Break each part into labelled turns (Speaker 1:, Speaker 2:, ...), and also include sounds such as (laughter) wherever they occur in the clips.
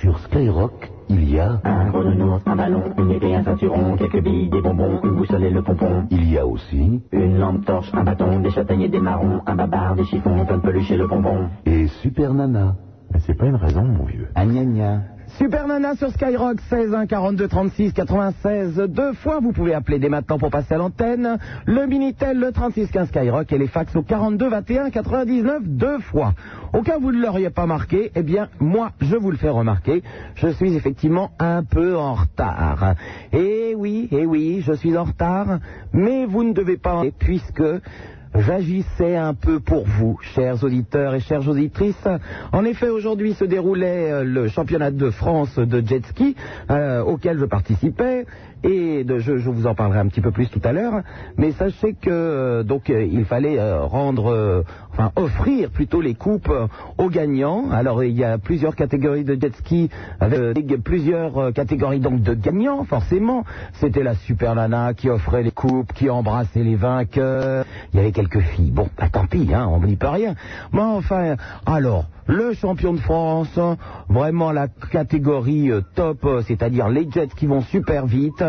Speaker 1: Sur Skyrock, il y a...
Speaker 2: Un gros nounours, un ballon, une épée, un ceinturon, quelques billes, des bonbons, une boussole et le pompon.
Speaker 1: Il y a aussi...
Speaker 2: Une lampe torche, un bâton, des châtaigniers, des marrons, un babar, des chiffons, plein de peluches et le bonbon.
Speaker 1: Et Super Nana.
Speaker 3: Mais c'est pas une raison, mon vieux.
Speaker 1: Ah, gna, gna.
Speaker 4: Super Nana sur Skyrock 16 1 42 36 96 deux fois vous pouvez appeler dès maintenant pour passer à l'antenne le minitel le 36 15 Skyrock et les fax au 42 21 99 deux fois au cas où vous ne l'auriez pas marqué eh bien moi je vous le fais remarquer je suis effectivement un peu en retard et oui et oui je suis en retard mais vous ne devez pas en- puisque J'agissais un peu pour vous, chers auditeurs et chères auditrices. En effet, aujourd'hui se déroulait euh, le championnat de France de jet ski euh, auquel je participais et de- je, je vous en parlerai un petit peu plus tout à l'heure. Mais sachez que euh, donc euh, il fallait euh, rendre, euh, enfin offrir plutôt les coupes euh, aux gagnants. Alors il y a plusieurs catégories de jet ski avec euh, des- plusieurs euh, catégories donc de gagnants forcément. C'était la super nana qui offrait les coupes, qui embrassait les vainqueurs. Il y avait quelques filles. Bon, bah, tant pis, hein, on n'y peut rien. Mais enfin, alors, le champion de France, vraiment la catégorie euh, top, euh, c'est-à-dire les jets qui vont super vite,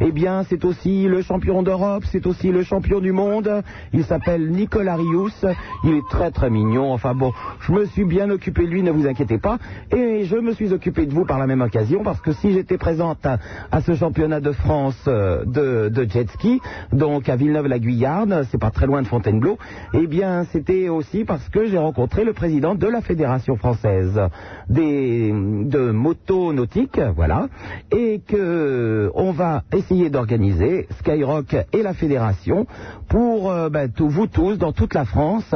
Speaker 4: eh bien, c'est aussi le champion d'Europe, c'est aussi le champion du monde. Il s'appelle Nicolas Rius. Il est très très mignon. Enfin bon, je me suis bien occupé de lui, ne vous inquiétez pas. Et je me suis occupé de vous par la même occasion, parce que si j'étais présente à, à ce championnat de France euh, de, de jet ski, donc à Villeneuve-la-Guyarde, c'est pas très loin de Fontainebleau, eh bien, c'était aussi parce que j'ai rencontré le président de la Fédération française des, de motonautiques, voilà, et que on va essayer d'organiser Skyrock et la Fédération pour euh, ben, tous- vous tous, dans toute la France,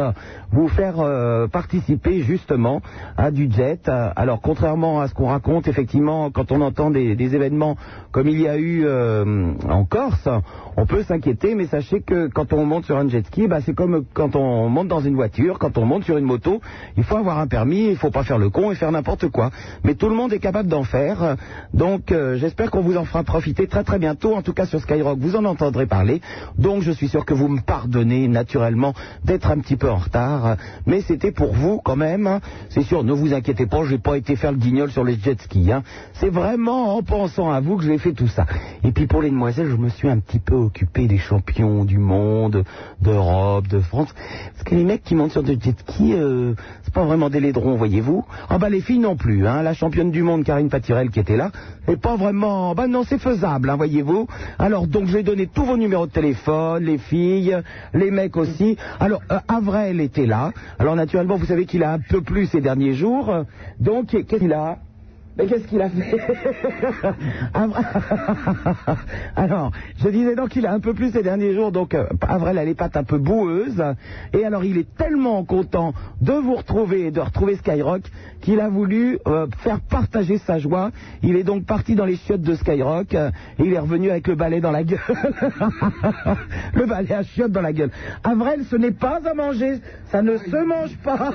Speaker 4: vous faire euh, participer justement à du jet. Alors, contrairement à ce qu'on raconte, effectivement, quand on entend des, des événements comme il y a eu euh, en Corse, on peut s'inquiéter, mais sachez que quand on monte sur un jet ski, bah, c'est comme quand on monte dans une voiture, quand on monte sur une moto, il faut avoir un permis, il faut pas faire le con et faire n'importe quoi. Mais tout le monde est capable d'en faire, donc euh, j'espère qu'on vous en fera profiter très très bientôt. En tout cas sur Skyrock, vous en entendrez parler. Donc je suis sûr que vous me pardonnez naturellement d'être un petit peu en retard, mais c'était pour vous quand même. hein. C'est sûr, ne vous inquiétez pas, j'ai pas été faire le guignol sur les jet skis. hein. C'est vraiment en pensant à vous que j'ai fait tout ça. Et puis pour les demoiselles, je me suis un petit peu occupé des champions du monde, d'Europe, de France. Parce que les mecs qui montent sur des jet skis, euh, c'est pas vraiment des laidrons, voyez-vous. Ah bah les filles non plus, hein. La championne du monde, Karine Patirel, qui était là, et pas vraiment... Bah non, c'est faisable, hein, voyez-vous. Alors donc, je vais donner tous vos numéros de téléphone, les filles, les mecs aussi. Alors, euh, Avrel était là. Alors naturellement, vous savez qu'il a un peu plus ces derniers jours. Euh, Donc, qu'est-ce qu'il a mais qu'est-ce qu'il a fait (laughs) Avra- (laughs) Alors, je disais donc qu'il a un peu plus ces derniers jours, donc euh, Avril a les pattes un peu boueuses. Et alors, il est tellement content de vous retrouver et de retrouver Skyrock qu'il a voulu euh, faire partager sa joie. Il est donc parti dans les chiottes de Skyrock euh, et il est revenu avec le balai dans la gueule. (laughs) le balai à chiottes dans la gueule. Avril, ce n'est pas à manger, ça ne se mange pas.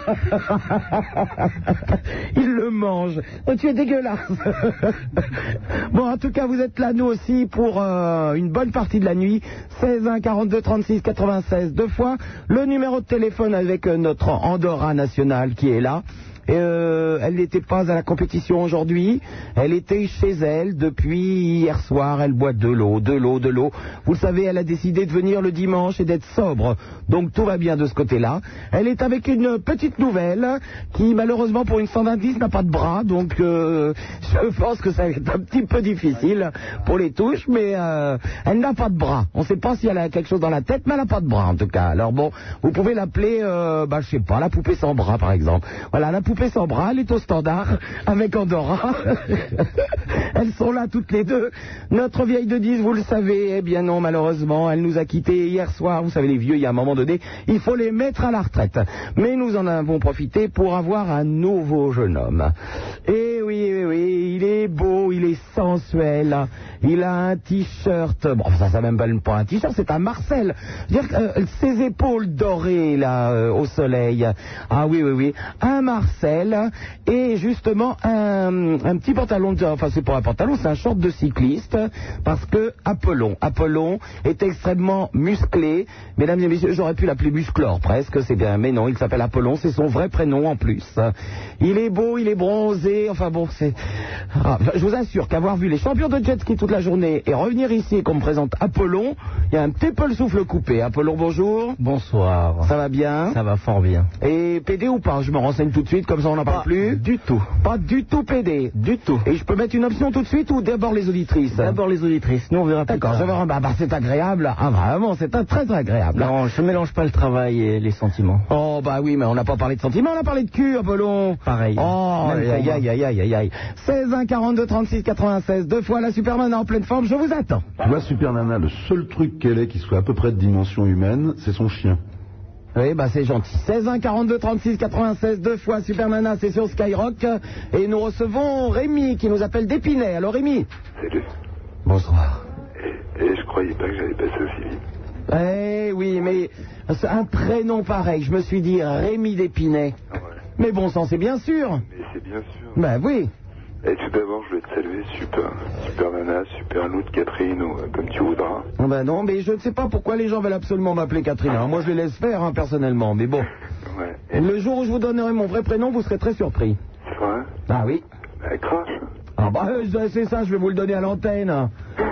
Speaker 4: Il le mange. Oh, tu es dégueulasse. (laughs) bon, en tout cas, vous êtes là, nous aussi, pour euh, une bonne partie de la nuit. 16 1 42 36 96 deux fois. Le numéro de téléphone avec euh, notre Andorra nationale qui est là. Et, euh, elle n'était pas à la compétition aujourd'hui. Elle était chez elle depuis hier soir. Elle boit de l'eau, de l'eau, de l'eau. Vous le savez, elle a décidé de venir le dimanche et d'être sobre. Donc tout va bien de ce côté-là. Elle est avec une petite nouvelle qui, malheureusement, pour une 120 n'a pas de bras. Donc euh, je pense que ça va être un petit peu difficile pour les touches. Mais euh, elle n'a pas de bras. On ne sait pas si elle a quelque chose dans la tête, mais elle n'a pas de bras en tout cas. Alors bon, vous pouvez l'appeler, euh, bah, je sais pas, la poupée sans bras par exemple. Voilà, la poupée sans bras, elle est au standard avec Andorra. (laughs) Elles sont là toutes les deux. Notre vieille de 10, vous le savez, eh bien non, malheureusement, elle nous a quittés hier soir. Vous savez, les vieux, il y a un moment donné, il faut les mettre à la retraite. Mais nous en avons profité pour avoir un nouveau jeune homme. Et oui, oui, oui, il est beau, il est sensuel, il a un t-shirt, bon, ça, ça même pas pas un t-shirt, c'est un Marcel. Dire que, euh, ses épaules dorées, là, euh, au soleil. Ah oui, oui, oui. Un Marcel et justement un, un petit pantalon, de, enfin, c'est pas un pantalon, c'est un short de cycliste parce que Apollon, Apollon est extrêmement musclé. Mesdames et messieurs, j'aurais pu l'appeler Musclor presque, c'est bien, mais non, il s'appelle Apollon, c'est son vrai prénom en plus. Il est beau, il est bronzé, enfin bon, c'est, c'est... Ah, je vous assure qu'avoir vu les champions de jet ski toute la journée et revenir ici et qu'on me présente Apollon, il y a un petit peu le souffle coupé. Apollon, bonjour.
Speaker 2: Bonsoir.
Speaker 4: Ça va bien
Speaker 2: Ça va fort bien.
Speaker 4: Et PD ou pas Je me renseigne tout de suite, comme ça on n'en parle plus.
Speaker 2: Du tout.
Speaker 4: Pas du tout PD.
Speaker 2: Du tout.
Speaker 4: Et je peux mettre une option tout de suite ou d'abord les auditrices
Speaker 2: D'abord les auditrices, nous on verra plus
Speaker 4: D'accord, je
Speaker 2: tard.
Speaker 4: vais rem- bah, bah, c'est agréable. Ah, vraiment, c'est un très agréable.
Speaker 2: Non, je mélange pas le travail et les sentiments.
Speaker 4: Oh bah oui, mais on n'a pas parlé de sentiments, on a parlé de cul, Apollon.
Speaker 2: Pareil.
Speaker 4: Oh,
Speaker 2: Même
Speaker 4: aïe aïe
Speaker 2: combat.
Speaker 4: aïe aïe aïe aïe aïe. 16 1 42 36 96, deux fois la Superman en pleine forme, je vous attends.
Speaker 1: Tu vois, Super Nana, le seul truc qu'elle ait qui soit à peu près de dimension humaine, c'est son chien.
Speaker 4: Oui, bah c'est gentil. 16 1 42 36 96, deux fois Super Nana, c'est sur Skyrock. Et nous recevons Rémi qui nous appelle d'Épinay. Alors Rémi
Speaker 5: Salut.
Speaker 4: Bonsoir.
Speaker 5: Et, et je croyais pas que j'allais passer aussi vite.
Speaker 4: Eh oui, mais c'est un prénom pareil, je me suis dit Rémi d'Épinay.
Speaker 5: Ah ouais.
Speaker 4: Mais bon sang, c'est bien sûr.
Speaker 5: Mais c'est bien sûr.
Speaker 4: Bah oui.
Speaker 5: Et tout d'abord, je voulais te saluer, super, super nana, super loot, Catherine, ou euh, comme tu voudras.
Speaker 4: Ah Ben non, mais je ne sais pas pourquoi les gens veulent absolument m'appeler Catherine. Alors moi, je les laisse faire, hein, personnellement. Mais bon,
Speaker 5: Ouais. Et
Speaker 4: le jour où je vous donnerai mon vrai prénom, vous serez très surpris.
Speaker 5: c'est vrai
Speaker 4: Ah oui
Speaker 5: Elle crache.
Speaker 4: Ah bah euh, ça, c'est ça, je vais vous le donner à l'antenne. (laughs)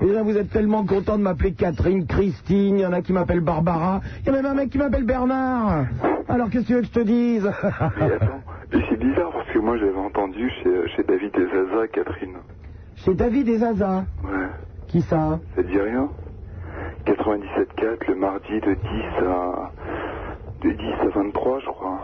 Speaker 4: Déjà, vous êtes tellement content de m'appeler Catherine, Christine, il y en a qui m'appellent Barbara, il y a même un mec qui m'appelle Bernard. Alors qu'est-ce que tu veux que je te dise (laughs)
Speaker 5: Mais attends, et c'est bizarre parce que moi j'avais entendu chez, euh, chez David et Zaza, Catherine.
Speaker 4: C'est David et Zaza.
Speaker 5: Ouais.
Speaker 4: Qui ça
Speaker 5: Ça te dit rien 97.4, le mardi de 10 à. de 10 à 23, je crois.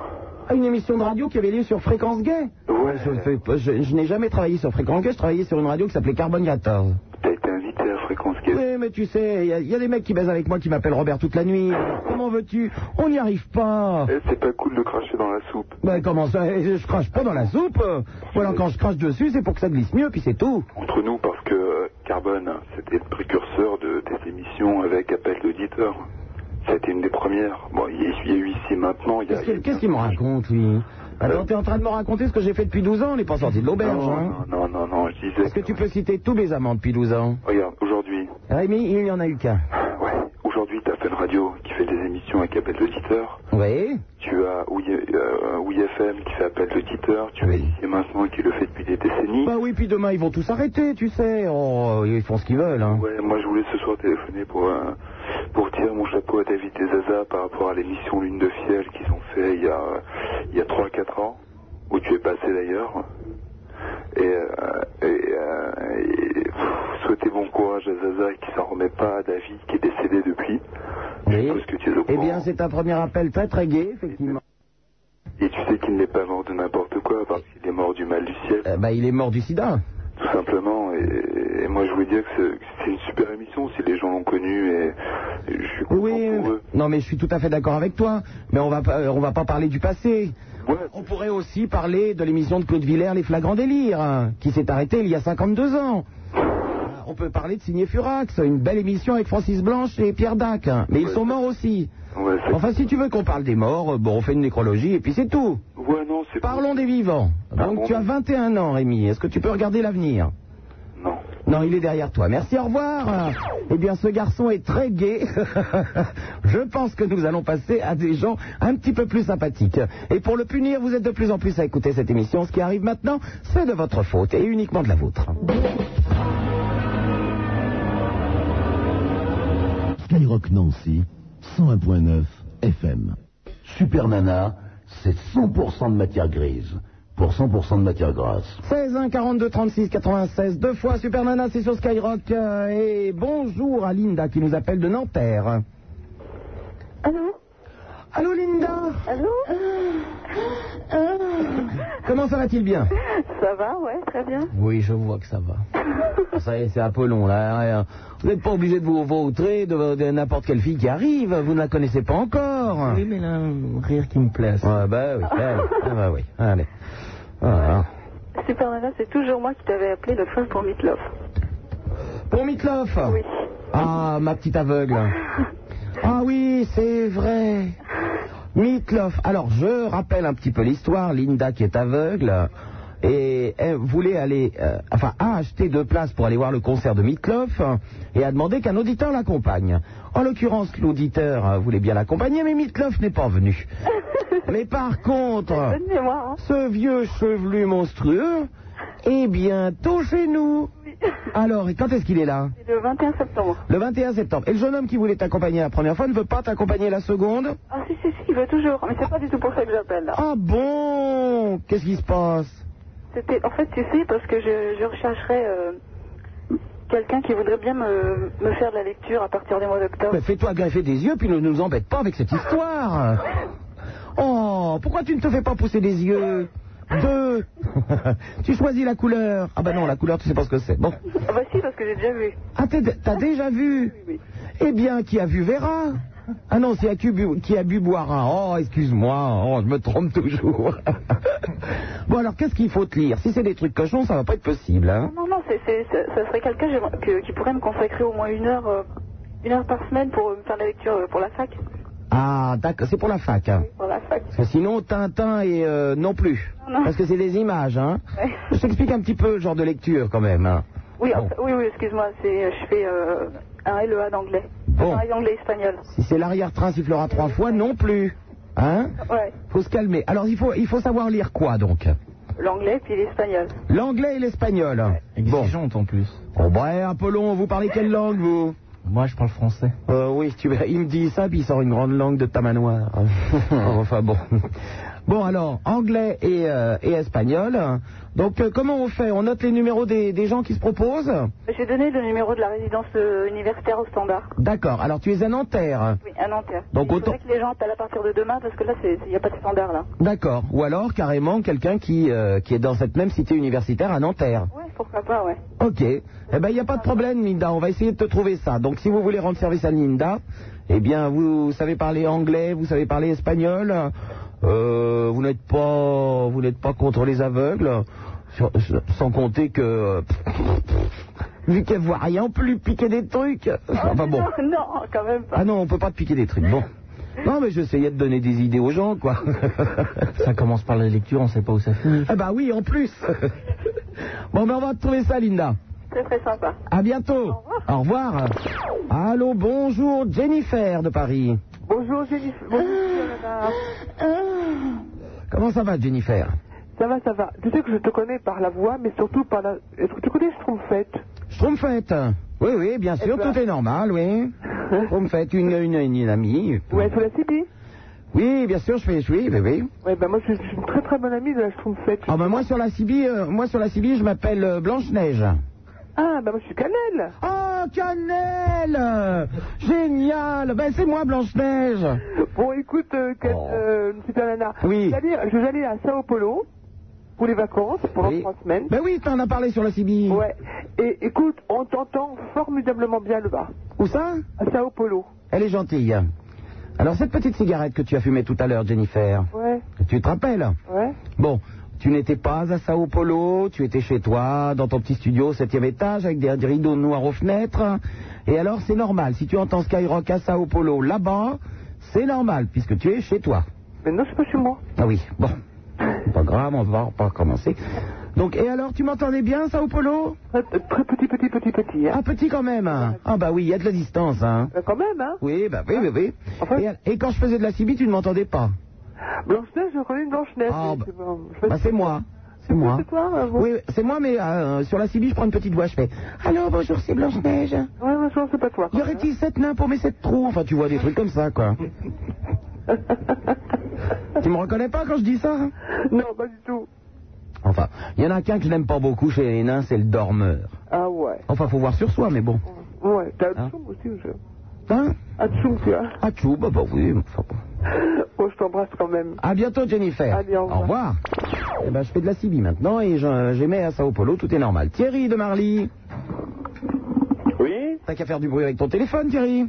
Speaker 4: Ah, Une émission de radio qui avait lieu sur Fréquence Gay.
Speaker 5: Ouais,
Speaker 4: Je, fais pas- je- je n'ai jamais travaillé sur Fréquence Gay, je travaillais sur une radio qui s'appelait Carbone 14.
Speaker 5: t'as été invité à Fréquence Gay.
Speaker 4: Oui, mais tu sais, il y a- il y, a des mecs qui baisent avec moi qui m'appellent Robert toute la nuit. Comment veux-tu On n'y arrive pas.
Speaker 5: Eh, c'est pas cool de cracher dans la soupe.
Speaker 4: Ben comment ça Eh, Je crache pas dans la soupe. Ou alors quand je crache dessus, c'est pour que ça glisse mieux, puis c'est tout.
Speaker 5: Entre nous, parce que euh, Carbone, c'était le précurseur de tes émissions avec appel d'auditeurs. C'était une des premières. Bon, il y a- il y a eu ici maintenant. il y a-
Speaker 4: Qu'est-ce qu'il qu'est-ce qu'il me raconte, lui Alors t'es en train de me raconter ce que j'ai fait depuis 12 ans, on n'est pas sorti de l'auberge.
Speaker 5: non,
Speaker 4: Hein
Speaker 5: non, non, non, non, je disais.
Speaker 4: Est-ce que tu peux citer tous mes amants depuis 12 ans
Speaker 5: Regarde, aujourd'hui,
Speaker 4: Rémi, il n'y en a eu qu'un.
Speaker 5: ouais, aujourd'hui, t'as Fun Radio qui fait des émissions avec appel d'auditeurs.
Speaker 4: Oui
Speaker 5: Tu as Oui euh, Oui FM qui fait appel d'auditeurs. Tu as
Speaker 4: Oui.
Speaker 5: ici maintenant qui le fait depuis des décennies.
Speaker 4: Bah oui, puis demain ils vont tous arrêter, tu sais. Oh, ils font ce qu'ils veulent. Hein.
Speaker 5: Ouais, moi je voulais ce soir téléphoner pour, euh, pour tirer mon chapeau à David et Zaza par rapport à l'émission Lune de Fiel qu'ils ont fait il y a, euh, il y a 3-4 ans, où tu es passé d'ailleurs. Et, euh, et, euh, et, pff, souhaiter bon courage à Zaza qui s'en remet pas à David qui est décédé depuis.
Speaker 4: Oui.
Speaker 5: Je suppose que tu es au
Speaker 4: Eh
Speaker 5: courant.
Speaker 4: bien, c'est un premier appel très très gai, effectivement.
Speaker 5: Et tu sais qu'il n'est pas mort de n'importe quoi parce qu'il est mort du mal du ciel.
Speaker 4: Euh, bah, il est mort du sida.
Speaker 5: Tout simplement, et, et moi je voulais dire que c'est- que c'est une super émission si les gens l'ont connu et, et je suis content
Speaker 4: Oui,
Speaker 5: pour eux.
Speaker 4: non mais je suis tout à fait d'accord avec toi, mais on va pas- euh, on va pas parler du passé.
Speaker 5: Ouais,
Speaker 4: On pourrait aussi parler de l'émission de Claude Villers, Les Flagrants Délires, hein, qui s'est arrêtée il y a 52 ans. Euh, On peut parler de Signé Furax, une belle émission avec Francis Blanche et Pierre Dac, hein, mais ils
Speaker 5: Ouais.
Speaker 4: sont morts aussi.
Speaker 5: ouais, c'est-
Speaker 4: Enfin, si tu veux qu'on parle des morts, euh, bon, on fait une nécrologie et puis c'est tout.
Speaker 5: Ouais, non, c'est pas.
Speaker 4: Parlons des vivants.
Speaker 5: Ah
Speaker 4: Donc
Speaker 5: bon
Speaker 4: tu as 21 ans, Rémi. Est-ce que tu peux regarder l'avenir
Speaker 5: Non.
Speaker 4: Non, il est derrière toi. Merci, au revoir. Eh bien, ce garçon est très gai. (laughs) Je pense que nous allons passer à des gens un petit peu plus sympathiques. Et pour le punir, vous êtes de plus en plus à écouter cette émission. Ce qui arrive maintenant, c'est de votre faute et uniquement de la vôtre.
Speaker 1: Skyrock Nancy, 101.9 FM. Super Nana, c'est 100% de matière grise pour 100% de matière grasse.
Speaker 4: 16 1 42 36 96 deux fois Super Nana, c'est sur Skyrock. Euh, Et bonjour à Linda qui nous appelle de Nanterre.
Speaker 6: Allô
Speaker 4: Allô Linda,
Speaker 6: Allô
Speaker 4: comment ça va-t-il bien
Speaker 6: Ça va, ouais, très bien.
Speaker 4: Oui, je vois que ça va. Ah, Ça y est, c'est un peu long, là. hein. Vous n'êtes pas obligé de vous vautrer de, de n'importe quelle fille qui arrive. Vous ne la connaissez pas encore.
Speaker 2: Oui, mais là, un rire qui me plaise.
Speaker 4: Ah bah oui, allez. Ah bah oui, allez. Ah, hein. Voilà.
Speaker 6: Super Nana, c'est toujours moi qui t'avais appelé le fois pour Meatloaf.
Speaker 4: Pour Mitloff
Speaker 6: Oui.
Speaker 4: Ah, ma petite aveugle. Ah oui, c'est vrai. Mitloff. Alors, je rappelle un petit peu l'histoire. Linda qui est aveugle et elle voulait aller, euh, enfin, a acheté deux places pour aller voir le concert de Mitloff euh, et a demandé qu'un auditeur l'accompagne. En l'occurrence, l'auditeur euh, voulait bien l'accompagner, mais Mitloff n'est pas venu. mais par contre,
Speaker 6: Bonne mémoire, hein.
Speaker 4: ce vieux chevelu monstrueux Et bientôt chez nous. Alors, et quand est-ce qu'il est là
Speaker 6: C'est le 21 septembre.
Speaker 4: Le 21 septembre. Et le jeune homme qui voulait t'accompagner la première fois ne veut pas t'accompagner la seconde
Speaker 6: Ah si, si, si, il veut toujours. Mais c'est pas du tout pour ça que j'appelle. là.
Speaker 4: Ah bon Qu'est-ce qui se passe
Speaker 6: C'était, en fait, tu sais, parce que je, je rechercherais euh, quelqu'un qui voudrait bien me, me faire de la lecture à partir du mois d'octobre.
Speaker 4: Mais fais-toi greffer des yeux, puis ne nous embête pas avec cette histoire. Oh, pourquoi tu ne te fais pas pousser des yeux Deux. (laughs) tu choisis la couleur. Ah bah non, la couleur, tu sais pas ce que c'est. Bon.
Speaker 6: Ah bah si, parce que j'ai déjà vu.
Speaker 4: Ah, t'es- t'as déjà vu
Speaker 6: oui.
Speaker 4: Eh bien, qui a vu verra. Ah non, c'est à qui, bu- qui a bu boira. Oh, excuse-moi, oh, je me trompe toujours. (laughs) bon, alors, qu'est-ce qu'il faut te lire Si c'est des trucs cochons, ça va pas être possible. Hein
Speaker 6: Non, non, c'est, c'est- ça, ça serait quelqu'un j'aimerais- que- qui pourrait me consacrer au moins une heure, euh, une heure par semaine pour euh, me faire de la lecture euh, pour la fac.
Speaker 4: ah, d'accord, c'est pour la fac. hein.
Speaker 6: Pour la fac.
Speaker 4: Parce que sinon, Tintin et euh, non plus.
Speaker 6: Non, non.
Speaker 4: Parce que c'est des images, hein.
Speaker 6: Ouais.
Speaker 4: Je t'explique un petit peu le genre de lecture quand même. hein.
Speaker 6: Oui,
Speaker 4: Bon.
Speaker 6: enfin, oui, oui, excuse-moi, c'est, je fais euh, un LEA d'anglais.
Speaker 4: Bon.
Speaker 6: Un anglais-espagnol.
Speaker 4: Si c'est l'arrière-train sifflera trois fois, non plus. Hein
Speaker 6: Ouais,
Speaker 4: Faut se calmer. Alors il faut, il faut savoir lire quoi donc
Speaker 6: l'anglais puis l'espagnol.
Speaker 4: L'anglais et l'espagnol. hein. Bon.
Speaker 7: Exigeante en plus.
Speaker 4: Oh bah, Apollon, vous parlez quelle langue vous
Speaker 7: Moi, je parle français.
Speaker 4: euh, Oui, tu verras, il me dit ça puis il sort une grande langue de tamanoir. (laughs) enfin bon. Bon alors, anglais et, euh, et espagnol. Donc euh, comment on fait On note les numéros des, des gens qui se proposent
Speaker 6: J'ai donné le numéro de la résidence euh, universitaire au standard.
Speaker 4: D'accord, alors tu es à Nanterre.
Speaker 6: Oui, à Nanterre.
Speaker 4: Donc,
Speaker 6: Il
Speaker 4: autant-
Speaker 6: faudrait que les gens appellent à partir de demain parce que là, il n'y a pas de standard là.
Speaker 4: D'accord. Ou alors carrément quelqu'un qui, euh, qui est dans cette même cité universitaire à Nanterre.
Speaker 6: Ouais, pourquoi pas, ouais. (laughs)
Speaker 4: Ok. Eh ben, il n'y a pas de problème, Linda. On va essayer de te trouver ça. Donc, si vous voulez rendre service à Linda, eh bien, vous savez parler anglais, vous savez parler espagnol. Euh, vous n'êtes pas, vous n'êtes pas contre les aveugles. Sur- sur- sans compter que, (laughs) vu qu'elle voit rien, on peut lui piquer des trucs. Enfin bon.
Speaker 6: Non, non, quand même pas.
Speaker 4: Ah non, on peut pas te piquer des trucs. Bon. Non, mais j'essayais de donner des idées aux gens, quoi. (laughs)
Speaker 7: Ça commence par la lecture, on sait pas où ça finit.
Speaker 4: ah bah oui, en plus. (laughs) bon, ben, on va te trouver ça, Linda.
Speaker 6: Très très sympa.
Speaker 4: À bientôt. Au revoir. Allô, bonjour, Jennifer de Paris.
Speaker 8: Bonjour Jennifer.
Speaker 4: Ah.
Speaker 8: Bonjour, Madame.
Speaker 4: Comment ça va, Jennifer
Speaker 8: Ça va, ça va. Tu sais que je te connais par la voix, mais surtout par la. Est-ce que tu connais Schtroumpfette
Speaker 4: Schtroumpfette. Oui, oui, bien sûr,
Speaker 8: Eh ben.
Speaker 4: tout est normal, oui. Schtroumpfette, une, une, une amie.
Speaker 8: Ouais, tu la CB
Speaker 4: Oui, bien sûr, je fais, je oui, oui, oui.
Speaker 8: Ouais, ben moi je je suis une très très bonne amie de la Schtroumpfette.
Speaker 4: Ah, ben, moi, sur la Sibie, euh, moi, sur la Sibie, je m'appelle euh, Blanche-Neige.
Speaker 8: Ah, ben moi je suis Canel
Speaker 4: Oh, Cannelle Génial Ben, c'est moi, Blanche-Neige.
Speaker 8: Bon, écoute, euh, Can-
Speaker 4: Oh.
Speaker 8: euh, super nana.
Speaker 4: Oui.
Speaker 8: J'allais- Je vais aller à Sao Paulo pour les vacances pendant
Speaker 4: Oui.
Speaker 8: trois semaines.
Speaker 4: Ben oui, t'en as parlé sur la Sibie.
Speaker 8: Ouais. Et écoute, on t'entend formidablement bien là-bas.
Speaker 4: Où ça
Speaker 8: À Sao Paulo.
Speaker 4: Elle est gentille. Alors, cette petite cigarette que tu as fumée tout à l'heure, Jennifer,
Speaker 8: Ouais,
Speaker 4: tu te rappelles
Speaker 8: ouais.
Speaker 4: Bon, tu n'étais pas à Sao Paulo, tu étais chez toi, dans ton petit studio, septième étage, avec des des rideaux noirs aux fenêtres. Et alors, c'est normal, si tu entends Skyrock à Sao Paulo là-bas, c'est normal, puisque tu es chez toi.
Speaker 8: Mais non, je suis pas chez moi.
Speaker 4: Ah oui, bon, c'est pas grave, on va pas recommencer. Donc, et alors, tu m'entendais bien, Sao Paulo
Speaker 8: Très, très petit, petit, petit, petit. Hein.
Speaker 4: Ah, petit quand même. hein. Ah bah oui, il y a de la distance, hein.
Speaker 8: Ben, quand même, hein.
Speaker 4: Oui, bah oui, oui, oui.
Speaker 8: Enfin-
Speaker 4: Et, et quand je faisais de la cibi, tu ne m'entendais pas
Speaker 8: Blanche-Neige, je connais une Blanche-Neige.
Speaker 4: Ah,
Speaker 8: mais
Speaker 4: bah-
Speaker 8: c'est bon, je sais
Speaker 4: Bah,
Speaker 8: pas
Speaker 4: c'est
Speaker 8: si-
Speaker 4: moi. C'est
Speaker 8: Oui,
Speaker 4: moi.
Speaker 8: C'est toi, euh, bon.
Speaker 4: Oui, c'est moi, mais euh, sur la Sibie, je prends une petite voix, je fais Allô, bonjour, c'est Blanche-Neige.
Speaker 8: Ouais, ouais, je pense que c'est pas toi.
Speaker 4: Y aurait-il sept nains pour mes sept trous Enfin, tu vois des trucs comme ça, quoi. tu me reconnais pas quand je dis ça hein
Speaker 8: Non, pas du tout.
Speaker 4: Enfin, il y en a qu'un que je n'aime pas beaucoup chez les nains, c'est le dormeur.
Speaker 8: Ah ouais.
Speaker 4: Enfin, faut voir sur soi, mais bon.
Speaker 8: Ouais, t'as un
Speaker 4: Hein
Speaker 8: tchoum aussi ou je...
Speaker 4: Hein
Speaker 8: Un tchoum, tu vois. (laughs)
Speaker 4: Ah, tchou, bah, bah oui, mais enfin bon.
Speaker 8: Oh, je t'embrasse quand même.
Speaker 4: À bientôt, Jennifer.
Speaker 8: Allez, au revoir.
Speaker 4: Eh ben, je fais de la Sibie maintenant et je- j'émets à Sao Paulo, tout est normal. Thierry de Marly.
Speaker 9: Oui
Speaker 4: T'as qu'à faire du bruit avec ton téléphone, Thierry.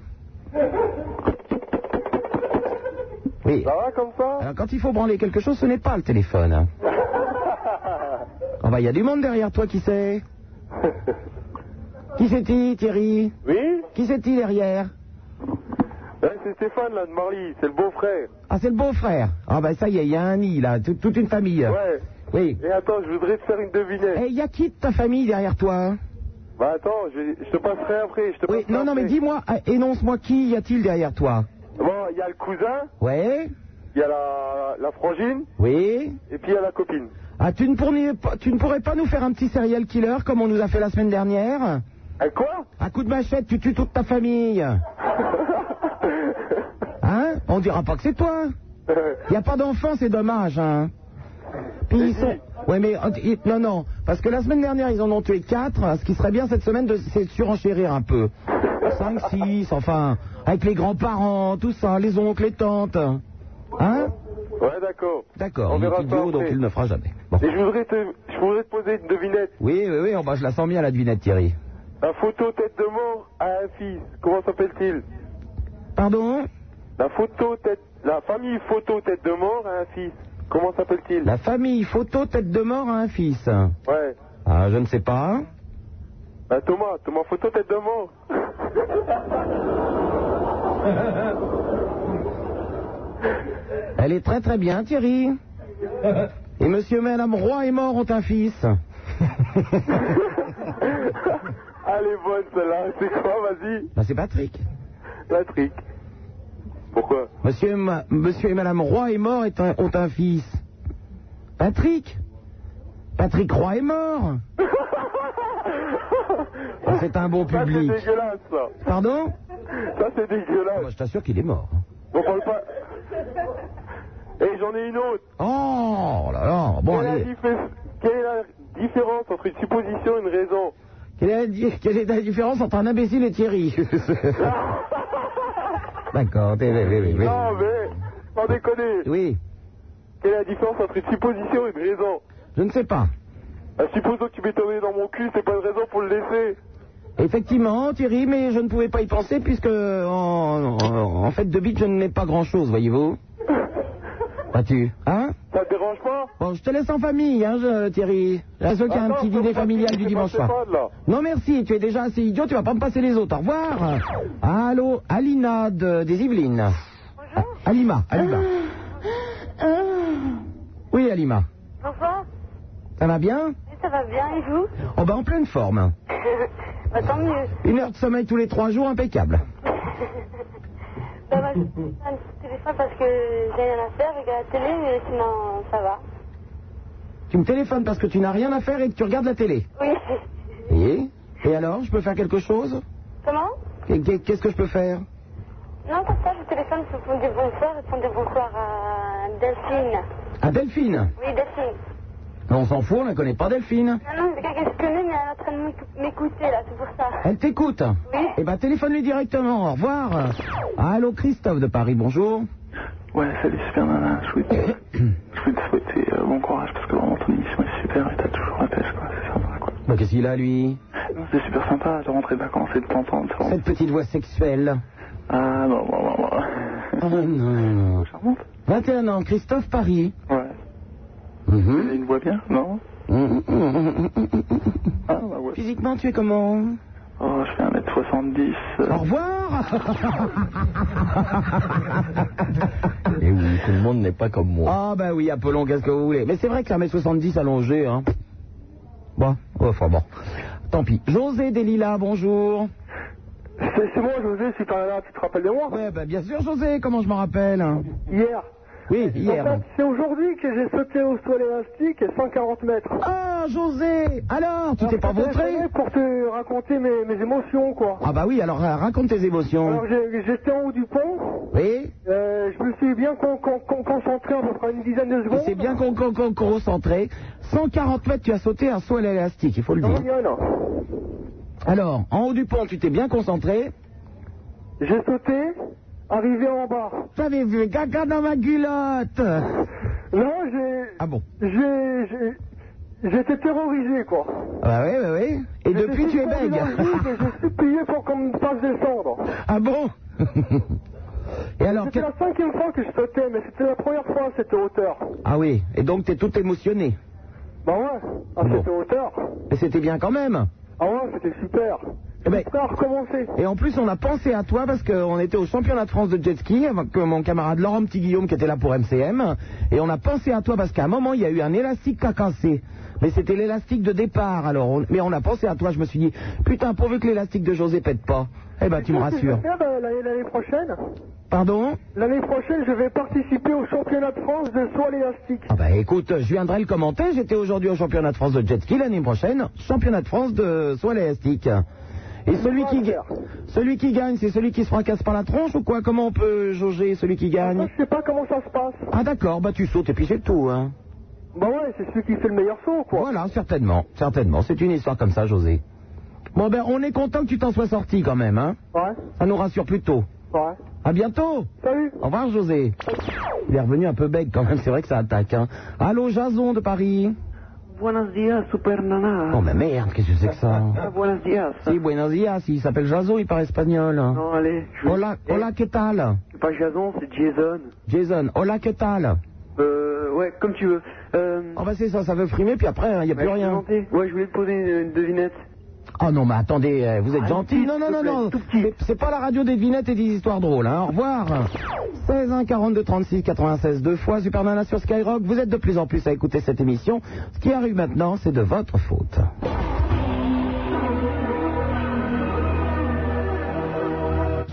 Speaker 4: Oui.
Speaker 9: Ça va comme ça
Speaker 4: Alors, quand il faut branler quelque chose, ce n'est pas le
Speaker 9: (laughs)
Speaker 4: téléphone. hein. Oh, bah, il y a du monde derrière toi, qui c'est Qui c'est-il, Thierry
Speaker 9: Oui
Speaker 4: Qui c'est-il derrière
Speaker 9: Ouais, C'est Stéphane là de Marly, c'est le beau-frère.
Speaker 4: Ah, c'est le beau-frère. Ah, bah, ça y est, il y a un nid, là, tout- toute une famille.
Speaker 9: Ouais.
Speaker 4: Oui.
Speaker 9: Et attends, je voudrais te faire une devinette.
Speaker 4: Et il Eh, y a qui de ta famille derrière toi hein
Speaker 9: Bah attends, je, je te passerai après, je te
Speaker 4: Oui,
Speaker 9: passerai
Speaker 4: non, non, mais
Speaker 9: après.
Speaker 4: dis-moi, ah, énonce-moi qui y a-t-il derrière toi
Speaker 9: Bon, il y a le cousin,
Speaker 4: Ouais
Speaker 9: il y a la, la frangine,
Speaker 4: Oui
Speaker 9: et puis il y a la copine.
Speaker 4: Ah, tu ne, pourrais pas, tu ne pourrais pas nous faire un petit serial killer comme on nous a fait la semaine dernière
Speaker 8: À
Speaker 9: (laughs)
Speaker 8: quoi
Speaker 4: À coup de machette, tu tues toute ta famille. Hein On dira pas que c'est toi. Il n'y a pas d'enfants, c'est dommage. Hein. Puis ils sont. Ouais, mais euh, ils- non, non, parce que la semaine dernière ils en ont tué 4. Ce qui serait bien cette semaine, de- c'est de surenchérir un peu. 5, 6, enfin, avec les grands-parents, tout ça, les oncles, les tantes. Hein
Speaker 8: Ouais, d'accord.
Speaker 4: D'accord,
Speaker 8: On
Speaker 4: il est
Speaker 8: verra ça
Speaker 4: idiot,
Speaker 8: après.
Speaker 4: donc il ne fera jamais. Bon.
Speaker 8: Et je voudrais te, je voudrais te poser une devinette.
Speaker 4: Oui, oui, oui, oh, bah, je la sens bien la devinette, Thierry.
Speaker 8: Un photo tête de mort à un fils. Comment s'appelle-t-il
Speaker 4: Pardon
Speaker 8: La photo tête, la famille photo tête de mort à un fils. Comment s'appelle-t-il
Speaker 4: La famille photo tête de mort à un fils.
Speaker 8: Ouais.
Speaker 4: Ah, je ne sais pas.
Speaker 8: Bah, Thomas, Thomas photo tête de mort.
Speaker 4: Elle est très très bien,
Speaker 8: (laughs)
Speaker 4: Thierry. Et monsieur et madame Roy et mort ont un fils.
Speaker 8: Allez, bonne celle-là. (laughs) C'est quoi Vas-y.
Speaker 4: Bah, c'est Patrick.
Speaker 8: La trique. Pourquoi
Speaker 4: Monsieur, et ma- monsieur et madame Roy est mort et un- ont un fils. Patrick Patrick Roy est
Speaker 8: (laughs)
Speaker 4: mort Oh, C'est un bon
Speaker 8: Ça, c'est
Speaker 4: public.
Speaker 8: dégueulasse, ça.
Speaker 4: Pardon
Speaker 8: Ça, c'est dégueulasse.
Speaker 4: Moi, Je t'assure qu'il est mort.
Speaker 8: On parle pas. Et j'en ai une autre.
Speaker 4: Oh là là Bon,
Speaker 8: Quelle est la
Speaker 4: allez.
Speaker 8: diffé- Quelle est la différence entre une supposition et une raison
Speaker 4: Quelle est, la, di- quelle est la différence entre un imbécile et
Speaker 8: (laughs)
Speaker 4: Thierry D'accord, eh, oui, oui, oui, oui.
Speaker 8: Non, mais, sans déconner,
Speaker 4: Oui,
Speaker 8: quelle est la différence entre une supposition et une raison
Speaker 4: je ne sais pas.
Speaker 8: Ah, supposons que tu m'aies tombé dans mon cul, c'est pas une raison pour le laisser.
Speaker 4: Effectivement, Thierry, mais je ne pouvais pas y penser puisque en, en- en fait de bite, je n'ai pas grand-chose, voyez-vous. Vois-tu Hein
Speaker 8: Ça te dérange pas
Speaker 4: Bon, je te laisse en famille, hein, je- Thierry. À ceux qui ont un
Speaker 8: Attends,
Speaker 4: petit
Speaker 8: je te
Speaker 4: dîner
Speaker 8: vois
Speaker 4: familial
Speaker 8: pas,
Speaker 4: du
Speaker 8: je te
Speaker 4: dimanche
Speaker 8: vois
Speaker 4: soir.
Speaker 8: pas, là.
Speaker 4: Non, merci, tu es déjà assez idiot, tu vas pas me passer les autres. Au revoir. Allô, Alina de- des Yvelines. Bonjour. Alima, Alima. Oui, Alima.
Speaker 10: Bonjour,
Speaker 4: Ça va bien
Speaker 10: ça va bien et vous
Speaker 4: Oh, ben en pleine forme.
Speaker 10: bah, Tant mieux.
Speaker 4: Une heure de sommeil tous les trois jours, impeccable.
Speaker 10: Bah,
Speaker 4: (laughs)
Speaker 10: moi, je prends un petit téléphone parce que j'ai rien à faire avec la télé, mais sinon, ça va.
Speaker 4: Tu me téléphones parce que tu n'as rien à faire et que tu regardes la télé.
Speaker 10: Oui. (laughs)
Speaker 4: Et, et alors, je peux faire quelque chose
Speaker 10: Comment
Speaker 4: Qu'est- qu'est- Qu'est-ce que je peux faire
Speaker 10: Non, comme ça, je téléphone pour des bonsoirs et pour des bonsoirs à Delphine.
Speaker 4: À Delphine
Speaker 10: Oui, Delphine.
Speaker 4: On s'en fout, on ne connaît pas Delphine.
Speaker 10: Non, non, c'est quelqu'un que je connais, mais elle est en train de m'écou- m'écouter, là, c'est pour ça.
Speaker 4: Elle t'écoute
Speaker 10: Oui.
Speaker 4: Eh ben, téléphone-lui directement, au revoir. Allô, Christophe de Paris, bonjour.
Speaker 11: Ouais, salut Super Nana, je voulais
Speaker 8: (coughs)
Speaker 11: te, je voulais te souhaiter euh, bon courage parce que vraiment ton émission est super et t'as toujours la pêche quoi, c'est sympa quoi.
Speaker 4: Bah, qu'est-ce qu'il a, lui
Speaker 11: Non, c'est super sympa de rentrer de vacances et de t'entendre. c'est vraiment-
Speaker 4: Cette petite voix sexuelle.
Speaker 11: Ah non, non, non, non.
Speaker 4: (laughs) Oh non.
Speaker 11: Charmante
Speaker 4: 21 ans, Christophe Paris.
Speaker 11: Ouais.
Speaker 4: Mhm.
Speaker 11: Elle a une voix bien,
Speaker 4: (laughs)
Speaker 11: non
Speaker 4: Mhm, mhm, mhm, mhm, mhm.
Speaker 11: Ah bah ouais.
Speaker 4: Physiquement, tu es comment
Speaker 11: Oh, je fais 1m70. euh,
Speaker 4: Au revoir
Speaker 1: Et oui, tout le monde n'est pas comme moi.
Speaker 4: Ah bah oui, Apollon, qu'est-ce que vous voulez Mais c'est vrai que la m 70 allongé, hein.
Speaker 1: Ah.
Speaker 4: Bon, enfin bon. Tant pis. José Delila, bonjour.
Speaker 8: C'est c'est moi, José, Super Nana, tu te rappelles de moi
Speaker 4: Ouais, bah bien sûr, José, comment je m'en rappelle hein
Speaker 8: Hier.
Speaker 4: Oui, hier.
Speaker 8: En fait, c'est aujourd'hui que j'ai sauté au sol élastique et 140 mètres.
Speaker 4: Ah, José Alors, tu t'es pas
Speaker 8: Alors, je t'ai
Speaker 4: vautré
Speaker 8: téléphoné Pour te raconter mes, mes émotions, quoi.
Speaker 4: Ah bah oui, alors euh, raconte tes émotions.
Speaker 8: Alors, j'ai- j'étais en haut du pont.
Speaker 4: Oui
Speaker 8: Euh, je me suis bien con- con- con- concentré à peu près une dizaine de
Speaker 4: Et
Speaker 8: secondes.
Speaker 4: c'est bien qu'on qu'on- qu'on- qu'on recentré. 140 mètres, tu as sauté un saut à l'élastique, il faut le
Speaker 8: Non,
Speaker 4: dire.
Speaker 8: il y en a.
Speaker 4: Alors, en haut du pont, tu t'es bien concentré.
Speaker 8: J'ai sauté, arrivé en bas.
Speaker 4: J'avais vu caca dans ma culotte
Speaker 8: Là, j'ai.
Speaker 4: Ah bon
Speaker 8: J'ai. j'ai- J'étais terrorisé, quoi.
Speaker 4: Ah oui, oui, oui. Et
Speaker 8: J'étais
Speaker 4: depuis, tu es
Speaker 8: suspendu
Speaker 4: bègue.
Speaker 8: dans le vide et J'ai supplié pour qu'on me fasse descendre.
Speaker 4: (laughs) ah bon (laughs) Et alors,
Speaker 8: C'était
Speaker 4: que-
Speaker 8: la cinquième fois que je sautais, mais c'était la première fois à cette hauteur.
Speaker 4: ah oui, et donc t'es tout émotionné.
Speaker 8: Bah ouais, à
Speaker 4: Bon.
Speaker 8: cette hauteur.
Speaker 4: Mais c'était bien quand même. Eh ben,
Speaker 8: Ah ouais, c'était super.
Speaker 4: Et en plus, on a pensé à toi parce qu'on était au championnat de France de jet ski avec mon camarade Laurent Petit Guillaume qui était là pour MCM. Et on a pensé à toi parce qu'à un moment, il y a eu un élastique qui a cassé. Mais c'était l'élastique de départ. Alors, on- mais on a pensé à toi. Je me suis dit, putain, pourvu que l'élastique de José pète pas. Eh ben, tu me
Speaker 12: Qu'est-ce que je
Speaker 8: (laughs)
Speaker 4: rassures.
Speaker 12: vais faire, euh, l'année- L'année prochaine
Speaker 4: Pardon
Speaker 12: L'année prochaine, je vais participer au championnat de France de saut à l'élastique.
Speaker 4: Ah bah écoute, je viendrai le commenter. J'étais aujourd'hui au championnat de France de jet ski l'année prochaine. Championnat de France de soie élastique. Et celui qui, ga- celui qui gagne, c'est celui qui se fracasse par la tronche ou quoi Comment on peut jauger celui qui gagne
Speaker 12: Je sais pas comment ça se passe.
Speaker 4: Ah d'accord, bah tu sautes et puis c'est tout. Hein.
Speaker 12: Bah ouais, c'est celui qui fait le meilleur saut, quoi.
Speaker 4: Voilà, certainement, certainement. C'est une histoire comme ça, José. Bon ben, on est content que tu t'en sois sorti quand même, hein
Speaker 12: Ouais.
Speaker 4: Ça nous rassure plutôt.
Speaker 12: Ouais.
Speaker 4: À bientôt.
Speaker 12: Salut.
Speaker 4: Au revoir, José. Il est revenu un peu bête quand même. C'est vrai que ça attaque. Hein. Allô, Jason de Paris.
Speaker 8: Buenos días, super nana.
Speaker 4: Oh mais merde, qu'est-ce que c'est que ça
Speaker 8: Ah, buenos días.
Speaker 4: Si, buenos días, il s'appelle Jason, il parle espagnol.
Speaker 8: Non, allez. je-
Speaker 4: Hola, hola, que tal
Speaker 8: C'est Pas Jason, c'est Jason.
Speaker 4: Jason, hola, que tal
Speaker 8: Euh, ouais, comme tu veux. Euh,
Speaker 4: Oh bah c'est ça, ça veut frimer, puis après, il n'y a
Speaker 8: ouais,
Speaker 4: plus
Speaker 8: je voulais
Speaker 4: rien.
Speaker 8: demander- Ouais, je voulais te poser une, une devinette.
Speaker 4: Oh non, mais attendez, euh, vous êtes
Speaker 8: Ah,
Speaker 4: gentil.
Speaker 8: tout
Speaker 4: Non, non,
Speaker 8: petit,
Speaker 4: non,
Speaker 8: s'il te
Speaker 4: non. C'est- C'est pas la radio des vignettes et des histoires drôles. Hein. Au revoir. 16 1 42 36 96 deux fois Super Nana sur Skyrock. Vous êtes de plus en plus à écouter cette émission. Ce qui arrive maintenant, c'est de votre faute.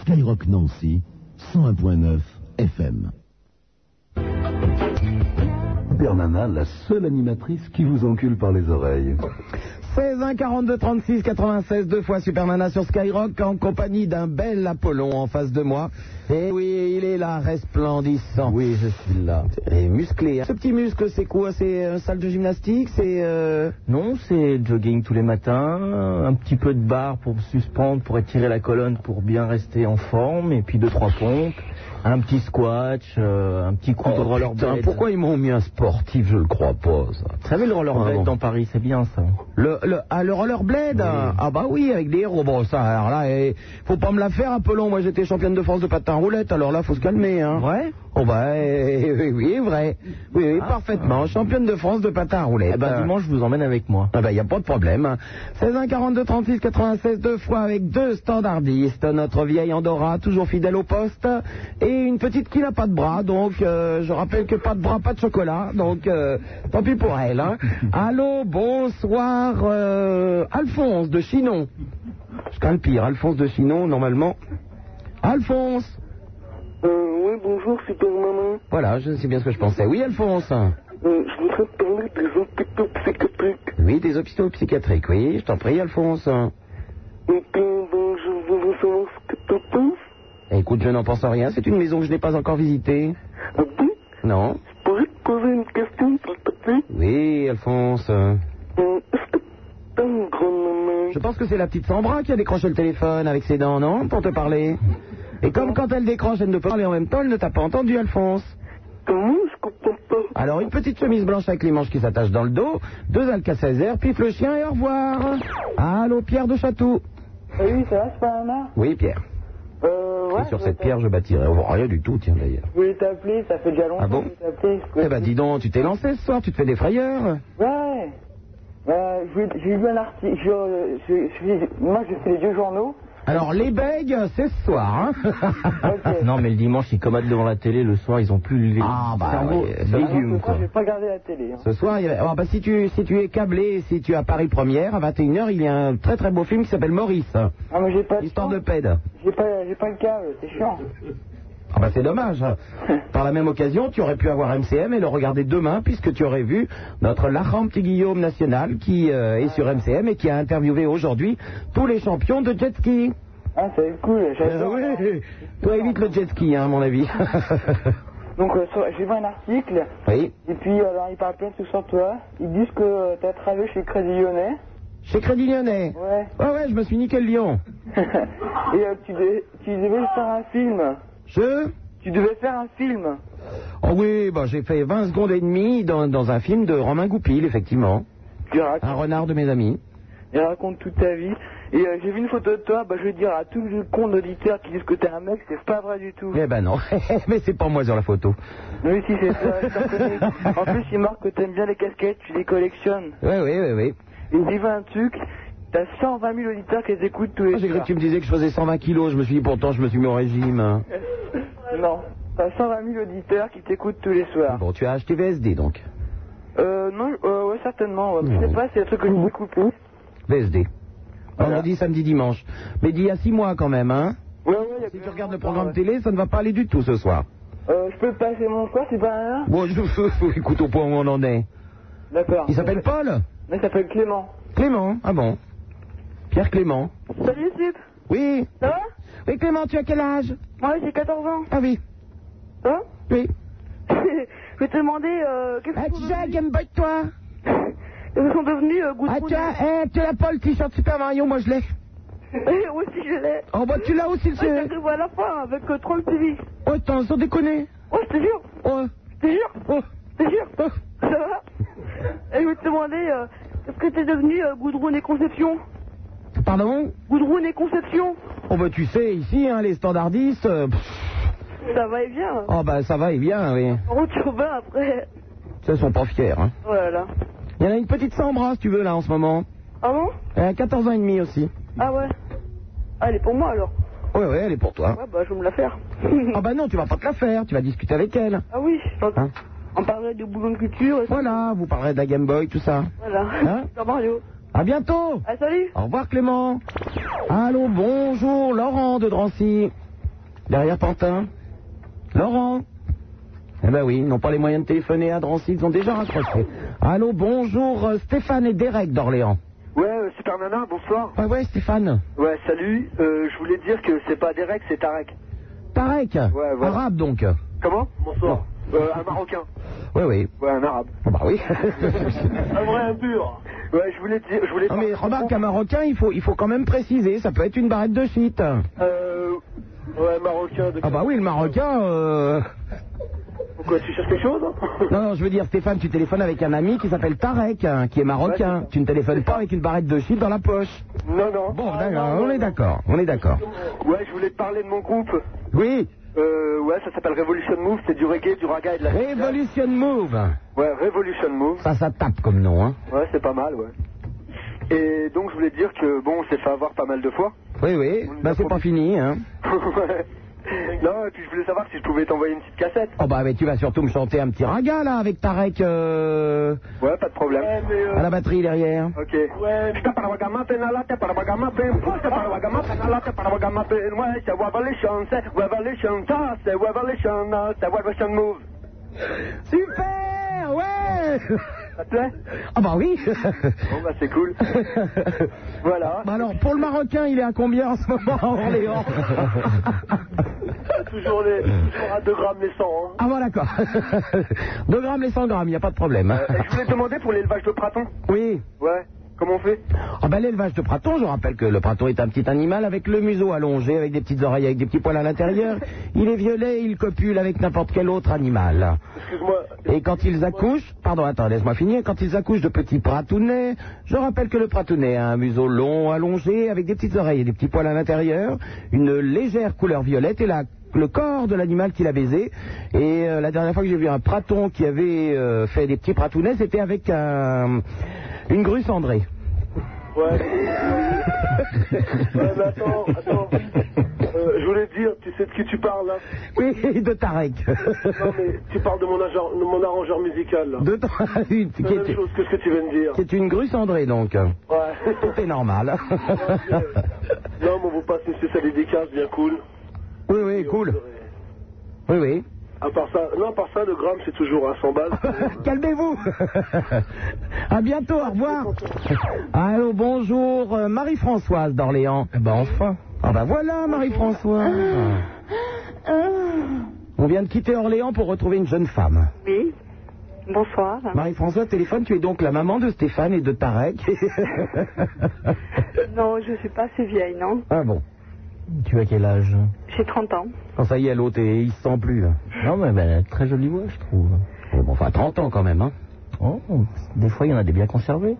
Speaker 1: Skyrock Nancy, 101.9 FM. Bernana, la seule animatrice qui vous encule par les oreilles.
Speaker 4: 16 1 42 36 96 deux fois Super Nana sur Skyrock en compagnie d'un bel Apollon en face de moi. Et oui, il est là, resplendissant. Oui, je suis là. Et musclé. hein. Ce petit muscle, c'est quoi C'est euh, salle de gymnastique C'est euh,
Speaker 13: Non, c'est jogging tous les matins, euh, un petit peu de barre pour me suspendre, pour étirer la colonne, pour bien rester en forme, et puis deux trois pompes, un petit squat, euh, un petit coup de
Speaker 4: Oh,
Speaker 13: rollerblade.
Speaker 4: putain, pourquoi ils m'ont mis un sportif Je le crois pas, ça.
Speaker 13: Vous savez le rollerblade
Speaker 4: Vraiment.
Speaker 13: dans Paris, c'est bien ça.
Speaker 4: Le, le, ah, le rollerblade hein. Ah bah oui, avec des héros. Bon, ça, alors là, eh, faut pas me la faire un peu long. Moi, j'étais championne de France de patin roulette, alors là, faut se calmer. Hein.
Speaker 13: Ouais Ah.
Speaker 4: Oh bah, eh, oui, oui, vrai. Oui, oui, parfaitement. Championne de France de patin roulette. Euh.
Speaker 13: Eh ben dimanche, je vous emmène avec moi.
Speaker 4: Ah ben, il n'y a pas de problème. hein. 16 1 42 36 96 deux fois avec deux standardistes. Notre vieille Andorra, toujours fidèle au poste. Et une petite qui n'a pas de bras. Donc, euh, je rappelle que pas de bras, pas de chocolat. Donc, euh, tant pis pour elle. hein. Allô, bonsoir. euh, Alphonse de Chinon. Je crains le pire. Alphonse de Chinon, normalement. Alphonse
Speaker 14: Euh, ouais, bonjour, super maman.
Speaker 4: Voilà, je sais bien ce que je pensais. Oui, Alphonse
Speaker 14: Euh, je voudrais te parler des hôpitaux psychiatriques.
Speaker 4: Oui, des hôpitaux psychiatriques. Oui, je t'en prie, Alphonse.
Speaker 14: Donc, euh, ben, je voudrais savoir ce que tu penses.
Speaker 4: Écoute, je n'en pense rien. C'est une maison que je n'ai pas encore visitée.
Speaker 14: Euh,
Speaker 4: Non.
Speaker 14: Je pourrais te poser une question, s'il te plaît.
Speaker 4: Oui, Alphonse.
Speaker 14: Euh, Est-ce que t'as une grand-maman
Speaker 4: Je pense que c'est la petite Sambra qui a décroché le téléphone avec ses dents, non Pour te parler. Et comme quand elle décroche, elle ne peut parler en même temps, elle ne t'a pas entendu, Alphonse.
Speaker 14: Comment je comprends pas
Speaker 4: Alors, une petite chemise blanche avec les manches qui s'attachent dans le dos, deux Alka-Seltzer, pif le chien et au revoir. Allô, Pierre de Château.
Speaker 6: Ah
Speaker 15: Oui, ça va, c'est pas Anna
Speaker 4: Oui, Pierre.
Speaker 15: Euh, ouais.
Speaker 4: Et sur cette pierre, je bâtirai. Oh, rien du tout, tiens, d'ailleurs.
Speaker 15: Je voulais t'appeler, ça fait déjà longtemps
Speaker 4: Ah bon
Speaker 15: que je voulais t'appeler.
Speaker 4: Eh ben, dis donc, tu t'es lancé ce soir, tu te fais des frayeurs.
Speaker 15: Ouais. Euh, je voulais- j'ai lu un article. Je, euh, je- je- je- moi, je fais les deux journaux.
Speaker 4: Alors, les bègues, c'est ce soir, hein (laughs)
Speaker 13: non, mais le dimanche, ils commodent devant la télé, le soir, ils ont plus le
Speaker 4: Ah, bah,
Speaker 13: cerveau,
Speaker 4: ouais,
Speaker 15: Ah,
Speaker 13: légumes,
Speaker 15: donc, ce soir,
Speaker 13: quoi.
Speaker 15: je vais pas regarder la télé. hein.
Speaker 4: Ce soir, il y a- ah bah, si, tu, si tu es câblé, si tu es à Paris Première, à 21h, il y a un très très beau film qui s'appelle Maurice,
Speaker 15: Ah, mais j'ai pas, le
Speaker 4: Histoire
Speaker 15: temps.
Speaker 4: de pède.
Speaker 15: j'ai pas, j'ai pas le câble, c'est chiant.
Speaker 4: Ah bah c'est dommage. (laughs) Par la même occasion, tu aurais pu avoir MCM et le regarder demain, puisque tu aurais vu notre Laurent Petit Guillaume National qui euh, est sur MCM et qui a interviewé aujourd'hui tous les champions de jet ski.
Speaker 15: Ah, ça va être cool.
Speaker 4: Euh,
Speaker 15: j'adore.
Speaker 4: oui, toi évite le jet ski, hein, à mon avis.
Speaker 15: Donc, euh, sur- j'ai vu un article.
Speaker 4: oui.
Speaker 15: Et puis, alors, ils parlent plein de trucs sur toi. Ils disent que euh, t'as travaillé chez Crédit Lyonnais.
Speaker 4: Chez Crédit Lyonnais.
Speaker 15: Ouais. (laughs)
Speaker 4: Ouais, ouais, je me suis niqué le lion.
Speaker 15: Et euh, tu, devais- tu devais faire un film.
Speaker 4: Je
Speaker 15: Tu devais faire un film.
Speaker 4: Oh oui, bah, j'ai fait 20 secondes et demie dans, dans un film de Romain Goupil, effectivement.
Speaker 15: Tu racontes,
Speaker 4: Un renard de mes amis.
Speaker 15: il raconte toute ta vie. Et euh, j'ai vu une photo de toi, bah, je vais dire à tous les cons d'auditeurs qui disent que t'es un mec, c'est pas vrai du tout.
Speaker 4: Eh ben non, (laughs) mais c'est pas moi sur la photo.
Speaker 15: Oui, si, c'est ça, je t'en
Speaker 4: (laughs)
Speaker 15: connais. En plus, il marque que t'aimes bien les casquettes, tu les collectionnes.
Speaker 4: Oui, oui, oui, oui.
Speaker 15: Et j'ai vu un truc,
Speaker 6: T'as 120 000 auditeurs qui les écoutent tous les
Speaker 4: Ah, J'ai cru
Speaker 6: jours.
Speaker 4: que tu me disais que je faisais 120 kilos. Je me suis dit, pourtant, je me suis mis au régime. hein.
Speaker 6: Non, t'as 120 000 auditeurs qui t'écoutent tous les soirs.
Speaker 4: Bon, tu as acheté VSD, donc.
Speaker 6: Euh, non, euh, ouais, certainement. ouais. Je sais pas, c'est le truc que je vais couper.
Speaker 4: VSD. Vendredi, samedi, dimanche. Mais d'il y a six mois, quand même, hein Si tu regardes le programme télé, ça ne va pas aller du tout ce soir.
Speaker 6: Euh, je peux passer mon quoi, c'est pas un
Speaker 4: Bon, je- (laughs) écoute au point où on en est.
Speaker 6: D'accord.
Speaker 4: Il s'appelle Paul
Speaker 6: Mais ça s'appelle Clément.
Speaker 4: Clément, ah bon Pierre Clément.
Speaker 6: Salut, Sup
Speaker 4: Oui
Speaker 6: Ça va
Speaker 4: Oui, Clément, tu as quel âge
Speaker 6: Moi, j'ai 14 ans.
Speaker 4: Ah oui.
Speaker 6: Hein
Speaker 4: Oui.
Speaker 6: (laughs) je vais te demander, euh, qu'est-ce
Speaker 4: Ah, tu as Game Boy, toi
Speaker 6: (laughs) Ils sont devenus euh,
Speaker 4: Ah, tu as, eh, tu as Paul, t-shirt Super Mario, moi je l'ai.
Speaker 6: Eh, Moi aussi, je l'ai.
Speaker 4: Oh, bah tu l'as aussi, le
Speaker 6: Ouais, je le vois à la fin avec euh, Troll TV.
Speaker 4: Oh, t'en sans déconner.
Speaker 6: Oh, je te jure.
Speaker 4: Oh.
Speaker 6: Je te jure. Je te jure. Ça va Et je vais te demander, euh, est-ce que t'es devenu euh, Goudron et Conception
Speaker 4: Pardon
Speaker 6: Goudron et Conception
Speaker 4: Oh, bah tu sais, ici, hein, les standardistes. euh, pff,
Speaker 6: Ça va et bien.
Speaker 4: oh, bah ça va et bien, oui.
Speaker 6: Route sur bain après.
Speaker 4: Ça, ils sont pas fiers, hein.
Speaker 6: Voilà.
Speaker 4: Il y en a une petite sans bras, si tu veux, là, en ce moment.
Speaker 6: Ah bon
Speaker 4: Elle a 14 ans et demi aussi.
Speaker 6: Ah ouais. Ah, elle est pour moi alors.
Speaker 4: Ouais, ouais, elle est pour toi.
Speaker 6: Ouais, bah, je vais me la faire.
Speaker 4: Ah, bah non, tu vas pas te la faire, tu vas discuter avec elle.
Speaker 6: Ah oui.
Speaker 4: Hein
Speaker 6: On parlait de boulot de culture et ça.
Speaker 4: Voilà, vous parlerez de la Game Boy, tout ça.
Speaker 6: Voilà.
Speaker 4: Hein
Speaker 6: Super Mario.
Speaker 4: À bientôt
Speaker 6: Ah, salut.
Speaker 4: Au revoir Clément. Allô, bonjour Laurent de Drancy. Derrière Pantin. Laurent. Eh ben oui, ils n'ont pas les moyens de téléphoner à Drancy, ils ont déjà raccroché. Allô, bonjour euh, Stéphane et Derek d'Orléans.
Speaker 8: Ouais, euh, Super Nana, bonsoir.
Speaker 4: Ah ouais, Stéphane.
Speaker 8: Ouais, salut. Euh, je voulais dire que c'est pas Derek, c'est Tarek.
Speaker 4: Tarek.
Speaker 8: Ouais, voilà.
Speaker 4: Arabe donc.
Speaker 8: Comment Bonsoir. Euh, un Marocain.
Speaker 4: Oui, oui.
Speaker 8: Ouais, un Arabe.
Speaker 4: Bah
Speaker 8: (laughs)
Speaker 4: oui.
Speaker 8: un vrai, un pur. Ouais, je voulais dire. Je voulais
Speaker 4: non mais remarque qu'un Marocain, il faut, il faut quand même préciser, ça peut être une barrette de shit.
Speaker 8: Euh. Ouais, Marocain. De...
Speaker 4: Ah bah oui, le Marocain... euh,
Speaker 8: Pourquoi tu cherches quelque chose hein
Speaker 4: (laughs) Non, non, je veux dire, Stéphane, tu téléphones avec un ami qui s'appelle Tarek, hein, qui est marocain. tu ne téléphones pas avec une barrette de shit dans la poche.
Speaker 8: Non, Ah, non.
Speaker 4: Bon, d'accord, on est d'accord, on est d'accord.
Speaker 8: Ouais, je voulais te parler de mon groupe.
Speaker 4: Oui,
Speaker 8: Euh, ouais, ça s'appelle Revolution Move, c'est du reggae, du raga et de la.
Speaker 4: Revolution Move.
Speaker 8: Ouais, Revolution Move.
Speaker 4: Ça, ça tape comme nom, hein.
Speaker 8: Ouais, c'est pas mal, ouais. Et donc, je voulais dire que bon, on s'est fait avoir pas mal de fois. (laughs)
Speaker 4: Oui, oui, bah c'est pas fini, hein.
Speaker 8: Ouais. non, et puis je voulais savoir si je pouvais t'envoyer une petite cassette.
Speaker 4: Oh bah, mais tu vas surtout me chanter un petit raga, là, avec Tarek, euh,
Speaker 8: Ouais, euh, pas de problème.
Speaker 4: à la batterie derrière.
Speaker 8: Ok.
Speaker 4: Super, ouais
Speaker 8: Ça te plaît
Speaker 4: Ah bah oui
Speaker 8: Euh,
Speaker 4: (laughs)
Speaker 8: Bon bah c'est (laughs) cool. voilà.
Speaker 4: Bah alors, pour le Marocain, il est à combien en ce moment à
Speaker 8: (laughs)
Speaker 4: Orléans
Speaker 8: toujours, les, toujours à 2 grammes les 100. hein.
Speaker 4: Ah bon, d'accord. (laughs) 2 grammes les 100 grammes, il n'y a pas de problème. hein.
Speaker 8: Euh, Et je voulais te demander pour l'élevage de pratons.
Speaker 4: Oui.
Speaker 8: Ouais. Comment on fait
Speaker 4: Ah ben l'élevage de praton, je rappelle que le praton est un petit animal avec le museau allongé, avec des petites oreilles, avec des petits poils à l'intérieur. Il est violet, il copule avec n'importe quel autre animal.
Speaker 8: Excuse-moi.
Speaker 4: Et quand ils accouchent, pardon, attends, laisse-moi finir, quand ils accouchent de petits pratounets, je rappelle que le pratounet a un museau long, allongé, avec des petites oreilles et des petits poils à l'intérieur, une légère couleur violette et la- le corps de l'animal qu'il a baisé. Et euh, la dernière fois que j'ai vu un praton qui avait euh, fait des petits pratounets, c'était avec un- une grue cendrée. (laughs)
Speaker 8: (laughs) Ouais. ouais, mais attends, attends. Euh, je voulais te dire, tu sais de qui tu parles là
Speaker 4: Oui, de Tarek. (laughs)
Speaker 8: Non mais tu parles de mon, agent- de mon arrangeur musical là.
Speaker 4: De Tarek, qui
Speaker 8: C'est la même
Speaker 4: est,
Speaker 8: chose que ce que tu viens de dire.
Speaker 4: qui est une grue cendrée, donc.
Speaker 8: Ouais. (laughs)
Speaker 4: Tout est normal. (laughs)
Speaker 8: non mais on vous passe une spéciale dédicace bien cool.
Speaker 4: Oui, oui, cool. Oui, oui.
Speaker 8: À part ça, non, à part ça, le gramme c'est toujours à 100
Speaker 16: (laughs)
Speaker 8: balles.
Speaker 4: (laughs) Calmez-vous. à bientôt, au revoir. Allô, bonjour, euh, Marie-Françoise d'Orléans. Eh ben enfin. Ah ben voilà, Marie-Françoise.
Speaker 16: Ah.
Speaker 4: On vient de quitter Orléans pour retrouver une jeune femme.
Speaker 16: Oui. Bonsoir.
Speaker 4: Marie-Françoise, téléphone, tu es donc la maman de Stéphane et de
Speaker 16: (laughs)
Speaker 4: Tarek.
Speaker 16: Non, je suis pas assez vieille, non
Speaker 4: ah bon. Tu as quel âge
Speaker 16: J'ai 30 ans.
Speaker 4: Quand ça y est, l'autre, et il se sent plus. Non, mais elle a très jolie voix, je trouve. Bon, enfin, 30 ans quand même, hein.
Speaker 17: Oh, des fois, il y en a des bien conservés.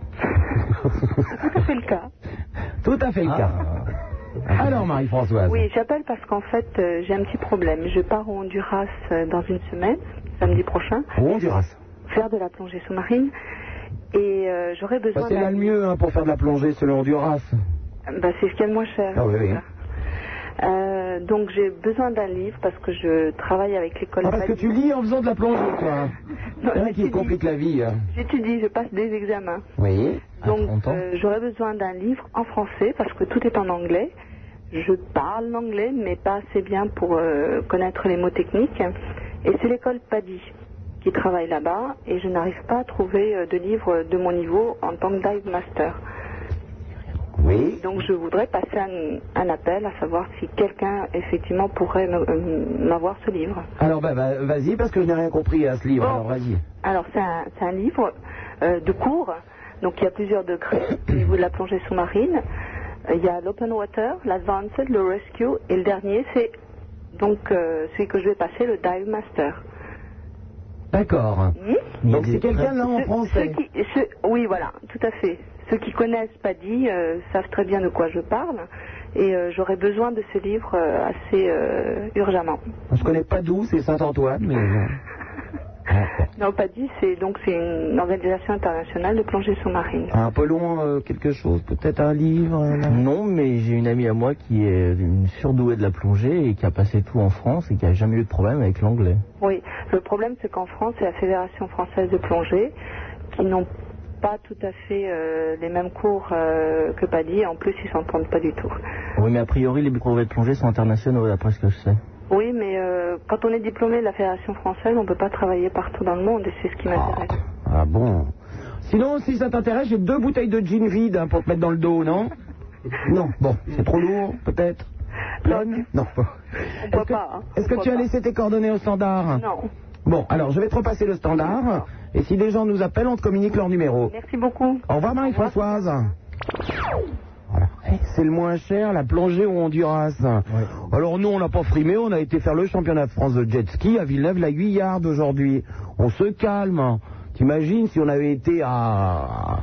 Speaker 16: C'est le cas.
Speaker 4: Tout à fait le cas. Alors, Marie-Françoise.
Speaker 16: Ah. Oui, j'appelle parce qu'en fait, euh, j'ai un petit problème. Je pars au Honduras euh, dans une semaine, samedi prochain,
Speaker 4: Au Honduras.
Speaker 16: faire de la plongée sous-marine. Et euh, j'aurais
Speaker 4: Bah,
Speaker 16: besoin
Speaker 4: c'est là
Speaker 16: d'un-
Speaker 4: le mieux hein, pour faire de la plongée, selon Honduras.
Speaker 16: Bah, c'est ce qu'il y a de moins cher.
Speaker 4: Ah oui, oui.
Speaker 16: Euh, donc j'ai besoin d'un livre parce que je travaille avec l'école.
Speaker 4: Ah, parce que
Speaker 16: Palis.
Speaker 4: tu lis en faisant de la plongée, toi. C'est vrai qui complique la vie. hein.
Speaker 16: J'étudie, je passe des examens.
Speaker 4: Oui. à
Speaker 16: Donc
Speaker 4: 30 ans.
Speaker 16: euh, j'aurais besoin d'un livre en français parce que tout est en anglais. Je parle l'anglais mais pas assez bien pour euh, connaître les mots techniques. Et c'est l'école Paddy qui travaille là-bas et je n'arrive pas à trouver euh, de livre de mon niveau en tant que dive master.
Speaker 1: Oui.
Speaker 16: Donc je voudrais passer un, un appel à savoir si quelqu'un effectivement pourrait me- euh, m'avoir ce livre.
Speaker 4: Alors, bah, bah, vas-y, parce que je n'ai rien compris à ce livre. Alors, vas-y.
Speaker 16: Alors, c'est un, c'est un livre euh, de cours. Donc, il y a plusieurs degrés au niveau de la plongée sous-marine. Euh, Il y a l'open water, l'advanced, le rescue. Et le dernier, c'est donc euh, celui que je vais passer, le dive master.
Speaker 4: D'accord.
Speaker 16: Hmm
Speaker 4: Donc, c'est quelqu'un là Ah, en
Speaker 16: Ceux-
Speaker 4: français.
Speaker 16: ceux qui- ceux- oui, voilà, tout à fait. Ceux qui connaissent Paddy euh, savent très bien de quoi je parle. Et euh, j'aurais besoin de ce livre euh, assez euh, urgemment.
Speaker 4: Je connais pas d'où, c'est Saint-Antoine, mais.
Speaker 16: (laughs) Non, Paddy, c'est donc c'est une organisation internationale de plongée sous-marine.
Speaker 4: Un Apollon, euh, quelque chose, peut-être un livre euh, là.
Speaker 13: Non, mais j'ai une amie à moi qui est une surdouée de la plongée et qui a passé tout en France et qui a jamais eu de problème avec l'anglais.
Speaker 16: Oui, le problème c'est qu'en France, c'est la Fédération française de plongée qui n'ont pas tout à fait euh, les mêmes cours euh, que Paddy. En plus, ils s'entendent pas du tout.
Speaker 13: Oui, mais a priori, les brevets de plongée sont internationaux, d'après ce que je sais.
Speaker 16: Oui, mais euh, quand on est diplômé de la Fédération française, on peut pas travailler partout dans le monde et c'est ce qui m'intéresse.
Speaker 4: Ah bon Sinon, si ça t'intéresse, j'ai deux bouteilles de gin vide hein, pour te mettre dans le dos, non Non, bon, c'est trop lourd, peut-être Pleine Non.
Speaker 16: On peut pas. hein.
Speaker 4: Est-ce que
Speaker 16: On
Speaker 4: tu as
Speaker 16: boit
Speaker 4: laissé tes coordonnées au standard
Speaker 16: pas. Non.
Speaker 4: Bon, alors je vais te repasser le standard. Et si des gens nous appellent, on te communique leur numéro.
Speaker 16: Merci beaucoup.
Speaker 4: Au revoir Marie-Françoise. Voilà. Eh, C'est le moins cher, la plongée au Honduras. Alors nous, on n'a pas frimé, on a été faire le championnat de France de jet ski à Villeneuve-la-Guyarde aujourd'hui. On se calme. hein. T'imagines si on avait été à...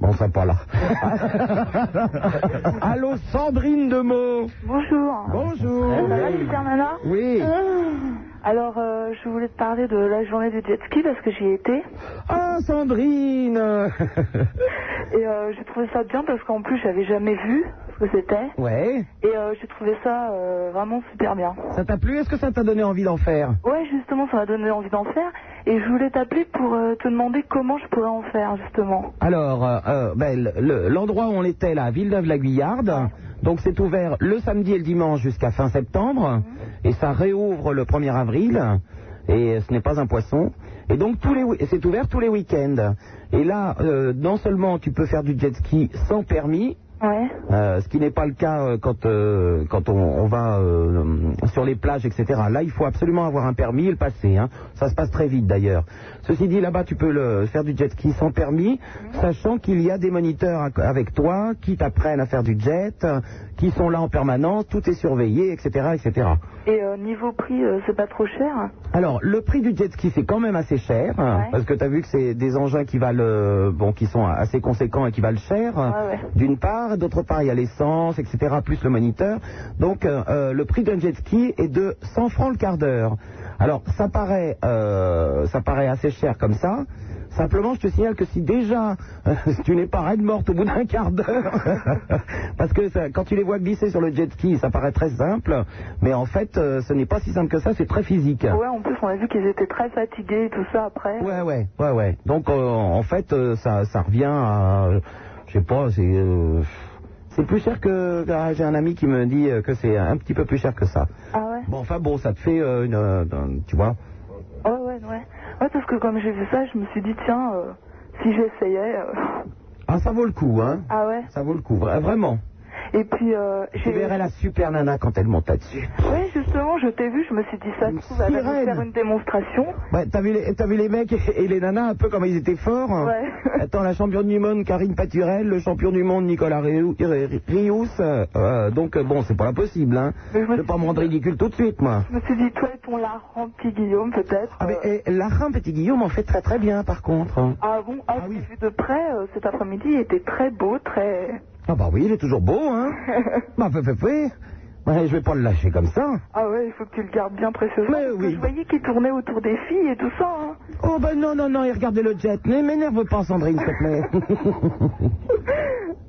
Speaker 4: Bon, ça pas là. (laughs) Allô, Sandrine de Meaux.
Speaker 6: Bonjour.
Speaker 4: Bonjour.
Speaker 6: Euh, Ça va, Super Nana
Speaker 4: Oui.
Speaker 6: Alors, euh, je voulais te parler de la journée du jet ski parce que j'y ai été.
Speaker 4: Ah, Sandrine
Speaker 6: Et euh, j'ai trouvé ça bien parce qu'en plus, j'avais jamais vu ce que c'était.
Speaker 4: Ouais.
Speaker 6: Et euh, j'ai trouvé ça euh, vraiment super bien.
Speaker 4: Ça t'a plu Est-ce que ça t'a donné envie d'en faire
Speaker 6: Ouais, justement, ça m'a donné envie d'en faire. Et je voulais t'appeler pour euh, te demander comment je pourrais en faire, justement.
Speaker 4: Alors, euh, euh, ben, le- le- l'endroit où on était, là, Villeneuve-la-Guyarde, donc c'est ouvert le samedi et le dimanche jusqu'à fin septembre, et ça réouvre le 1er avril, et ce n'est pas un poisson. Et donc tous les wi- et c'est ouvert tous les week-ends. Et là, euh, non seulement tu peux faire du jet ski sans permis, euh, ce qui n'est pas le cas euh, quand, euh, quand on, on va euh, sur les plages, etc. Là, il faut absolument avoir un permis et le passer. hein. Ça se passe très vite d'ailleurs. Ceci dit, là-bas, tu peux le, faire du jet ski sans permis, sachant qu'il y a des moniteurs ac- avec toi qui t'apprennent à faire du jet, euh, qui sont là en permanence, tout est surveillé, etc. etc.
Speaker 6: Et euh, niveau prix, euh, c'est pas trop cher.
Speaker 4: Alors, le prix du jet ski, c'est quand même assez cher, hein, parce que tu as vu que c'est des engins qui valent, euh, bon, qui sont assez conséquents et qui valent cher, d'une part, d'autre part, il y a l'essence, etc., plus le moniteur. Donc, euh, euh, le prix d'un jet ski est de 100 francs le quart d'heure. Alors, ça paraît, euh, ça paraît assez cher comme ça. Simplement, je te signale que si déjà (laughs) euh, tu n'es pas raide morte au bout d'un quart d'heure, (laughs) parce que ça- quand tu les vois glisser sur le jet ski, ça paraît très simple, mais en fait, euh, ce n'est pas si simple que ça, c'est très physique.
Speaker 6: Ouais, en plus, on a vu qu'ils étaient très fatigués et tout ça après.
Speaker 4: Ouais, ouais, ouais, ouais. Donc, euh, en fait, euh, ça, ça revient à. euh, Je sais pas, c'est. euh, c'est plus cher que. ah, J'ai un ami qui me dit euh, que c'est un petit peu plus cher que ça.
Speaker 6: Ah ouais
Speaker 4: Bon, enfin, bon, ça te fait euh, une. euh, tu vois
Speaker 6: Ouais, ouais, ouais. Ouais, parce que comme j'ai vu ça, je me suis dit, tiens, euh, si j'essayais. euh, (laughs)
Speaker 4: Ah, ça vaut le coup, hein
Speaker 6: Ah ouais
Speaker 4: Ça vaut le coup, vra-
Speaker 6: (laughs)
Speaker 4: vraiment.
Speaker 6: Et puis, euh,
Speaker 4: Tu verrais la super nana quand elle monte là-dessus.
Speaker 6: ouais, justement, je t'ai vu, je me suis dit, ça se trouve, elle va nous
Speaker 4: sirène.
Speaker 6: faire une démonstration.
Speaker 4: Ouais, t'as vu, les- t'as vu les mecs et, et les nanas un peu comme ils étaient forts hein.
Speaker 6: Ouais. (laughs)
Speaker 4: Attends, la championne du monde Karine Paturel, le champion du monde Nicolas Riou- Ri- Rious. euh, euh, donc, euh, bon, c'est pas impossible,
Speaker 6: (laughs)
Speaker 4: hein. Je vais pas me rendre ridicule tout de suite, moi.
Speaker 6: Je me suis dit, toi, ton la petit Guillaume, peut-être.
Speaker 4: Ah, mais eh, Larin, petit Guillaume, en fait très très bien, par contre. hein.
Speaker 6: Ah bon Ah, je l'ai vu de près euh, cet après-midi, il était très beau, très. (laughs)
Speaker 4: Ah bah oui, il est toujours beau, hein Bah, fais, fais, fais. Ouais, je vais pas le lâcher comme ça.
Speaker 6: Ah ouais, il faut que tu le gardes bien précieusement.
Speaker 4: Mais
Speaker 6: parce que
Speaker 4: oui.
Speaker 6: Je voyais qu'il tournait autour des filles et tout ça. hein.
Speaker 4: Oh ben non, non, non, et regardez le jet. Ne m'énerve pas, Sandrine, s'il te plaît. (laughs)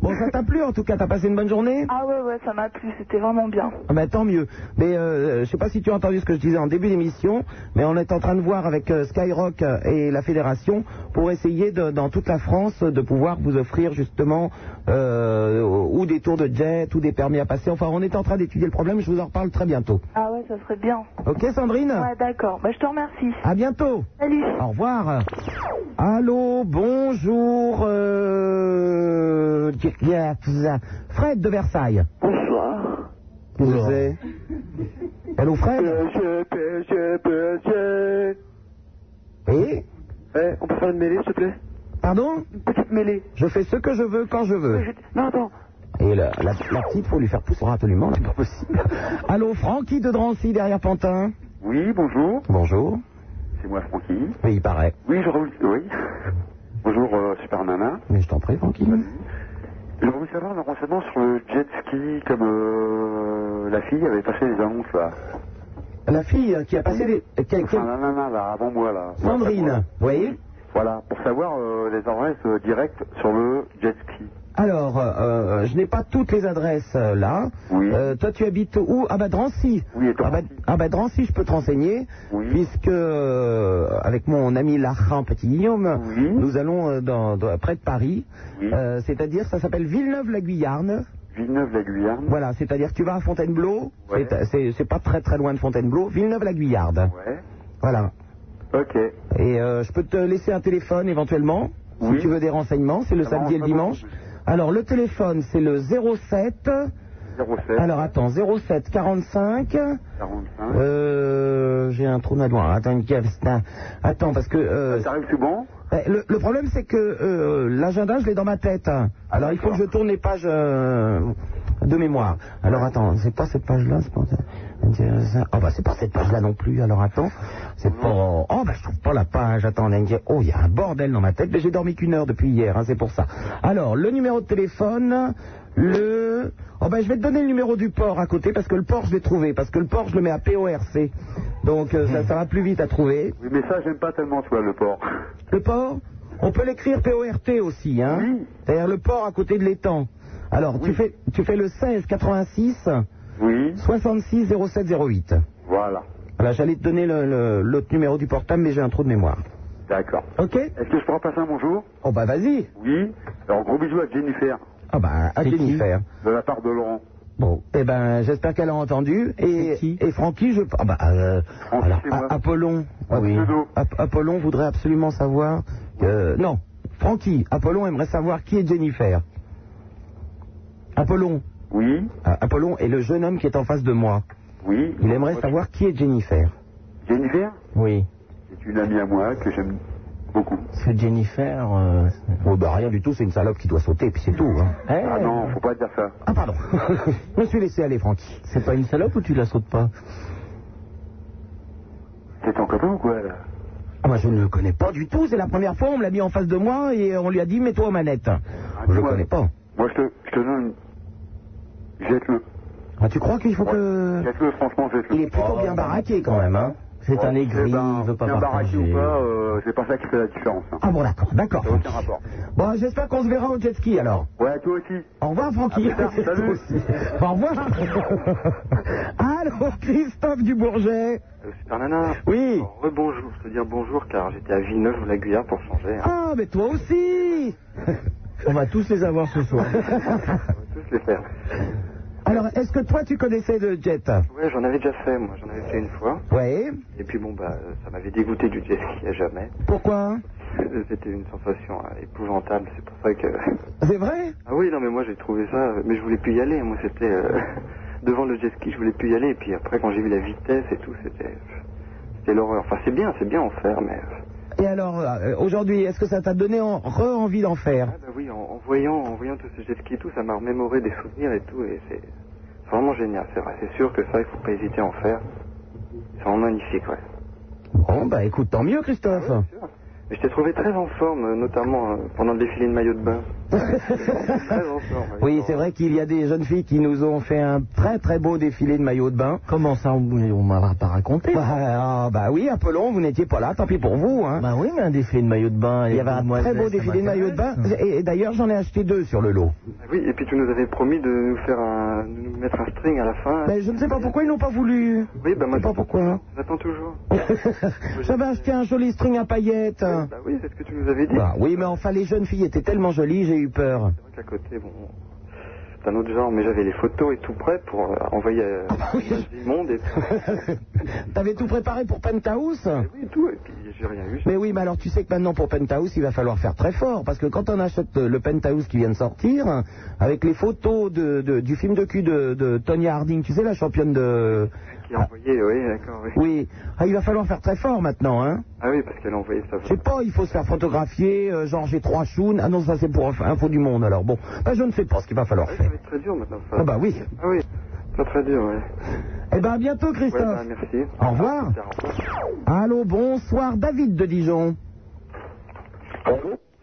Speaker 4: bon, ça t'a plu en tout cas, t'as passé une bonne journée
Speaker 6: Ah ouais, ouais, ça m'a plu, c'était vraiment bien.
Speaker 4: Ah ben tant mieux. Mais euh, je sais pas si tu as entendu ce que je disais en début d'émission, mais on est en train de voir avec euh, Skyrock euh, et la fédération pour essayer de- dans toute la France euh, de pouvoir vous offrir justement euh, ou des tours de jet ou des permis à passer. Enfin, on est en train d'étudier le problème. Je vous en reparle très bientôt.
Speaker 6: Ah ouais, ça serait bien.
Speaker 4: Ok, Sandrine
Speaker 6: Ouais, d'accord. Bah, je te remercie.
Speaker 4: À bientôt.
Speaker 6: Salut.
Speaker 4: Au revoir. Allô, bonjour. euh, Fred de Versailles.
Speaker 18: Bonsoir.
Speaker 4: Bonjour. Allô, Fred
Speaker 8: Euh,
Speaker 4: Oui
Speaker 16: Ouais, Eh, on peut faire une mêlée, s'il te plaît
Speaker 4: Pardon
Speaker 16: Une petite mêlée.
Speaker 4: Je fais ce que je veux quand je veux.
Speaker 16: Non, attends.
Speaker 4: Et la, la, la petite, faut lui faire pousser absolument, c'est pas
Speaker 16: (laughs)
Speaker 4: possible. Allô, Francky de Drancy, derrière Pantin.
Speaker 5: Oui, bonjour.
Speaker 4: Bonjour.
Speaker 5: C'est moi, Francky.
Speaker 4: Oui, il paraît.
Speaker 5: Oui, je revoulais... Oui. (laughs) Bonjour, euh, Super Nana.
Speaker 4: Mais je t'en prie, Francky.
Speaker 5: Je voulais savoir un renseignement sur le jet ski, comme euh, la fille avait passé les annonces, là.
Speaker 4: La fille euh, qui a passé des... qui a- qui a-
Speaker 5: Enfin, la nana, là, avant moi, là.
Speaker 4: Sandrine, oui
Speaker 5: Voilà, pour savoir euh, les adresses euh, directes sur le jet ski.
Speaker 4: Alors, euh, je n'ai pas toutes les adresses euh, là. Euh, toi, tu habites où Ah bah Drancy. ah, bah, ah bah, Drancy, je peux te renseigner, puisque euh, avec mon ami Larrin Petit Guillaume, nous allons euh, dans, dans- près de Paris. Euh, c'est-à-dire, ça s'appelle Villeneuve-la-Guyarne.
Speaker 5: Villeneuve-la-Guyarne.
Speaker 4: Voilà, c'est-à-dire tu vas à Fontainebleau, c'est, euh, c'est- c'est pas très très loin de Fontainebleau, Villeneuve-la-Guyarde. Voilà.
Speaker 5: Ok.
Speaker 4: Et euh, je peux te laisser un téléphone éventuellement, si tu veux des renseignements. C'est le
Speaker 5: Ça
Speaker 4: samedi et le
Speaker 5: m'arrange
Speaker 4: dimanche. Alors, le téléphone, c'est le 07.
Speaker 5: 07.
Speaker 4: Alors, attends, 07 45.
Speaker 5: 45.
Speaker 4: Euh, j'ai un trou de noir. Attends, une cave, c'est un- Attends, parce que. euh,
Speaker 5: Ça arrive souvent
Speaker 4: eh, Le, le problème, c'est que euh, l'agenda, je l'ai dans ma tête. Alors, il faut que je tourne les pages euh, de mémoire. Alors, attends, c'est pas cette page-là c'est pas... Oh, bah, c'est pas cette page-là non plus. Alors, attends, c'est pas... Oh, bah, je trouve pas la page. Attends, Nengue. oh, il y a un bordel dans ma tête. Mais j'ai dormi qu'une heure depuis hier, hein, c'est pour ça. Alors, le numéro de téléphone, le... Oh, bah, je vais te donner le numéro du port à côté, parce que le port, je l'ai trouvé. Parce que le port, je le mets à PORC. Donc, euh, ça, ça va plus vite à trouver.
Speaker 5: Oui, mais ça, j'aime pas tellement, tu vois, le port.
Speaker 4: Le port, on peut l'écrire P-O-R-T aussi, hein C'est-à-dire le port à côté de l'étang. Alors, tu, fais, tu fais le 16 86 66 07 08.
Speaker 5: Voilà.
Speaker 4: Voilà, j'allais te donner le- le- l'autre numéro du portable, mais j'ai un trou de mémoire.
Speaker 5: D'accord.
Speaker 4: Ok
Speaker 5: Est-ce que je pourrais passer un bonjour
Speaker 4: Oh bah vas-y
Speaker 5: Oui. Alors, gros bisous à Jennifer,
Speaker 4: Ah bah, à Jennifer.
Speaker 5: de la part de Laurent.
Speaker 4: Bon, eh ben, j'espère qu'elle a entendu. Et, et Francky, je... Ah bah, euh, alors, A- Apollon... Ah oui. Ap- Apollon voudrait absolument savoir... euh, non, Francky, Apollon aimerait savoir qui est Jennifer. Apollon ah,
Speaker 5: Oui.
Speaker 4: Apollon est le jeune homme qui est en face de moi.
Speaker 5: Oui.
Speaker 4: Il aimerait savoir qui est Jennifer.
Speaker 5: Jennifer
Speaker 4: Oui.
Speaker 5: C'est une amie à moi que j'aime beaucoup.
Speaker 4: C'est Jennifer... Oh bah rien du tout, c'est une salope qui doit sauter, puis c'est tout. hein.
Speaker 5: Ah non, faut pas dire ça.
Speaker 4: Ah pardon, (laughs) je me suis laissé aller, Francky. C'est pas une salope ou tu la sautes pas
Speaker 5: C'est ton copain ou quoi, là
Speaker 4: Ah bah je ne le connais pas du tout, c'est la première fois, on me l'a mis en face de moi et euh, on lui a dit mets-toi aux manettes.
Speaker 5: Ah,
Speaker 4: je le connais pas.
Speaker 5: Moi, je te, je te donne. Jette-le.
Speaker 4: Ah tu crois qu'il faut que...
Speaker 5: Jette-le, franchement, jette-le.
Speaker 4: Il est plutôt
Speaker 5: Ah.
Speaker 4: bien baraqué quand même, hein C'est un aigri, il veut pas
Speaker 5: eh ben, Bien baraqué
Speaker 4: partager.
Speaker 5: ou pas, euh, c'est pas ça qui fait la différence. hein.
Speaker 4: Ah bon d'accord, d'accord.
Speaker 5: Ça n'a aucun rapport.
Speaker 4: Bon, j'espère qu'on se verra au jet ski alors.
Speaker 5: Ouais, toi aussi.
Speaker 4: Au revoir, Francky. (laughs)
Speaker 5: À
Speaker 4: Toi
Speaker 5: plus tard, Ah, salut.
Speaker 4: aussi. Au revoir. (laughs) Allô, Christophe Dubourget.
Speaker 8: Super Nana.
Speaker 4: Oui.
Speaker 8: Rebonjour, je te dire bonjour car j'étais à Villeneuve ou la Guyane pour changer. hein.
Speaker 4: Ah, mais toi aussi.
Speaker 19: (laughs) On va tous les avoir ce soir.
Speaker 8: Tous les faire.
Speaker 4: (laughs) Alors, est-ce que toi, tu connaissais le jet
Speaker 8: Ouais, j'en avais déjà fait, moi, j'en avais fait une fois.
Speaker 4: Ouais.
Speaker 8: Et puis bon, bah, euh, ça m'avait dégoûté du (laughs) jet ski à jamais.
Speaker 4: Pourquoi
Speaker 8: Euh, C'était une sensation hein, épouvantable, c'est pour ça que.
Speaker 4: C'est vrai
Speaker 8: Ah oui, non, mais moi j'ai trouvé ça, euh, mais je voulais plus y aller. Moi, c'était euh, (laughs) devant le jet ski, je voulais plus y aller. Et puis après, quand j'ai vu la vitesse et tout, c'était. C'était l'horreur. Enfin, c'est bien, c'est bien en faire, mais.
Speaker 4: Et alors, euh, aujourd'hui, est-ce que ça t'a donné en- re-envie d'en faire
Speaker 8: Ah bah oui, en, en voyant, en voyant tout ce jet ski et tout, ça m'a remémoré des souvenirs et tout, et c'est c'est vraiment génial, c'est vrai. C'est sûr que ça, il faut pas hésiter à en faire. C'est vraiment magnifique, ouais.
Speaker 4: Bon, bah écoute, tant mieux, Christophe. (laughs)
Speaker 8: Mais je t'ai trouvé très en forme, euh, notamment euh, pendant le défilé de maillot de bain.
Speaker 4: Oui, c'est vrai qu'il y a des jeunes filles qui nous ont fait un très très beau défilé de maillots de bain.
Speaker 13: Comment ça, on ne m'a pas raconté
Speaker 4: Bah, ah, bah oui, Apollon, vous n'étiez pas là, tant pis pour vous. Hein.
Speaker 13: Bah oui, mais un défilé de maillot de bain.
Speaker 4: Il y avait un très beau défilé de maillots de bain.
Speaker 13: Ah.
Speaker 4: Et, et d'ailleurs, j'en ai acheté deux sur le lot.
Speaker 8: Ah
Speaker 20: Oui, et puis tu nous avais promis de nous faire un, de nous mettre un string à la
Speaker 8: Ah.
Speaker 20: fin.
Speaker 4: Mais je ne sais pas pourquoi ils n'ont pas voulu.
Speaker 20: Oui, bah moi,
Speaker 4: Je sais pas pourquoi.
Speaker 20: J'attends toujours.
Speaker 4: J'avais acheté un joli string à paillettes.
Speaker 20: Bah oui, c'est ce que tu nous avais dit.
Speaker 4: Bah oui, mais enfin, les jeunes filles étaient tellement jolies, j'ai eu peur.
Speaker 20: C'est vrai qu'à côté, bon, c'est un autre genre, mais j'avais les photos et tout prêt pour euh, envoyer euh,
Speaker 4: Ah
Speaker 8: Ah bah
Speaker 4: bah
Speaker 20: du monde et tout.
Speaker 4: (laughs) T'avais tout préparé pour Penthouse
Speaker 20: Oui, tout, et puis j'ai rien eu.
Speaker 4: Mais oui, mais alors tu sais que maintenant pour Penthouse, il va falloir faire très fort. Parce que quand on achète euh, le Penthouse qui vient de sortir, hein, avec les photos de, de- du film de cul de, de Tonya Harding, tu sais, la championne de.
Speaker 20: Qui a envoyé, oui, d'accord, oui.
Speaker 4: Oui, Ah, il va falloir faire très fort maintenant, hein.
Speaker 20: Ah oui, parce qu'elle a envoyé ça.
Speaker 4: Je sais pas, il faut se faire photographier, euh, genre j'ai trois chounes. Ah non, ça c'est pour info du monde alors. Bon, bah, je ne sais pas ce qu'il va falloir faire.
Speaker 20: Ça va être très dur maintenant. Ça.
Speaker 4: Ah bah oui.
Speaker 20: Ah oui, ça va être très dur, ouais.
Speaker 4: Eh ben à bientôt Christophe.
Speaker 20: Ouais, bah, merci.
Speaker 4: Au revoir.
Speaker 20: Au revoir.
Speaker 4: Allô, bonsoir David de Dijon.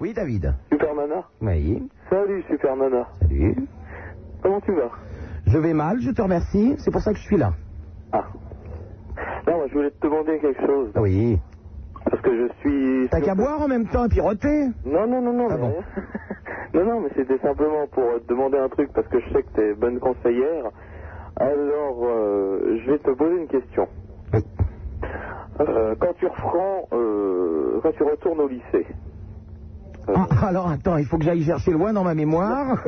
Speaker 4: Oui David.
Speaker 8: Super Nana.
Speaker 4: Oui.
Speaker 8: Salut Super Nana.
Speaker 4: Salut.
Speaker 8: Comment tu vas
Speaker 4: Je vais mal, je te remercie. C'est pour ça que je suis là.
Speaker 8: Ah. Non, moi, je voulais te demander quelque chose.
Speaker 4: Oui.
Speaker 8: Parce que je suis.
Speaker 4: T'as qu'à boire en même temps et piroter.
Speaker 8: Non, non, non, non.
Speaker 4: Ah
Speaker 8: mais
Speaker 4: bon.
Speaker 8: rien. non, non, mais (laughs) c'était simplement pour euh, te demander un truc parce que je sais que t'es bonne conseillère. Alors, euh, je vais te poser une question. Euh, quand tu reprends, euh, quand tu retournes au lycée,
Speaker 4: Ah, alors attends, il faut que j'aille chercher loin dans ma (laughs) mémoire.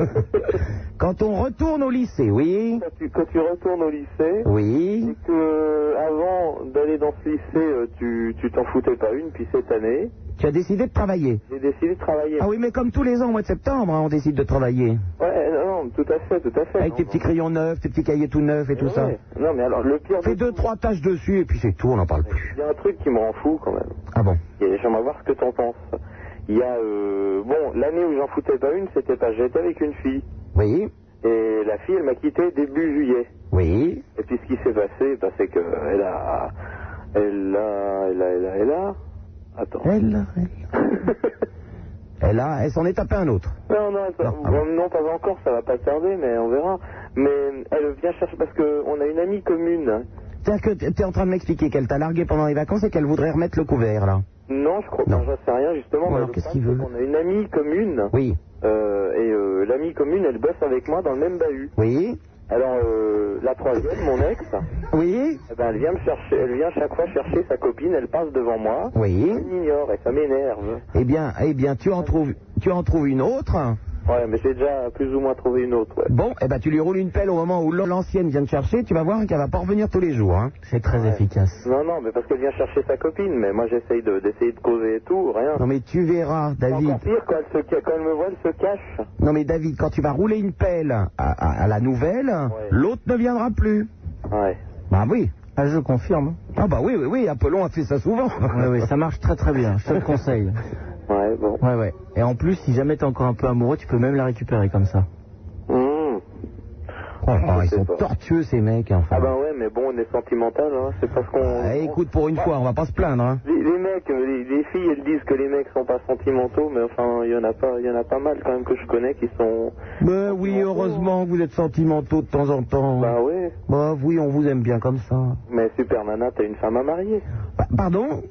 Speaker 4: Quand on retourne au lycée, oui.
Speaker 8: quand tu, quand tu retournes au lycée,
Speaker 4: Oui.
Speaker 8: et que euh, avant d'aller dans ce lycée, euh, tu tu t'en foutais pas une, puis cette année,
Speaker 4: Tu as décidé de travailler.
Speaker 8: j'ai décidé de travailler.
Speaker 4: Ah oui, mais comme tous les ans au mois de septembre, hein, on décide de travailler.
Speaker 8: Ouais, non, non, tout à fait, tout à fait.
Speaker 4: Avec tes petits crayons neufs, tes petits cahiers tout neufs et Ah, tout ça.
Speaker 8: Ouais. Non, mais alors, le pire, de
Speaker 4: Fais deux, trois tâches dessus et puis c'est tout, on n'en parle plus.
Speaker 8: Il y a un truc qui me rend fou quand même.
Speaker 4: Ah bon
Speaker 8: Et j'aimerais voir ce que t'en penses. Il y a. euh, bon, l'année où j'en foutais pas une, c'était pas. J'étais avec une fille.
Speaker 4: Oui.
Speaker 8: Et la fille, elle m'a quitté début juillet.
Speaker 4: Oui.
Speaker 8: Et puis ce qui s'est passé, bah, c'est que. Elle a. Elle a. Elle a. Elle a. Elle a. Attends.
Speaker 4: Elle, elle. Elle a, elle s'en est tapée un autre.
Speaker 8: (laughs) Non, non, ça-
Speaker 4: ah
Speaker 8: bon, non, pas encore, ça va pas tarder, mais on verra. Mais elle vient chercher parce que on a une amie commune.
Speaker 4: C'est-à-dire que t'es en train de m'expliquer qu'elle t'a largué pendant les vacances et qu'elle voudrait remettre le couvert, là.
Speaker 8: Non, je crois. Non, j'en sais rien justement.
Speaker 4: Bon,
Speaker 8: mais
Speaker 4: alors,
Speaker 8: le
Speaker 4: qu'est-ce qu'il
Speaker 8: problème, c'est
Speaker 4: veut
Speaker 8: qu'on a une amie commune.
Speaker 4: Oui.
Speaker 8: Euh, et euh, l'amie commune, elle bosse avec moi dans le même bahut.
Speaker 4: Oui.
Speaker 8: Alors, euh, la troisième, mon ex,
Speaker 4: Oui.
Speaker 8: eh ben, elle vient me chercher, elle vient chaque fois chercher sa copine, elle passe devant moi,
Speaker 4: Oui.
Speaker 8: elle m'ignore et ça m'énerve.
Speaker 4: Eh bien, eh bien, tu en trouves, tu en trouves une autre.
Speaker 8: Ouais, mais j'ai déjà plus ou moins trouvé une autre, ouais.
Speaker 4: Bon, eh ben, tu lui roules une pelle au moment où l'ancienne vient te chercher. Tu vas voir qu'elle va pas revenir tous les jours. Hein.
Speaker 13: C'est très efficace.
Speaker 8: Non, non, mais parce qu'elle vient chercher sa copine, mais moi j'essaye de, d'essayer de causer et tout, rien.
Speaker 4: Non mais tu verras, David.
Speaker 8: Encore pire, quand elle, se ca- quand elle me voit, elle se cache.
Speaker 4: Non mais David, quand tu vas rouler une pelle à, à- à la nouvelle, l'autre ne viendra plus.
Speaker 8: Ouais.
Speaker 4: Bah oui.
Speaker 13: Ah, je confirme.
Speaker 4: Ah bah oui, oui, oui, Apollon a fait ça souvent.
Speaker 13: Ouais, ouais, ça marche très très bien,
Speaker 4: (laughs)
Speaker 13: je te le conseille.
Speaker 8: Ouais, bon.
Speaker 13: Ouais, ouais. Et en plus, si jamais t'es encore un peu amoureux, tu peux même la récupérer comme ça.
Speaker 8: Mmh.
Speaker 4: Oh, oh, ils
Speaker 8: sais
Speaker 4: sont
Speaker 8: pas.
Speaker 4: tortueux ces mecs, enfin.
Speaker 8: Ah bah ouais, mais bon, on est sentimental, hein. c'est parce qu'on...
Speaker 4: Eh, écoute, pour une fois, on va pas se plaindre. Hein.
Speaker 8: Les, les mecs, euh, les, les filles, elles disent que les mecs sont pas sentimentaux, mais enfin, il y en a pas, il y en a pas mal quand même que je connais qui sont.
Speaker 4: Ben oui, heureusement que vous êtes sentimentaux de temps en temps.
Speaker 8: Bah ouais,
Speaker 4: Bah oui, on vous aime bien comme ça.
Speaker 8: mais Super Nana, t'as une femme à marier.
Speaker 4: Bah, pardon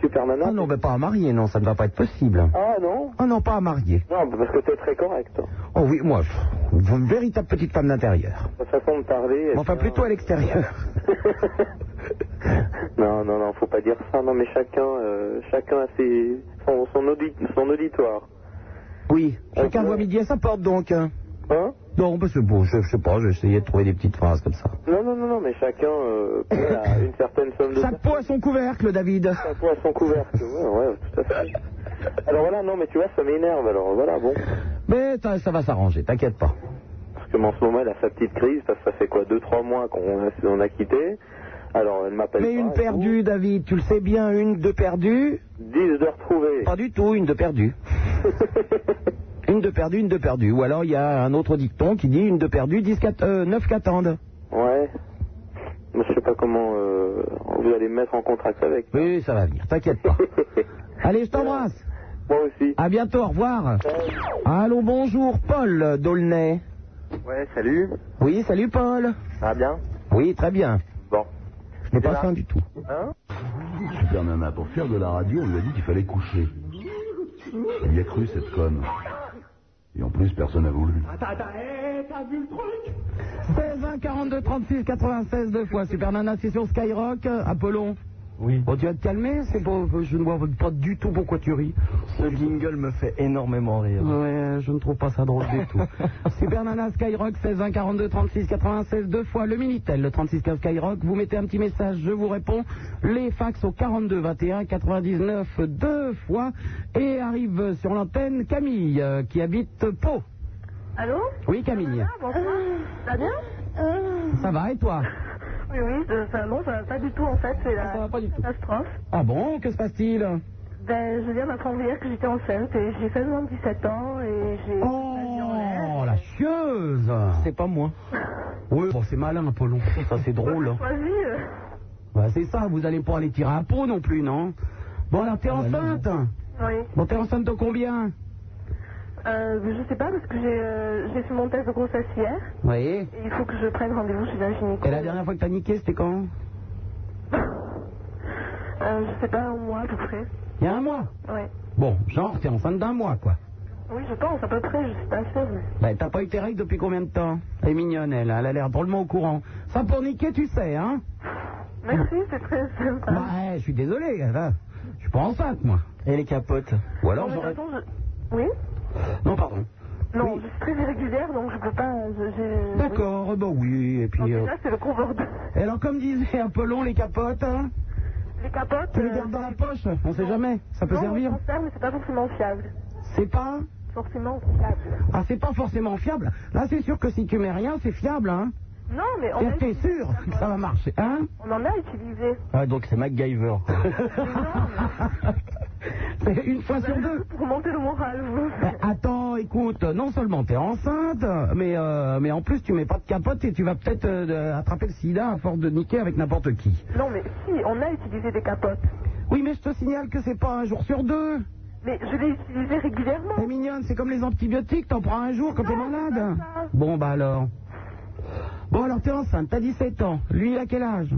Speaker 8: Super Nana.
Speaker 4: Ah non, ben pas à marier, non, ça ne va pas être possible.
Speaker 8: Ah non
Speaker 4: Ah non, pas à marier.
Speaker 8: Non, parce que t'es très correct. hein.
Speaker 4: Oh oui, moi, je- une véritable petite femme d'intérieur.
Speaker 8: Ta façon de parler. elle
Speaker 4: Enfin,
Speaker 8: tient-
Speaker 4: plutôt à l'extérieur.
Speaker 8: (laughs) non, non, non, faut pas dire ça. Non, mais chacun, euh, chacun a ses, son, son, audi- son auditoire.
Speaker 4: (laughs) Oui, chacun
Speaker 8: Ok.
Speaker 4: voit midi à sa porte donc. hein.
Speaker 8: Hein
Speaker 4: Non, bah c'est bon, je, je sais pas, j'ai essayé de trouver des petites phrases comme ça.
Speaker 8: Non, non, non, non, mais chacun euh, paie la- une certaine somme de.
Speaker 4: Chaque peau à son couvercle, (laughs) David.
Speaker 8: Un peu à son couvercle, ouais, ouais, tout à fait. Alors voilà, non, mais tu vois, ça m'énerve, alors voilà, bon.
Speaker 4: Mais ça, ça va s'arranger, t'inquiète pas.
Speaker 8: Parce que en ce moment, elle a sa petite crise, parce que ça fait quoi, 2-3 mois qu'on a, on a quitté. Alors, elle m'appelle.
Speaker 4: Mais
Speaker 8: pas,
Speaker 4: une
Speaker 8: et
Speaker 4: perdue, David, tu le sais bien, une, deux perdues
Speaker 8: tout. 10 de retrouver.
Speaker 4: Pas du tout, une de perdue. une de perdue, une de perdue. Ou alors il y a un autre dicton qui dit une de perdue, 10, quat- euh, 9 qu'attendent.
Speaker 8: ouais. Mais je sais pas comment euh, vous allez me mettre en contract avec.
Speaker 4: Oui, ça va venir, t'inquiète pas. Allez, je t'embrasse.
Speaker 8: Moi aussi.
Speaker 4: À bientôt, au revoir. Allô, bonjour, Paul Dolnay.
Speaker 8: Ouais, salut.
Speaker 4: Oui, salut, Paul.
Speaker 8: Ça va bien
Speaker 4: Oui, très bien.
Speaker 8: Bon.
Speaker 4: Je n'ai pas faim du tout.
Speaker 8: Hein
Speaker 1: Super Nana, pour faire de la radio, on lui a dit qu'il fallait coucher. Elle y a cru, cette conne. Et en plus, personne n'a voulu.
Speaker 4: Attends, attends, hé, t'as vu le truc 16 1 42 36 96 deux fois. Super Nana, c'est sur Skyrock. Apollon
Speaker 13: Oui.
Speaker 4: Bon, tu vas te calmer, c'est pas, je ne vois pas du tout pourquoi tu ris.
Speaker 13: Ce jingle me fait énormément rire.
Speaker 4: Ouais, je ne trouve pas ça drôle du
Speaker 13: (laughs)
Speaker 4: tout. Super Nana Skyrock 16 1 42 36 96 deux fois le minitel le 36 15 Skyrock. Vous mettez un petit message, je vous réponds. Les fax au 42 21 99 deux fois et arrive sur l'antenne Camille euh, qui habite Pau.
Speaker 21: Allô
Speaker 4: Oui Camille.
Speaker 21: Bonsoir. Ça va bien
Speaker 4: Ça va et toi
Speaker 21: Oui, oui, euh, ça, non, ça va pas du tout en fait, c'est la catastrophe.
Speaker 4: Ah bon, que se passe-t-il
Speaker 21: Ben, je viens d'apprendre hier que j'étais enceinte et j'ai seulement 17 ans et j'ai...
Speaker 4: Oh la chieuse
Speaker 13: C'est pas moi.
Speaker 4: Oui, bon, c'est malin Apollon, ça c'est drôle. hein.
Speaker 21: choisi, euh,
Speaker 4: Bah, c'est ça, vous allez pas aller tirer un pot non plus, non Bon alors t'es enceinte
Speaker 21: Oui.
Speaker 4: Bon t'es enceinte de combien
Speaker 21: Euh, je sais pas parce que j'ai euh, j'ai fait mon test de grossesse hier
Speaker 4: Oui.
Speaker 21: et il faut que je prenne rendez-vous chez un gynéco.
Speaker 4: Et la dernière fois que t'as niqué, c'était quand
Speaker 21: Euh, je sais pas, un mois à peu près.
Speaker 4: Il y a un mois
Speaker 21: Oui.
Speaker 4: Bon, genre t'es enceinte d'un mois, quoi.
Speaker 21: Oui, je pense à peu près, je suis pas sûre. mais-
Speaker 4: Bah, t'as pas eu tes règles depuis combien de temps Elle est mignonne, elle, elle a l'air drôlement au courant. Ça pour niquer, tu sais, hein
Speaker 21: Merci, c'est très sympa.
Speaker 4: Bah, eh, je suis désolé, là. je suis pas enceinte, moi.
Speaker 13: Et les capotes
Speaker 4: Ou
Speaker 21: Non,
Speaker 4: alors
Speaker 21: mais de
Speaker 4: j'aurais...
Speaker 21: toute façon, je- Oui
Speaker 4: Non, pardon.
Speaker 21: Non, je suis très irrégulière, donc je peux pas... je- j'ai-
Speaker 4: D'accord, bah oui, et
Speaker 21: Donc
Speaker 4: puis... euh,
Speaker 21: déjà, c'est le gros bordel.
Speaker 4: Et alors, comme disait Apollon, les capotes, hein
Speaker 21: Les capotes...
Speaker 4: Tu veux
Speaker 21: euh,
Speaker 4: dire dans la poche On sait
Speaker 21: non.
Speaker 4: jamais, ça peut
Speaker 21: non,
Speaker 4: servir.
Speaker 21: on s'en sert, mais c'est pas forcément fiable.
Speaker 4: C'est pas...
Speaker 21: Forcément fiable.
Speaker 4: Ah, c'est pas forcément fiable. Là, c'est sûr que si tu mets rien, c'est fiable, hein
Speaker 21: Non, mais on,
Speaker 4: T'es
Speaker 21: a,
Speaker 4: t'es sûr que ça va marcher, hein
Speaker 21: on en a utilisé.
Speaker 13: Ah, donc c'est MacGyver.
Speaker 4: (laughs) C'est une fois sur deux.
Speaker 21: Pour monter le moral, vous.
Speaker 4: Ben, attends, écoute, non seulement t'es enceinte, mais, euh, mais en plus tu mets pas de capote et tu vas peut-être euh, attraper le sida à force de niquer avec n'importe qui.
Speaker 21: Non, mais si, on a utilisé des capotes.
Speaker 4: Oui, mais je te signale que c'est pas un jour sur deux.
Speaker 21: Mais je l'ai utilisé régulièrement.
Speaker 4: T'es mignonne, c'est comme les antibiotiques, t'en prends un jour quand t'es malade.
Speaker 21: pas ça.
Speaker 4: Bon, bah alors. Bon, alors t'es enceinte, t'as 17 ans. Lui, il a quel âge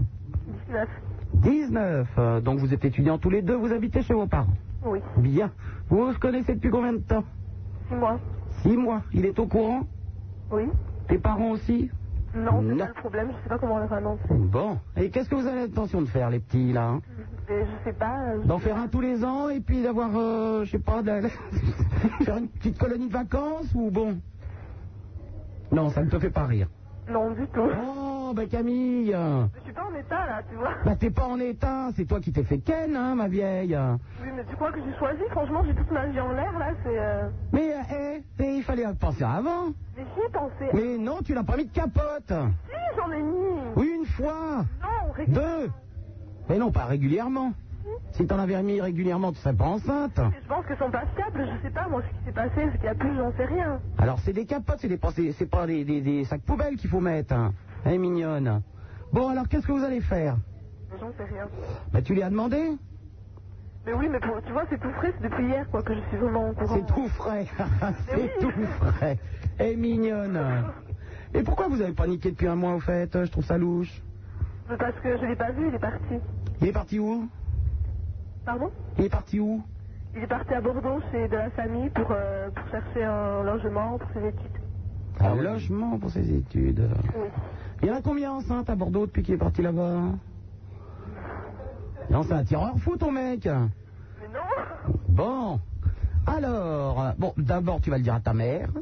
Speaker 21: 19.
Speaker 4: 19. Euh, donc vous êtes étudiants tous les deux, vous habitez chez vos parents.
Speaker 21: Oui,
Speaker 4: Bien. Vous vous connaissez depuis combien de temps
Speaker 21: c'est moi.
Speaker 4: Six mois. Il est au courant
Speaker 21: Oui.
Speaker 4: Tes parents aussi
Speaker 21: Non, c'est
Speaker 4: Non.
Speaker 21: pas le problème, je sais pas comment le annoncer.
Speaker 4: Bon. Et qu'est-ce que vous avez l'intention de faire, les petits, là hein
Speaker 21: Et je sais pas. euh,
Speaker 4: D'en faire un tous les ans et puis d'avoir, euh, je sais pas, de- (laughs) faire une petite colonie de vacances ou bon Non, ça ne te fait pas rire.
Speaker 21: Non, du tout.
Speaker 4: Oh, bah Camille euh,
Speaker 21: Je suis pas en état là, tu vois.
Speaker 4: Bah t'es pas en état, c'est toi qui t'es fait ken, hein, ma vieille
Speaker 21: Oui, mais tu crois que j'ai choisi Franchement, j'ai toute ma vie en l'air là, c'est. euh,
Speaker 4: Mais, euh, eh, eh, il fallait penser avant
Speaker 21: Mais j'y ai pensé.
Speaker 4: Mais non, tu n'as pas mis de capote
Speaker 21: Si, j'en ai mis.
Speaker 4: Oui, une fois
Speaker 21: Non, ré-
Speaker 4: Deux Mais non, pas régulièrement Si t'en avais mis régulièrement, tu serais pas enceinte
Speaker 21: Je pense que sont pas fiables, je sais pas moi ce qui s'est passé, ce qu'il y a plus, j'en sais rien.
Speaker 4: Alors c'est des capotes, c'est des c'est- c'est pas des, des- des sacs poubelles qu'il faut mettre. hein. Elle est mignonne. Bon alors qu'est-ce que vous allez faire
Speaker 21: J'en sais rien.
Speaker 4: Bah tu lui as demandé
Speaker 21: Mais oui, mais pour- tu vois, c'est tout frais, c'est depuis hier quoi que je suis vraiment au courant.
Speaker 4: Ah, C'est tout frais. (laughs) c'est tout frais. Elle est mignonne. Et pourquoi vous avez paniqué depuis un mois au fait Je trouve ça louche.
Speaker 21: Mais Parce que je l'ai pas vu, il est parti.
Speaker 4: Il est parti où
Speaker 21: Pardon
Speaker 4: Il est parti où
Speaker 21: Il est parti à Bordeaux chez de la famille pour, euh, pour chercher un logement pour ses études.
Speaker 4: Un logement pour ses études. Il y en a combien enceintes à Bordeaux depuis qu'il est parti là-bas hein Non, c'est un tireur fou ton mec
Speaker 21: Mais non
Speaker 4: Bon. Alors, bon, d'abord, tu vas le dire à ta mère.
Speaker 21: Oui,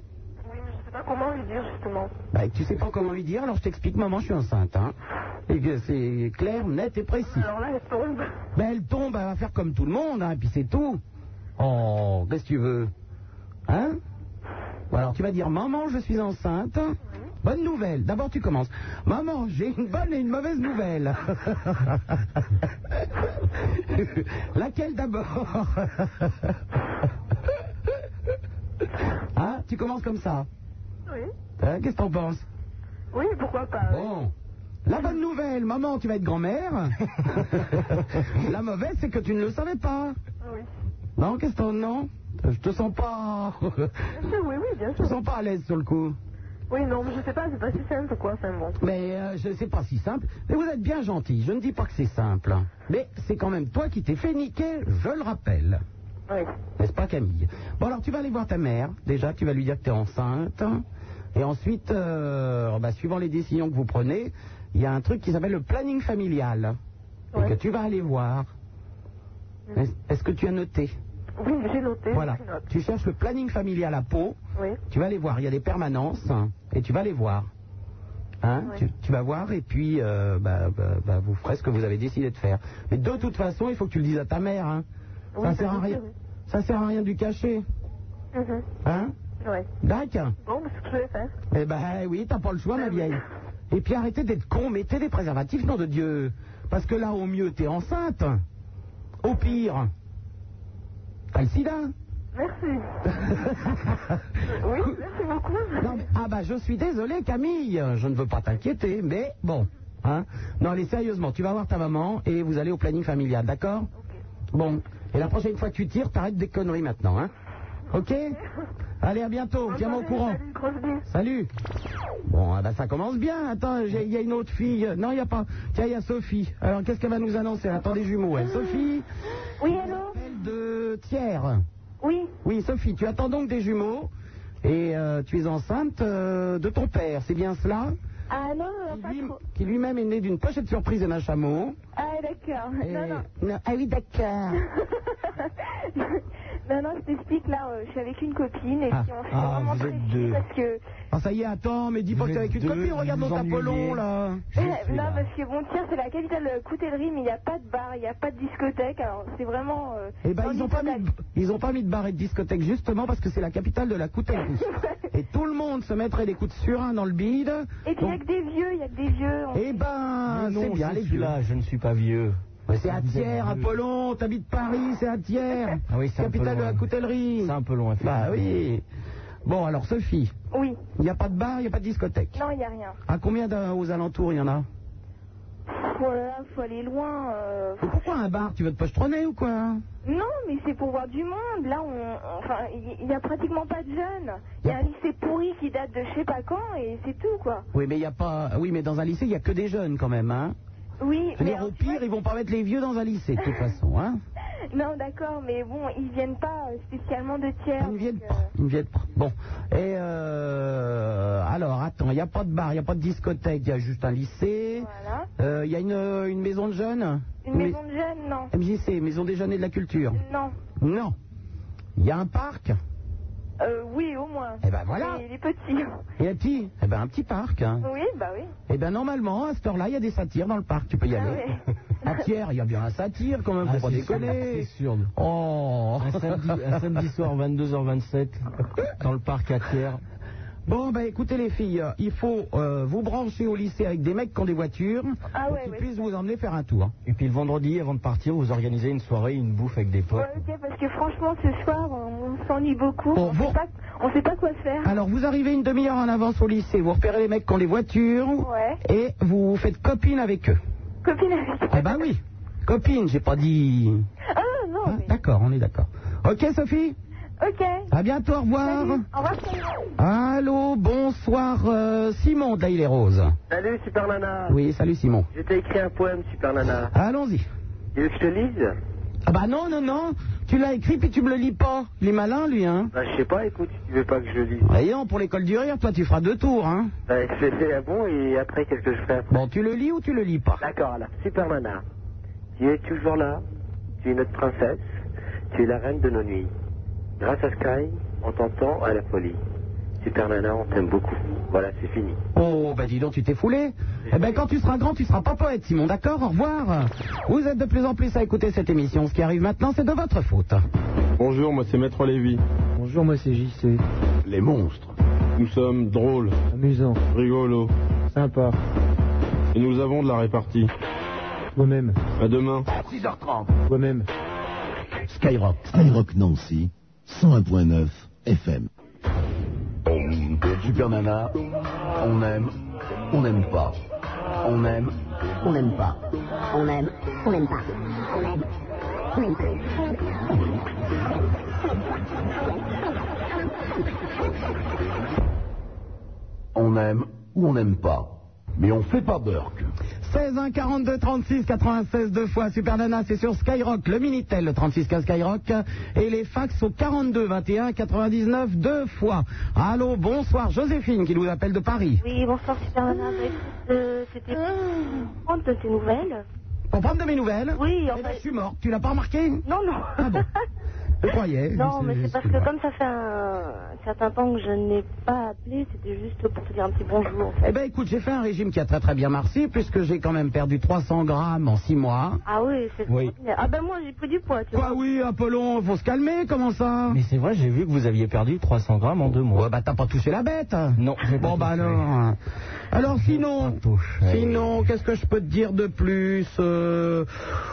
Speaker 21: mais je sais pas comment lui dire justement.
Speaker 4: Bah, tu sais pas comment lui dire, alors je t'explique, maman, je suis enceinte. Hein. Et que c'est clair, net et précis.
Speaker 21: Alors là, elle tombe.
Speaker 4: Ben, elle tombe, elle va faire comme tout le monde, hein, et puis c'est tout. Oh, qu'est-ce que tu veux Hein Ou alors tu vas dire, maman, je suis enceinte. Bonne nouvelle. D'abord, tu commences. Maman, j'ai une bonne et une mauvaise nouvelle. (laughs) Laquelle d'abord Hein Tu commences comme ça.
Speaker 21: Oui.
Speaker 4: Hein, Qu'est-ce que t'en penses
Speaker 21: Oui, pourquoi pas oui.
Speaker 4: Bon. La bonne nouvelle, maman,
Speaker 22: Ah
Speaker 4: tu vas être grand-mère. La mauvaise, c'est que tu ne le savais pas.
Speaker 21: Oui.
Speaker 4: Non, qu'est-ce que t'en- non Je te sens pas.
Speaker 22: Bien sûr, oui, oui, bien
Speaker 4: je te
Speaker 22: sûr.
Speaker 4: sens pas à l'aise sur le coup.
Speaker 22: Oui, non, mais je sais pas, c'est pas si simple, quoi, enfin bon.
Speaker 4: Mais euh, je sais pas si simple. Mais vous êtes bien gentil. Je ne dis pas que c'est simple. Mais c'est quand même toi qui t'es fait niquer, je le rappelle.
Speaker 22: Oui.
Speaker 4: N'est-ce pas, Camille Bon, alors tu vas aller voir ta mère. Déjà, tu vas lui dire que tu es enceinte. Et ensuite, euh, bah, suivant les décisions que vous prenez, il y a un truc qui s'appelle le planning familial. Et que tu vas aller voir. Est- Est-ce que tu as noté
Speaker 22: Oui, j'ai noté.
Speaker 4: Voilà.
Speaker 22: j'ai noté.
Speaker 4: Tu cherches le planning familial à Pau.
Speaker 22: Oui.
Speaker 4: Tu vas aller voir. Il y a des permanences. hein, et tu vas les voir. Hein tu, tu vas voir et puis euh, bah, bah, bah, vous ferez ce que vous avez décidé de faire. Mais de toute façon, il faut que tu le dises à ta mère. Hein.
Speaker 22: Oui,
Speaker 4: ça
Speaker 22: ça
Speaker 4: sert à
Speaker 22: c'est
Speaker 4: rien.
Speaker 22: sûr, oui.
Speaker 4: Ça sert à rien du cacher.
Speaker 22: Mhm.
Speaker 4: Hein
Speaker 22: Ouais.
Speaker 4: D'accord.
Speaker 22: Bon, c'est ce que je vais faire.
Speaker 4: Eh ben oui, t'as pas le choix, ma vieille. Et puis arrêtez d'être con, mettez des préservatifs, nom de Dieu. Parce que là, au mieux, t'es enceinte. Au pire, t'as le sida.
Speaker 22: Merci. oui, merci beaucoup.
Speaker 4: Non, mais- ah bah je suis désolé, Camille. Je ne veux pas t'inquiéter, mais bon. Hein non, allez, sérieusement, tu vas voir ta maman et vous allez au planning familial, d'accord Bon. Et la prochaine fois que tu tires, t'arrêtes des conneries maintenant, hein Ok Allez, à bientôt. Tiens-moi au courant. Salut. Bon, ah bah, ça commence bien. Attends, j'ai- il y a une autre fille. Non, il n'y a pas. Tiens, il y a Sophie. Alors, qu'est-ce qu'elle va nous annoncer Attends, des jumeaux, elle. Sophie
Speaker 10: Oui, allô
Speaker 4: Appel de Thiers.
Speaker 10: Oui.
Speaker 4: Oui, Sophie, tu attends donc des jumeaux et euh, tu es enceinte euh, de ton père, c'est bien cela
Speaker 10: Ah non, non, non, pas trop.
Speaker 4: Qui lui-même est né d'une pochette surprise et d'un chameau.
Speaker 10: Ah d'accord.
Speaker 4: Et-
Speaker 10: Non, non.
Speaker 4: Non, ah oui,
Speaker 10: (laughs)
Speaker 4: d'accord.
Speaker 10: Non, non, je t'explique, là, euh, je suis avec une copine et
Speaker 4: Ah.
Speaker 10: puis on s'est
Speaker 4: Ah,
Speaker 10: vraiment
Speaker 4: vous
Speaker 10: très
Speaker 4: êtes
Speaker 10: chier
Speaker 4: deux.
Speaker 10: parce que...
Speaker 4: Ah, ça y est, attends, mais dis pas que
Speaker 2: Vous
Speaker 4: t'es avec
Speaker 2: êtes
Speaker 4: une
Speaker 2: deux,
Speaker 4: copine, regarde
Speaker 2: vous
Speaker 4: dans
Speaker 2: vous
Speaker 4: ta
Speaker 2: ennuyez.
Speaker 4: polon, là.
Speaker 2: Je
Speaker 10: non,
Speaker 2: suis là.
Speaker 10: parce que bon, tiens, c'est la capitale coutellerie, mais il n'y a pas de bar, il n'y a pas de discothèque, alors c'est vraiment... euh,
Speaker 4: Eh ben, ils ont, pas mis, de- ils ont pas mis de bar et de discothèque justement parce que c'est la capitale de
Speaker 10: (laughs)
Speaker 4: la coutellerie. et tout le monde se mettrait des coups de surin dans le bide.
Speaker 10: Et puis il n'y a
Speaker 4: Donc,
Speaker 10: que des vieux, il y a que des vieux. on-
Speaker 4: eh ben,
Speaker 2: Mais
Speaker 4: c'est
Speaker 2: non,
Speaker 4: bien
Speaker 2: je
Speaker 4: les
Speaker 2: suis
Speaker 4: vieux.
Speaker 2: là, je ne suis pas vieux.
Speaker 4: Ouais, C'est à Thiers, à Polon, t'habites Paris, c'est à Thiers.
Speaker 2: Ah oui, c'est un peu
Speaker 4: Capitale de
Speaker 2: loin.
Speaker 4: la coutellerie.
Speaker 2: C'est un peu loin,
Speaker 4: Bah
Speaker 2: effectivement.
Speaker 4: oui. Bon, alors Sophie,
Speaker 10: Oui.
Speaker 4: il n'y a pas de bar, il n'y a pas de discothèque.
Speaker 10: Non, il n'y a rien.
Speaker 4: À combien d'un- aux alentours il y en a
Speaker 10: Oh là là, faut aller loin. euh,
Speaker 4: Mais Pourquoi un bar Tu veux te pochetronner ou quoi
Speaker 10: Non, mais c'est pour voir du monde. Là, on, enfin, il n'y a pratiquement pas de jeunes. Il y a un lycée pourri qui date de je sais pas quand et c'est tout, quoi.
Speaker 4: Oui, mais il y a pas. Oui, mais dans un lycée, il n'y a que des jeunes quand même, hein.
Speaker 10: Oui,
Speaker 4: Je veux
Speaker 10: mais
Speaker 4: dire, au pire, ils vont pas mettre les vieux dans un lycée, de toute façon, hein.
Speaker 10: non, d'accord, mais bon, ils viennent pas euh, spécialement de tiers. euh, Ils viennent
Speaker 4: Une vieille pr- Bon. Et euh, alors, attends, il n'y a pas de bar, il n'y a pas de discothèque, il y a juste un lycée.
Speaker 10: Voilà.
Speaker 4: Euh, Il y a une, euh, une maison de jeunes
Speaker 10: Une maison de jeunes, non.
Speaker 4: MJC, maison des jeunes et de la culture.
Speaker 10: Non.
Speaker 4: Non. Il y a un parc.
Speaker 10: Euh, oui, au moins.
Speaker 4: Eh ben voilà.
Speaker 10: Mais il est petit. (laughs)
Speaker 4: Il y a petit. Eh ben un petit parc. Hein.
Speaker 10: Oui, bah oui.
Speaker 4: Eh ben normalement, à cette heure-là, il y a des satyres dans le parc. Tu peux y
Speaker 10: Ah
Speaker 4: aller.
Speaker 10: oui.
Speaker 4: (laughs) À Thiers, il y a bien un satire quand même, faut
Speaker 2: Ah,
Speaker 4: pas
Speaker 2: c'est sûr,
Speaker 4: déconner.
Speaker 2: c'est sûr.
Speaker 4: Oh.
Speaker 2: Un samedi, un samedi soir, 22h27, dans le parc à Thiers.
Speaker 4: Bon, bah écoutez les filles, euh, il faut euh, vous brancher au lycée avec des mecs qui ont des voitures
Speaker 10: Ah
Speaker 4: pour
Speaker 10: ouais,
Speaker 4: qu'ils
Speaker 10: ouais.
Speaker 4: puissent vous emmener faire un tour.
Speaker 2: Et puis le vendredi, avant de partir, vous organisez une soirée, une bouffe avec des potes.
Speaker 10: Ouais, ok, parce que franchement, ce soir, on, on s'ennuie beaucoup.
Speaker 4: Bon, Ah.
Speaker 10: on,
Speaker 4: vous-
Speaker 10: sait pas, on sait pas quoi faire.
Speaker 4: Alors vous arrivez une demi-heure en avance au lycée, vous repérez les mecs qui ont des voitures
Speaker 10: Ouais.
Speaker 4: et vous faites copine avec eux.
Speaker 10: Copine avec.
Speaker 4: Eh ben oui, copine, j'ai pas dit.
Speaker 10: Ah non,
Speaker 4: Ah, D'accord, on est d'accord. Ok Sophie,
Speaker 10: mais- Ok.
Speaker 4: à bientôt, au revoir.
Speaker 10: Salut. Au revoir, Camille.
Speaker 4: Allô, bonsoir euh, Simon d'Aïle et Rose.
Speaker 8: Salut Super Nana
Speaker 4: Oui, salut Simon.
Speaker 8: Je t'ai écrit un poème Super Nana.
Speaker 4: Allons-y.
Speaker 8: Tu veux que je te lise
Speaker 4: Ah bah non, non, non, tu l'as écrit puis tu me le lis pas. Il est malin lui, hein.
Speaker 8: Bah je sais pas, écoute, si tu veux pas que je le lise.
Speaker 4: Voyons, pour l'école du rire, toi tu feras deux tours, hein.
Speaker 8: Bah je vais faire un bon et après qu'est-ce que je fais après
Speaker 4: Bon, tu le lis ou tu le lis pas
Speaker 8: D'accord alors, Super Nana. Tu es toujours là, tu es notre princesse, tu es la reine de nos nuits. Grâce à Sky, on t'entend à la folie. Super Nana, on t'aime beaucoup. Voilà, c'est fini.
Speaker 4: Oh, bah dis donc, tu t'es foulé. Eh ben, quand tu seras grand, tu seras pas poète, Simon, d'accord Au revoir. Vous êtes de plus en plus à écouter cette émission. Ce qui arrive maintenant, c'est de votre faute.
Speaker 23: Bonjour, moi c'est Maître Lévy. Bonjour, moi c'est JC. Les monstres. Nous sommes drôles. Amusants. Rigolos. Sympas. Et nous avons de la répartie. Moi-même. À demain.
Speaker 1: 6h30.
Speaker 23: Moi-même.
Speaker 1: Skyrock. Skyrock Nancy, 101.9 FM. Super Nana, on aime, on n'aime pas. On aime, on n'aime pas.
Speaker 24: On aime, on n'aime pas. On aime,
Speaker 1: On aime ou on n'aime pas, mais on fait pas Burke.
Speaker 4: 16 1 42 36 96 deux fois Super Nana c'est sur Skyrock le minitel le 36 15 Skyrock et les fax au 42 21 99 deux fois allô bonsoir Joséphine qui nous appelle de Paris
Speaker 10: Oui, bonsoir Super Nana. Bah, écoute, euh, C'était pour prendre de tes nouvelles.
Speaker 4: pour prendre de mes nouvelles
Speaker 10: Oui, en
Speaker 4: Eh ben,
Speaker 10: fait-
Speaker 4: je suis mort tu l'as pas remarqué
Speaker 10: Non, non. (laughs)
Speaker 4: ah bon je croyais
Speaker 10: Non, mais c'est parce que
Speaker 4: pas-
Speaker 10: comme ça fait un certain temps que je n'ai pas appelé, c'était juste pour te dire un petit bonjour.
Speaker 4: eh ben écoute, j'ai fait un régime qui a très très bien marché puisque j'ai quand même perdu 300 grammes en 6 mois.
Speaker 10: Ah oui, c'est
Speaker 4: Oui.
Speaker 10: extraordinaire. Ah ben moi j'ai pris du poids, tu vois.
Speaker 4: Quoi Bah oui, Apollon, faut se calmer, comment ça
Speaker 25: Mais c'est vrai, j'ai vu que vous aviez perdu 300 grammes en deux mois. Ouais,
Speaker 4: bah t'as pas touché la bête
Speaker 25: Non,
Speaker 4: Bon bah alors. Alors sinon, sinon, qu'est-ce que je peux te dire de plus euh,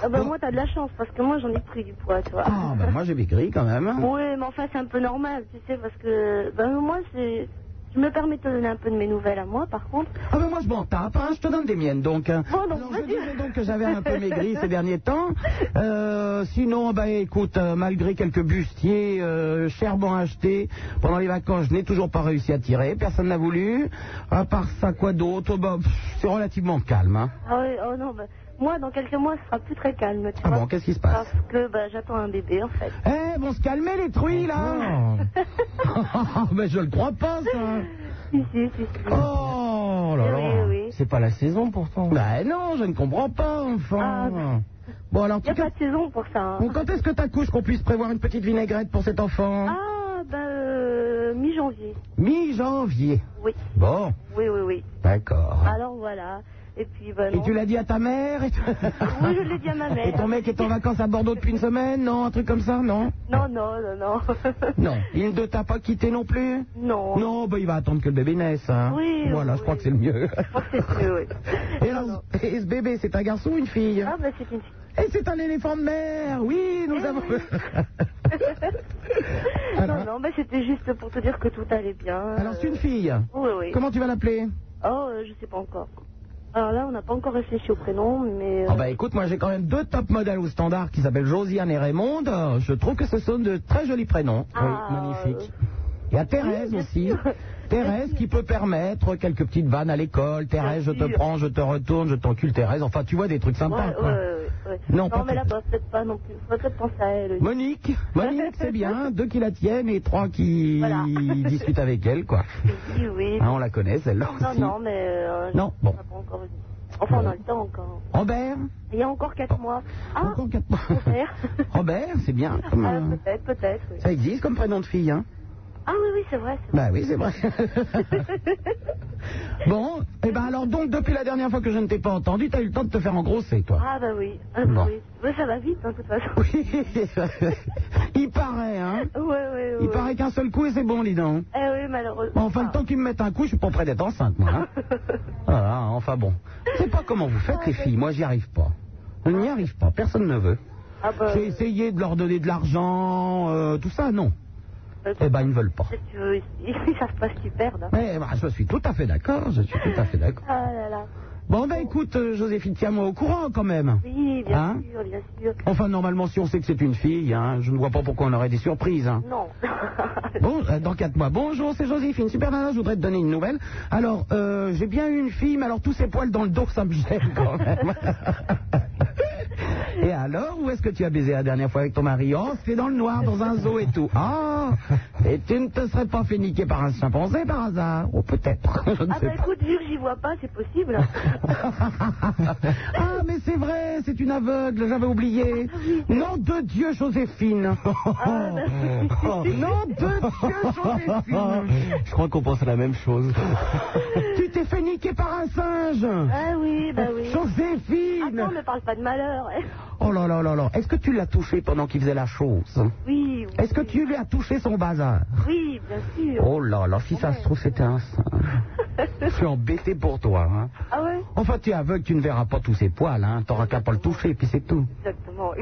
Speaker 10: Ah ben moi t'as de la chance parce que moi j'en ai pris du poids, tu vois.
Speaker 4: Ah bah moi j'ai maigri quand même. hein.
Speaker 10: Oui, mais enfin c'est un peu normal, tu sais, parce que ben moi c'est, je me permets de te donner un peu de mes nouvelles à moi, par contre.
Speaker 4: Ah ben moi je m'en tape, hein, je te donne des miennes donc. hein. Alors, je disais donc que j'avais un peu maigri ces derniers temps. Euh, sinon, bah écoute, euh, malgré quelques bustiers euh, chèrement achetés pendant les vacances, je n'ai toujours pas réussi à tirer, personne n'a voulu. À part ça, quoi d'autre Bah, pff, C'est relativement calme. hein.
Speaker 10: Ah oui, oh non, ben, moi dans quelques mois ce sera plus très calme, tu
Speaker 4: Ah
Speaker 10: vois.
Speaker 4: bon, qu'est-ce qui se passe
Speaker 10: Parce que ben j'attends un bébé en fait.
Speaker 4: Eh, vont se calmer les truies là (laughs) Mais je le crois pas ça Oh là là
Speaker 25: C'est pas la saison pourtant.
Speaker 4: Bah non, je ne comprends pas enfin Bon alors, en tout cas,
Speaker 10: Pas de saison pour ça. hein.
Speaker 4: bon, quand est-ce que t'accouches qu'on puisse prévoir une petite vinaigrette pour cet enfant
Speaker 10: Ah ben euh, mi-janvier.
Speaker 4: Mi-janvier
Speaker 10: Oui.
Speaker 4: Bon,
Speaker 10: Oui, oui, oui.
Speaker 4: d'accord.
Speaker 10: Alors voilà. Et puis ben
Speaker 4: Et
Speaker 10: non.
Speaker 4: tu l'as dit à ta mère et tu-
Speaker 10: (laughs) Oui, je l'ai dit à ma mère.
Speaker 4: Et ton mec est en vacances à Bordeaux depuis une semaine, non Un truc comme ça, non
Speaker 10: Non, non, non, non.
Speaker 4: (laughs) Non. Il ne t'a pas quitté non plus
Speaker 10: Non.
Speaker 4: Non, bah il va attendre que le bébé naisse. hein.
Speaker 10: Oh. Oui,
Speaker 4: Voilà, je crois que c'est le mieux. (laughs) Et, alors, et ce bébé, c'est un garçon ou une fille
Speaker 10: Ah, ben c'est une fille.
Speaker 4: Et c'est un éléphant de mer Oui, nous avons... (laughs)
Speaker 10: Eh non, non, ben c'était juste pour te dire que tout allait bien.
Speaker 4: Alors, c'est une fille
Speaker 10: Oui, oui.
Speaker 4: Comment tu vas l'appeler
Speaker 10: Oh, euh, je sais pas encore. Alors là, on n'a pas encore réfléchi au prénom, mais... euh,
Speaker 4: Ah bah écoute, moi j'ai quand même deux top modèles au standard qui s'appellent Josiane et Raymond. Euh, Je trouve que ce sont de très jolis prénoms.
Speaker 10: Ah,
Speaker 4: magnifiques. Il y a Thérèse aussi. Thérèse qui peut permettre quelques petites vannes à l'école. Thérèse, je te prends, je te retourne, je t'encule Thérèse. Enfin, tu vois des trucs sympas.
Speaker 10: ouais,
Speaker 4: quoi.
Speaker 10: ouais, ouais, ouais.
Speaker 4: Non, pas
Speaker 10: mais là,
Speaker 4: tout.
Speaker 10: ben, peut-être pas non plus. Faudrait peut-être penser à elle.
Speaker 4: Monique, Monique, c'est
Speaker 10: (laughs)
Speaker 4: bien. Deux qui la tiennent et trois qui (laughs) discutent avec elle, quoi.
Speaker 10: Oui, oui.
Speaker 4: Hein, on la connaît, celle-là
Speaker 10: Non,
Speaker 4: aussi.
Speaker 10: non, mais... euh,
Speaker 4: Non,
Speaker 10: on
Speaker 4: bon.
Speaker 10: n'a pas encore- Enfin, on a le temps encore.
Speaker 4: Robert,
Speaker 10: Il y a encore 4 mois. Ah,
Speaker 4: encore quatre mois.
Speaker 10: Robert.
Speaker 4: (laughs) Robert, c'est bien.
Speaker 10: (laughs) Ah,
Speaker 4: comme, euh,
Speaker 10: peut-être, peut-être, oui.
Speaker 4: Ça existe comme prénom de fille, hein
Speaker 10: Ah oui, oui, c'est vrai.
Speaker 4: Bah oui,
Speaker 10: (laughs)
Speaker 4: c'est vrai. bon, et ben alors donc depuis la dernière fois que je ne t'ai pas entendu, t'as eu le temps de te faire engrosser, toi.
Speaker 10: Ah bah oui, ah bah
Speaker 4: Bon.
Speaker 10: oui. Ouais, ça va vite, hein, de toute façon.
Speaker 4: Il paraît, hein
Speaker 10: (laughs) Ouais, ouais, ouais.
Speaker 4: Il paraît qu'un seul coup et c'est bon, dis donc.
Speaker 10: Eh oui, malheureusement.
Speaker 4: Bon, enfin, le temps qu'ils me mettent un coup, je suis pas prêt d'être enceinte, moi.
Speaker 10: (laughs)
Speaker 4: hein. Voilà, enfin bon. Je sais pas comment vous
Speaker 10: Ah,
Speaker 4: faites, les filles. Moi, j'y arrive pas. Je n'y arrive pas. Personne ne veut.
Speaker 10: Ah bah,
Speaker 4: J'ai essayé de leur donner de l'argent, euh, tout ça, non.
Speaker 10: Bah,
Speaker 4: Eh ben, ils ne veulent pas.
Speaker 10: peut-être que, euh, ils savent pas ce qu'ils perdent. hein.
Speaker 4: Eh ben, je suis tout à fait d'accord. Je suis tout à fait d'accord.
Speaker 10: Ah là là.
Speaker 4: Bon, ben écoute, euh, Joséphine, tiens-moi au courant quand même.
Speaker 10: Oui, bien
Speaker 4: Hein
Speaker 10: sûr, bien sûr.
Speaker 4: Enfin, normalement, si on sait que c'est une fille, hein, je ne vois pas pourquoi on aurait des surprises. hein. (laughs)
Speaker 10: Non.
Speaker 2: Ah,
Speaker 4: Bon, euh, dans quatre mois. Bonjour, c'est Joséphine. Super Nana, je voudrais te donner une nouvelle. Alors, euh, j'ai bien eu une fille, mais alors tous ces poils dans le dos, ça me gêne quand
Speaker 10: (laughs)
Speaker 4: même. Et alors, où est-ce que tu as baisé la dernière fois avec ton mari Oh, c'est dans le noir, dans un zoo et tout. Ah Et tu ne te serais pas fait niquer par un chimpanzé par hasard Oh, peut-être. (laughs) Je ne
Speaker 10: ah
Speaker 4: sais
Speaker 10: bah écoute, vu que j'y vois pas,
Speaker 4: (laughs)
Speaker 10: c'est possible.
Speaker 4: Ah, mais c'est vrai, c'est une aveugle, j'avais oublié. Nom de Dieu, Joséphine. Oh, (laughs) Nom de Dieu, Joséphine.
Speaker 25: Je crois qu'on pense à la même chose.
Speaker 4: (laughs) Tu t'es fait niquer par un singe.
Speaker 10: ah oui, bah oui.
Speaker 4: Joséphine.
Speaker 10: Attends, ne parle pas
Speaker 2: (laughs)
Speaker 10: de malheur. hein.
Speaker 4: Oh là là là là. Est-ce que tu l'as touché pendant qu'il faisait la chose
Speaker 10: Oui,
Speaker 4: Est-ce que tu lui as touché son bazar
Speaker 10: oui, bien sûr.
Speaker 4: Oh là là, si ça se trouve, c'était un singe. Je suis embêté pour toi. Hein.
Speaker 10: Ah ouais
Speaker 4: Enfin, tu es aveugle, tu ne verras pas tous ses poils. Hein. T'auras qu'à pas le toucher, puis c'est tout.
Speaker 10: Exactement.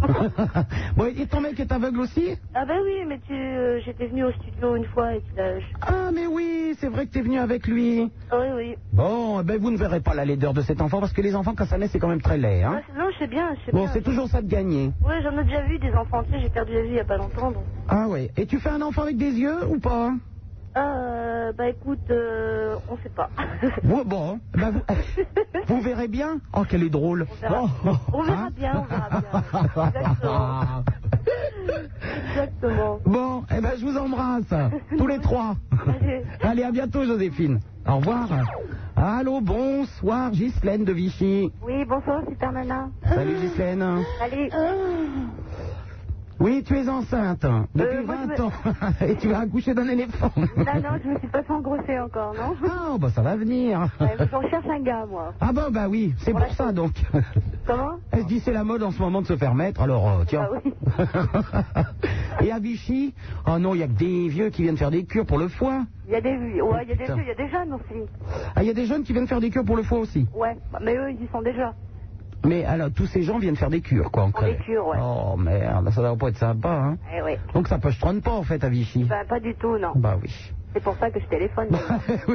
Speaker 4: (laughs) bon, et ton mec est aveugle aussi
Speaker 2: (laughs) Ah ben oui, mais tu, euh, j'étais venue au studio une fois et tu l'as... Ah
Speaker 4: Ah mais oui, c'est vrai que t'es venu avec lui.
Speaker 2: Oui, oui.
Speaker 4: Bon, eh ben vous ne verrez pas la laideur de cet enfant parce que les enfants, quand ça naît, c'est quand même très laid. Hein
Speaker 2: Ah, c'est- non, je sais bien, je sais
Speaker 4: bon,
Speaker 2: bien.
Speaker 4: c'est toujours ça de gagner.
Speaker 2: Ouais, j'en ai déjà vu des enfants, tu sais, j'ai perdu la vue il y a pas longtemps, donc...
Speaker 4: Ah ouais. Et tu fais un enfant avec des yeux ou pas
Speaker 2: Euh, bah écoute, euh, on sait pas. (laughs)
Speaker 4: Bon, bon. ben, vous, vous verrez bien. Oh, qu'elle est drôle.
Speaker 2: On verra,
Speaker 4: Oh,
Speaker 2: on verra
Speaker 4: hein
Speaker 2: bien, on verra bien. Exactement. Exactement.
Speaker 4: (laughs) Bon, eh ben, je vous embrasse, tous
Speaker 2: (laughs)
Speaker 4: les trois.
Speaker 2: Allez.
Speaker 4: à bientôt, Joséphine. Au revoir. Allô, bonsoir, Ghislaine de Vichy.
Speaker 10: Oui, bonsoir, Super Nana.
Speaker 4: Salut, Ghislaine.
Speaker 10: Allez.
Speaker 4: Euh. Oui, tu es enceinte hein,
Speaker 10: Euh,
Speaker 4: depuis 20 ans (laughs) et tu vas accoucher d'un éléphant.
Speaker 2: Bah,
Speaker 10: Non, non, je me suis pas fait engrosser encore, non
Speaker 4: Ah, bah ça va venir.
Speaker 10: Ouais, mais J'en cherche un gars, moi.
Speaker 4: Ah bah bah oui, c'est pour ça donc. (laughs)
Speaker 10: Comment
Speaker 4: Elle se dit c'est la mode en ce moment de se faire mettre, alors euh, tiens.
Speaker 10: Bah
Speaker 4: (laughs) Et à Vichy, oh non, il n'y a que des vieux qui viennent faire des cures pour le foie.
Speaker 10: Il y a des ouais, il y a des
Speaker 4: Putain.
Speaker 10: il y a des jeunes aussi.
Speaker 4: Ah, il y a des jeunes qui viennent faire des cures pour le foie aussi.
Speaker 10: Ouais, bah, mais eux, ils y sont déjà.
Speaker 4: Mais alors, tous ces gens viennent faire des cures, quoi. en
Speaker 10: Pour des
Speaker 4: Creil.
Speaker 10: cures, ouais.
Speaker 4: Oh merde, ça doit pas être sympa, hein.
Speaker 10: Eh ouais.
Speaker 4: Donc ça peut, je trône pas en fait à Vichy.
Speaker 10: Bah, pas du tout, non.
Speaker 4: Bah oui. (laughs)
Speaker 10: C'est pour ça que je téléphone. (laughs)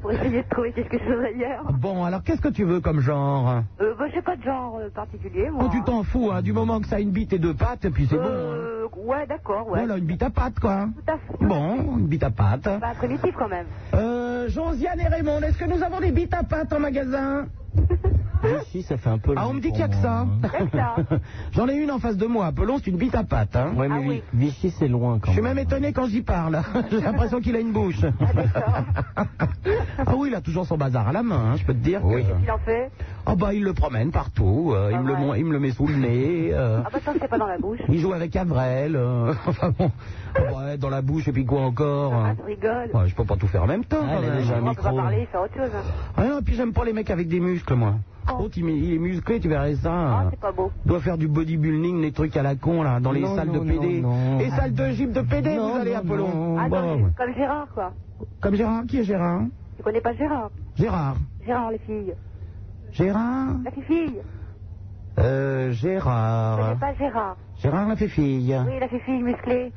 Speaker 10: pour essayer de trouver quelque chose ailleurs.
Speaker 4: Ah Bon, alors qu'est-ce que tu veux comme genre hein
Speaker 10: Euh, bah, j'ai pas de genre euh, particulier, moi.
Speaker 4: Oh, tu t'en fous, hein, du moment que ça a une bite et deux pattes, et puis c'est bon. hein.
Speaker 10: Euh, ouais, d'accord, ouais.
Speaker 4: Voilà, une bite à pattes, quoi.
Speaker 10: Tout à fait.
Speaker 4: Bon, une bite à pattes.
Speaker 10: Bah, primitif quand même.
Speaker 4: Euh, Josiane et Raymond, est-ce que nous avons des bites à pattes en magasin
Speaker 13: Ici, ça fait un peu.
Speaker 4: Ah, on me dit qu'il y a que ça. (laughs) J'en ai une en face de moi. Apollon, c'est une bite à pattes. Hein.
Speaker 10: Ah
Speaker 13: Ouais, mais Vi- Vichy, c'est loin
Speaker 4: Je
Speaker 13: quand
Speaker 4: suis
Speaker 13: même.
Speaker 4: même étonné quand j'y parle. (laughs) J'ai l'impression qu'il a une bouche. (laughs) ah oui, il a toujours son bazar à la main, hein, je peux te dire. Oui.
Speaker 10: Il en fait.
Speaker 4: Ah bah, il le promène partout. euh, il, me le, mon- il me le met sous le nez. euh,
Speaker 10: Ah, bah, tant que c'est pas dans la bouche.
Speaker 4: Il joue avec Avrel. euh, (laughs) enfin bon. Ouais, dans la bouche et puis quoi encore hein.
Speaker 10: Je rigole.
Speaker 4: Ouais, Je peux pas tout faire en même temps. quand même.
Speaker 10: on peut pas parler, faire autre chose. hein.
Speaker 4: Ah non, et puis j'aime pas les mecs avec des muscles, moi.
Speaker 13: Oh.
Speaker 4: L'autre, il, il est musclé, tu verrais ça.
Speaker 10: Ah, c'est pas beau.
Speaker 4: doit faire du bodybuilding, des trucs à la con, là, dans les
Speaker 13: Non,
Speaker 4: salles
Speaker 13: non,
Speaker 4: de PD.
Speaker 13: non, non.
Speaker 4: Et salles de gym de PD,
Speaker 13: Non,
Speaker 4: vous allez,
Speaker 13: non,
Speaker 4: Apollon.
Speaker 10: Ah,
Speaker 4: Bon.
Speaker 10: comme, comme Gérard, quoi.
Speaker 4: Comme Gérard, qui est Gérard
Speaker 10: Tu connais pas Gérard
Speaker 4: Gérard.
Speaker 10: Gérard, les filles.
Speaker 4: Gérard
Speaker 10: La fille.
Speaker 4: Euh,
Speaker 10: Tu connais
Speaker 4: Gérard.
Speaker 10: pas Gérard.
Speaker 4: Gérard la fille.
Speaker 10: Oui, la fille musclée.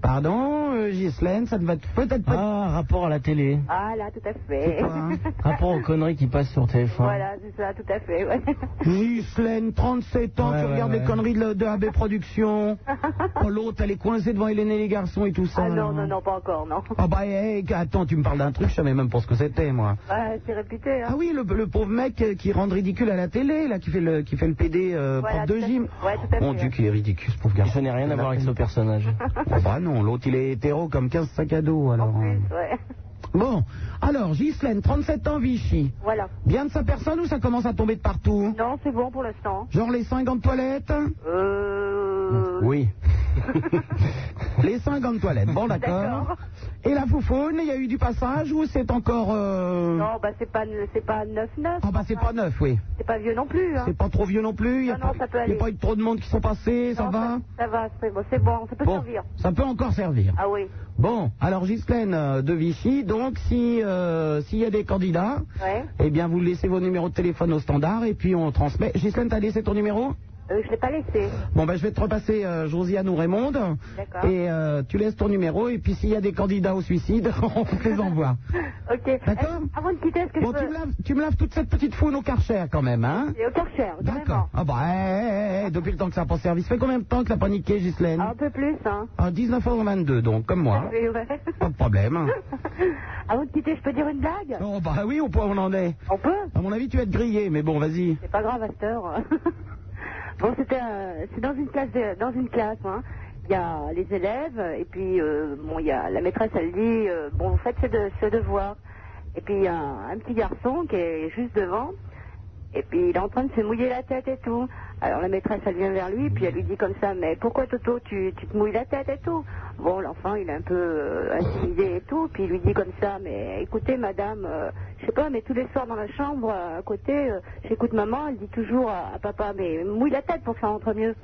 Speaker 4: Pardon, euh, Ghislaine, ça ne va peut-être pas...
Speaker 13: Ah, rapport à la télé.
Speaker 10: Ah, là, tout à fait.
Speaker 4: hein
Speaker 10: (laughs)
Speaker 13: Rapport aux conneries qui passent sur téléphone.
Speaker 10: Hein. voilà, c'est ça, tout à fait, ouais.
Speaker 4: Ghislaine, 37 ans,
Speaker 13: Ouais,
Speaker 4: tu
Speaker 13: ouais,
Speaker 4: regardes
Speaker 13: ouais.
Speaker 4: les conneries de, de AB
Speaker 10: (laughs)
Speaker 4: Productions. oh, l'autre, elle est coincée devant Hélène et les garçons et tout ça.
Speaker 10: Ah non,
Speaker 4: là.
Speaker 10: non, non, pas encore, non.
Speaker 4: Ah bah, hey, attends, tu me parles d'un truc, je savais même pas ce que c'était, moi.
Speaker 10: Ouais, c'est réputé, hein.
Speaker 4: Ah oui, le, le pauvre mec euh, qui rend ridicule à la télé, là, qui fait le, qui fait le PD euh,
Speaker 10: Voilà,
Speaker 4: prof de
Speaker 10: tout à
Speaker 4: gym.
Speaker 10: fait. Ouais, tout à
Speaker 4: Mon
Speaker 10: fait,
Speaker 4: Dieu,
Speaker 10: ouais.
Speaker 4: qu'il est ridicule, ce pauvre garçon.
Speaker 13: Je n'ai rien à voir avec ce personnage.
Speaker 4: (laughs) Ah bah non, l'autre, il est hétéro comme 15 sacs à dos, alors. hein.
Speaker 10: Ouais. (laughs)
Speaker 4: Bon, alors, Ghislaine, 37 ans, Vichy.
Speaker 10: Voilà.
Speaker 4: Bien de sa personne ou ça commence à tomber de partout
Speaker 10: Non, c'est bon pour l'instant.
Speaker 4: Genre les seins de toilette
Speaker 10: Euh.
Speaker 4: Oui. (laughs) les seins de toilette, bon d'accord. Et la foufoune, il y a eu du passage ou c'est encore... euh,
Speaker 10: Non, bah, c'est pas, c'est pas 9-9.
Speaker 4: Ah bah c'est pas neuf, oui.
Speaker 10: C'est pas vieux non plus, hein.
Speaker 4: C'est pas trop vieux non plus, il n'y a,
Speaker 10: Non,
Speaker 4: pas-
Speaker 10: non, ça peut
Speaker 4: y a
Speaker 10: aller.
Speaker 4: pas eu trop de monde qui sont passés, ça
Speaker 10: Non,
Speaker 4: va hein.
Speaker 10: Ça va, c'est bon, c'est bon, ça peut
Speaker 4: Bon,
Speaker 10: servir.
Speaker 4: ça peut encore servir.
Speaker 10: Ah oui.
Speaker 4: Bon, alors Ghislaine euh, de Vichy, donc si euh, s'il y a des candidats,
Speaker 10: Ouais. (laughs)
Speaker 4: eh bien vous laissez vos numéros de téléphone au standard et puis on transmet. Ghislaine, t'as laissé ton numéro
Speaker 10: Euh, je l'ai pas laissé.
Speaker 4: Bon ben je vais te repasser euh, Josiane ou Raymond
Speaker 10: D'accord.
Speaker 4: et euh, tu laisses ton numéro et puis s'il y a des candidats au suicide, (laughs) on te les
Speaker 10: (laughs)
Speaker 4: envoie.
Speaker 10: Ok.
Speaker 4: D'accord.
Speaker 10: Eh, Avant de quitter, est-ce que
Speaker 4: Bon,
Speaker 10: je
Speaker 4: tu
Speaker 10: peux...
Speaker 4: me, laves, tu me laves toute cette petite faune au Karcher quand même, hein
Speaker 10: Et au Karcher,
Speaker 4: D'accord.
Speaker 10: carrément.
Speaker 4: Ah bah, eh, eh, eh, depuis le temps que ça n'a pas servi, ça fait combien de temps que ça a paniqué, Ghislaine
Speaker 10: Ah, un peu plus, hein.
Speaker 4: Ah, 19h22, donc, comme moi.
Speaker 10: Oui, ouais.
Speaker 4: Pas de problème.
Speaker 10: (laughs)
Speaker 4: hein.
Speaker 10: Avant de quitter, je peux dire une blague
Speaker 4: Oh bah oui, au point où on en est.
Speaker 10: On peut
Speaker 4: À mon avis, tu vas être grillé, mais bon, vas-y.
Speaker 10: C'est pas grave à cette heure. bon, c'était, euh, c'est dans une classe, de- dans une classe, hein. Il y a les élèves, et puis, euh, bon, il y a la maîtresse, elle dit, euh, bon, vous faites ce, de- ce devoir. Et puis, il y a un, un petit garçon qui est juste devant, et puis il est en train de se mouiller la tête et tout. Alors la maîtresse, elle vient vers lui, puis elle lui dit comme ça, mais pourquoi Toto, tu, tu te mouilles la tête et tout Bon, l'enfant, il est un peu (laughs) euh, intimidé et tout, puis il lui dit comme ça, mais écoutez, madame, euh, je sais pas, mais tous les soirs dans la chambre, euh, à côté, euh, j'écoute maman, elle dit toujours à, à papa, mais mouille la tête pour que ça rentre mieux.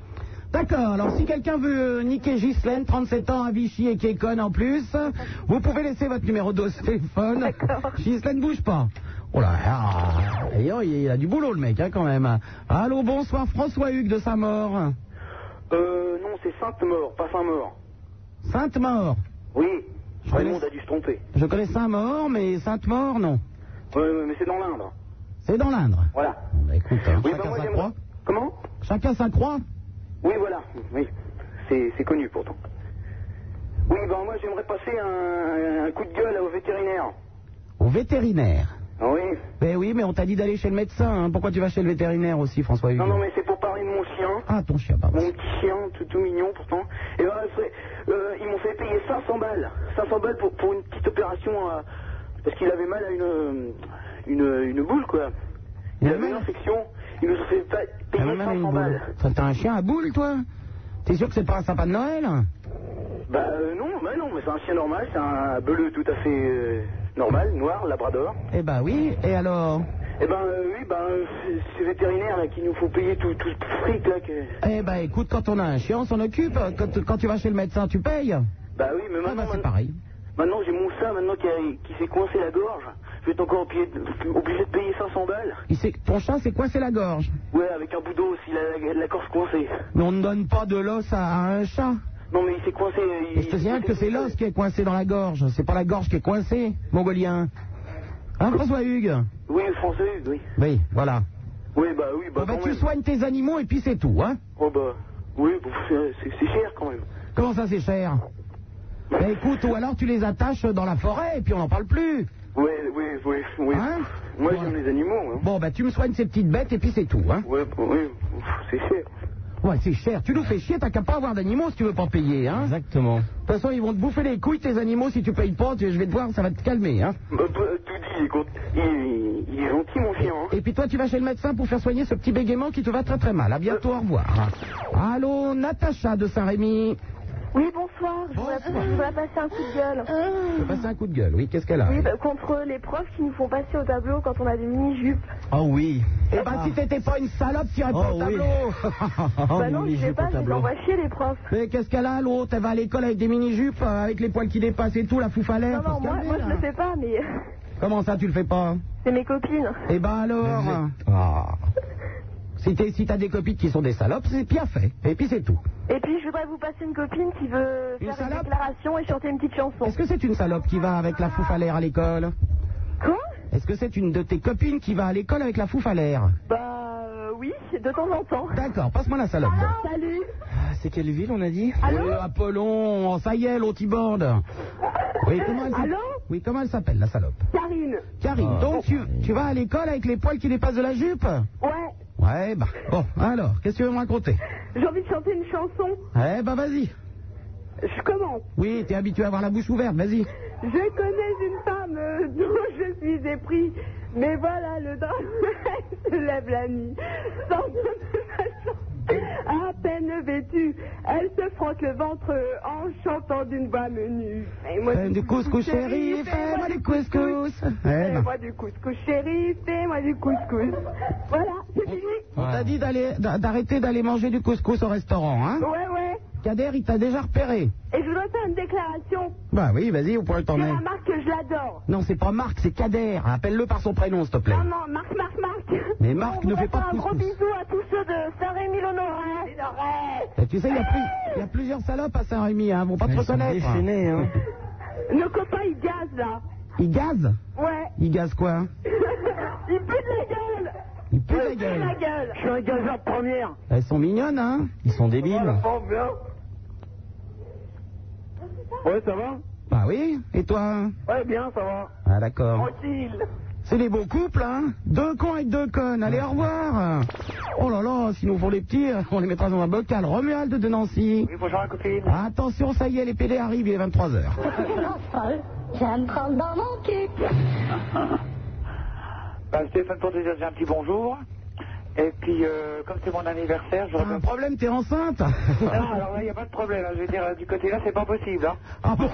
Speaker 4: D'accord, alors si quelqu'un veut euh, niquer Ghislaine, 37 ans, à Vichy et qui est conne en plus, vous pouvez laisser votre numéro de téléphone. Ghislaine, bouge pas. Oh là là Et oh, il a du boulot, le mec, hein, quand même. Allô, bonsoir, François Hugues de Saint-Maur.
Speaker 8: Euh, non, c'est Sainte-Mort, pas Saint-Mort.
Speaker 4: Sainte-Maur.
Speaker 8: Oui,
Speaker 4: Je
Speaker 8: le
Speaker 4: connais-
Speaker 8: monde a dû se tromper.
Speaker 4: Je connais Saint-Maur, mais Sainte-Maur, non.
Speaker 8: Ouais, ouais, mais c'est dans l'Indre.
Speaker 4: C'est dans l'Indre.
Speaker 8: Voilà.
Speaker 4: Bah, écoute, hein,
Speaker 8: Oui, bah,
Speaker 4: chacun
Speaker 8: moi,
Speaker 4: sa
Speaker 8: j'aimerais-
Speaker 4: croix.
Speaker 8: Comment
Speaker 4: Chacun sa croix.
Speaker 8: Oui, voilà. Oui, c'est c'est connu pourtant. Oui, ben moi j'aimerais passer un, un coup de gueule au vétérinaire. Ah
Speaker 4: Au vétérinaire.
Speaker 8: Oui.
Speaker 4: Ben oui, mais on t'a dit d'aller chez le médecin. hein. Pourquoi tu vas chez le vétérinaire aussi, François Hugues
Speaker 8: Non, non, mais c'est pour parler de mon chien.
Speaker 4: Ah, ton chien, pardon.
Speaker 8: Mon petit chien, tout, tout mignon pourtant. Et ben, c'est- euh, ils m'ont fait payer 500 balles. 500 balles pour, pour une petite opération. euh, parce qu'il avait mal à une, euh, une, une boule, quoi. Il, avait une infection. Ils nous ont fait pa-
Speaker 4: Ah
Speaker 8: payer 500 balles.
Speaker 4: Enfin, T'as un chien à boule, toi T'es sûr que c'est pas un sapin de Noël
Speaker 8: Bah euh, non, bah non, mais c'est un chien normal, c'est un bleu tout à fait euh, normal, noir, labrador.
Speaker 4: Eh ben oui, et alors
Speaker 8: Eh ben euh, oui, ben euh, c'est- c'est vétérinaire là qui nous faut payer tout, tout ce fric là que...
Speaker 4: Eh ben écoute, quand on a un chien, on s'en occupe. Quand, quand tu vas chez le médecin, tu payes. Ah ben,
Speaker 8: Bah oui, mais maintenant... c'est
Speaker 4: pareil.
Speaker 8: Maintenant j'ai mon chat maintenant qui, a- qui s'est coincé la gorge, je vais être encore obligé de, obligé de payer 500 balles.
Speaker 4: Il sait, ton chat s'est coincé la gorge.
Speaker 8: Ouais, avec un bout d'os, il a la, la gorge coincée.
Speaker 4: Mais on ne donne pas de l'os à, à un chat.
Speaker 8: Non mais il s'est coincé... il-
Speaker 4: Et je te signale que c'est l'os qui est coincé dans la gorge. C'est pas la gorge qui est coincée, mongolien. Hein, François Hugues
Speaker 8: Oui, le français, oui.
Speaker 4: Oui, voilà.
Speaker 8: Oui, bah oui, bah
Speaker 4: Bon, bah,
Speaker 8: quand
Speaker 4: tu
Speaker 8: même.
Speaker 4: soignes tes animaux et puis c'est tout, hein
Speaker 8: Oh bah, oui, bon, c'est- c'est c'est cher quand même.
Speaker 4: Comment ça, c'est cher Bah écoute, ou alors tu les attaches dans la forêt et puis on n'en parle plus.
Speaker 8: Oui, oui, oui, oui. Moi j'aime les animaux, hein.
Speaker 4: Bon, bah tu me soignes ces petites bêtes et puis c'est tout, hein
Speaker 8: Ouais, bah, oui, pff, c'est cher.
Speaker 4: Ouais, c'est cher. Tu nous fais chier, t'as qu'à pas avoir d'animaux si tu veux pas payer, hein Exactement. De toute façon, ils vont te bouffer les couilles, tes animaux, si tu payes pas. tu- Je vais te voir, ça va te calmer, hein
Speaker 8: Bah, bah, tout dit, écoute, il, il est gentil mon chien. hein.
Speaker 4: Et puis toi, tu vas chez le médecin pour faire soigner ce petit bégaiement qui te va très très mal. À bientôt, au revoir. hein. Allô, Natacha de Saint-Rémy.
Speaker 10: Oui, bonsoir. Hein Je voudrais, je voudrais passer un coup de gueule.
Speaker 4: Je passe un coup de gueule, oui, qu'est-ce qu'elle a
Speaker 10: Oui, bah, contre les profs qui nous font passer au tableau quand on a des mini-jupes.
Speaker 4: Oh oui. Oh Eh ben, si t'étais pas une salope, t'irais pas au (laughs) tableau.
Speaker 10: bah non, je vais pas, je les envoie chier les profs.
Speaker 4: Mais qu'est-ce qu'elle a, l'autre Elle va à l'école avec des mini-jupes, euh, avec les poils qui dépassent et tout, la fouf à l'air.
Speaker 10: Non, non, moi, moi, je le fais pas, mais (laughs)
Speaker 4: Comment ça, tu le fais pas
Speaker 10: c'est mes copines.
Speaker 4: Eh ben alors Ah. Si t'es- si t'as des copines qui sont des salopes, c'est bien fait. Et puis c'est tout.
Speaker 10: Et puis, je voudrais vous passer une copine qui veut faire une déclaration et chanter une petite chanson.
Speaker 4: Est-ce que c'est une salope qui va avec la fouf à l'air à l'école
Speaker 10: Quoi
Speaker 4: Est-ce que c'est une de tes copines qui va à l'école avec la fouf à l'air
Speaker 10: Bah euh, oui, de temps en temps.
Speaker 4: D'accord, passe-moi la salope.
Speaker 10: Salut
Speaker 4: Ah, C'est quelle ville, on a dit euh, Apollon, ça y est, l'autre, il bande. Oui, comment elle s'appelle Oui, comment elle s'appelle, la salope
Speaker 10: Karine
Speaker 4: Karine, donc tu, tu vas à l'école avec les poils qui dépassent de la jupe
Speaker 10: Ouais,
Speaker 4: Ouais, bah, bon, alors, qu'est-ce que tu veux me raconter
Speaker 10: j'ai envie de chanter une chanson.
Speaker 4: Eh ben, vas-y.
Speaker 10: Je commence.
Speaker 4: Oui, t'es habitué à avoir la bouche ouverte, vas-y.
Speaker 10: Je connais une femme euh, (laughs) dont je suis épris, mais voilà le drame, (laughs) elle se lève la nuit, sans que je sache. à peine vêtue, elle se frotte le ventre euh, en chantant d'une voix menue. Fais-moi
Speaker 4: Fais du Euh, couscous, chérie, fais-moi du couscous. Eh ben.
Speaker 10: Fais-moi du couscous, chérie, fais-moi du couscous. Voilà, c'est fini.
Speaker 4: On t'a dit d'aller, d'a- d'arrêter d'aller manger du couscous au restaurant, hein
Speaker 10: Ouais, ouais.
Speaker 4: Kader, il t'a déjà repéré.
Speaker 10: Et je voudrais faire une déclaration.
Speaker 4: Bah oui, vas-y, au point t'en
Speaker 10: C'est
Speaker 4: es.
Speaker 10: la marque que je l'adore.
Speaker 4: Non, c'est pas Marc, c'est Kader. Appelle-le par son prénom, s'il te plaît.
Speaker 10: Non, non, Marc, Marc, Marc.
Speaker 4: Mais Marc
Speaker 10: On
Speaker 4: ne
Speaker 10: va
Speaker 4: fait pas
Speaker 10: faire
Speaker 4: de
Speaker 10: un gros
Speaker 4: couscous.
Speaker 10: bisou à tous ceux de Saint-Rémy-l'Honoré.
Speaker 4: Et Eh, tu sais, il y, a plus- il y a plusieurs salopes à Saint-Rémy, hein, vont pas te reconnaître.
Speaker 10: Nos copains, ils gazent, là.
Speaker 4: Ils gazent
Speaker 10: Ouais. (laughs)
Speaker 4: Ils gazent quoi hein
Speaker 10: ils puent de la gueule.
Speaker 4: Ils puent de la gueule.
Speaker 10: Je suis un gazeur de première.
Speaker 4: Elles sont mignonnes, hein Ils sont débiles.
Speaker 26: Ouais, ça va
Speaker 4: Bah oui, et toi
Speaker 26: Ouais, bien, ça va.
Speaker 4: Ah d'accord.
Speaker 26: Tranquille.
Speaker 4: C'est des beaux couples, hein Deux cons et deux connes, allez, au revoir Oh là là, s'ils nous font les petits, (laughs) on les mettra dans un bocal. Romuald de Nancy
Speaker 26: Bonjour à copine.
Speaker 4: Attention, ça y est, les PD arrivent, il est 23h.
Speaker 27: Je vais me prendre dans mon cul.
Speaker 26: Bah, Stéphane, pour te dire j'ai un petit bonjour. Et puis, euh, comme c'est mon anniversaire, je
Speaker 4: Un problème, t'es enceinte
Speaker 26: Non, alors là, il n'y a pas de problème. hein. Je veux dire, euh, du côté là, c'est pas possible.
Speaker 4: (laughs)
Speaker 26: Hein.
Speaker 4: Ah bon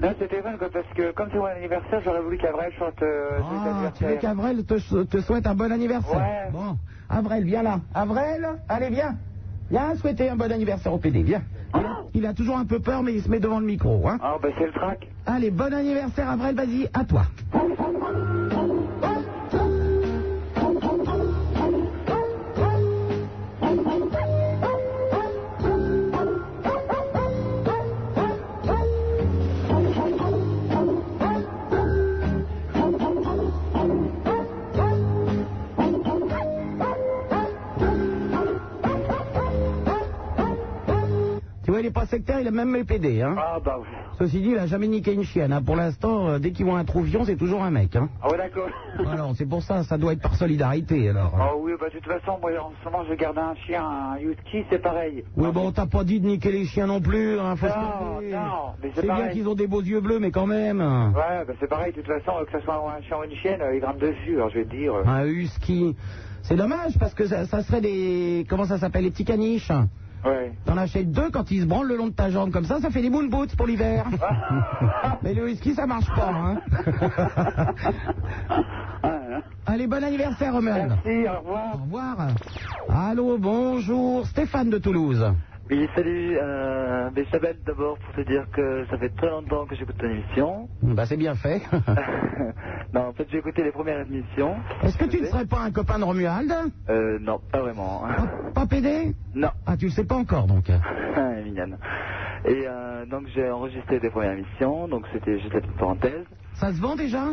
Speaker 26: Là, c'est Stéphane, quoi, parce que comme c'est mon anniversaire, j'aurais voulu qu'Avril chante euh, cet
Speaker 4: Ah, tu
Speaker 26: anniversaire.
Speaker 4: veux qu'Avrel te, te souhaite un bon anniversaire
Speaker 26: Ouais.
Speaker 4: Bon, Avrel, viens là. Avrel, allez, viens. Viens souhaiter un bon anniversaire au PD, viens. Il a- Il a toujours un peu peur, mais il se met devant le micro. Hein.
Speaker 26: bah,
Speaker 28: Ah, ben c'est le trac.
Speaker 4: Allez, bon anniversaire, Avril, vas-y, à toi. Tu vois, il est pas sectaire, il a même mes PD. Hein.
Speaker 28: Ah, bah oui.
Speaker 4: Ceci dit, il a jamais niqué une chienne. hein. Pour l'instant, euh, dès qu'ils voient un trouvion, c'est toujours un mec. Hein.
Speaker 28: Ah ouais,
Speaker 5: (laughs)
Speaker 28: d'accord.
Speaker 4: Alors, c'est pour ça, ça doit être par solidarité, alors.
Speaker 28: Ah oui, bah de toute façon, moi en ce moment, je garde un chien, un husky, c'est pareil.
Speaker 4: Oui, bon, t'as pas dit de niquer les chiens non plus, hein, faut se
Speaker 28: Non,
Speaker 4: calmer.
Speaker 28: non, mais c'est
Speaker 4: C'est bien
Speaker 28: pareil.
Speaker 4: qu'ils ont des beaux yeux bleus, mais quand même. hein.
Speaker 28: Ouais, bah c'est pareil, de toute façon, euh, que ce soit un chien ou une chienne, euh, ils grimpent dessus, alors je vais te dire. euh.
Speaker 4: Un husky. C'est dommage, parce que ça, ça serait des... Comment ça s'appelle Les petits caniches
Speaker 28: Ouais.
Speaker 4: T'en achètes deux quand ils se branlent le long de ta jambe, comme ça, ça fait des moon boots
Speaker 28: (laughs)
Speaker 4: pour l'hiver. Mais le whisky, ça marche pas, hein. Allez, bon anniversaire, Romain.
Speaker 28: Merci, au revoir.
Speaker 4: Au revoir. Allô, bonjour, Stéphane de Toulouse.
Speaker 8: (laughs) Oui, salut. Euh, mais je t'appelle d'abord pour te dire que ça fait très longtemps que j'écoute ton émission. (laughs)
Speaker 4: Bah, c'est bien
Speaker 28: (laughs)
Speaker 4: fait.
Speaker 8: non, en fait, j'ai écouté les premières émissions.
Speaker 4: Est-ce que tu ne serais pas un copain de Romuald
Speaker 8: Euh, non,
Speaker 4: (laughs)
Speaker 8: pas vraiment.
Speaker 28: Ah.
Speaker 4: Pas pédé
Speaker 8: Non. (laughs)
Speaker 4: Ah, tu le sais pas encore, donc.
Speaker 8: Elle est mignonne. Et euh, donc, j'ai enregistré tes premières émissions, donc c'était juste la petite parenthèse.
Speaker 4: Ça se vend déjà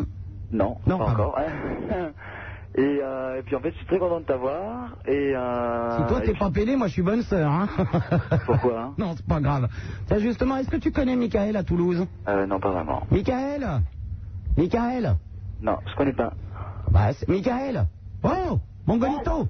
Speaker 8: Non,
Speaker 4: Non,
Speaker 8: pas
Speaker 4: pardon.
Speaker 8: encore. hein. (laughs) et, euh, et puis, en fait, je suis très content de t'avoir. Et, euh,
Speaker 4: Si toi,
Speaker 8: et
Speaker 5: Ah,
Speaker 4: t'es pas pédé, moi, je suis bonne sœur,
Speaker 5: (laughs)
Speaker 4: hein.
Speaker 8: Pourquoi hein
Speaker 4: Non, c'est pas grave. Tiens, justement, est-ce que tu connais Michael à Toulouse
Speaker 8: euh, Non, pas vraiment.
Speaker 4: Michael Michael
Speaker 8: Non, je connais pas.
Speaker 4: Bah, c'est- Michael Oh Mongolito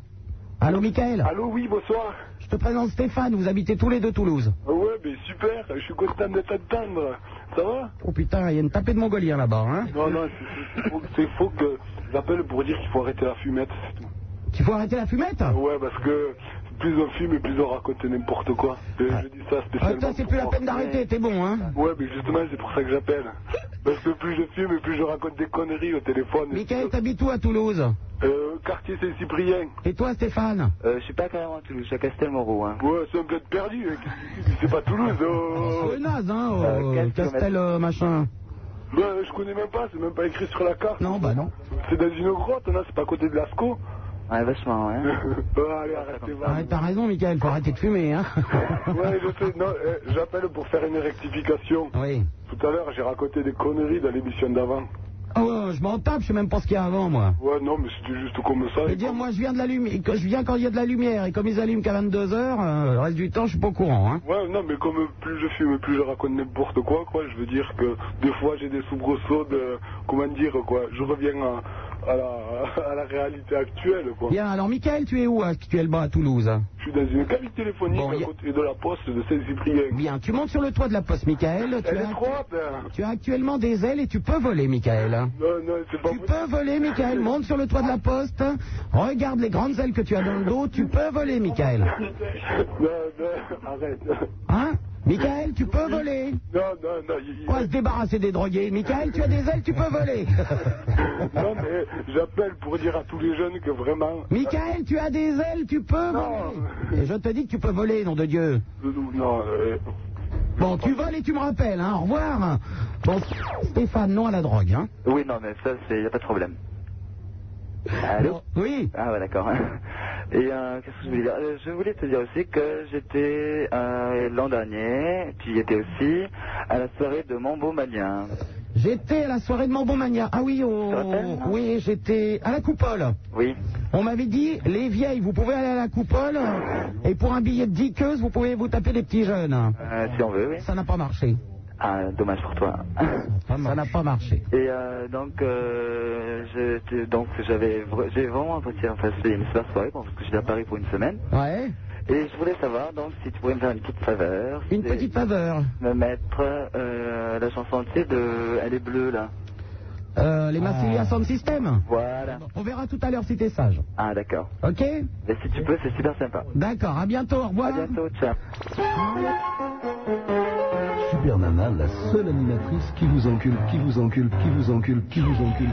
Speaker 4: Allô, Michael
Speaker 5: Allô, oui, bonsoir.
Speaker 4: Je te présente Stéphane, vous habitez tous les deux Toulouse.
Speaker 5: Ah Ouais, mais super, je suis content de t'attendre. Ça va
Speaker 4: Oh putain, il y a une tapée de Mongolien là-bas, hein
Speaker 5: Non, non, c'est- c'est faux, c'est faux que j'appelle pour dire qu'il faut arrêter la fumette, c'est tout.
Speaker 4: Qu'il faut arrêter la fumette
Speaker 5: Ouais, parce que plus on fume et plus on raconte n'importe quoi. Et je dis ça
Speaker 4: Ah,
Speaker 5: spécialement.
Speaker 4: toi, c'est plus la
Speaker 5: pour-
Speaker 4: peine d'arrêter, t'es bon, hein
Speaker 5: Ouais, mais justement, c'est pour ça que j'appelle. Parce que plus je fume et plus je raconte des conneries au téléphone.
Speaker 4: Michael, t'habites où à Toulouse
Speaker 5: Euh, quartier Saint-Cyprien.
Speaker 4: Et toi, Stéphane
Speaker 8: Euh, je suis pas carrément à Toulouse, je suis à Castelmoreau. Hein.
Speaker 5: Ouais, c'est un peu perdu, hein. Qu'est-ce que tu dis C'est pas Toulouse, oh.
Speaker 4: (laughs) C'est naze, hein, au-
Speaker 5: Euh, quel
Speaker 4: Castel,
Speaker 5: kilomètre
Speaker 4: euh, machin.
Speaker 5: Bah, je connais même pas, c'est même pas écrit sur la carte.
Speaker 4: Non, bah non.
Speaker 5: C'est dans une grotte, non C'est pas à côté de Lascaux (laughs)
Speaker 8: Ouais, vachement, hein. ouais.
Speaker 5: Bah, allez,
Speaker 4: Ah,
Speaker 5: arrêtez pas.
Speaker 4: Ouais, t'as raison, Michael, faut arrêter de fumer, hein.
Speaker 5: Ouais, je sais, non, euh, j'appelle pour faire une rectification.
Speaker 4: Oui.
Speaker 5: Tout à l'heure, j'ai raconté des conneries dans l'émission d'avant.
Speaker 4: Oh, je m'en tape, je sais même pas ce qu'il y a avant, moi.
Speaker 5: Ouais, non, mais c'était juste comme ça.
Speaker 4: Et dire, moi, je viens de la lumière, je viens quand il y a de la lumière, et comme ils allument qu'à 22 heures, euh, le reste du temps, je suis pas au courant, hein.
Speaker 5: Ouais, non, mais comme plus je fume, plus je raconte n'importe quoi, quoi. Je veux dire que des fois, j'ai des soubresauts de. Comment dire, quoi. Je reviens à, à la, (laughs) à la réalité actuelle, quoi.
Speaker 4: Bien, alors, Michael, tu es où actuellement à Toulouse
Speaker 5: Je suis dans une cabine téléphonique
Speaker 4: Bon, y
Speaker 5: à
Speaker 4: a-
Speaker 5: côté de la poste de Saint-Cyprien.
Speaker 4: Bien, tu montes sur le toit de la poste, Michael. Tu
Speaker 5: Elle est
Speaker 4: as,
Speaker 5: droite, hein.
Speaker 4: tu as actuellement des ailes et tu peux voler, Michael.
Speaker 5: Non, non, c'est pas
Speaker 4: Tu peux voler, Michael. Monte sur le toit de la poste. Regarde les grandes ailes que tu as dans le dos. Tu peux voler, Michael.
Speaker 5: Non, non, arrête.
Speaker 4: Hein Michael, tu peux voler.
Speaker 5: Non, non, non. il-
Speaker 4: Quoi, se débarrasser des drogués Michael, tu as des ailes, tu peux (laughs) voler.
Speaker 5: non, mais j'appelle pour dire à tous les jeunes que vraiment.
Speaker 4: Michael, tu as des ailes, tu peux voler. Et je te dis que tu peux voler, nom de Dieu.
Speaker 5: Non, euh,
Speaker 4: Bon, tu voles et tu me rappelles, hein. Au revoir. Bon, Stéphane, non à la drogue, hein.
Speaker 8: Oui, non, mais ça, c'est, y a pas de problème. Allô
Speaker 4: Oui
Speaker 8: Ah ouais, d'accord. Et euh, qu'est-ce que je voulais dire Euh, Je voulais te dire aussi que j'étais euh, l'an dernier, tu y étais aussi, à la soirée de Mambo Malien.
Speaker 4: J'étais à la soirée de Mambo Mania. Ah oui, au- oui, j'étais à la coupole.
Speaker 8: Oui.
Speaker 4: On m'avait dit, les vieilles, vous pouvez aller à la coupole, et pour un billet de 10 queues, vous pouvez vous taper des petits jeunes.
Speaker 8: Euh, si on veut, oui.
Speaker 4: Ça n'a pas marché.
Speaker 8: Ah, dommage pour toi. (laughs)
Speaker 4: Ça n'a pas marché.
Speaker 8: Et euh, donc, euh, je, te- donc j'avais, vra- j'ai vraiment apprécié, enfin, c'était une super soirée parce que j'étais à Paris pour une semaine.
Speaker 4: Ouais.
Speaker 8: Et je voulais savoir donc si tu pouvais me faire une petite faveur.
Speaker 4: Une
Speaker 8: c'est
Speaker 4: petite faveur.
Speaker 8: Me mettre euh, la chanson tu sais, de Elle est bleue là.
Speaker 4: Euh, les Massilia Sound System.
Speaker 8: Voilà.
Speaker 4: On verra tout à l'heure si t'es sage.
Speaker 8: Ah d'accord.
Speaker 4: Ok Ah.
Speaker 8: Mais si tu peux, c'est super sympa.
Speaker 4: D'accord, à bientôt, au revoir.
Speaker 8: À bientôt, ciao.
Speaker 1: Super Nana, la seule animatrice qui vous encule, qui vous encule, qui vous encule, qui vous encule.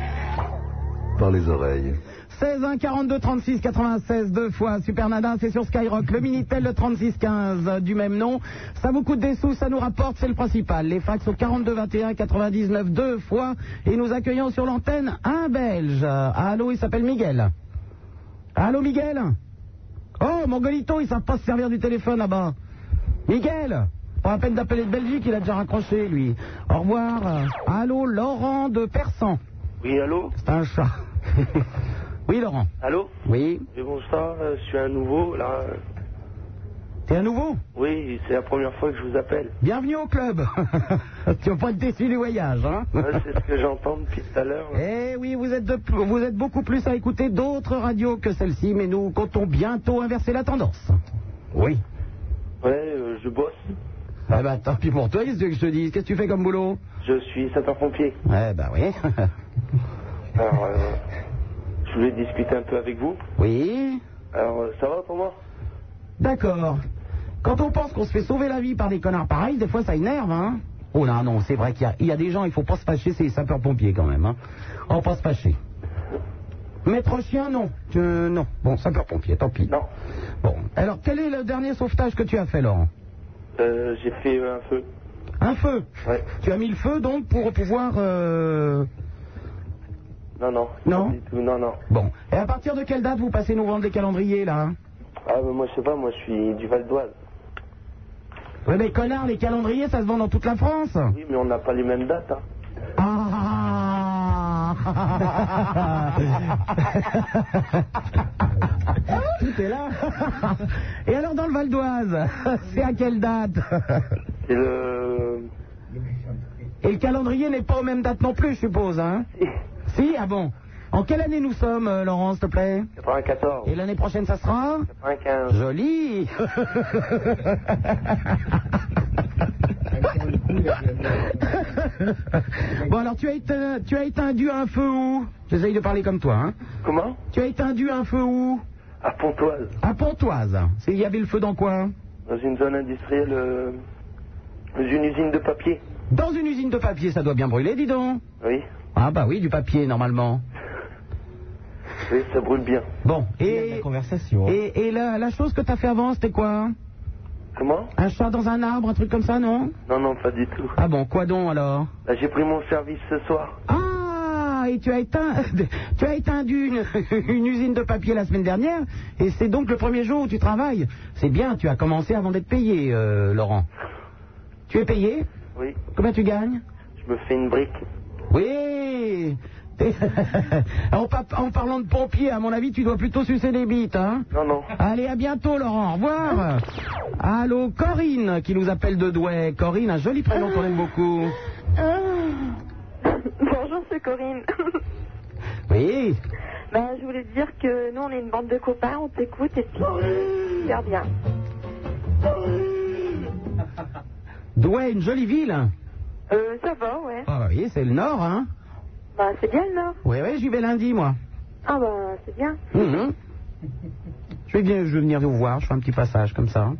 Speaker 1: Par les oreilles.
Speaker 4: 16 1 42 36 96 deux fois Super Nana, c'est sur Skyrock. Le Minitel le 36 15 euh, du même nom. Ça vous coûte des sous, ça nous rapporte, c'est le principal. Les fax au 42 21 99 deux fois et nous accueillons sur l'antenne un Belge. Euh, Allô, il s'appelle Miguel. Allô Miguel. Oh, Mongolito, ils savent pas se servir du téléphone là-bas. Miguel Pas la peine d'appeler de Belgique, il a déjà raccroché, lui. Au revoir. Euh, Allô, Laurent de Persan.
Speaker 8: Oui, allô
Speaker 4: C'est un chat. (laughs) oui, Laurent.
Speaker 8: Allô
Speaker 4: Oui.
Speaker 8: Et bonsoir, euh, je suis un nouveau, là.
Speaker 4: T'es un nouveau
Speaker 8: Oui, c'est la première fois que je
Speaker 4: (laughs)
Speaker 8: vous appelle.
Speaker 4: Bienvenue au club. tu vas pas être déçu du voyage, hein
Speaker 8: Ouais, c'est ce que j'entends depuis tout à l'heure.
Speaker 4: Eh oui, vous êtes, de- vous êtes beaucoup plus à écouter d'autres radios que celle-ci, mais nous comptons bientôt inverser la tendance. Oui.
Speaker 8: Ouais, euh, je bosse.
Speaker 4: Eh ben, tant pis pour toi, qu'est-ce que tu veux que je te dise Qu'est-ce que tu fais comme boulot
Speaker 8: Je suis sapeur-pompier.
Speaker 4: Eh ben oui. (laughs)
Speaker 8: Alors, euh, je voulais discuter un peu avec vous.
Speaker 4: Oui.
Speaker 8: Alors, euh, ça va pour moi
Speaker 4: D'accord. Quand on pense qu'on se fait sauver la vie par des connards pareils, des fois ça énerve, hein Oh là, non, c'est vrai qu'il y a- il y, a des gens, il faut pas se fâcher, c'est les sapeurs-pompiers quand même, hein On pas se fâcher. Maître chien, non. Euh, non. Bon, sapeur-pompier, tant pis. Non. Bon, alors quel est le dernier sauvetage que tu as fait, Laurent
Speaker 8: Euh, J'ai fait euh, un feu.
Speaker 4: Un feu Tu as mis le feu donc pour pouvoir. euh,
Speaker 8: Non, non.
Speaker 4: Non
Speaker 8: pas du tout, Non, non.
Speaker 4: Bon. Et à partir de quelle date vous passez nous vendre les calendriers là hein
Speaker 8: Ah, mais moi, je sais pas, moi, je suis du Val d'Oise.
Speaker 4: Ouais, mais connard, Eh ben, les calendriers ça se vend dans toute la France
Speaker 8: Oui, mais on n'a pas les mêmes dates, hein.
Speaker 4: Ah. Tout est là. (laughs) Et alors dans le Val d'Oise, (laughs) c'est à quelle date
Speaker 8: C'est le...
Speaker 4: Et le calendrier n'est pas aux mêmes dates non plus, je suppose, hein Si, ah bon. En quelle année nous sommes, euh, Laurent, s'il te plaît
Speaker 8: 94.
Speaker 4: Et l'année prochaine, ça sera
Speaker 8: 95.
Speaker 4: Joli Bon, alors, tu as, éteint, tu as étendu un feu où J'essaye de parler comme toi, hein
Speaker 8: Comment
Speaker 4: Tu as étendu un feu où
Speaker 8: À Pontoise.
Speaker 4: À Pontoise. C'est- Il y avait le feu dans quoi
Speaker 8: Dans une zone industrielle... euh, Dans une usine de papier.
Speaker 4: Dans une usine de papier, ça doit bien brûler, dis donc
Speaker 8: Oui.
Speaker 4: Ah bah oui, du papier, normalement.
Speaker 8: Oui, ça brûle bien.
Speaker 4: Bon, et... conversation. Et, et la, la chose que t'as fait avant, c'était quoi
Speaker 8: Comment
Speaker 4: Un chat dans un arbre, un truc comme ça, non
Speaker 8: Non, non, pas du tout.
Speaker 4: Ah bon, quoi donc, alors
Speaker 8: Là, j'ai pris mon service ce soir.
Speaker 4: Ah, et tu as éteint, (laughs) tu as étendu une, (laughs) une usine de papier la semaine dernière, et c'est donc le premier jour où tu travailles. C'est bien, tu as commencé avant d'être payé, euh, Laurent. Tu es payé
Speaker 8: Oui.
Speaker 4: Combien tu gagnes
Speaker 8: Je me fais une brique.
Speaker 4: Oui T'es- (laughs) en, pap- en parlant de pompiers, à mon avis, tu dois plutôt sucer des bites, hein
Speaker 8: Non, non.
Speaker 4: Allez, à bientôt, Laurent. Au revoir. Allô, Corinne, qui nous appelle de Douai. Corinne, un joli prénom qu'on aime beaucoup.
Speaker 10: Bonjour, c'est Corinne. (laughs)
Speaker 4: Oui,
Speaker 10: Ben, je voulais te dire que nous, on est une bande de copains, on t'écoute et puis c'est super bien.
Speaker 4: Douai, une jolie ville.
Speaker 10: Euh, ça va, ouais.
Speaker 4: Ah bah oui, c'est le nord, hein
Speaker 10: Ben, c'est bien le Nord.
Speaker 4: Oui, oui, j'y vais lundi, moi.
Speaker 10: Ah ben, c'est bien.
Speaker 4: Mhm. je, vais venir, je vais venir vous voir, je fais un petit passage comme ça.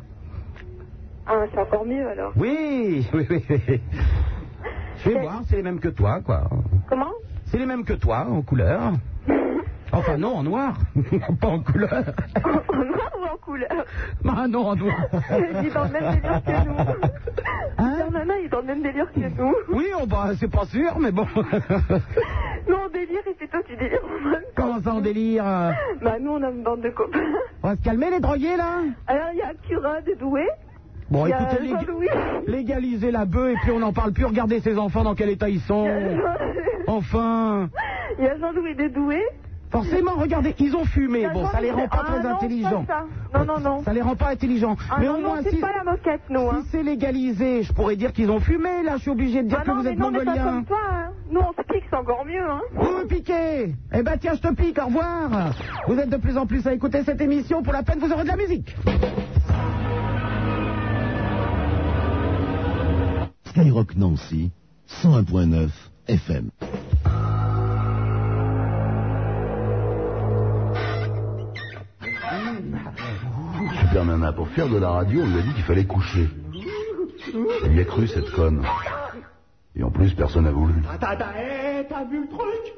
Speaker 10: Ah, c'est encore mieux alors.
Speaker 4: Oui, (laughs) oui, oui. oui. Je vais voir, c'est les mêmes que toi, quoi.
Speaker 10: Comment
Speaker 4: C'est les mêmes que toi, en couleur. Enfin, non, en noir. (laughs) Pas en couleur. (laughs)
Speaker 10: En noir ou en couleur
Speaker 4: Ah non, en noir.
Speaker 10: Il est dans le même délire que nous.
Speaker 4: Hein
Speaker 10: Super Nana, il est dans le même délire que nous.
Speaker 4: Oui, on, bah, c'est pas sûr, (laughs) mais bon.
Speaker 10: Nous, on délire et c'est toi, tu délires en même temps.
Speaker 4: Comment ça, en délire euh
Speaker 10: Ben, nous, on a une bande de copains.
Speaker 4: On va se calmer, les drogués, là
Speaker 10: Alors, il y a Cura de Douai.
Speaker 4: Bon,
Speaker 10: Il y a
Speaker 4: écoutez, lég-
Speaker 10: Jean-Louis.
Speaker 4: légalisez la bœuf et puis on n'en parle plus. Regardez ces enfants dans quel état ils sont. (laughs) Enfin,
Speaker 10: Il y a Jean-Louis de Douai.
Speaker 4: forcément, regardez, ils ont fumé.
Speaker 10: La
Speaker 4: Bon, ça
Speaker 10: grande
Speaker 4: les rend
Speaker 10: idée.
Speaker 4: pas
Speaker 10: Ah
Speaker 4: très
Speaker 10: non,
Speaker 4: intelligents.
Speaker 10: pas ça. Non, non, non.
Speaker 4: Ça les rend pas intelligents.
Speaker 10: Ah
Speaker 4: mais
Speaker 10: non,
Speaker 4: au
Speaker 10: non,
Speaker 4: moins,
Speaker 10: c'est
Speaker 4: si,
Speaker 10: pas la moquette, nous. Hein.
Speaker 4: si c'est légalisé, je pourrais dire qu'ils ont fumé. Là, je suis obligé de dire
Speaker 10: Ah
Speaker 4: que
Speaker 10: non,
Speaker 4: vous
Speaker 10: mais
Speaker 4: êtes
Speaker 10: non, mais pas
Speaker 4: mongolien.
Speaker 10: comme toi. Hein. Nous, on se pique, c'est encore mieux. Hein.
Speaker 4: Vous me piquez Eh ben tiens, je te pique, au revoir Vous êtes de plus en plus à écouter cette émission, pour la peine vous aurez de la musique
Speaker 1: Skyrock Nancy, 101.9 FM. Super Nana, pour faire de la radio, on lui a dit qu'il fallait coucher. Elle y a cru, cette conne. Et en plus, personne n'a voulu.
Speaker 29: Attends, attends, hé, t'as vu le truc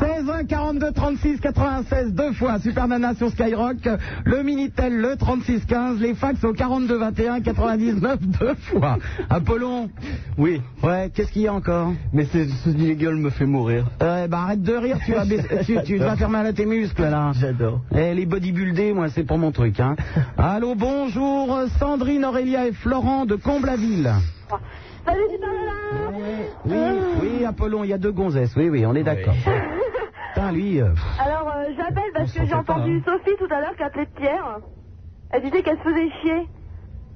Speaker 4: 16 1 42 36 96 deux fois Super Nana sur Skyrock, le Minitel le 36 15, les fax au 42 21 99 (laughs) deux fois. Apollon.
Speaker 13: Oui.
Speaker 4: Ouais, qu'est-ce qu'il y a encore
Speaker 13: Mais c'est- ce gueule me fait mourir.
Speaker 4: Ouais, bah arrête de rire, tu
Speaker 13: (laughs)
Speaker 4: vas, baisser- tu, tu vas faire mal à tes muscles là.
Speaker 13: J'adore.
Speaker 4: Eh, les bodybuildés, moi c'est pour mon truc.
Speaker 13: (laughs)
Speaker 4: Hein. Allô, bonjour Sandrine, Aurélia et Florent de Comblaville.
Speaker 5: Salut, Nicolas
Speaker 4: Oui, oui, Apollon, il y a deux gonzesses, oui, oui, on est d'accord. Putain, lui, euh, pff,
Speaker 30: Alors, euh, j'appelle parce que j'ai entendu Sophie tout à l'heure qui appelait Pierre. Elle disait qu'elle se faisait chier.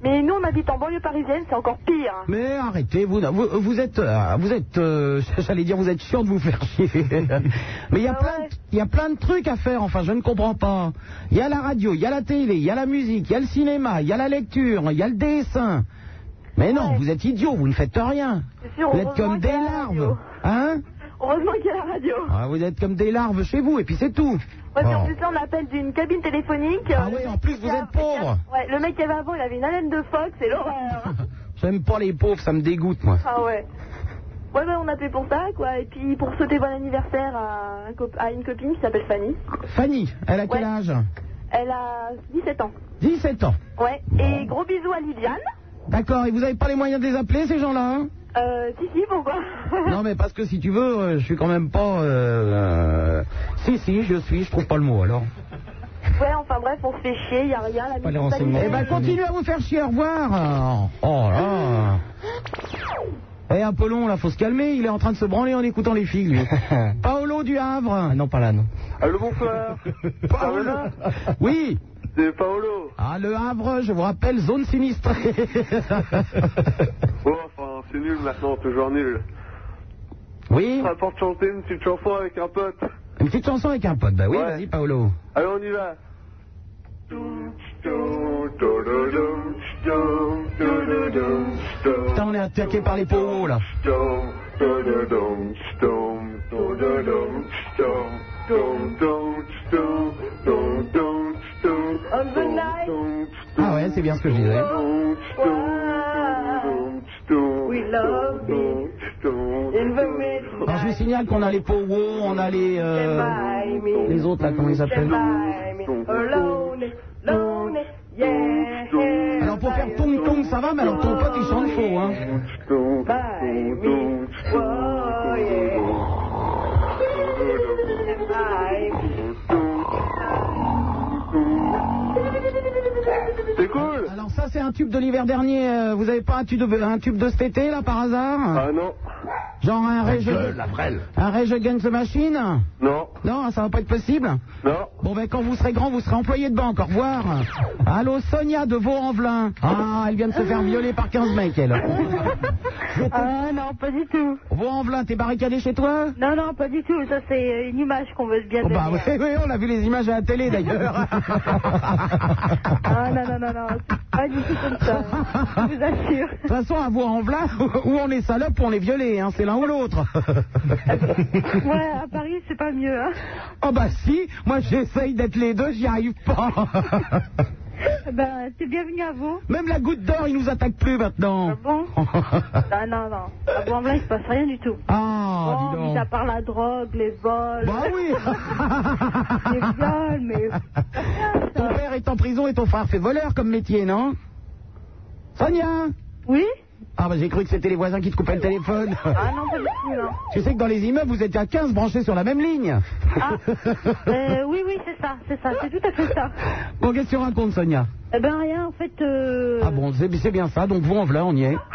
Speaker 30: Mais nous, on habite en banlieue parisienne, c'est encore pire.
Speaker 4: mais arrêtez, vous, vous, vous êtes, euh, vous êtes, euh, (laughs) j'allais dire, vous êtes chiant de vous faire chier. (laughs)
Speaker 30: Ah
Speaker 4: Mais il y a plein, de- il y a plein de trucs à faire. Enfin, je ne comprends pas. Il y a la radio, il y a la télé, il y a la musique, il y a le cinéma, il y a la lecture, il y a le dessin. Mais non, vous êtes idiot, vous ne faites rien.
Speaker 30: C'est sûr,
Speaker 4: vous êtes
Speaker 30: heureusement
Speaker 4: comme des
Speaker 30: qu'il y a la
Speaker 4: larves,
Speaker 30: radio.
Speaker 4: hein
Speaker 30: Heureusement qu'il y a la radio.
Speaker 4: Ah, Vous êtes comme des larves chez vous, et puis c'est tout. Oh,
Speaker 30: Ouais, puis
Speaker 4: Bon.
Speaker 30: en plus, là, on appelle d'une cabine téléphonique. Ah oui, en plus, vous êtes
Speaker 4: pauvre.
Speaker 30: Ouais, le mec qui avait avant, il avait une haleine de phoque, c'est (laughs) l'horreur.
Speaker 4: J'aime pas les pauvres, ça me dégoûte, moi.
Speaker 30: ah ouais. Ouais, ouais, on appelait pour ça, quoi. Et puis, pour souhaiter bon anniversaire à, un cop- à une copine qui s'appelle Fanny.
Speaker 4: Fanny, elle a quel
Speaker 30: Ouais.
Speaker 4: âge
Speaker 30: Elle a 17 ans.
Speaker 4: 17 ans.
Speaker 30: Ouais. Et gros bisous à Liliane.
Speaker 4: D'accord, et vous n'avez pas les moyens de les appeler, ces gens-là hein
Speaker 30: Euh, si, si, pourquoi
Speaker 4: Non, mais parce que si tu veux, euh, je suis quand même pas. euh, euh, Si, si, je suis, je trouve pas le mot alors.
Speaker 30: Ouais, enfin bref, on se fait chier, y a rien. La municipalité-
Speaker 4: Eh ben, continuez à vous faire chier, au revoir. Oh là. Eh, Apollon, là, faut se calmer, il est en train de se branler en écoutant les filles, (laughs) lui. Paolo du Havre. Ah, non, pas là, non.
Speaker 15: Allô, bonsoir.
Speaker 4: Paolo Oui
Speaker 15: C'est Paolo.
Speaker 4: Ah, le Havre, je vous rappelle, zone sinistrée.
Speaker 15: Bon, enfin, c'est nul maintenant, toujours nul.
Speaker 4: (laughs) Oui
Speaker 15: On va pas chanter une petite chanson avec un pote.
Speaker 4: Une petite chanson avec un pote, bah oui, vas-y, Paolo.
Speaker 15: Allez, on y va.
Speaker 4: Putain, on est attaqué par les pauvres, là. Ah ouais, c'est bien ce que je disais.
Speaker 10: Ah,
Speaker 4: Alors, Ah, je vous signale qu'on a les Powo, on a les. euh, les autres, là, comment ils s'appellent
Speaker 10: Oh,
Speaker 4: Alors, pour faire Tong Tong, ça va, mais alors ton pote, il chante faux, hein.
Speaker 15: C'est cool
Speaker 4: Alors, ça, c'est un tube de l'hiver dernier. euh, Vous avez pas un tube, de, un tube de cet été, là, par hasard
Speaker 15: Ah non,
Speaker 4: Genre un
Speaker 15: La
Speaker 4: Rage...
Speaker 15: gueule, la frêle.
Speaker 4: Un Rage Against the Machine
Speaker 15: non,
Speaker 4: Non, ça va pas être possible
Speaker 15: non.
Speaker 4: Bon ben quand vous serez grand, vous serez employé de banque, au revoir. Allô Sonia de Vaux-en-Velin. Ah, elle vient de se faire violer par 15 mecs, elle.
Speaker 10: Ah non, pas du tout.
Speaker 4: Vaux-en-Velin, t'es barricadé chez toi
Speaker 10: Non, non, pas du tout. Ça, c'est euh, une image qu'on veut bien
Speaker 4: Oh, bah (laughs) oui, oui, on a vu les images à la télé d'ailleurs.
Speaker 10: Ah non, non, non, non. c'est Pas du tout comme ça. Je vous assure.
Speaker 4: De toute façon, à (laughs) Vaux-en-Velin, ou on est salope ou on est violé, hein, c'est l'un ou l'autre. (laughs)
Speaker 10: Ouais, à Paris, c'est pas mieux. Hein.
Speaker 4: oh bah si, moi j'essaye d'être les deux, j'y arrive pas. (laughs)
Speaker 10: Ben, c'est bienvenu à vous.
Speaker 4: Même la goutte d'or, il nous attaque plus maintenant.
Speaker 10: Bon. Ah non, non. À Blanc-Blanc, il se passe rien du tout.
Speaker 4: (laughs) Ah,
Speaker 10: bon,
Speaker 4: dis donc.
Speaker 10: Oh, mis à part la drogue, les vols.
Speaker 4: Bah oui
Speaker 10: les viols,
Speaker 4: (laughs)
Speaker 10: (laughs) mais.
Speaker 4: Ton père est en prison et ton frère fait voleur comme métier, non Sonia
Speaker 10: Oui
Speaker 4: Ah bah j'ai cru que c'était les voisins qui te coupaient le téléphone.
Speaker 10: (laughs) Ah non, pas du tout, non.
Speaker 4: Tu sais que dans les immeubles, vous étiez à 15 branchés sur la même ligne. (laughs)
Speaker 10: Ah, euh, oui, oui, c'est ça, c'est ça, c'est tout à fait ça.
Speaker 4: Bon, qu'est-ce que tu racontes, Sonia
Speaker 10: Eh ben, rien, en fait. euh,
Speaker 4: Ah bon, c'est c'est bien ça, donc vous en voilà, on y est.
Speaker 10: (laughs)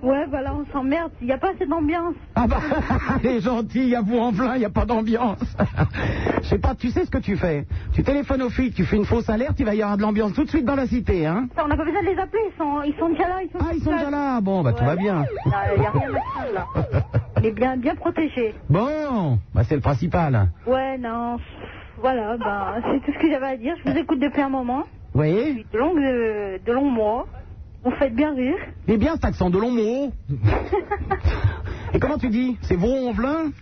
Speaker 10: Ouais, voilà, on s'emmerde. Il n'y a pas assez d'ambiance.
Speaker 4: Ah bah, (laughs) les gentils, il y a vous en plein, il n'y a pas d'ambiance. (laughs) Je sais pas, tu sais ce que tu fais. Tu téléphones aux flics, tu fais une fausse alerte, il va y avoir de l'ambiance tout de suite dans la cité, hein
Speaker 10: Ça, On n'a pas besoin de les appeler, ils sont, ils sont déjà là. Ils sont
Speaker 4: Ah, ils sont déjà là, bon, bah tout va bien.
Speaker 10: Il n'y Ah, a rien à craindre, là. On est bien, bien protégés.
Speaker 4: (laughs) Bon, bah c'est le principal.
Speaker 10: Ouais, non. Voilà, ben, c'est tout ce que j'avais à dire. Je vous écoute depuis un moment,
Speaker 4: Vous voyez
Speaker 10: de, longues, euh, de longs mois. Vous me faites bien rire.
Speaker 4: Eh bien cet accent de long
Speaker 10: (laughs)
Speaker 4: mot. Et comment tu dis C'est Vaux-en-Velin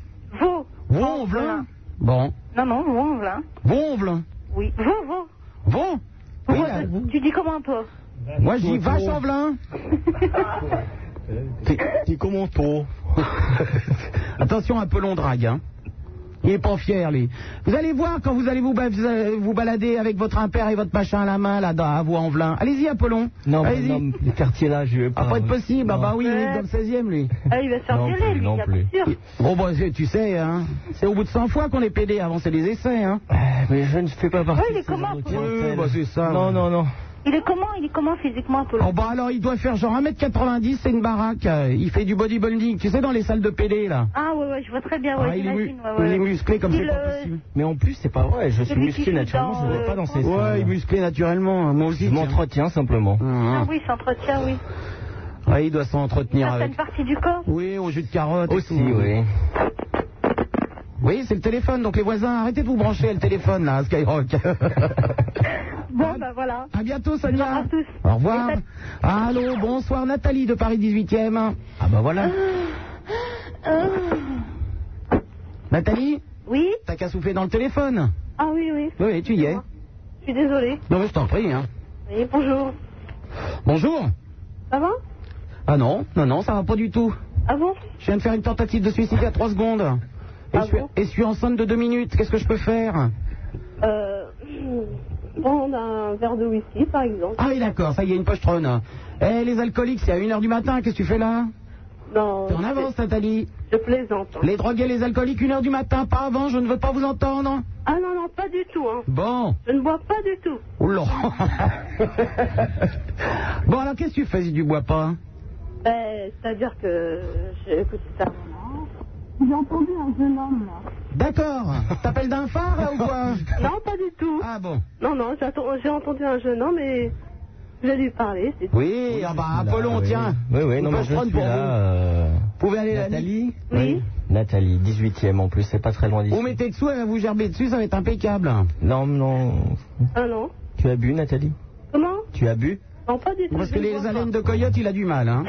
Speaker 10: Vaux.
Speaker 4: Vaux-en-Velin Bon.
Speaker 10: Non, hein. non, vous, là.
Speaker 4: Vaux-en-Velin
Speaker 10: Oui, vous, vous.
Speaker 4: Vaux Oui, là.
Speaker 10: Tu dis comment, toi
Speaker 4: Moi, je dis vache en velin. T'es comment toi Attention, un peu long drague, hein. Il est pas fier, lui. Vous allez voir quand vous allez vous, ba- vous balader avec votre impair et votre machin à la main, là, dans- à vous en velin. Allez-y, Apollon.
Speaker 8: Non, mais
Speaker 4: allez-y.
Speaker 8: non, les quartiers là, je vais pas.
Speaker 4: Ah, pas de possible. Ah, bah oui, il est dans le 16e, lui.
Speaker 10: Ah, il va se faire
Speaker 4: Non
Speaker 10: virer,
Speaker 4: plus,
Speaker 10: lui,
Speaker 4: non
Speaker 10: il y a
Speaker 4: plus.
Speaker 10: pas sûr.
Speaker 4: Bon, bah, c'est- tu sais, hein, c'est au bout de 100 fois qu'on est pédé. Avant, c'est les essais, hein. Mais je ne fais pas
Speaker 10: partie Ouais, il est de ce comment, genre de Apollon
Speaker 4: Oui, bah, c'est ça.
Speaker 8: Non, non, non.
Speaker 10: Il est comment Il est comment physiquement, Apollon
Speaker 4: Oh bah alors il doit faire genre 1m90, c'est une baraque. euh, Il fait du bodybuilding, tu sais dans les salles de PD là.
Speaker 10: Ah, ouais, ouais, je vois très bien, ouais,
Speaker 4: Ah, il, est mu-
Speaker 10: j'imagine, ouais, ouais.
Speaker 4: il est musclé comme
Speaker 10: Il,
Speaker 4: c'est pas
Speaker 10: euh,
Speaker 4: possible.
Speaker 8: Mais en plus, c'est pas vrai. Je suis
Speaker 10: Celui qui
Speaker 8: musclé
Speaker 10: joue
Speaker 8: naturellement,
Speaker 10: dans,
Speaker 8: je ne vais
Speaker 10: euh,
Speaker 8: pas dans ces
Speaker 4: Ouais, il est musclé naturellement, hein, moi aussi. Je
Speaker 8: m'entretiens simplement.
Speaker 10: Ah oui, il s'entretient, oui.
Speaker 4: Ah, il doit s'entretenir avec.
Speaker 10: Certaines parties du corps.
Speaker 4: Oui, au jus de carotte.
Speaker 8: Aussi,
Speaker 4: oui. Oui, c'est le téléphone, donc les voisins, arrêtez de vous brancher à le téléphone là, à Skyrock. (laughs)
Speaker 10: Bon, bah voilà.
Speaker 4: À bientôt, Sonia.
Speaker 10: À tous.
Speaker 4: Au revoir. Allô, bonsoir Nathalie de Paris 18e. Ah bah voilà.
Speaker 10: Ah,
Speaker 4: Nathalie
Speaker 10: Oui
Speaker 4: T'as qu'à souffler dans le téléphone.
Speaker 10: Ah oui, oui,
Speaker 4: Oui, tu y es.
Speaker 10: je suis désolée.
Speaker 4: Non mais je t'en prie. Hein.
Speaker 10: Oui, bonjour.
Speaker 4: Bonjour.
Speaker 10: Ça va
Speaker 4: Ah non, non, non, ça va pas du tout.
Speaker 10: Ah bon
Speaker 4: Je viens de faire une tentative de suicide à 3 secondes. Et, je, suis, et je suis enceinte de 2 minutes. Qu'est-ce que je peux faire
Speaker 10: Euh. Bon, on a un verre de whisky, par exemple.
Speaker 4: Ah oui, d'accord, ça y est, une pochetronne. Eh, les alcooliques, c'est à 1h du matin, qu'est-ce que tu fais là
Speaker 10: Non.
Speaker 4: T'es en avance, Nathalie.
Speaker 10: Je plaisante.
Speaker 4: Les drogués, les alcooliques, 1h du matin, pas avant, je ne veux pas vous entendre.
Speaker 10: Ah non, non, pas du tout, hein.
Speaker 4: Bon.
Speaker 10: Je ne bois pas du tout.
Speaker 4: Oula. (laughs) bon, alors qu'est-ce que tu fais si tu bois pas hein
Speaker 10: Ben, c'est-à-dire que. je- Écoute ça.
Speaker 16: J'ai entendu un jeune homme là.
Speaker 4: D'accord. T'appelles d'un phare là, ou quoi
Speaker 10: Non, pas du tout.
Speaker 4: Ah bon
Speaker 10: Non, non, j'attends- j'ai entendu un jeune homme et. Je vais lui parler, c'est tout.
Speaker 4: Oui, ah bah, Apollon,
Speaker 8: oui.
Speaker 4: tiens.
Speaker 8: Oui, oui,
Speaker 4: Une
Speaker 8: non, mais je
Speaker 4: pochetronne
Speaker 8: suis
Speaker 4: pour
Speaker 8: là.
Speaker 4: vous.
Speaker 8: euh,
Speaker 4: Vous pouvez aller la nuit.
Speaker 8: Nathalie
Speaker 10: Oui.
Speaker 8: Nathalie, 18e en plus, c'est pas très loin d'ici.
Speaker 4: Vous mettez dessous, elle va vous gerber dessus, ça va être impeccable.
Speaker 8: Non, non.
Speaker 10: Ah non
Speaker 8: Tu as bu, Nathalie
Speaker 10: Comment
Speaker 8: Tu as bu
Speaker 10: Non, pas du tout.
Speaker 4: Parce
Speaker 10: je
Speaker 4: que
Speaker 10: ne
Speaker 4: les
Speaker 10: bois pas.
Speaker 4: haleines de coyote, il a du mal. Hein.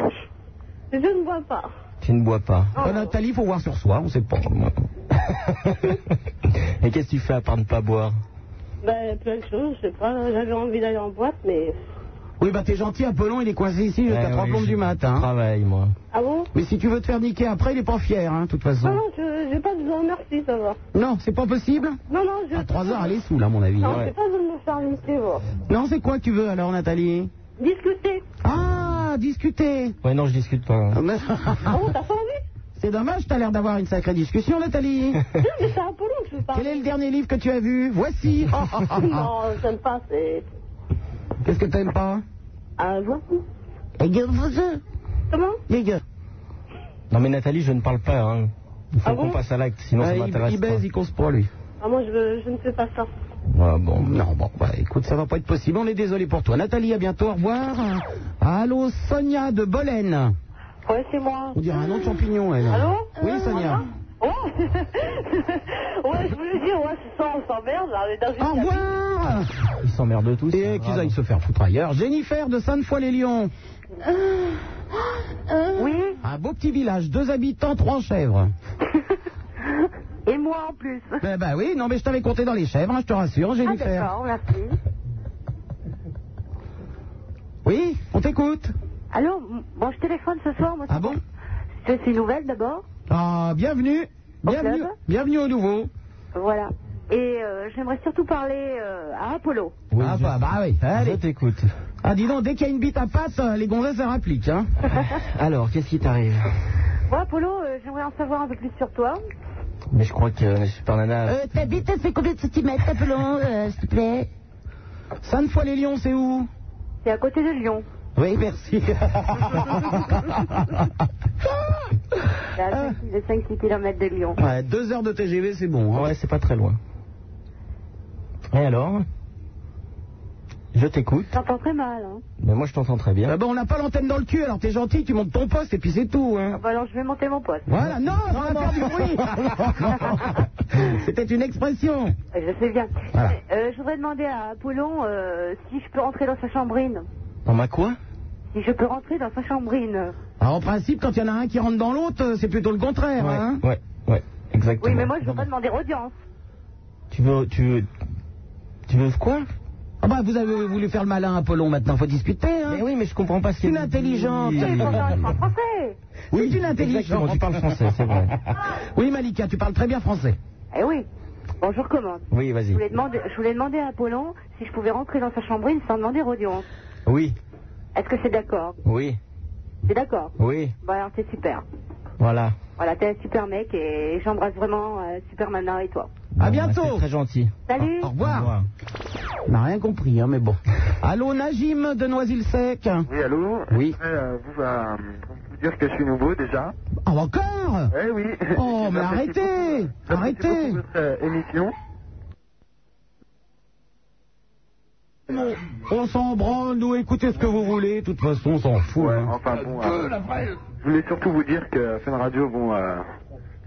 Speaker 10: Je ne bois pas.
Speaker 8: Tu ne bois pas.
Speaker 4: Bon, Nathalie, faut voir sur soi, on sait pas.
Speaker 8: (laughs) Et qu'est-ce que tu fais à part ne pas boire
Speaker 10: Ben, plein de choses, je sais pas. J'avais envie d'aller en boîte, mais.
Speaker 4: Oui, bah t'es gentil, Apollon, il est coincé ici
Speaker 8: Eh
Speaker 4: jusqu'à
Speaker 8: oui,
Speaker 4: 3 plombes
Speaker 8: je
Speaker 4: du matin.
Speaker 8: Travaille, moi.
Speaker 10: Ah bon
Speaker 4: Mais si tu veux te faire niquer après, il est pas fier, hein, de toute
Speaker 10: Non,
Speaker 4: façon.
Speaker 10: non, je j'ai pas besoin, merci, ça va.
Speaker 4: Non, c'est pas possible
Speaker 10: Non, non, je.
Speaker 4: À 3 heures, elle est sous, là, à mon avis. hein.
Speaker 10: Non, j'ai pas besoin de me faire niquer, moi.
Speaker 4: Non, c'est quoi que tu veux alors, Nathalie
Speaker 10: Discuter.
Speaker 4: Ah, discuter
Speaker 8: Ouais, non, je discute pas. hein.
Speaker 10: Ah bon, t'as pas envie
Speaker 4: C'est dommage, t'as l'air d'avoir une sacrée discussion,
Speaker 8: (laughs)
Speaker 4: Nathalie.
Speaker 10: Non, mais c'est un peu long que je parle.
Speaker 4: Quel est le dernier livre que tu as vu Voici.
Speaker 8: (laughs)
Speaker 4: Ah,
Speaker 10: (laughs) Non, j'aime pas, c'est.
Speaker 4: Qu'est-ce que t'aimes pas
Speaker 10: Ah, voici.
Speaker 4: Les gars, voici.
Speaker 10: Comment
Speaker 4: Les gars.
Speaker 8: Non, mais Nathalie, je ne parle pas. Hein. Il faut
Speaker 10: Ah
Speaker 8: qu'on
Speaker 10: bon
Speaker 8: passe à l'acte, sinon
Speaker 4: Ah,
Speaker 8: ça
Speaker 4: il-
Speaker 8: m'intéresse.
Speaker 4: il baise, il cause pas, lui.
Speaker 10: Ah, moi, je, veux- je ne fais pas ça.
Speaker 8: Ah, bon.
Speaker 4: Non, bon, bah écoute, ça va pas être possible. On est désolé pour toi. Nathalie, à bientôt, au revoir. Allô, Sonia de Bolène.
Speaker 31: Ouais, c'est moi.
Speaker 4: On dirait un nom de champignon, elle.
Speaker 31: Allô Euh,
Speaker 4: Oui, Sonia.
Speaker 31: Ouais Ouais, je voulais dire, ouais, c'est ça, on s'emmerde, là, on est dans une
Speaker 6: Ah.
Speaker 4: Au revoir
Speaker 8: Ils s'emmerdent tous.
Speaker 4: Et qu'ils aillent se faire foutre ailleurs. Jennifer de Sainte-Foy-les-Lyons.
Speaker 6: Oui,
Speaker 4: Un beau petit village, deux habitants, trois chèvres.
Speaker 6: (laughs) et moi en plus.
Speaker 4: Ben, bah oui, non mais je t'avais compté dans les chèvres, hein, je te rassure,
Speaker 6: Ah
Speaker 4: Jennifer.
Speaker 6: d'accord, merci.
Speaker 4: oui, on t'écoute.
Speaker 6: Allô, m- bon, je téléphone ce soir, moi.
Speaker 4: Ah bon
Speaker 6: Je suis nouvelle d'abord,
Speaker 4: Ah, bienvenue.
Speaker 6: Au
Speaker 4: Bienvenue,
Speaker 6: club
Speaker 4: bienvenue au nouveau.
Speaker 6: voilà. Et euh, j'aimerais surtout parler euh, à Apollo.
Speaker 4: ah bah, bah oui,
Speaker 8: Je
Speaker 4: allez.
Speaker 8: t'écoute.
Speaker 4: Ah dis donc, dès qu'il y a une bite à patte, les gonzesses, elles rappliquent. Hein.
Speaker 8: (laughs) Alors, qu'est-ce qui t'arrive
Speaker 6: Bon, Apollo, euh, j'aimerais en savoir un peu plus sur toi.
Speaker 8: Mais je crois que euh, Super Nana.
Speaker 4: ta bite, elle fait combien de centimètres, Apollon, s'il te plaît Sainte fois les lions, c'est où
Speaker 6: C'est à côté de Lyon.
Speaker 4: Oui,
Speaker 8: (laughs)
Speaker 4: merci.
Speaker 6: C'est à 5-6 km de Lyon.
Speaker 4: ouais, deux heures de TGV, c'est bon. hein.
Speaker 8: Ouais, c'est pas très loin. Et alors Je t'écoute.
Speaker 6: J'entends très mal. Hein.
Speaker 8: Mais moi, je t'entends très bien.
Speaker 4: Ah bah, on n'a pas l'antenne dans le cul, alors t'es gentil, tu montes ton poste et puis c'est tout. Hein.
Speaker 31: Bah,
Speaker 6: Bon, alors je vais monter mon poste.
Speaker 4: Voilà, non, ça va faire du
Speaker 8: (laughs)
Speaker 4: bruit. C'était une expression.
Speaker 6: Euh, Je sais bien.
Speaker 4: Voilà.
Speaker 6: Euh, je voudrais demander à Apollon euh, si je peux rentrer dans sa chambrine.
Speaker 8: On m'a quoi
Speaker 6: Si je peux rentrer dans sa chambrine.
Speaker 4: Alors, Ah, en principe, quand il y en a un qui rentre dans l'autre, euh, c'est plutôt le contraire. hein.
Speaker 8: Ouais, ouais, exactement.
Speaker 6: Oui, mais moi je veux pas demander audience.
Speaker 8: Tu veux. Tu veux. Tu veux quoi
Speaker 4: Ah bah, vous avez voulu faire le malin, Apollon, maintenant, faut discuter. Hein.
Speaker 8: Mais oui, mais je comprends pas ce
Speaker 4: C'est
Speaker 8: qu'il
Speaker 4: une
Speaker 8: y a-
Speaker 4: intelligente.
Speaker 6: Et pourtant, je parle français.
Speaker 4: Oui, c'est une
Speaker 8: Exactement,
Speaker 4: intelligente.
Speaker 8: tu parles français, c'est vrai.
Speaker 4: Oui, Malika, tu parles très bien français.
Speaker 10: Eh oui. Bon, je recommence.
Speaker 4: Oui,
Speaker 10: Je
Speaker 4: vas-y.
Speaker 10: voulais, demander, je voulais demander à Apollon si je pouvais rentrer dans sa chambrine sans demander audience.
Speaker 4: Oui,
Speaker 10: Est-ce que c'est d'accord
Speaker 4: oui,
Speaker 10: C'est d'accord
Speaker 4: oui.
Speaker 10: Bon, alors c'est super.
Speaker 4: Voilà.
Speaker 10: Voilà, t'es un super mec et j'embrasse vraiment euh, Super Nana et toi.
Speaker 4: à bientôt. Très gentil.
Speaker 10: Salut
Speaker 4: Au revoir. On n'a rien compris, hein, mais bon. Allô, Najim de Noisy-le-Sec.
Speaker 16: Oui, allô
Speaker 4: Oui.
Speaker 16: Je voudrais, euh, vous, euh, vous dire que je suis nouveau déjà.
Speaker 4: Ah, encore
Speaker 16: Eh oui. (laughs)
Speaker 4: Oh, mais arrêtez Arrêtez
Speaker 16: Votre euh, émission.
Speaker 4: Non, On s'en branle, nous, écoutez ce que vous voulez, de toute façon, on s'en fout.
Speaker 8: Ah,
Speaker 4: hein.
Speaker 16: Enfin bon, euh, je voulais surtout vous dire que Fun Radio, bon, euh,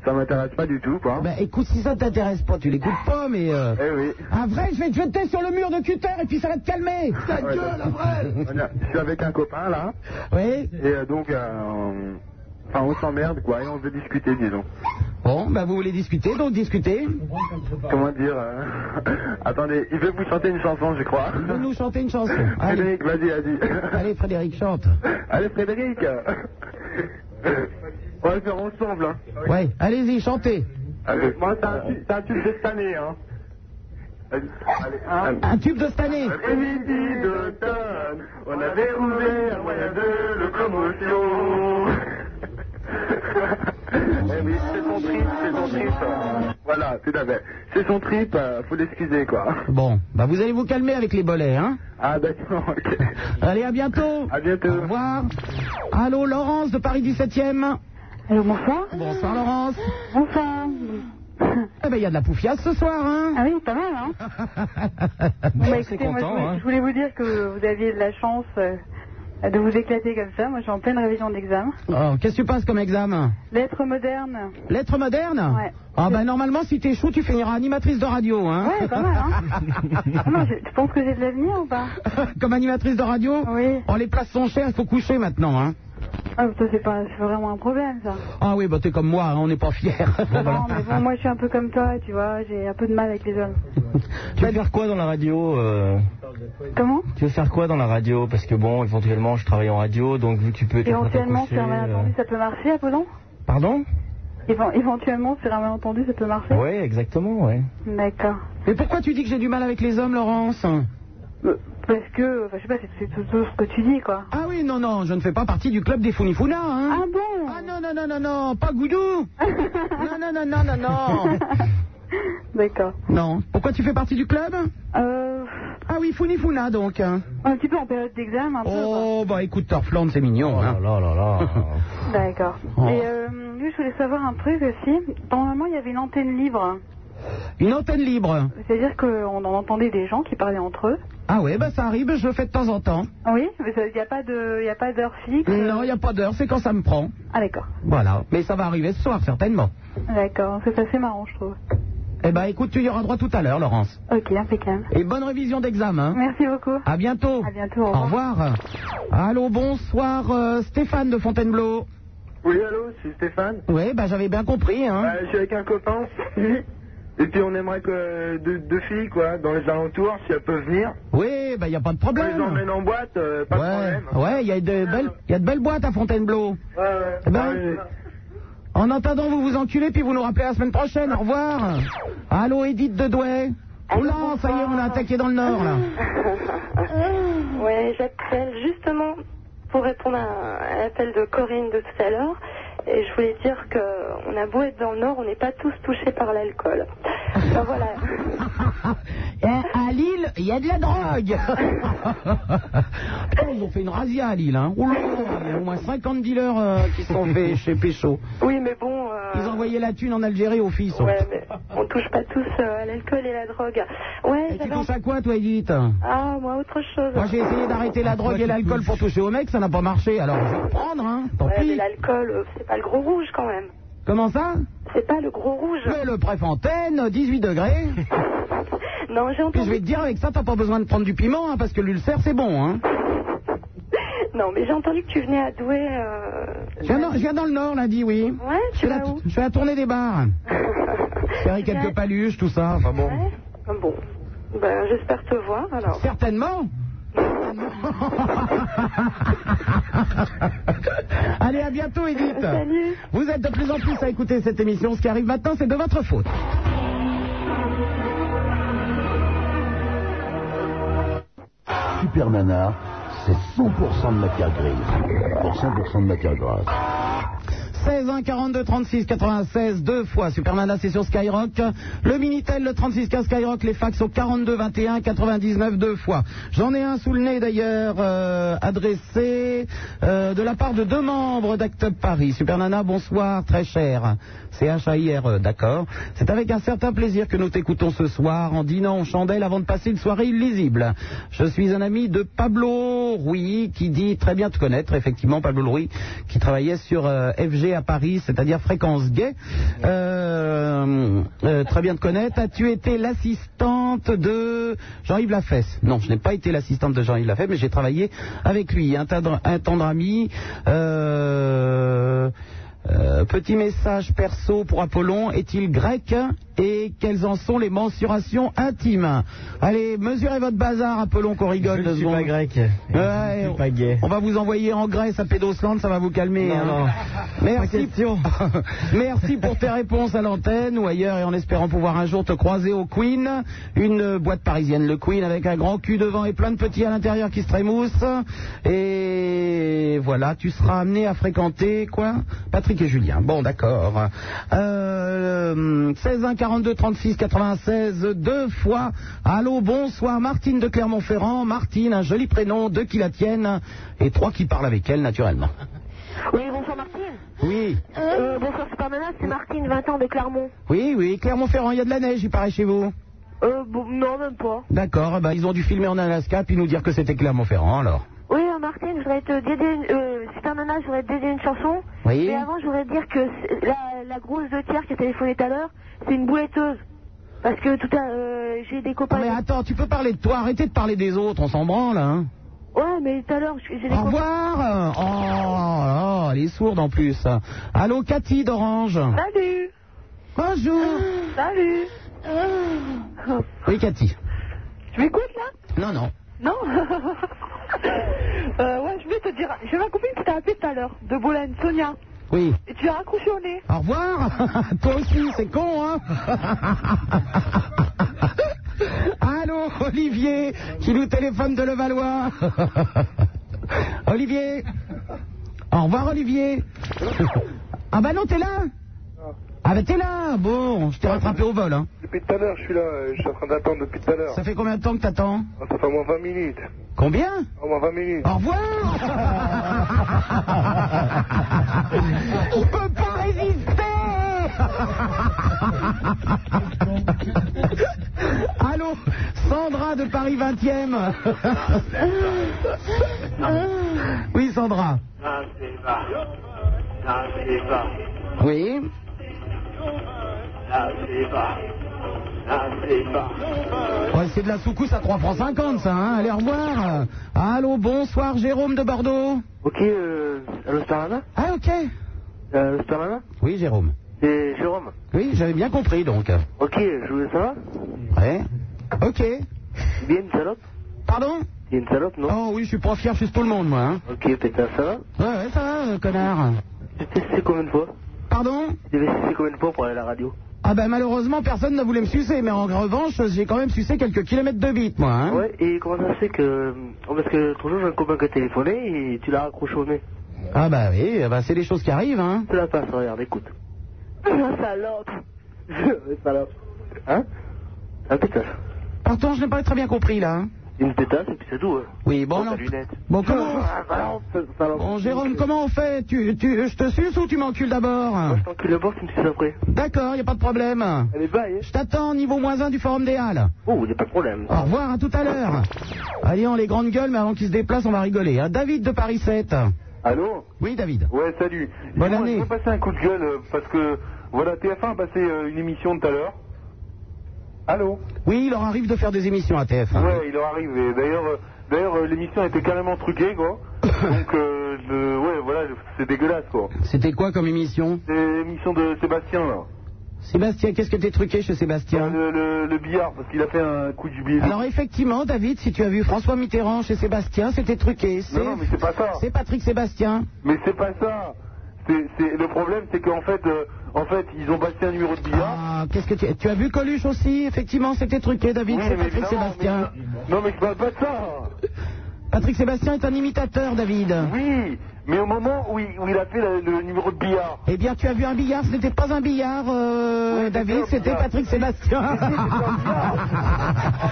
Speaker 16: ça m'intéresse pas du tout, quoi.
Speaker 8: Ben.
Speaker 4: Bah, écoute, si ça t'intéresse pas, tu l'écoutes pas, mais... Euh...
Speaker 16: Eh oui.
Speaker 4: Ah, vrai, je vais te jeter sur le mur de cutter et puis ça va te calmer Ta
Speaker 16: Ouais, donc, on a- Je suis avec un copain là.
Speaker 4: Oui.
Speaker 16: Et euh, donc, euh, on- enfin, on s'emmerde quoi, et on veut discuter, disons.
Speaker 4: Bon, bah vous voulez discuter, donc discutez.
Speaker 16: Comment dire euh, (laughs) Attendez, il veut vous chanter une chanson, je crois.
Speaker 4: Il veut nous chanter une chanson. Allez,
Speaker 16: Frédéric, vas-y, vas-y.
Speaker 4: Allez Frédéric, chante.
Speaker 16: Allez Frédéric
Speaker 4: (laughs)
Speaker 16: On va le faire ensemble hein.
Speaker 4: Ouais, allez-y, chantez.
Speaker 16: Avec moi c'est un, tu- c'est un tube de cette année hein.
Speaker 4: Un tube de cette année.
Speaker 16: Après-midi d'automne, on avait ouvert moyen de locomotion. Eh oui, c'est son trip, c'est son trip. hein. Voilà, tout à fait. C'est son trip, euh, faut l'excuser quoi.
Speaker 4: Bon, bah vous allez vous calmer avec les bolets, hein
Speaker 16: Ah d'accord, ok.
Speaker 4: (laughs) Allez, à bientôt.
Speaker 16: À bientôt.
Speaker 4: Au revoir. Allô, Laurence de Paris 17e.
Speaker 6: Allô, bonsoir.
Speaker 4: Bonsoir, Laurence.
Speaker 6: Bonsoir.
Speaker 4: Eh ben, il y a de la poufiasse ce soir, hein
Speaker 6: Ah oui, pas mal, hein
Speaker 4: (laughs) Bon,
Speaker 6: Bah,
Speaker 4: c'est
Speaker 6: écoutez, moi,
Speaker 4: content,
Speaker 6: je, voulais,
Speaker 4: hein.
Speaker 6: je voulais vous dire que vous aviez de la chance euh, de vous éclater comme ça. Moi, je suis en pleine révision d'examen.
Speaker 4: Oh, Qu'est-ce que tu passes comme examen
Speaker 6: Lettres modernes.
Speaker 4: Lettres modernes
Speaker 6: Ouais.
Speaker 4: Ah ben, normalement, si t'échoues, tu finiras animatrice de radio, hein
Speaker 6: Ouais,
Speaker 4: (laughs)
Speaker 6: pas mal, hein Ah non, je, tu penses que j'ai de l'avenir ou pas
Speaker 4: Comme animatrice de radio
Speaker 6: Oui.
Speaker 4: Oh, les places sont chères, il faut coucher maintenant, hein
Speaker 6: Ah, ça, c'est pas, c'est vraiment un problème, ça.
Speaker 4: Ah oui, bah t'es comme moi, hein, on n'est pas fiers.
Speaker 6: Non, mais bon,
Speaker 4: (laughs)
Speaker 6: moi, je suis un peu comme toi, tu vois, j'ai un peu de mal avec les hommes.
Speaker 13: Tu veux faire quoi dans la radio euh
Speaker 6: Comment
Speaker 13: Tu veux faire quoi dans la radio Parce que bon, éventuellement, je travaille en radio, donc vu que tu peux...
Speaker 6: Éventuellement,
Speaker 13: c'est
Speaker 6: sur un
Speaker 4: euh.
Speaker 6: malentendu, ça peut marcher, Apollon
Speaker 13: Pardon
Speaker 6: Éven- Éventuellement, sur un malentendu, ça peut marcher
Speaker 13: Oui, exactement, ouais.
Speaker 6: D'accord.
Speaker 4: Mais pourquoi tu dis que j'ai du mal avec les hommes, Laurence
Speaker 6: Parce que, enfin, je sais pas, c'est- c'est tout, tout ce que tu dis, quoi.
Speaker 4: Ah oui, non, non, je ne fais pas partie du club des Funifuna, hein
Speaker 6: Ah bon
Speaker 4: Ah non, non, non, non, non, pas
Speaker 6: (laughs)
Speaker 4: Goudou Non, non, non, non, non, non
Speaker 6: D'accord.
Speaker 4: Non, pourquoi tu fais partie du club
Speaker 6: Euh,
Speaker 4: Ah oui, Funifuna, donc. hein.
Speaker 6: un petit peu en période d'examen, un peu.
Speaker 4: Oh, bah écoute, Torfland, c'est mignon,
Speaker 1: Oh
Speaker 4: hein
Speaker 6: quoi. D'accord. Et euh, juste, je voulais savoir un truc aussi. Normalement, il y avait une antenne libre.
Speaker 4: Une antenne libre
Speaker 6: C'est-à-dire qu'on en entendait des gens qui parlaient entre eux.
Speaker 4: Ah ouais, bah ça arrive, je le fais de temps en temps.
Speaker 6: Oui, mais ça- il n'y a pas de, il y a pas d'heure fixe. euh.
Speaker 4: Non, il n'y a pas d'heure, c'est quand ça me prend.
Speaker 6: Ah d'accord.
Speaker 4: Voilà, mais ça va arriver ce soir, certainement.
Speaker 6: D'accord. C'est assez marrant, je trouve.
Speaker 4: Eh ben écoute, tu y auras droit tout à l'heure, Laurence.
Speaker 6: Ok, impeccable.
Speaker 4: Et bonne révision d'examen.
Speaker 6: Merci beaucoup.
Speaker 4: À bientôt.
Speaker 6: À bientôt.
Speaker 4: Au revoir. Allô, bonsoir, euh, Stéphane de Fontainebleau.
Speaker 16: Oui allô, c'est Stéphane.
Speaker 4: Oui, bah j'avais bien compris, hein.
Speaker 16: Euh, je suis avec un copain. (laughs) Et puis on aimerait que euh, deux, deux filles quoi, dans les alentours, si elles peuvent venir.
Speaker 4: Oui, bah il n'y a pas de
Speaker 16: On les
Speaker 4: problème.
Speaker 16: emmène en boîte, euh, pas de
Speaker 4: Ouais,
Speaker 16: problème.
Speaker 4: ouais, il y a de belles, il y a de belles boîtes à Fontainebleau.
Speaker 16: Ouais, ouais. Bah,
Speaker 4: Eh ben,
Speaker 16: Ouais, ouais.
Speaker 4: En attendant, vous vous enculez, puis vous nous rappelez la semaine prochaine. Au revoir. Allô, Edith de Douai. Oh là, ça y est, on a attaqué dans le nord,
Speaker 16: (laughs)
Speaker 4: là.
Speaker 2: ouais, j'appelle justement pour répondre à un appel de Corinne de tout à l'heure. Et je voulais dire que on a beau être dans le Nord, on n'est pas tous touchés par l'alcool. Enfin, voilà.
Speaker 4: (laughs) Eh, à Lille, il y a de la
Speaker 16: (laughs)
Speaker 4: drogue. Putain, ils ont fait une razzia à Lille. Hein. Oh là là, il y a au moins 50 dealers euh, qui se sont fait chez Pécho.
Speaker 2: Oui, mais bon. euh,
Speaker 4: Ils envoyaient la thune en Algérie aux filles. ça.
Speaker 2: Ouais, mais on touche pas tous euh, à l'alcool et la drogue. Ouais,
Speaker 4: Et tu
Speaker 2: j'avais
Speaker 4: touches à quoi, toi, Edith
Speaker 2: Ah, moi, autre chose.
Speaker 4: Moi, j'ai essayé d'arrêter la drogue et l'alcool pour toucher aux mecs, ça n'a pas marché. Alors, je vais reprendre, hein. Tant
Speaker 2: Ouais, mais
Speaker 4: pis.
Speaker 2: l'alcool, euh, c'est pas le gros rouge quand même.
Speaker 4: Comment ça
Speaker 2: C'est pas le gros rouge.
Speaker 4: Mais le préfontaine, 18 degrés.
Speaker 2: Non, j'ai
Speaker 4: Puis je
Speaker 2: entendu.
Speaker 4: vais te dire, avec ça, t'as pas besoin de prendre du piment, hein, parce que l'ulcère, c'est bon, hein.
Speaker 2: Non, mais j'ai entendu que tu venais à Douai. euh,
Speaker 4: Je viens, dans, je viens dans le Nord lundi, oui.
Speaker 2: Ouais,
Speaker 4: je
Speaker 2: tu
Speaker 4: fais, la,
Speaker 2: vas où (laughs)
Speaker 4: je fais la tournée des bars. Faire quelques paluches, tout ça. Enfin bon.
Speaker 2: Ah Bon, ben, j'espère te voir alors. (laughs)
Speaker 4: Certainement. Allez, à bientôt, Edith. Vous êtes de plus en plus à écouter cette émission. Ce qui arrive maintenant, c'est de votre faute.
Speaker 1: Super Nana, c'est 100% de matière grise pour 100% de matière grasse.
Speaker 4: 16 1 42 36 96 deux fois Superman c'est sur Skyrock le minitel le 36 15 Skyrock les fax au 42 21 99 deux fois j'en ai un sous le nez d'ailleurs euh, adressé euh, de la part de deux membres d'Act Up Paris Supernana bonsoir très cher c'est H A I R E d'accord c'est avec un certain plaisir que nous t'écoutons ce soir en dînant en chandelle avant de passer une soirée illisible je suis un ami de Pablo Rouy qui dit très bien te connaître effectivement Pablo Rouy qui travaillait sur euh, FG à Paris, c'est-à-dire fréquence gay. Euh, euh, très bien de connaître. As-tu été l'assistante de Jean-Yves Lafesse Non, je n'ai pas été l'assistante de Jean-Yves Lafesse, mais j'ai travaillé avec lui. Un tendre, un tendre ami. Euh, euh, petit message perso pour Apollon, est-il grec et quelles en sont les mensurations intimes Allez, mesurez votre bazar, Apollon, qu'on rigole deux secondes. Ouais, on- On va vous envoyer en Grèce à Pédosland, ça va vous calmer. hein. Merci. (laughs) Merci pour tes réponses à l'antenne ou ailleurs et en espérant pouvoir un jour te croiser au Queen, une boîte parisienne, le Queen avec un grand cul devant et plein de petits à l'intérieur qui se trémoussent. Et voilà, tu seras amené à fréquenter quoi Patrick et Julien. Bon, d'accord. Euh, 16 1 42 36 96 deux fois. Allô, bonsoir Martine de Clermont-Ferrand. Martine, un joli prénom, deux qui la tiennent et trois qui parlent avec elle naturellement.
Speaker 10: Oui, bonsoir Martine.
Speaker 4: Oui.
Speaker 10: Euh, bonsoir Supermana, c'est Martine, 20 ans de Clermont.
Speaker 4: Oui, oui, Clermont-Ferrand, il y a de la neige, il paraît chez vous.
Speaker 10: Euh, bon, non, même pas.
Speaker 4: D'accord, eh ben, ils ont dû filmer en Alaska puis nous dire que c'était Clermont-Ferrand alors.
Speaker 10: Oui, euh, Martine, je voudrais te dédier une, euh, Supermana, je voudrais te dédier une chanson.
Speaker 4: Oui.
Speaker 10: Mais avant, je voudrais te dire que c'est- la, la grosse de tiers qui a téléphoné tout à l'heure, c'est une bouletteuse. Parce que tout à euh, j'ai des copains.
Speaker 4: Ah, Mais attends, tu peux parler de toi, arrêtez de parler des autres, on s'en branle hein.
Speaker 10: Ouais, mais tout à l'heure, j'ai des
Speaker 4: Au revoir Oh, oh, elle est sourde en plus. Allô, Cathy d'Orange.
Speaker 10: Bah. Salut
Speaker 4: Bonjour
Speaker 10: Salut
Speaker 4: Oui, Cathy.
Speaker 32: Tu m'écoutes là
Speaker 4: Non, non.
Speaker 32: Non (laughs) Euh, Ouais, je voulais te dire, j'ai ma copine qui t'a appelé tout à l'heure, de Boulogne, Sonia.
Speaker 4: Oui.
Speaker 32: Et tu l'as raccroché au nez.
Speaker 4: Au revoir (laughs) Toi aussi, c'est con, hein (laughs) Allô, Olivier, qui nous téléphone de Levallois (laughs) Olivier Au revoir, Olivier (laughs) Ah bah non, t'es là Ah bah t'es là Bon, je t'ai rattrapé au vol, hein.
Speaker 8: Depuis tout à l'heure, je suis là, euh, je suis en train d'attendre depuis tout à l'heure.
Speaker 4: Ça fait combien de temps que t'attends
Speaker 8: Ah, Ça fait au moins 20 minutes.
Speaker 4: Combien
Speaker 8: Au moins 20 minutes.
Speaker 4: Au revoir Il peut pas résister Allô Sandra de Paris 20e Oui, Sandra.
Speaker 33: Non, c'est pas. Non, c'est pas.
Speaker 8: Ah.
Speaker 4: Oui
Speaker 33: Non, c'est pas. Non, c'est pas.
Speaker 4: Ouais, c'est de la soucousse à 3 francs 50, ça, hein Allez, au revoir Allô, bonsoir, Jérôme de Bordeaux
Speaker 8: Ok, euh, allô, Starana
Speaker 4: Ah, ok
Speaker 8: Euh, Starana
Speaker 4: Oui, Jérôme.
Speaker 8: C'est Jérôme.
Speaker 4: Oui, j'avais bien compris, donc.
Speaker 8: Ok, je voulais savoir.
Speaker 4: Ouais. Ok.
Speaker 8: Bien une salope
Speaker 4: Pardon
Speaker 8: T'es une salope, non
Speaker 4: Oh oui, je suis pas fier, je suis tout le monde, moi, hein
Speaker 8: Ok, putain, ça va
Speaker 4: Ouais, ouais, ça va, euh, connard.
Speaker 8: Tu t'es sucé combien de fois
Speaker 4: Pardon
Speaker 8: Tu t'es sucé combien de fois pour aller à la radio
Speaker 4: Ah ben malheureusement, personne ne voulait me sucer, mais en revanche, j'ai quand même sucé quelques kilomètres de bite, moi, hein
Speaker 8: Ouais, et comment ça se fait que. oh, parce que l'autre jour, j'ai un copain qui a téléphoné et tu l'as raccroché au nez.
Speaker 4: Ah bah oui, eh ben, c'est des choses qui arrivent, hein
Speaker 8: Tu la passes, regarde, écoute. (laughs) salope Salope. Hein Un pétasse.
Speaker 4: Pourtant, je n'ai pas très bien compris, là. hein.
Speaker 8: Une pétasse et puis c'est tout. Hein.
Speaker 4: Oui, bon,
Speaker 8: Oh,
Speaker 4: non.
Speaker 8: ta lunette.
Speaker 4: Bon, comment...
Speaker 8: Ah, salope, salope.
Speaker 4: Bon, Jérôme, comment on fait tu, tu, Je te suce ou tu m'encules d'abord
Speaker 8: Tu Ah, le bord, tu me suces après.
Speaker 4: D'accord, y a pas de problème.
Speaker 8: Allez, bye.
Speaker 4: Je t'attends au niveau moins 1 du Forum des Halles.
Speaker 8: Oh, y a pas de problème.
Speaker 4: Au revoir, à tout à l'heure. Allez, on les grandes gueules, mais avant qu'ils se déplacent, on va rigoler. hein. David de Paris 7.
Speaker 8: Allô
Speaker 4: Oui, David.
Speaker 8: Ouais, salut.
Speaker 4: Bonne
Speaker 8: Dis-moi,
Speaker 4: année.
Speaker 8: Je veux passer un coup de gueule euh, parce que, voilà, TF1 a passé euh, une émission tout à l'heure. Allô
Speaker 4: Oui, il leur arrive de faire des émissions à TF1.
Speaker 8: Ouais, il leur arrive. Et D'ailleurs, euh, d'ailleurs euh, l'émission était carrément truquée,
Speaker 4: (laughs)
Speaker 8: quoi. Donc, euh, je- ouais, voilà, je- c'est dégueulasse, quoi.
Speaker 4: C'était quoi comme émission
Speaker 8: C'est l'émission de Sébastien, là.
Speaker 4: Sébastien, qu'est-ce que t'es truqué chez Sébastien
Speaker 8: Le, le- le billard, parce qu'il a fait un coup du billard.
Speaker 4: Alors effectivement, David, si tu as vu François Mitterrand chez Sébastien, c'était truqué. C'est-
Speaker 8: Non, non, mais c'est pas ça.
Speaker 4: C'est Patrick Sébastien.
Speaker 8: Mais c'est pas ça. C'est- c'est- le problème, c'est qu'en fait, euh, en fait, ils ont passé un numéro de billard.
Speaker 4: Ah, qu'est-ce que tu... tu as vu Coluche aussi Effectivement, c'était truqué, David,
Speaker 8: Oui,
Speaker 4: c'est
Speaker 8: mais
Speaker 4: Patrick
Speaker 8: évidemment,
Speaker 4: Sébastien.
Speaker 8: mais- Non, mais je parle pas de ça.
Speaker 4: Patrick Sébastien est un imitateur, David.
Speaker 8: Oui, mais au moment où il, où il a fait le, le numéro de billard.
Speaker 4: (laughs) Eh bien, tu as vu un billard, ce n'était pas un billard, euh, David, c'était Patrick Sébastien.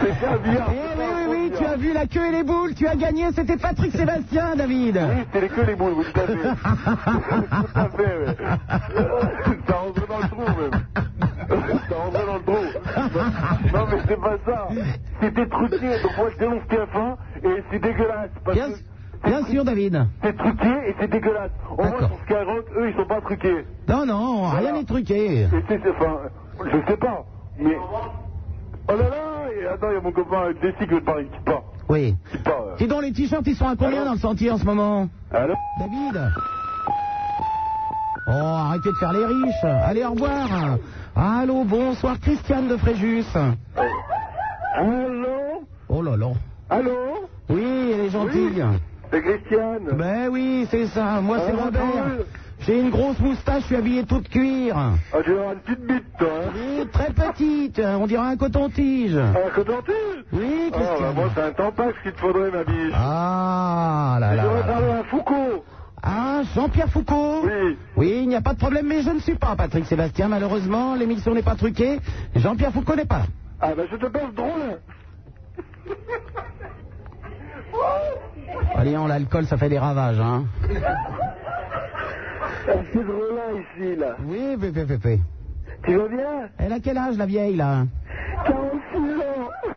Speaker 8: C'était un billard.
Speaker 4: (laughs) Eh oui, oui, oui, tu as vu la queue et les boules, tu as gagné, c'était Patrick Sébastien, David.
Speaker 8: Oui, c'était les queues, les boules, oui, tout à fait. tout à fait, ouais. Ça rentrait dans le trou, même. Ça rentrait dans le trou. Non, mais c'est pas ça. C'était truqué, donc moi je dénonce TF1 et c'est dégueulasse. Parce que
Speaker 4: Bien sûr, David.
Speaker 8: c'est truqué et c'est dégueulasse. Au moins sur Skyrock, eux, ils sont pas truqués.
Speaker 4: Non, non, rien n'est truqué.
Speaker 8: Et c'est, c'est- enfin, je sais pas, mais... Oh là là, et attends, il y a mon copain Jesse qui veut te parler, qui part.
Speaker 4: Oui.
Speaker 8: Qui part, euh.
Speaker 4: Dis donc, les t-shirts, ils sont à combien dans le sentier en ce moment
Speaker 8: Allô
Speaker 4: David Oh, arrêtez de faire les riches. Allez, au revoir. Allô, bonsoir, Christiane de Fréjus.
Speaker 8: Allô
Speaker 4: Oh là là.
Speaker 8: Allô
Speaker 4: Oui, elle est gentille.
Speaker 8: C'est Christiane.
Speaker 4: Ben oui, c'est ça. Moi, c'est
Speaker 8: Ah,
Speaker 4: Robert.
Speaker 8: drôle.
Speaker 4: J'ai une grosse moustache, je suis habillé tout de cuir.
Speaker 8: Ah, tu vas avoir une petite bite, toi, hein
Speaker 4: Oui, très petite. On dirait un coton-tige.
Speaker 8: Ah, que t'entends
Speaker 4: Oui,
Speaker 8: Ah, bah,
Speaker 4: Christiane.
Speaker 8: moi, c'est un tampax qu'il te faudrait, ma biche.
Speaker 4: Ah là là.
Speaker 8: Je vais
Speaker 4: là là.
Speaker 8: parler à Foucault.
Speaker 4: Ah, Jean-Pierre Foucault
Speaker 8: Oui.
Speaker 4: Oui, il n'y a pas de problème, mais je ne suis pas Patrick Sébastien, malheureusement, l'émission n'est pas truquée. Jean-Pierre Foucault n'est pas. là.
Speaker 8: Ah, bah, je te pense drôle.
Speaker 4: Allez, on l'alcool, ça fait des ravages, hein.
Speaker 8: C'est drôle, là, ici, là.
Speaker 4: Oui, pépépépé.
Speaker 8: Tu vas bien
Speaker 4: Elle a quel âge, la vieille, là
Speaker 8: 46 ans.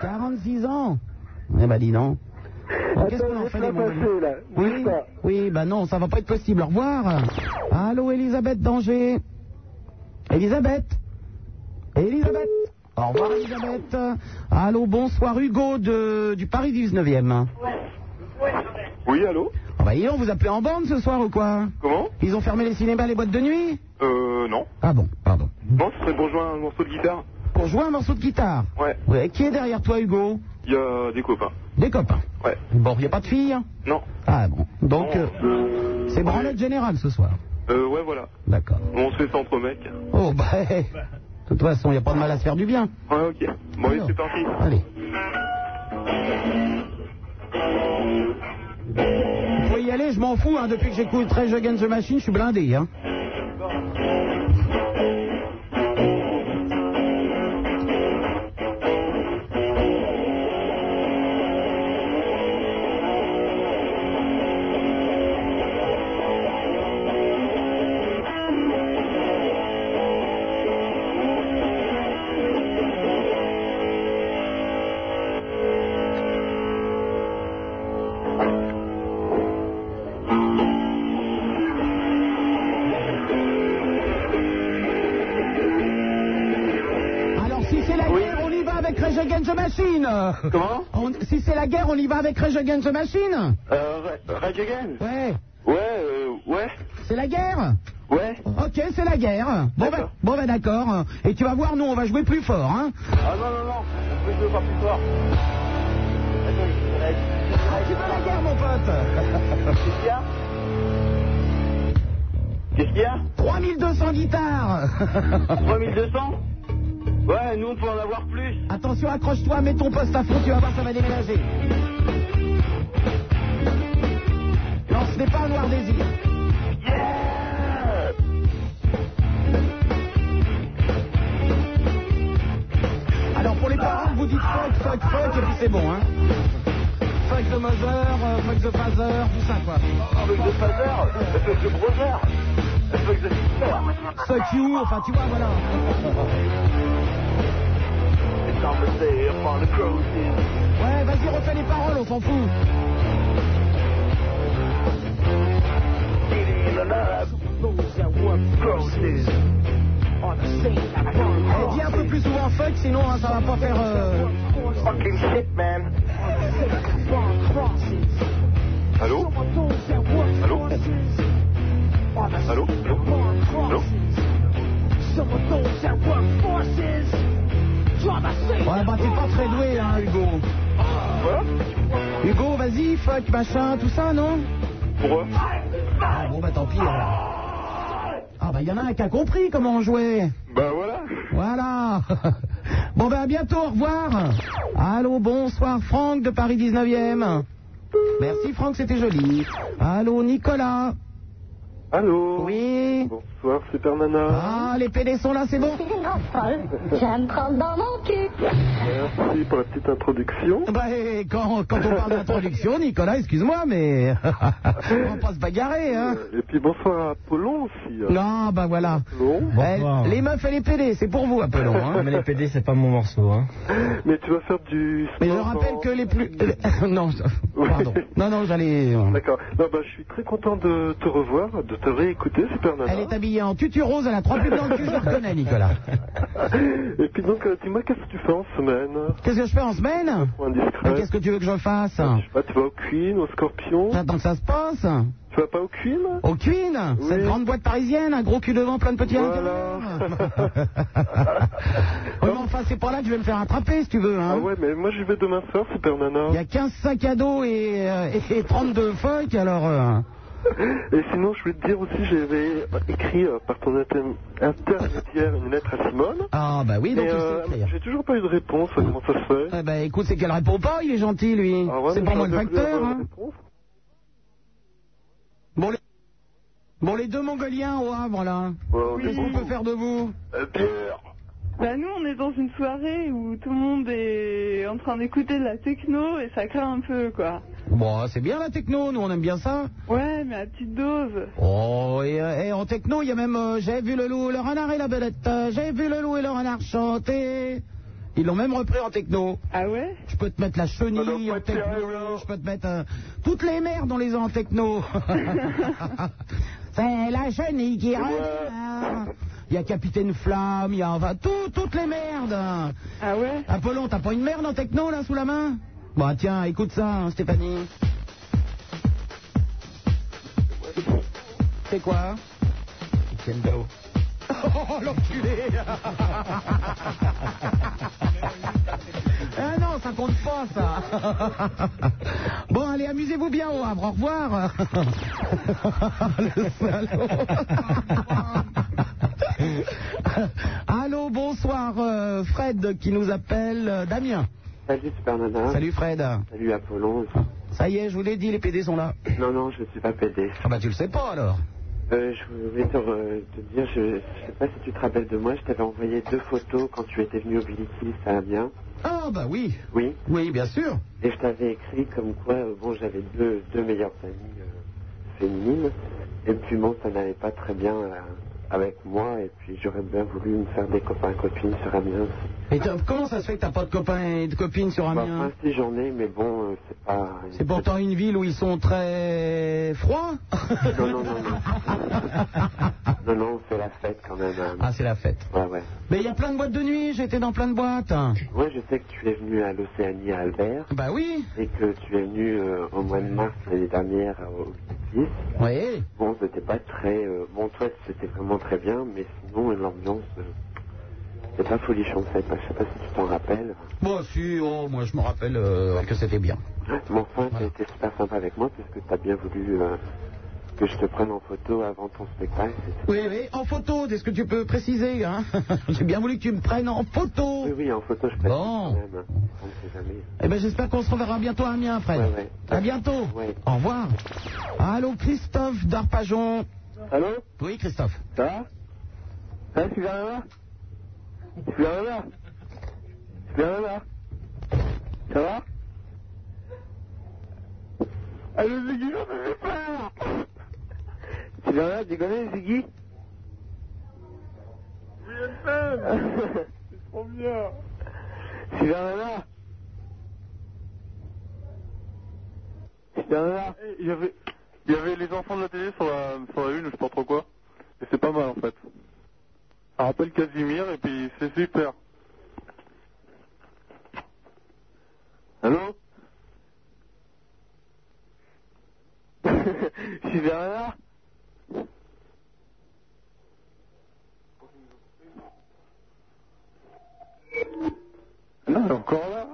Speaker 4: 46 ans Eh ben, dis donc. Bon, Qu'est-ce qu'on en fait des bons amis
Speaker 8: là.
Speaker 4: Oui, oui, bah non, ça va pas être possible. Au revoir. Allô, Elisabeth d'Angers. Elisabeth Elisabeth Au revoir, Elisabeth. Allô, bonsoir, Hugo de, du Paris 19e.
Speaker 5: Oui, allô
Speaker 4: Ah bah, dis donc, vous appelez en bande ce soir ou quoi
Speaker 5: Comment
Speaker 4: Ils ont fermé les cinémas, les boîtes de nuit
Speaker 5: Euh, non.
Speaker 4: Ah bon, pardon.
Speaker 5: Non, ce serait pour jouer un morceau de guitare.
Speaker 4: Pour jouer un morceau de guitare
Speaker 5: Ouais.
Speaker 4: Ouais, qui est derrière toi, Hugo
Speaker 5: Il y a des copains.
Speaker 4: Des copains.
Speaker 5: Ouais.
Speaker 4: Bon, il n'y a pas de filles hein
Speaker 5: Non.
Speaker 4: Ah bon. Donc,
Speaker 5: Non,
Speaker 4: euh, c'est branlette générale ce soir.
Speaker 5: Euh, ouais, voilà.
Speaker 4: D'accord.
Speaker 5: On se fait ça entre mecs.
Speaker 4: Oh, bah, de toute façon, il n'y a pas de mal à se faire du bien.
Speaker 5: Ouais, ok. Bon,
Speaker 8: Ah.
Speaker 5: allez, c'est parti.
Speaker 4: Allez. Vous pouvez y aller, je m'en fous. Hein. Depuis que j'écoute Rage Against the Machine, je suis blindé. Hein. Alors, si c'est la guerre, on y va avec Rage Against the Machine.
Speaker 8: Comment
Speaker 4: On- Si c'est la guerre, on y va avec Rage Against the Machine.
Speaker 8: Euh, Ra- Rage Again
Speaker 4: Ouais.
Speaker 8: Ouais, euh, ouais,
Speaker 4: C'est la guerre
Speaker 8: ouais.
Speaker 4: Ok, c'est la guerre. Bon, ben, bon, ben, d'accord. Et tu vas voir, nous, on va jouer plus fort. Hein.
Speaker 8: Ah non, non, non, je veux pas plus fort.
Speaker 4: Tu veux la guerre, mon pote
Speaker 8: Qu'est-ce qu'il y a Qu'est-ce qu'il y a
Speaker 4: 3200 guitares
Speaker 8: 3200 Ouais, nous on peut en avoir plus.
Speaker 4: Attention, accroche-toi, mets ton poste à fond, tu vas voir, ça va déménager. Non, ce n'est pas un noir désir.
Speaker 8: Yeah
Speaker 4: Alors, pour les parents, vous dites fuck, fuck, fuck, et puis c'est bon, hein. Fuck the mother, euh, fuck the father, tout ça, quoi.
Speaker 8: Avec le father, avec le brother, avec le sister.
Speaker 4: Fuck you, enfin, tu vois, voilà.
Speaker 8: It's on the day upon the crosses.
Speaker 4: Ouais, vas-y, refais les paroles, on s'en fout.
Speaker 8: Eating in the lab. Those that work crosses. On the same
Speaker 4: Eh, dis un peu plus souvent fuck, sinon, hein, ça va pas faire... euh,
Speaker 8: Fucking shit, man.
Speaker 5: Allô Allô Allô Allô
Speaker 4: Ouais, bah, t'es pas très doué, hein, Hugo. Hugo, vas-y, fuck, machin, tout ça, non
Speaker 5: Pourquoi
Speaker 4: Ah, bon, bah, tant pis, alors. Ah, bah, il y en a un qui a compris comment on jouait.
Speaker 5: Bah voilà.
Speaker 4: Voilà. (laughs) Bon, ben à bientôt, au revoir. Allô, bonsoir, Franck de Paris 19e. Merci, Franck, c'était joli. Allô, Nicolas.
Speaker 8: Allô
Speaker 4: Oui
Speaker 8: Bonsoir, Super Nana.
Speaker 4: Ah, les PD sont là, c'est bon
Speaker 34: Je vais me prendre dans mon cul.
Speaker 8: Merci pour la petite introduction.
Speaker 4: Bah, eh, quand, quand on parle d'introduction, Nicolas, excuse-moi, mais (laughs) on va pas se bagarrer, hein
Speaker 8: Euh, Et puis bonsoir à Apollon aussi. hein.
Speaker 4: Non, bah voilà. Eh, les meufs et les PD, c'est pour vous, Apollon. Hein.
Speaker 13: Mais les PD, c'est pas mon morceau. Hein.
Speaker 8: Mais tu vas faire du hein.
Speaker 4: Mais je rappelle que les plus... (laughs) non, je- pardon. Non, non, j'allais...
Speaker 8: D'accord. Non, bah, je suis très content de te revoir, de te réécouter, Super Nana.
Speaker 4: Elle est habillée en tutu rose, elle a trois pubs dans le cul, je le reconnais, Nicolas.
Speaker 8: Et puis donc, euh, dis-moi, qu'est-ce que tu fais en semaine
Speaker 4: Qu'est-ce que je fais en semaine
Speaker 8: indiscret.
Speaker 4: Mais Qu'est-ce que Ah. tu veux que je fasse
Speaker 8: Je sais pas, Ah, tu vas au Queen, au Scorpion
Speaker 4: J'attends que ça se passe.
Speaker 8: Tu vas pas au Queen
Speaker 4: Au Queen Cette grande boîte parisienne, un gros cul devant, plein de petits à l'intérieur. Oui, mais enfin, c'est pas là que je vais me faire attraper, si tu veux. Hein.
Speaker 8: Ah ouais, mais moi j'y vais demain soir, Super Nana.
Speaker 4: Il y a 15 sacs à dos et, euh, et 32 fuck, alors... euh,
Speaker 8: (laughs) Et sinon, je voulais te dire aussi, j'avais écrit euh, par ton inter- intermédiaire une lettre à Simone.
Speaker 4: Ah bah oui, donc
Speaker 8: Et,
Speaker 4: tu
Speaker 8: euh,
Speaker 4: sais écrire.
Speaker 8: J'ai toujours pas eu de réponse, euh, comment ça se fait
Speaker 4: Eh ben écoute, c'est qu'elle répond pas, il est gentil, lui.
Speaker 8: Ah ouais,
Speaker 4: c'est
Speaker 8: mais
Speaker 4: pas moi
Speaker 8: j'aurais
Speaker 4: le
Speaker 8: bien voulu
Speaker 4: facteur.
Speaker 8: avoir
Speaker 4: hein.
Speaker 8: une réponse.
Speaker 4: Bon, les... bon, les deux Mongoliens au Havre, là, qu'est-ce qu'on peut faire de vous
Speaker 8: Euh,
Speaker 21: Bah nous, on est dans une soirée où tout le monde est en train d'écouter de la techno et ça craint un peu, quoi.
Speaker 4: Bon, c'est bien la techno, nous on aime bien ça.
Speaker 21: Ouais, mais à petite dose.
Speaker 4: Oh, et, euh, et en techno, il y a même euh, J'ai vu le loup, le renard et la belette, euh, j'ai vu le loup et le renard chanter. Ils l'ont même repris en techno.
Speaker 21: Ah ouais
Speaker 4: Je peux te mettre la chenille en techno, je peux te mettre euh, toutes les merdes, on les a
Speaker 21: (laughs)
Speaker 4: en techno. C'est la chenille qui revient. Il y a Capitaine Flamme, il y a enfin tout, toutes les merdes.
Speaker 21: Ah ouais
Speaker 4: Apollon, t'as pas une merde en techno là sous la main Bon, tiens, écoute ça, hein, Stéphanie. C'est quoi
Speaker 13: Kendo.
Speaker 4: (laughs) Oh l'enculé Ah non, ça compte pas ça (laughs) Bon, allez, amusez-vous bien au Havre, au revoir (laughs) Le salaud (laughs) Allô, bonsoir euh, Fred qui nous appelle, euh, Damien.
Speaker 35: Salut Super Nana.
Speaker 4: Salut Fred.
Speaker 35: Salut Apollon.
Speaker 4: Ça y est, je vous l'ai dit, les PD sont là.
Speaker 35: Non, non, je suis pas pédé.
Speaker 4: Ah bah tu le sais pas alors
Speaker 35: Euh, je voulais te, re- te dire, je, je sais pas si tu te rappelles de moi, je t'avais envoyé deux photos quand tu étais venu au Billy Kill, ça va bien
Speaker 4: Ah bah oui
Speaker 35: Oui.
Speaker 4: Oui, bien sûr
Speaker 35: Et je t'avais écrit comme quoi, euh, bon, j'avais deux, deux meilleures amies euh, féminines, et puis bon, ça n'allait pas très bien euh, avec moi, et puis j'aurais bien voulu me faire des copains-copines sur Amiens.
Speaker 4: Et t'as- comment ça se fait que t'as pas de copains et de copines sur
Speaker 35: Bah,
Speaker 4: Amiens
Speaker 35: Enfin, si j'en ai, mais bon, euh, c'est pas...
Speaker 4: Ah, C'est pourtant une ville où ils sont très froids.
Speaker 35: Non, non, non, non. non, non, c'est la fête quand même. hein.
Speaker 4: (laughs) Ah, c'est la fête.
Speaker 35: Ouais, ouais.
Speaker 4: Mais il y a plein de boîtes de nuit, j'étais dans plein de boîtes.
Speaker 35: Moi, je sais que tu es venu à l'Océanie à Albert.
Speaker 4: Bah oui.
Speaker 35: Et que tu es venu euh, au mois de mars l'année dernière euh, au Kiss.
Speaker 4: Oui.
Speaker 35: Bon, c'était pas très. euh, bon, toi, c'était vraiment très bien, mais sinon, euh, l'ambiance. euh, c'est pas folichon, ça. Je sais pas si tu t'en rappelles.
Speaker 4: Bon, si, oh, moi je me rappelle euh, que c'était bien.
Speaker 35: Mon enfin, t'as été super sympa avec moi, puisque t'as bien voulu euh, que je te prenne en photo avant ton spectacle.
Speaker 4: Oui, oui, en photo, est-ce que tu peux préciser hein (laughs) J'ai bien voulu que tu me prennes en photo.
Speaker 35: Oui, oui, en photo, je peux
Speaker 4: Bon.
Speaker 35: quand même. hein. On ne sait jamais.
Speaker 4: Eh ben, j'espère qu'on se reverra bientôt à Amiens, Fred.
Speaker 35: Ouais, ouais.
Speaker 4: À bientôt. Au revoir. Allô, Christophe d'Arpajon.
Speaker 8: Allô
Speaker 4: Oui, Christophe.
Speaker 8: Ça va Hein, Ça va, Super Nana Super Nana Super Nana Ça va Allô, Ziggy, non, mais j'ai peur Super Nana, tu connais Ziggy Oui, (laughs) C'est trop bien Super Nana Super Nana Eh, Il y avait... Il y avait les enfants de la télé sur la, sur la une, je sais pas trop quoi. Et c'est pas mal en fait. Ça rappelle Casimir et puis c'est super. Allô (laughs) Je suis vers là Non, elle est encore là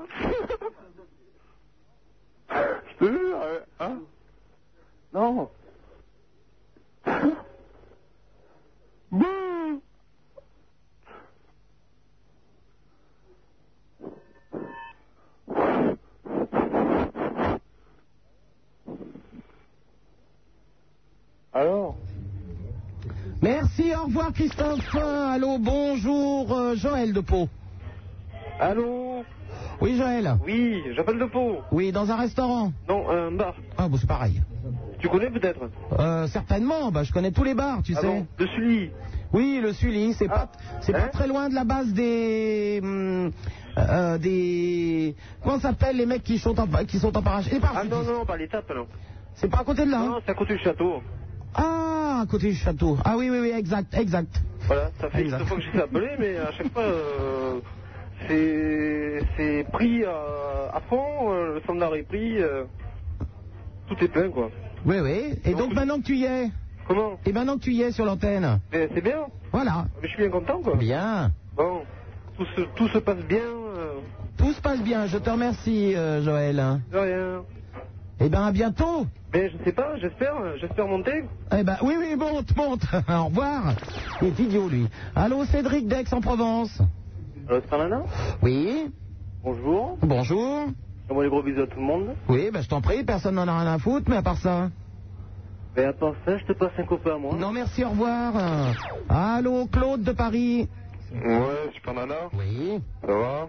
Speaker 8: Je te jure, euh, hein Non Bouh
Speaker 4: revoir Christophe. Allô, bonjour euh, Joël de Pau.
Speaker 20: Allô
Speaker 4: Oui Joël.
Speaker 20: Oui, j'appelle de Pau.
Speaker 4: Oui, dans un restaurant.
Speaker 20: Non, un bar.
Speaker 4: Ah bon, c'est pareil.
Speaker 20: Tu connais peut-être
Speaker 4: Euh, certainement, bah, je connais tous les bars, tu
Speaker 20: Ah
Speaker 4: sais.
Speaker 20: bon Le Sully.
Speaker 4: Oui, le Sully, c'est pas,
Speaker 20: Ah.
Speaker 4: c'est
Speaker 20: Hein
Speaker 4: pas très loin de la base des, hum, euh, des, comment ça s'appelle les mecs qui sont en, qui sont en parachute Les
Speaker 20: Ah
Speaker 4: parachutistes.
Speaker 20: non, non, pas l'étape, non.
Speaker 4: C'est pas à côté de là. hein
Speaker 20: Non, c'est à côté du château.
Speaker 4: Ah, à côté du château. Ah oui, oui, oui, exact, exact.
Speaker 20: Voilà, ça fait une
Speaker 4: Exact.
Speaker 20: fois que je t'ai appelé, mais à chaque fois, euh, c'est c'est pris euh, à fond, euh, le standard est pris, euh, tout est plein, quoi.
Speaker 4: Oui, oui. Et donc maintenant que tu y es.
Speaker 20: Comment
Speaker 4: Et maintenant que tu y es sur l'antenne.
Speaker 20: Mais c'est bien,
Speaker 4: Voilà.
Speaker 20: mais je suis bien content, quoi.
Speaker 4: Bien.
Speaker 20: Bon, tout se, tout se passe bien, euh,
Speaker 4: Tout se passe bien. Je te remercie, euh, Joël.
Speaker 20: de rien.
Speaker 4: Eh ben, à bientôt.
Speaker 20: Mais je sais pas, j'espère, j'espère monter.
Speaker 4: Eh ben, oui, oui, monte, monte. (laughs) Au revoir. Il est idiot, lui. Allô, Cédric d'Aix-en-Provence.
Speaker 20: Allô, Fernanda
Speaker 4: Oui.
Speaker 20: Bonjour.
Speaker 4: Bonjour.
Speaker 20: J'envoie des gros bisous à tout le monde.
Speaker 4: Oui, ben, je t'en prie, personne n'en a rien à foutre, mais à part ça.
Speaker 20: Mais à part ça, je te passe un copain à moi.
Speaker 4: Non, merci, au revoir. Allô, Claude de Paris.
Speaker 8: Ouais, super nana.
Speaker 4: Oui.
Speaker 8: Ça va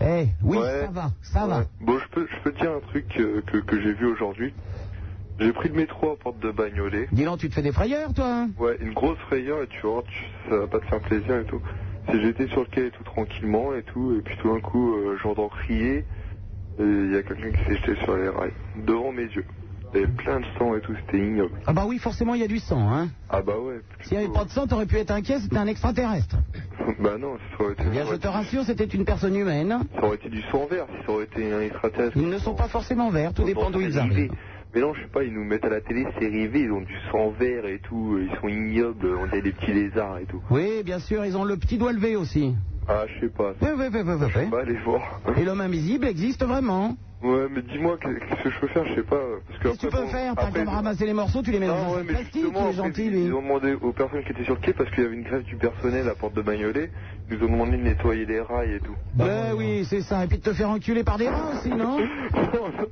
Speaker 4: Eh, oui,
Speaker 8: Ouais.
Speaker 4: ça va, ça va.
Speaker 8: Bon, je peux, je peux te dire un truc euh, que, que j'ai vu aujourd'hui. J'ai pris le métro à porte de Bagnolet.
Speaker 4: Dis donc, tu te fais des frayeurs, toi hein
Speaker 8: Ouais, une grosse frayeur et tu vois, tu- ça va pas te faire plaisir et tout. C'est j'étais sur le quai et tout tranquillement et tout, et puis tout d'un coup, euh, j'entends crier, et il y a quelqu'un qui s'est jeté sur les rails, devant mes yeux. Et plein de sang et tout, c'était ignoble.
Speaker 4: Ah bah oui, forcément, il y a du sang, hein.
Speaker 8: Ah bah ouais,
Speaker 4: S'il n'y avait pas de sang, t'aurais pu être inquiet, c'était un extraterrestre.
Speaker 8: (laughs) bah non, ça aurait été,
Speaker 4: Eh bien,
Speaker 8: ça
Speaker 4: je
Speaker 8: aurait
Speaker 4: te
Speaker 8: été-
Speaker 4: rassure, c'était une personne humaine.
Speaker 8: ça aurait été du sang vert, si ça aurait été un extraterrestre.
Speaker 4: Ils ne sont pas forcément verts, tout dépend d'où ils arrivent.
Speaker 8: Mais non, je sais pas, ils nous mettent à la télé, c'est rivé, ils ont du sang vert et tout, ils sont ignobles, on dirait des petits lézards et tout.
Speaker 4: Oui, bien sûr, ils ont le petit doigt levé aussi.
Speaker 8: Ah, je sais pas,
Speaker 4: Oui, oui, oui, oui, oui, oui.
Speaker 8: je vais aller voir.
Speaker 4: Et l'homme invisible existe vraiment.
Speaker 8: Ouais, mais dis-moi, qu'est-ce que je peux faire, je sais pas. Parce que
Speaker 4: Qu'est-ce que tu peux faire T'as
Speaker 8: après-
Speaker 4: qu'à me ramasser les morceaux, tu les mets dans
Speaker 8: Non,
Speaker 4: un
Speaker 8: ouais,
Speaker 4: sac
Speaker 8: mais
Speaker 4: plastique, il
Speaker 8: justement,
Speaker 4: est
Speaker 8: après,
Speaker 4: gentil, lui.
Speaker 8: ils ont demandé aux personnes qui étaient sur le quai, parce qu'il y avait une grève du personnel à Porte de Bagnolet, ils nous ont demandé de nettoyer les rails et tout.
Speaker 4: Ben oui, c'est ça. Et puis de te faire enculer par des rats aussi, non
Speaker 8: (laughs)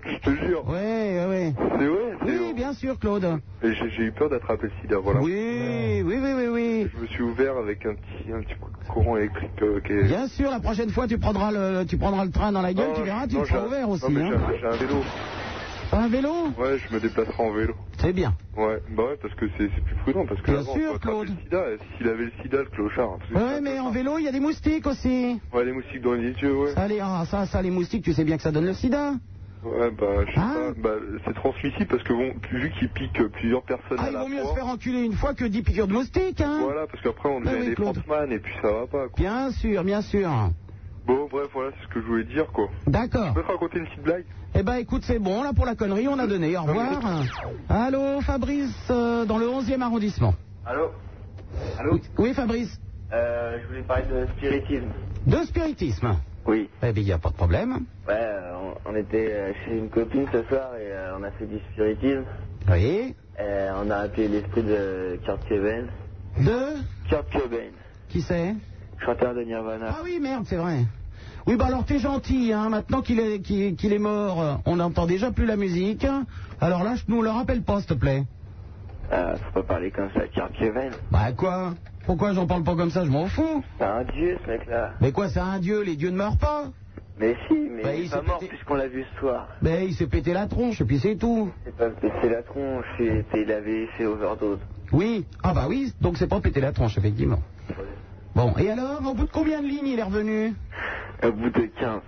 Speaker 8: je te jure.
Speaker 4: Ouais, ouais, ouais.
Speaker 8: C'est vrai, c'est
Speaker 4: Oui, bien sûr, Claude.
Speaker 8: Et j'ai j'ai eu peur d'attraper le sida, voilà.
Speaker 4: Oui, oui, oui, oui, oui.
Speaker 8: Je me suis ouvert avec un petit, un petit coup de courant électrique euh, qui est...
Speaker 4: Bien sûr, la prochaine fois, tu prendras le, tu prendras le train dans la gueule,
Speaker 8: Non,
Speaker 4: tu verras, tu
Speaker 8: Ah non,
Speaker 4: te seras
Speaker 8: j'ai-
Speaker 4: ouvert
Speaker 8: non,
Speaker 4: aussi.
Speaker 8: mais
Speaker 4: hein.
Speaker 8: j'ai- J'ai un vélo.
Speaker 4: Un vélo
Speaker 8: Ouais, je me déplacerai en vélo.
Speaker 4: C'est bien.
Speaker 8: Ouais, bah ouais, parce que c'est c'est plus prudent, parce que
Speaker 4: Bien
Speaker 8: avant,
Speaker 4: sûr,
Speaker 8: on peut attraper
Speaker 4: Claude.
Speaker 8: le sida, et s'il avait le sida, le clochard. hein, parce que
Speaker 4: Ouais, mais en vélo, il y a des moustiques aussi.
Speaker 8: Ouais, les moustiques dans les yeux, ouais.
Speaker 4: Ça, les, ah, ça, ça, les moustiques, tu sais bien que ça donne le sida. Hein
Speaker 8: Ouais, bah, je sais pas. Bah, c'est transmissible parce que, bon, vu qu'il pique euh, plusieurs personnes
Speaker 4: Ah,
Speaker 8: à
Speaker 4: il
Speaker 8: la
Speaker 4: vaut mieux se
Speaker 8: fois.
Speaker 4: faire enculer une fois que 10 piqûres de moustiques, hein.
Speaker 8: Voilà, parce qu'après, on
Speaker 4: Ah oui,
Speaker 8: devient des
Speaker 4: Claude.
Speaker 8: frontman et puis ça va pas, quoi.
Speaker 4: Bien sûr, bien sûr.
Speaker 8: Bon, bref, voilà, c'est ce que je voulais dire, quoi.
Speaker 4: D'accord.
Speaker 8: Je peux te raconter une petite blague
Speaker 4: Eh ben, écoute, c'est bon, là, pour la connerie, on a donné. Au
Speaker 8: Ah
Speaker 4: revoir. Allô, Fabrice, euh, dans le 11e arrondissement.
Speaker 36: Allô Allô
Speaker 4: Oui, Fabrice.
Speaker 36: Je voulais parler de spiritisme.
Speaker 4: De spiritisme.
Speaker 36: Oui.
Speaker 4: Eh bien, il n'y a pas de problème.
Speaker 36: Ouais, euh, on, on était euh, chez une copine ce soir et euh, on a fait du spiritisme.
Speaker 4: Oui.
Speaker 36: Euh, on a appelé l'esprit de Kurt Cobain.
Speaker 4: De
Speaker 36: Kurt Cobain,
Speaker 4: Qui c'est
Speaker 36: chanteur de Nirvana.
Speaker 4: Ah oui, merde, c'est vrai. Oui, bah alors t'es gentil, hein. Maintenant qu'il est, qu'il qu'il est mort, euh, on n'entend déjà plus la musique. Alors là, je nous le rappelle pas, s'il te plaît.
Speaker 36: Euh, faut pas parler comme ça, Kurt Cobain.
Speaker 4: Bah quoi Pourquoi j'en parle pas comme ça Je m'en fous.
Speaker 36: C'est un dieu ce mec-là.
Speaker 4: Mais quoi, c'est un dieu, les dieux ne meurent pas
Speaker 36: Mais si, mais
Speaker 4: Bah,
Speaker 36: il
Speaker 4: il
Speaker 36: est pas
Speaker 4: s'est
Speaker 36: mort puisqu'on l'a vu ce soir.
Speaker 4: Ben, il s'est pété la tronche, et puis c'est tout.
Speaker 36: C'est pas pété la tronche, c'est c'est- il avait fait overdose.
Speaker 4: Oui. Ah bah oui, donc c'est pas pété la tronche, effectivement. Bon, et alors, au bout de combien de lignes il est revenu
Speaker 36: Au bout de 15.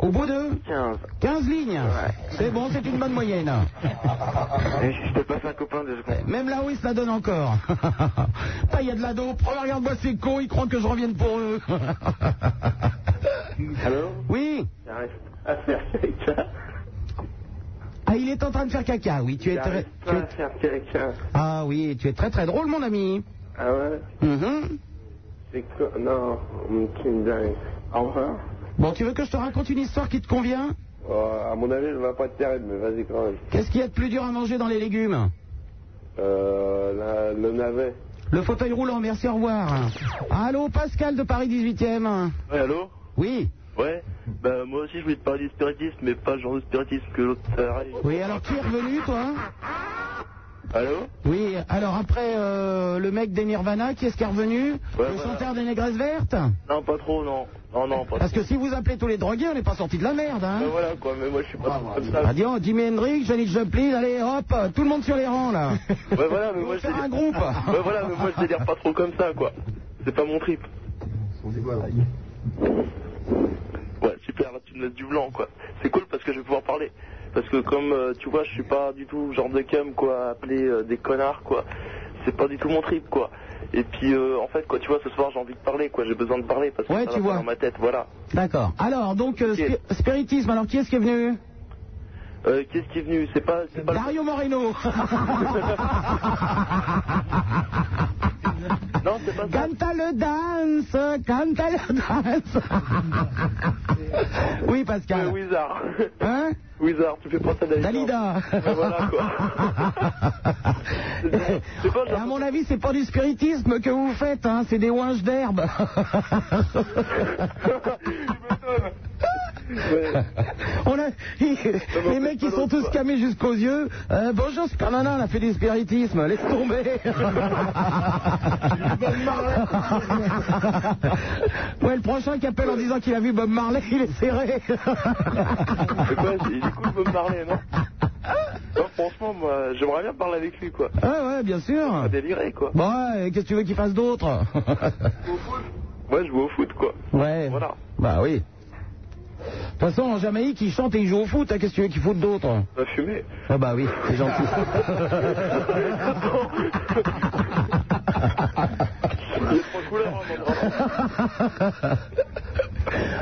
Speaker 4: Au bout de
Speaker 36: 15.
Speaker 4: 15 lignes C'est bon, c'est une bonne moyenne.
Speaker 36: Et Eh, je te passe un copain de secondes.
Speaker 4: Même là où il se la donne encore. (laughs) Putain, Il y a de la dope. Oh, regarde-moi ces cons, ils croient que je revienne pour eux. (laughs)
Speaker 36: Allô
Speaker 4: oui.
Speaker 36: J'arrive à faire quelqu'un.
Speaker 4: Ah, il est en train de faire caca, oui. Tu es très...
Speaker 36: J'arrive pas à faire quelqu'un.
Speaker 4: Ah oui, tu es très très drôle, mon ami.
Speaker 36: Ah ouais
Speaker 4: Mhm.
Speaker 36: C'est quoi Non, tu me dingue. Au revoir.
Speaker 4: Bon, tu veux que je te raconte une histoire qui te convient
Speaker 36: Oh, à mon avis, elle va pas être terrible, mais vas-y quand même.
Speaker 4: Qu'est-ce qu'il y a de plus dur à manger dans les légumes
Speaker 36: Euh, la- le navet.
Speaker 4: Le fauteuil roulant, merci, au revoir. Allô, Pascal de Paris 18e.
Speaker 37: Ouais, allô
Speaker 4: Oui.
Speaker 37: Ouais Bah, moi aussi, je voulais te parler du euh, spiritisme, mais pas le genre de spiritisme que l'autre.
Speaker 4: Oui, alors qui est revenu, toi
Speaker 8: Allô
Speaker 4: Oui, alors après euh, le mec des Nirvana, qui est-ce qui est revenu
Speaker 8: Ouais,
Speaker 4: Le
Speaker 8: voilà.
Speaker 4: chanteur des négresses vertes
Speaker 8: Non, pas trop, non. Non, non, pas
Speaker 4: Parce
Speaker 8: trop.
Speaker 4: que si vous appelez tous les drogués, on n'est pas sorti de la merde, hein
Speaker 8: Ben voilà, quoi, mais moi je suis pas trop comme ça.
Speaker 4: Ah, dis donc, Jimi Hendrix, Janis Joplin, allez hop, tout le monde sur les rangs là
Speaker 8: (laughs) Ouais, voilà, mais
Speaker 4: On
Speaker 8: moi
Speaker 4: va
Speaker 8: je délire-
Speaker 4: faire un groupe
Speaker 8: Ouais, voilà, (laughs) mais moi je délire pas trop comme ça, quoi. C'est pas mon trip. Ouais, super, là tu me laisses du blanc, quoi. C'est cool parce que je vais pouvoir parler. Parce que comme euh, tu vois, je suis pas du tout le genre de cam, quoi, à appeler euh, des connards, quoi. C'est pas du tout mon trip, quoi. Et puis, euh, en fait, quoi, tu vois, ce soir j'ai envie de parler, quoi. J'ai besoin de parler parce que
Speaker 4: Ouais,
Speaker 8: ça
Speaker 4: tu
Speaker 8: va
Speaker 4: vois.
Speaker 8: pas dans ma tête, voilà.
Speaker 4: D'accord. Alors, donc, euh, spi- spiritisme, alors qui est-ce qui est venu
Speaker 8: Euh, Qu'est-ce qui est venu C'est pas, c'est pas le-
Speaker 4: Euh, Dario Moreno
Speaker 8: Non, c'est pas ça.
Speaker 4: Canta le dance Canta le dance (laughs) Oui, Pascal.
Speaker 8: Le Euh, Wizard. (laughs)
Speaker 4: Hein
Speaker 8: Wizard, tu fais pas ça Dalida.
Speaker 4: Dalida.
Speaker 8: Ouais, voilà, quoi.
Speaker 4: (laughs)
Speaker 8: (laughs)
Speaker 4: Et à mon avis, c'est pas du spiritisme que vous faites, hein, c'est des ouinges
Speaker 8: (laughs)
Speaker 4: d'herbe. (laughs) On a... Les mecs, ils sont tous camés jusqu'aux yeux. Euh, bonjour, Supernana, on a fait du spiritisme, laisse
Speaker 8: (laughs)
Speaker 4: tomber. ouais, le prochain qui appelle en disant qu'il a vu Bob Marley, il est
Speaker 8: (laughs)
Speaker 4: serré.
Speaker 8: C'est quoi Il est cool de me parler, non Non, franchement, moi, j'aimerais bien parler avec lui, quoi.
Speaker 4: Ah ouais, bien sûr.
Speaker 8: Pas délirer, quoi.
Speaker 4: Bon, ouais, et qu'est-ce que tu veux qu'il fasse d'autre (laughs)
Speaker 8: Moi, je joue au foot, quoi.
Speaker 4: Ouais.
Speaker 8: Voilà.
Speaker 4: Bah oui. De toute façon, en Jamaïque, ils chantent et ils jouent au foot. hein, Qu'est-ce que tu veux qu'ils foutent d'autre
Speaker 8: On va fumer. (laughs)
Speaker 4: Ah bah oui, c'est gentil.
Speaker 8: hein,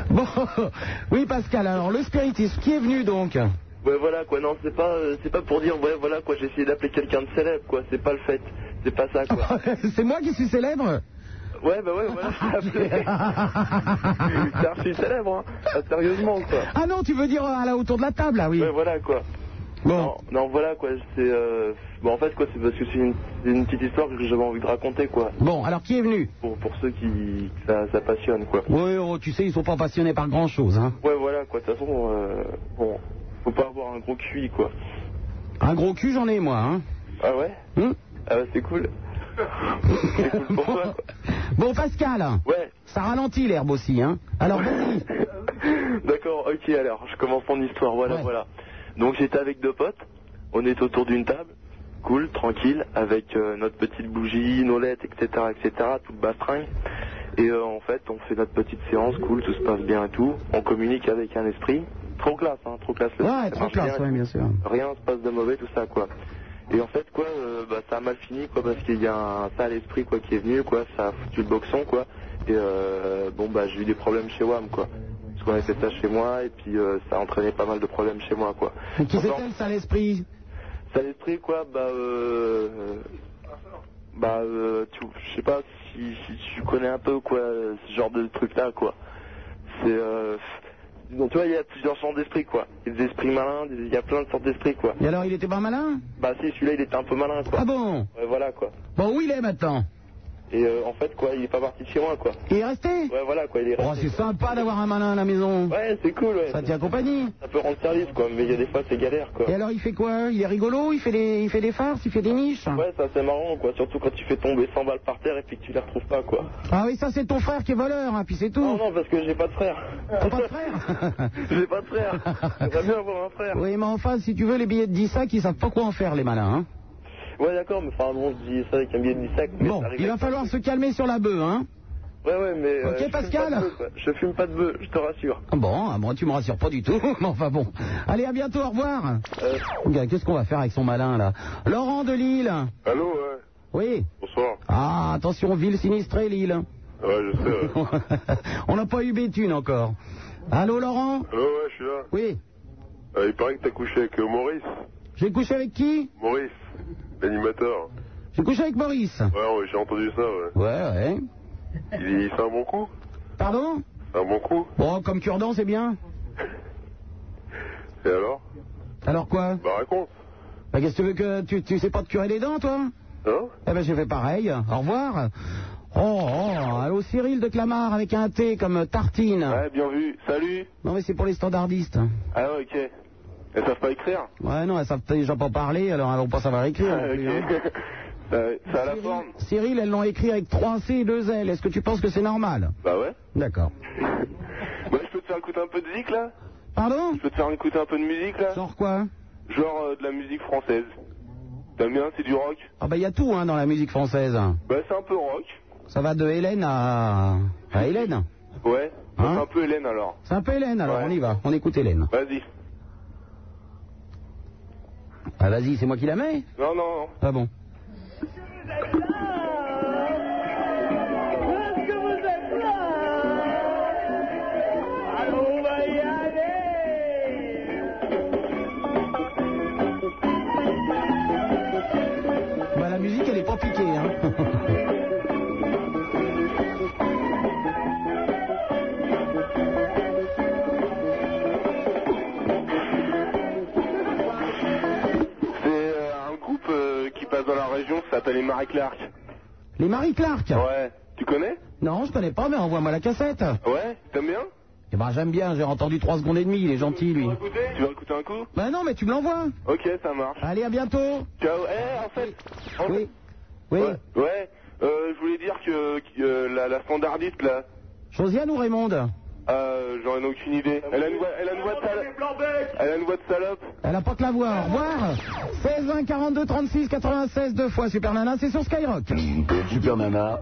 Speaker 4: bon, oui Pascal, alors le spiritisme, qui est venu donc (laughs)
Speaker 8: Ouais, voilà, quoi. Non, c'est pas, euh, c'est pas pour dire, ouais, voilà, quoi, j'ai essayé d'appeler quelqu'un de célèbre, quoi. C'est pas le fait. C'est pas ça, quoi.
Speaker 4: C'est moi qui suis célèbre
Speaker 8: Ouais, bah ouais, voilà, je t'ai appelé. Putain, je suis célèbre, hein. Ah, sérieusement, quoi.
Speaker 4: Ah non, tu veux dire euh, à la autour de la table, là, oui.
Speaker 8: Ouais, voilà, quoi. Non, non, voilà, quoi. C'est, euh... bon, en fait, quoi, c'est parce que c'est une, c'est une petite histoire que j'avais envie de raconter, quoi.
Speaker 4: Bon, alors qui est venu
Speaker 8: Pour, pour ceux qui, que ça, ça passionne, quoi.
Speaker 4: Oui, oh, tu sais, ils sont pas passionnés par grand-chose. Hein.
Speaker 8: Ouais, voilà, quoi. De toute façon, euh, bon, faut pas avoir un gros QI, quoi.
Speaker 4: Un gros cul, j'en ai, moi. Hein.
Speaker 8: Ah ouais (laughs)
Speaker 4: Hum
Speaker 8: Ah bah, c'est cool. c'est cool pour toi, quoi.
Speaker 4: Bon, Pascal,
Speaker 8: Ouais.
Speaker 4: ça ralentit l'herbe aussi. Hein. Alors, vas-y.
Speaker 8: (laughs) D'accord, ok, alors, je commence mon histoire, voilà, voilà. Donc, j'étais avec deux potes, on est autour d'une table, cool, tranquille, avec euh, notre petite bougie, nos lettres, etc., etc., toute bastringue. Et euh, en fait, on fait notre petite séance, cool, tout se passe bien et tout. On communique avec un esprit. Trop classe, hein, trop classe. le- ça
Speaker 4: Ouais, trop
Speaker 8: marche
Speaker 4: classe,
Speaker 8: bien.
Speaker 4: ouais, bien sûr.
Speaker 8: rien se passe de mauvais, tout ça, quoi. Et en fait, quoi, euh, bah, ça a mal fini, quoi, parce qu'il y a un sale esprit, quoi, qui est venu, quoi, ça a foutu le boxon, quoi. Et euh, bon, bah, j'ai eu des problèmes chez WAM, quoi. Parce qu'on avait fait ça chez moi, et puis euh, ça a entraîné pas mal de problèmes chez moi, quoi.
Speaker 4: Qui c'était le sale esprit
Speaker 8: Sale esprit, quoi, bah, euh, euh, bah, euh, tu, je sais pas si, si tu connais un peu, quoi, euh, ce genre de truc-là, quoi. C'est, euh, donc, tu vois, il y a plusieurs sortes d'esprits, quoi. Il y a des esprits malins, des- il y a plein de sortes d'esprits, quoi.
Speaker 4: Et alors, il était pas malin
Speaker 8: Bah si, celui-là il était un peu malin quoi.
Speaker 4: Ah bon
Speaker 8: Ouais, voilà quoi.
Speaker 4: Bon, où il est maintenant
Speaker 8: Et euh, en fait quoi, il est pas parti de chez moi quoi.
Speaker 4: Il est resté
Speaker 8: Ouais voilà quoi, il est
Speaker 4: Oh,
Speaker 8: resté.
Speaker 4: c'est sympa d'avoir un malin à la maison.
Speaker 8: Ouais, c'est cool, ouais.
Speaker 4: Ça tient compagnie.
Speaker 8: Ça peut rendre service quoi, mais il y a des fois c'est galère quoi.
Speaker 4: Et alors, il fait quoi Il est rigolo Il fait des, il fait des farces Il fait des niches
Speaker 8: Ouais, ça c'est marrant quoi, surtout quand tu fais tomber 100 balles par terre et puis que tu les retrouves pas quoi.
Speaker 4: Ah oui, ça, c'est ton frère qui est voleur, hein, puis c'est tout.
Speaker 8: Non, non, parce que j'ai pas de frère.
Speaker 4: T'as pas de frère
Speaker 8: (laughs) j'ai pas de frère. J'aimerais bien avoir un frère.
Speaker 4: Oui, mais enfin, si tu veux, les billets de 10 sacs, ils savent pas quoi en faire, les malins. hein.
Speaker 8: Ouais, d'accord, mais enfin bon, je dis ça avec un billet de 10 sacs. mais
Speaker 4: Bon,
Speaker 8: ça arrive
Speaker 4: il va
Speaker 8: avec-
Speaker 4: falloir se calmer sur la bœuf, hein.
Speaker 8: Ouais, ouais, mais. euh,
Speaker 4: Ok,
Speaker 8: je fume
Speaker 4: Pascal.
Speaker 8: pas de bœuf, quoi. Je fume pas de bœuf, je te rassure.
Speaker 4: Bon, ah, moi tu me rassures pas du tout, (laughs) mais enfin bon. Allez, à bientôt, au revoir.
Speaker 8: Euh,
Speaker 4: Regarde, Qu'est-ce qu'on va faire avec son malin là Laurent de Lille.
Speaker 5: Allô, ouais.
Speaker 4: Oui.
Speaker 5: Bonsoir.
Speaker 4: Ah, attention, ville sinistrée, Lille. (laughs)
Speaker 5: Ouais, je sais. Ouais.
Speaker 4: On n'a pas eu Béthune encore. Allô, Laurent
Speaker 5: Allô, ouais, je suis là.
Speaker 4: Oui.
Speaker 5: Euh, il paraît que t'as couché avec euh, Maurice.
Speaker 4: J'ai couché avec qui
Speaker 5: Maurice, l'animateur.
Speaker 4: J'ai couché avec Maurice.
Speaker 5: Ouais, ouais, j'ai entendu ça,
Speaker 4: Ouais,
Speaker 5: ouais.
Speaker 4: ouais.
Speaker 5: Il, il fait un bon coup
Speaker 4: Pardon
Speaker 5: C'est un bon coup
Speaker 4: Bon, comme cure-dent, c'est bien.
Speaker 5: Et alors
Speaker 4: Alors quoi
Speaker 5: Bah, raconte.
Speaker 4: Bah, Qu'est-ce que tu veux que. Tu, tu sais pas te curer les dents, toi
Speaker 5: Hein
Speaker 4: Eh ben, j'ai fait pareil. Au revoir. Oh, oh, allô Cyril de Clamart avec un T comme tartine.
Speaker 5: bien vu. Salut.
Speaker 4: Non mais c'est pour les standardistes.
Speaker 5: Ah, ouais, ok.
Speaker 8: Elles savent pas écrire
Speaker 4: Ouais, non, elles savent déjà pas parler, alors elles vont pas savoir écrire. non plus,
Speaker 8: Ah,
Speaker 4: hein.
Speaker 8: Euh, (laughs) Ça a la forme
Speaker 4: Cyril, elles l'ont écrit avec 3 C et 2 L. Est-ce que tu penses que c'est normal
Speaker 8: Bah ouais.
Speaker 4: D'accord.
Speaker 8: Bah je peux te faire écouter un peu de zik là
Speaker 4: Pardon
Speaker 8: Je peux te faire écouter un peu de musique là Genre
Speaker 4: quoi
Speaker 8: Genre euh, de la musique française. T'aimes bien, c'est du rock
Speaker 4: Ah bah il y a tout hein, dans la musique française.
Speaker 8: Bah c'est un peu rock.
Speaker 4: Ça va de Hélène à... à Hélène.
Speaker 8: Ouais. Bah,
Speaker 4: Hein
Speaker 8: c'est un peu Hélène alors.
Speaker 4: C'est un peu Hélène, alors on y va. On écoute Hélène.
Speaker 8: Vas-y.
Speaker 4: Ah vas-y, c'est moi qui la mets
Speaker 8: Non, non, non.
Speaker 4: Ah bon.
Speaker 38: On va y aller
Speaker 4: Bah la musique elle est pas piquée hein. (laughs)
Speaker 8: C'est euh, un groupe euh, qui passe dans la région, ça s'appelle les Marie Clark.
Speaker 4: Les Marie Clark
Speaker 8: Ouais. Tu connais
Speaker 4: Non, je connais pas, mais envoie-moi la cassette.
Speaker 8: Ouais T'aimes bien
Speaker 4: Eh ben j'aime bien, j'ai entendu 3 secondes et demie, il est gentil lui.
Speaker 8: Tu vas écouter un coup
Speaker 4: Bah non, mais tu me l'envoies.
Speaker 8: Ok, ça marche.
Speaker 4: Allez, à bientôt.
Speaker 8: Ciao. Eh, en fait. en
Speaker 4: Oui. Oui.
Speaker 8: Ouais. ouais. Euh, je voulais dire que, que, euh, la, la standardiste là,
Speaker 4: Josiane ou Raymond
Speaker 8: euh, j'en ai aucune idée. Elle a une voix, elle a une voix de salope. Elle a une voix de salope.
Speaker 4: Elle a pas que la voix. Au revoir. 16 1 42 36 96 deux fois Super Nana, c'est sur Skyrock.
Speaker 1: Super Nana,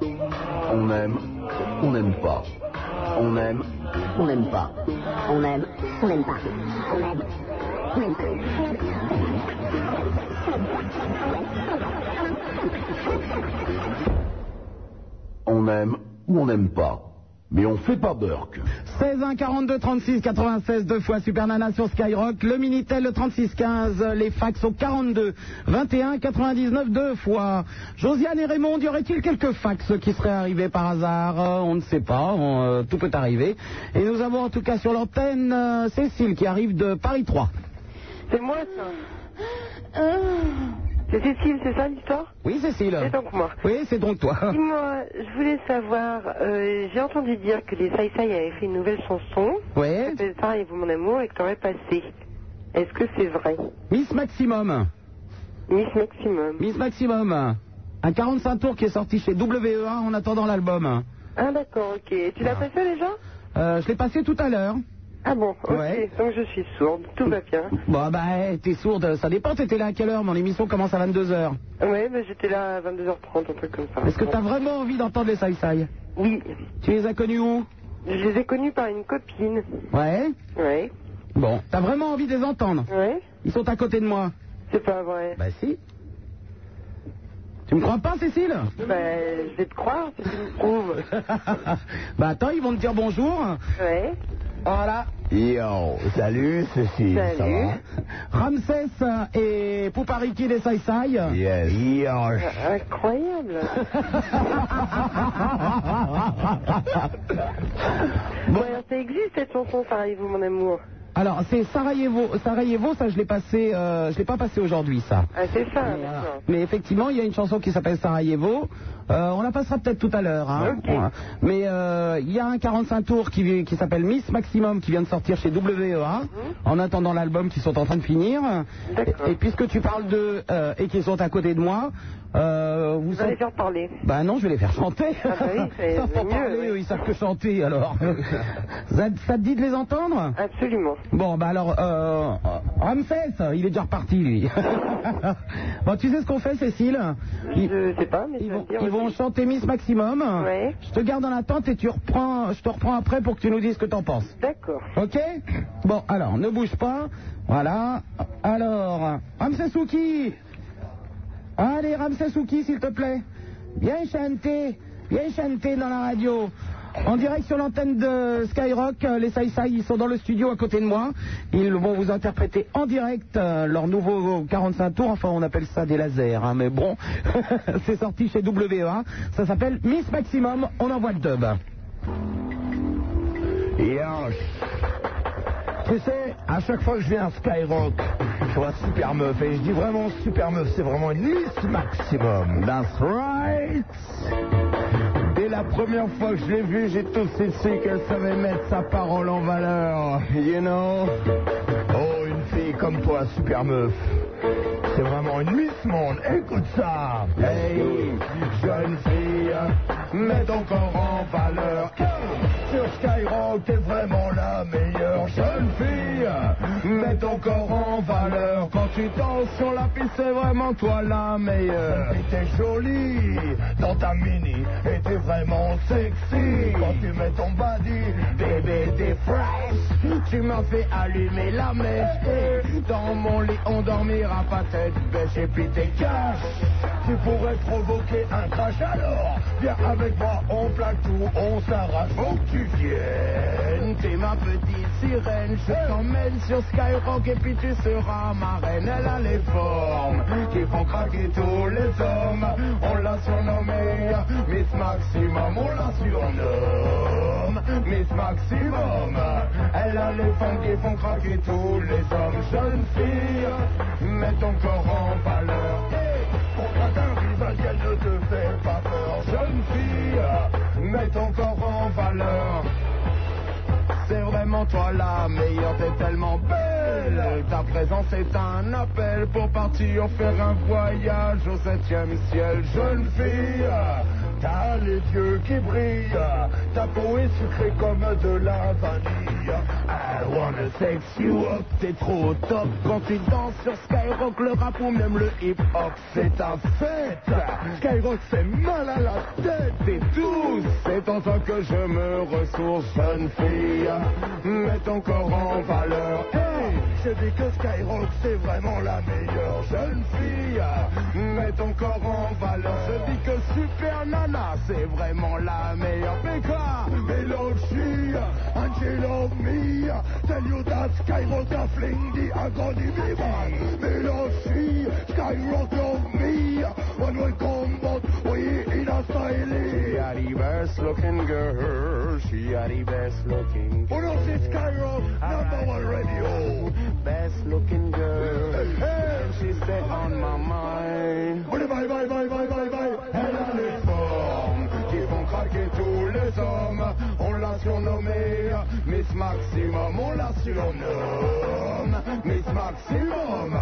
Speaker 1: on aime, on n'aime pas. On aime, on n'aime pas. On aime, on n'aime pas. On aime, on n'aime pas. On aime ou on n'aime pas. Mais on fait pas Burke.
Speaker 4: 16 1 42 36 96 deux fois Super Nana sur Skyrock, le Minitel le 36 15, les fax au 42 21 99 deux fois. Josiane et Raymond, y aurait-il quelques fax qui seraient arrivés par hasard Euh, On ne sait pas, on, euh, tout peut arriver. Et nous avons en tout cas sur l'antenne euh, Cécile qui arrive de Paris 3.
Speaker 10: C'est moi ça.
Speaker 38: Ah.
Speaker 10: C'est Cécile, c'est ça l'histoire
Speaker 4: Oui Cécile.
Speaker 10: C'est donc moi.
Speaker 4: Oui, c'est donc toi.
Speaker 10: (laughs) Dis-moi, je voulais savoir, euh, j'ai entendu dire que les Sai Sai avaient fait une nouvelle chanson.
Speaker 4: Ouais.
Speaker 10: C'est ça, et vous mon amour, et que t'aurais passé. Est-ce que c'est vrai
Speaker 4: Miss Maximum.
Speaker 10: Miss Maximum.
Speaker 4: Miss Maximum. Un 45 tours qui est sorti chez WEA en attendant l'album.
Speaker 10: Ah d'accord, ok. Et tu l'as passé déjà
Speaker 4: Euh, je l'ai passé tout à l'heure.
Speaker 10: Ah bon, ok.
Speaker 4: Ouais.
Speaker 10: Donc je suis sourde, tout va bien.
Speaker 4: Bon, bah, eh, t'es sourde, ça dépend, t'étais là à quelle heure Mon émission commence à 22h.
Speaker 10: Ouais, mais j'étais là à 22h30, un truc comme ça.
Speaker 4: Est-ce que t'as vraiment envie d'entendre les Sai Sai
Speaker 10: Oui.
Speaker 4: Tu les as connus où
Speaker 10: Je les ai connus par une copine.
Speaker 4: Ouais.
Speaker 10: Ouais.
Speaker 4: Bon, t'as vraiment envie de les entendre
Speaker 10: Ouais.
Speaker 4: Ils sont à côté de moi.
Speaker 10: C'est pas vrai.
Speaker 4: Bah si. Tu me crois pas, Cécile (laughs)
Speaker 10: Bah, je vais te croire si tu me (laughs) prouves.
Speaker 4: Bah attends, ils vont te dire bonjour.
Speaker 10: Ouais.
Speaker 4: Voilà.
Speaker 1: Yo, salut Cécile, ça va
Speaker 4: Ramsès et Poupariki des Sai Sai.
Speaker 1: Yes.
Speaker 10: Incroyable. (laughs) Bon, alors, ça existe cette chanson, ça arrive vous mon amour.
Speaker 4: Alors, c'est Sarajevo. Sarajevo, ça, je l'ai passé, euh, je l'ai pas passé aujourd'hui, ça.
Speaker 10: Ah, c'est ça, d'accord.
Speaker 4: Mais effectivement, il y a une chanson qui s'appelle Sarajevo. Euh, on la passera peut-être tout à l'heure. hein. Voilà. Mais euh, il y a un 45 tours qui, qui s'appelle Miss Maximum qui vient de sortir chez WEA en attendant l'album qu'ils sont en train de finir. Et, et puisque tu parles d'eux euh, et qu'ils sont à côté de moi, euh, vous
Speaker 10: Vous allez
Speaker 4: êtes-
Speaker 10: faire parler.
Speaker 4: Bah non, je vais les faire chanter.
Speaker 10: Ah bah oui,
Speaker 4: (laughs) ils
Speaker 10: c'est-
Speaker 4: savent pas
Speaker 10: c'est mieux,
Speaker 4: parler,
Speaker 10: oui.
Speaker 4: eux, ils savent que chanter
Speaker 10: (laughs)
Speaker 4: alors. ça, ça te dit de les entendre
Speaker 10: Absolument.
Speaker 4: Bon, bah alors, euh, Ramsès, il est déjà reparti, lui. (laughs) bon, tu sais ce qu'on fait, Cécile ils,
Speaker 10: Je sais pas, mais
Speaker 4: ils vont, ils vont chanter Miss Maximum.
Speaker 10: Ouais.
Speaker 4: Je te garde en attente et tu reprends, je te reprends après pour que tu nous dises ce que t'en penses.
Speaker 10: D'accord.
Speaker 4: Ok Bon, alors, ne bouge pas. Voilà. Alors, Ramsesouki Allez, Ramsesouki, s'il te plaît. Viens chanter, viens chanter dans la radio. En direct sur l'antenne de Skyrock, euh, les Sai Sai, ils sont dans le studio à côté de moi. Ils vont vous interpréter en direct euh, leur nouveau 45 tours. Enfin, on appelle ça des lasers, hein, mais bon. (laughs) C'est sorti chez WEA. Ça s'appelle Miss Maximum. On envoie le dub.
Speaker 39: Tu sais, à chaque fois que je viens à Skyrock, je vois Super Meuf et je dis vraiment Super Meuf, c'est vraiment une liste maximum. That's right. Dès la première fois que je l'ai vue, j'ai tout cessé qu'elle savait mettre sa parole en valeur. You know Oh, une fille
Speaker 4: est comme toi, super meuf. C'est vraiment une Miss Monde. Écoute ça. Hey, jeune fille, mets ton corps en valeur. Sur Skyrock, t'es vraiment la meilleure jeune fille. Mets ton corps en valeur. Quand tu danses sur la piste, c'est vraiment toi la meilleure. Et t'es jolie dans ta mini. Et t'es vraiment sexy. Quand tu mets ton body, bébé, t'es fresh. Tu m'as fait allumer la mèche. Et dans mon lit, on dormira pas tête bêche. Et puis t'es cash. Tu pourrais provoquer un crash alors. Viens avec moi, on plaque tout, on s'arrache. Faut que tu viennes. T'es ma petite sirène. Je t'emmène sur Skyrock et puis tu seras ma reine. Elle a les formes qui font craquer tous les hommes. On l'a surnommée Miss Maximum. On la surnomme Miss Maximum. Elle a les formes qui font craquer tous les hommes. Jeune fille, mets ton corps en valeur. Pour pas qu'un rival, elle ne te fait pas peur. Jeune fille, mets ton corps en valeur. C'est vraiment toi la meilleure, t'es tellement belle. Ta présence est un appel pour partir faire un voyage au septième ciel. Jeune fille, t'as les yeux qui brillent, ta peau est sucrée comme de la vanille. I wanna sex you up, t'es trop au top quand tu danses sur Skyrock, le rap ou même le hip hop, c'est ta fête. Skyrock, c'est mal à la tête et tous, c'est en toi que je me ressource, jeune fille. Mets ton corps en valeur. Hey, je dis que Skyrock, c'est vraiment la meilleure jeune fille. Mets ton corps en valeur. Je dis que Super Nana, c'est vraiment la meilleure. BK, Melody, Angelo, me. Tell you that Skyrock a fling the agony vivan. Melody, Skyrock love me. When we come out, we in a styling. She are the best looking girl. She are the best looking girl. Uno c'est Skyrock, number one radio. Best looking girl. And she said on my mind. Bye bye bye bye bye bye bye. Elle a les formes qui font craquer tous les hommes. On l'a surnommée Miss Maximum. On la surnomme Miss Maximum.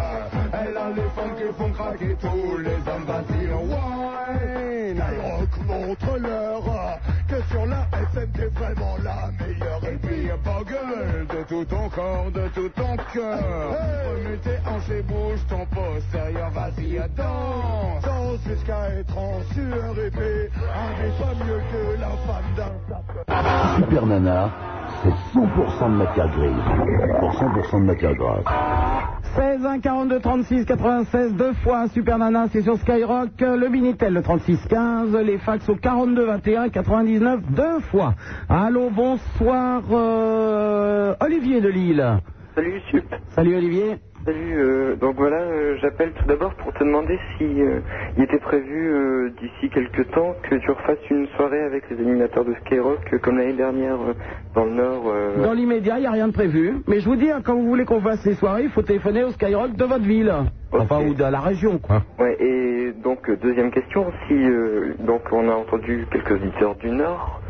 Speaker 4: Elle a les formes qui font craquer tous les hommes. Vas-y, wine. Skyrock montre-leur que sur la FM t'es vraiment la meilleure. Et puis pas gueule de tout ton corps, de tout ton cœur. Remue tes hanches et bouge ton postérieur. Vas-y, danse, danse jusqu'à être en sueur épée. Un n'est pas mieux que la femme d'un
Speaker 1: Super Nana, c'est 100% de matière grise pour 100% de matière grasse.
Speaker 8: 16 1 42 36 96 deux fois Super Nana c'est sur Skyrock le Minitel le 36 15 les fax au 42 21 99 deux fois allô bonsoir euh, Olivier de Lille
Speaker 10: Salut Sup.
Speaker 8: salut Olivier
Speaker 10: Salut. euh, donc voilà, euh, j'appelle tout d'abord pour te demander si euh, il était prévu euh, d'ici quelques temps que tu refasses une soirée avec les animateurs de Skyrock euh, comme l'année dernière euh, dans le Nord. euh,
Speaker 8: dans l'immédiat il n'y a rien de prévu mais je vous dis hein, quand vous voulez qu'on fasse les soirées il faut téléphoner au Skyrock de votre ville enfin ou de la région quoi
Speaker 10: Ouais, et donc euh, deuxième question, si euh, donc on a entendu quelques auditeurs du Nord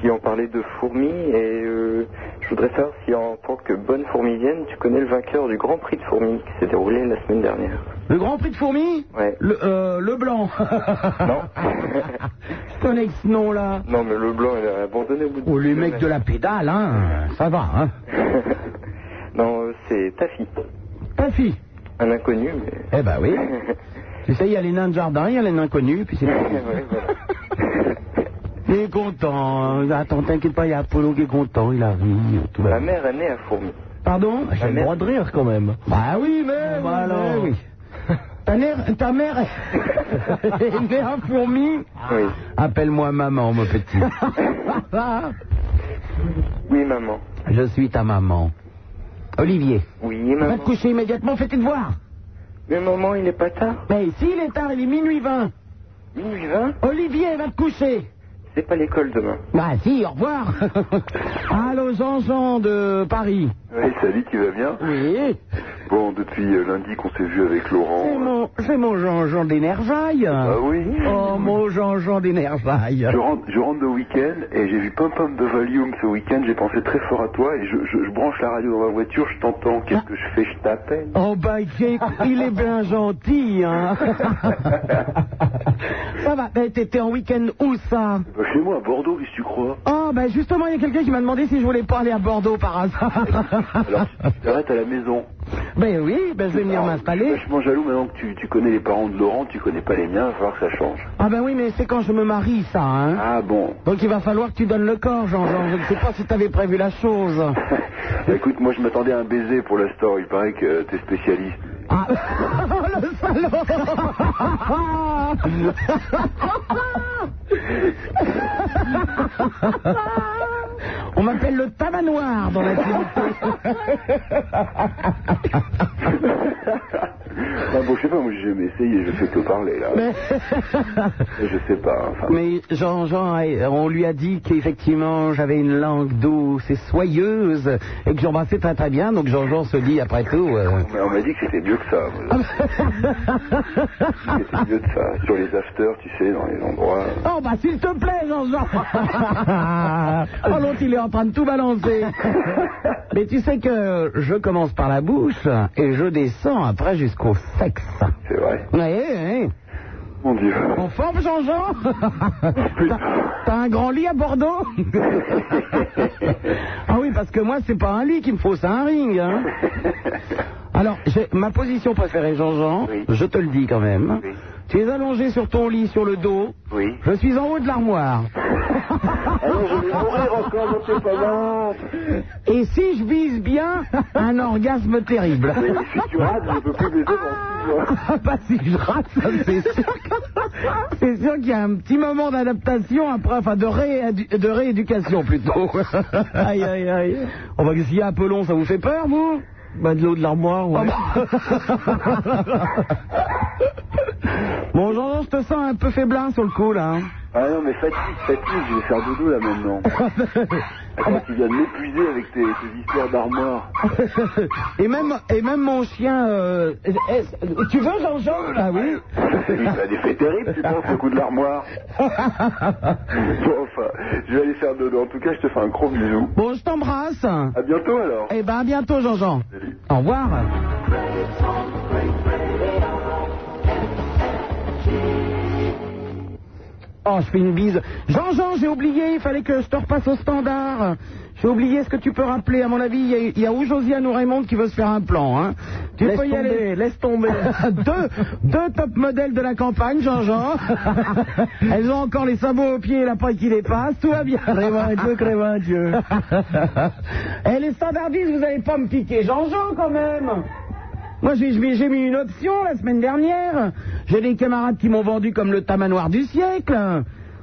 Speaker 10: qui ont parlé de fourmis et euh, je voudrais savoir si en tant que bonne fourmilienne tu connais le vainqueur du Grand Prix de fourmis qui s'est déroulé la semaine dernière.
Speaker 8: le Grand Prix de Fourmis
Speaker 10: Ouais.
Speaker 8: le, euh, le blanc (laughs) non je connais ce nom là
Speaker 10: Non mais le blanc il a abandonné au bout de
Speaker 8: oh les mecs de la pédale hein ça va hein
Speaker 10: (laughs) Non euh, c'est ta fille.
Speaker 8: ta fille
Speaker 10: Un inconnu mais.
Speaker 8: Eh ben
Speaker 10: (laughs)
Speaker 8: oui. Tu sais, il y a les nains de jardin, il y a les nains connus, puis c'est
Speaker 10: (laughs) Ouais, voilà.
Speaker 8: Il est content. Attends, t'inquiète pas, il y a Apollo qui est content, il arrive. Tout
Speaker 10: Ma mère est née à Fourmis.
Speaker 8: Pardon
Speaker 10: J'ai le droit
Speaker 8: de rire quand même. Bah oui, mais,
Speaker 10: Bah
Speaker 8: oui,
Speaker 10: alors.
Speaker 8: mais oui. Ta mère, ta mère (laughs) est née à fourmi.
Speaker 10: Oui.
Speaker 8: Appelle-moi maman, mon petit.
Speaker 10: Oui maman.
Speaker 8: Je suis ta maman. Olivier.
Speaker 10: Oui
Speaker 8: Va
Speaker 10: maman.
Speaker 8: te coucher immédiatement, fais tes devoirs.
Speaker 10: Mais maman il est pas tard.
Speaker 8: Mais s'il est tard, il est minuit 20.
Speaker 10: Minuit 20
Speaker 8: Olivier, va te coucher.
Speaker 10: C'est pas l'école demain.
Speaker 8: Bah si, au (laughs) revoir. Allô, Jean-Jean de Paris.
Speaker 5: Oui, salut, tu vas bien
Speaker 8: Oui.
Speaker 10: Bon, depuis euh, lundi qu'on s'est vu avec Laurent. euh,
Speaker 4: C'est mon, c'est mon Jean-Jean d'Énervaille.
Speaker 8: Euh,
Speaker 10: Ah oui
Speaker 4: Oh, mon Jean-Jean d'Énervaille.
Speaker 10: Je rentre, je rentre de week-end et j'ai vu Pom Pom de Valium ce week-end. J'ai pensé très fort à toi et je, je- je branche la radio dans ma voiture. Je t'entends.
Speaker 4: Ah.
Speaker 10: Qu'est-ce que je fais Je t'appelle.
Speaker 4: Oh, bah, écoute, il est bien gentil, hein. ça va, Eh, t'étais en week-end où, ça
Speaker 10: Bah, chez moi, à Bordeaux, qu'est-ce que tu crois
Speaker 4: Oh, ben justement, il y a quelqu'un qui m'a demandé si je voulais pas aller à Bordeaux par hasard.
Speaker 5: (laughs)
Speaker 10: Alors, tu t'arrêtes à la maison.
Speaker 4: ben oui, ben Ah, je vais venir
Speaker 10: Alors, Je
Speaker 4: m'installer.
Speaker 10: suis vachement jaloux maintenant que tu, tu connais les parents de Laurent, tu connais pas les miens, il va falloir que ça change.
Speaker 4: Ah ben oui, mais c'est quand je me marie, ça, hein. (laughs)
Speaker 10: Ah bon
Speaker 4: Donc il va falloir que tu donnes le corps, Jean-Jean. Je ne sais pas si t'avais prévu la chose.
Speaker 10: Bah, Écoute, moi je m'attendais à un baiser pour la store, il paraît que euh, t'es spécialiste.
Speaker 4: Ah, le salaud (laughs) On m'appelle le tabac noir dans la
Speaker 10: Ah bon, je sais pas, moi j'ai jamais essayé, je fais que parler là.
Speaker 4: Mais- (laughs)
Speaker 10: Je sais pas, enfin.
Speaker 4: Mais Jean-Jean, eh, on lui a dit qu'effectivement j'avais une langue douce et soyeuse et que j'embrassais très très bien, donc Jean-Jean se dit après tout. euh,
Speaker 10: Mais on m'a dit que c'était mieux que ça. voilà. (laughs) c'était mieux que ça. Sur les afters, tu sais, dans les endroits.
Speaker 4: Oh bah s'il te plaît (laughs) Jean-Jean Oh l'autre il est en train de tout balancer (laughs) Mais tu sais que je commence par la bouche et je descends après jusqu'au sexe.
Speaker 10: C'est vrai.
Speaker 4: Oui, oui.
Speaker 10: Mon Dieu.
Speaker 4: En forme Jean-Jean T'as- T'as un grand lit à
Speaker 10: (laughs)
Speaker 4: Bordeaux Ah oui parce que moi c'est pas un lit qu'il me faut, c'est un ring. hein. Alors j'ai- ma position préférée Jean-Jean, je te le dis quand même. Tu es allongé sur ton lit sur le dos.
Speaker 10: Oui.
Speaker 4: Je suis en haut de l'armoire.
Speaker 10: Alors Eh je vais mourir encore dans tes parents.
Speaker 4: Et si je vise bien, un orgasme terrible.
Speaker 10: Mais si tu rates, je peux plus baiser dans hein. tout,
Speaker 4: Ah bah si je rate, ça, c'est sûr. C'est sûr qu'il y a un petit moment d'adaptation après, enfin de, réédu- de rééducation (laughs) plutôt. aïe aïe aïe. On va s'il y a un peu long, ça vous fait peur vous Bah de l'eau de l'armoire, (laughs) ouais. bon Jean, je te sens un peu faiblin sur le coup là. hein.
Speaker 10: Ah non, mais fatigue, fatigue, je vais faire dodo là maintenant. Attends, tu viens de m'épuiser avec tes, tes histoires d'armoire.
Speaker 4: et même et même mon chien. euh, est-ce- tu veux Jean-Jean Ah oui.
Speaker 10: Il a des faits terribles, tu penses, le coup de l'armoire. Bon, enfin, je vais aller faire dodo. En tout cas, je te fais un gros bisou.
Speaker 4: Bon, je t'embrasse.
Speaker 10: À bientôt alors.
Speaker 4: Eh ben à bientôt Jean-Jean. Au revoir. Oh, je fais une bise. Jean-Jean, j'ai oublié, il fallait que je te repasse au standard. J'ai oublié, est-ce que tu peux rappeler À mon avis, il y a- il y a, ou Josiane ou Raymond qui veut se faire un plan. Hein. Tu
Speaker 13: Laisse
Speaker 4: peux y
Speaker 13: tomber,
Speaker 4: aller. Laisse tomber. (laughs) deux, deux top modèles de la campagne, (laughs) Jean-Jean. Elles ont encore les sabots aux pieds et la paille qui les passe. Tout va bien. Dieu, (laughs) Dieu. Eh, les standardistes, vous n'allez pas me piquer Jean-Jean quand même moi, j'ai- j'ai mis j'ai mis une option la semaine dernière. J'ai des camarades qui m'ont vendu comme le tamanoir du siècle.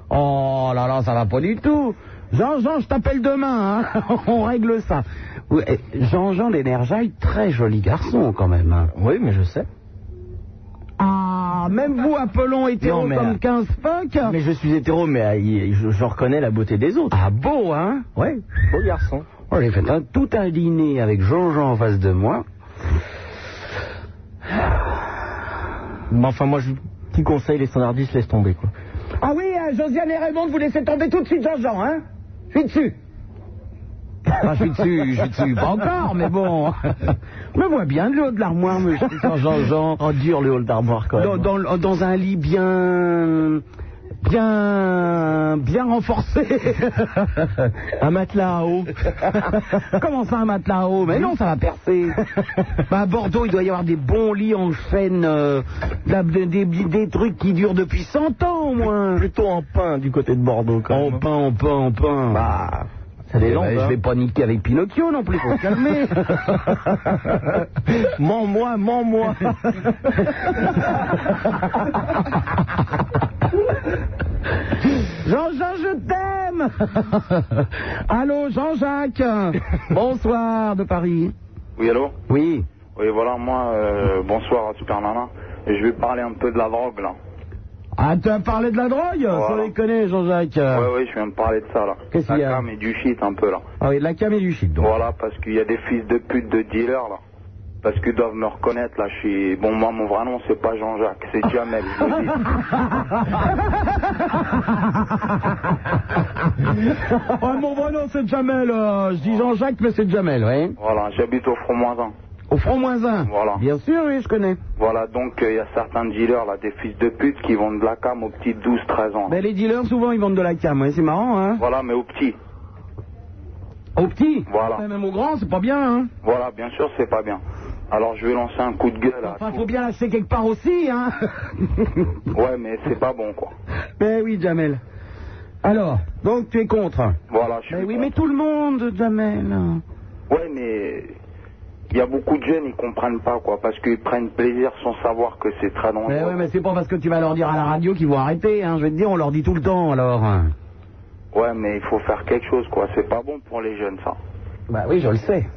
Speaker 4: Oh là là, ça va pas du tout. Jean-Jean, je t'appelle demain. hein. (laughs) On règle ça. Ouais, eh, Jean-Jean d'Énergie, très joli garçon quand même. Oui, mais je sais. Ah, même vous, Apollon, hétéro
Speaker 13: Non, mais, euh,
Speaker 4: comme 15 fuck.
Speaker 13: Mais je suis hétéro, mais ah, il- je, je reconnais la beauté des autres.
Speaker 4: Ah, beau, hein
Speaker 13: Ouais, beau garçon.
Speaker 4: Oh, j'ai fait un- tout un dîner avec Jean-Jean en face de moi.
Speaker 13: Mais enfin, moi, je petit conseil, les standardistes, laisse tomber, quoi.
Speaker 4: Ah oui, euh, Josiane et Raymond, vous laissez tomber tout de suite Jean-Jean, hein Je suis dessus. Ah, je suis dessus, je suis dessus, pas encore, mais bon. (laughs) Je me vois bien le haut de l'armoire, mais je suis sans Jean-Jean. Oh,
Speaker 13: En dur, le hall d'armoire, quand
Speaker 4: Dans,
Speaker 13: même.
Speaker 4: dans le- dans un lit bien. bien. bien renforcé.
Speaker 13: (laughs) Un matelas à eau.
Speaker 4: (laughs) Comment ça, un matelas haut Mais non, ça va percer.
Speaker 13: (laughs)
Speaker 4: Bah, à Bordeaux, il doit y avoir des bons lits en chêne, euh, de la- des, des- des trucs qui durent depuis 100 ans au moins.
Speaker 13: Plutôt en pain, du côté de Bordeaux, quand
Speaker 4: En
Speaker 13: même.
Speaker 4: pain, en pain, en pain.
Speaker 13: Bah, ça délonde,
Speaker 4: Eh ben,
Speaker 13: hein.
Speaker 4: Je vais pas niquer avec Pinocchio non plus, faut se (laughs) calmer.
Speaker 13: (laughs) Mens-moi, mens-moi.
Speaker 4: Jean-Jean, je t'aime (laughs) Allô,
Speaker 5: (laughs)
Speaker 4: Jean-Jacques Bonsoir de Paris.
Speaker 5: Oui, allô
Speaker 4: Oui.
Speaker 5: Oui, voilà, moi, euh, bonsoir à Super Nana. Et je vais parler un peu de la drogue, là.
Speaker 4: Ah, tu as parlé de la drogue Ça
Speaker 5: Voilà.
Speaker 4: déconner, Jean-Jacques.
Speaker 5: Ouais, ouais, je viens de parler de ça, là.
Speaker 4: Ah. Qu'est-ce qu'il y a
Speaker 5: La cam et du shit, un peu, là. (laughs)
Speaker 4: Ah oui, de la cam et du shit, donc.
Speaker 5: Voilà, parce qu'il y a des fils de pute de dealers, là. Parce qu'ils doivent me reconnaître, là, je suis... Bon, moi, mon vrai nom, c'est pas Jean-Jacques, c'est Jamel. je vous le dis.
Speaker 4: (laughs) Ah, mon vrai nom, c'est Jamel. euh, je dis Jean-Jacques, mais c'est Jamel, oui.
Speaker 5: Voilà, j'habite au front Moisin.
Speaker 4: Au front moins un.
Speaker 5: Voilà.
Speaker 4: Bien sûr, oui, je connais.
Speaker 5: Voilà, donc, euh, il y a certains dealers, là, des fils de pute qui vendent de la cam aux petits 12-13 ans.
Speaker 4: Ben, les dealers, souvent, ils vendent de la cam, ouais, c'est marrant, hein.
Speaker 5: Voilà, mais aux petits.
Speaker 4: Au petit
Speaker 5: Voilà.
Speaker 4: Ouais, Même au grand, c'est pas bien, hein.
Speaker 5: Voilà, bien sûr, c'est pas bien. Alors, je vais lancer un coup de gueule, là.
Speaker 4: Enfin, faut bien lâcher quelque part aussi, hein. (laughs)
Speaker 5: Ouais, mais c'est pas bon, quoi.
Speaker 4: ben oui, Jamel. Alors, donc tu es contre
Speaker 5: Voilà, je suis...
Speaker 4: Ben oui, mais tout le monde, Jamel.
Speaker 5: Ouais, mais il y a beaucoup de jeunes, ils comprennent pas, quoi, parce qu'ils prennent plaisir sans savoir que c'est très dangereux.
Speaker 4: Ben oui, mais c'est pas parce que tu vas leur dire à la radio qu'ils vont arrêter, hein. Je vais te dire, on leur dit tout le temps, alors.
Speaker 5: Ouais, mais il faut faire quelque chose, quoi. C'est pas bon pour les jeunes, ça.
Speaker 4: Bah oui, je le sais.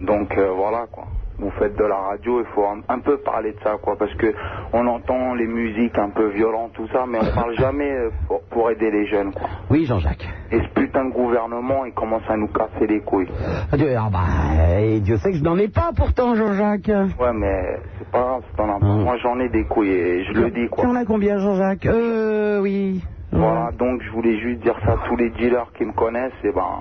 Speaker 5: Donc euh, voilà, quoi. Vous faites de la radio, il faut un, un peu parler de ça, quoi, parce que on entend les musiques un peu violentes, tout ça, mais on
Speaker 4: (laughs)
Speaker 5: parle jamais euh, pour, pour aider les jeunes, quoi.
Speaker 4: Oui, Jean-Jacques.
Speaker 5: Et ce putain de gouvernement, il commence à nous casser les couilles.
Speaker 4: Ah, Dieu, ah bah, et Dieu sait que je n'en ai pas pourtant, Jean-Jacques.
Speaker 5: Ouais, mais c'est pas grave, c'est pas grave. Moi, j'en ai des couilles et je le dis, quoi.
Speaker 4: Tu en Ah. as combien, Jean-Jacques Euh, oui.
Speaker 5: Voilà, donc je voulais juste dire ça à tous les dealers qui me connaissent, et ben,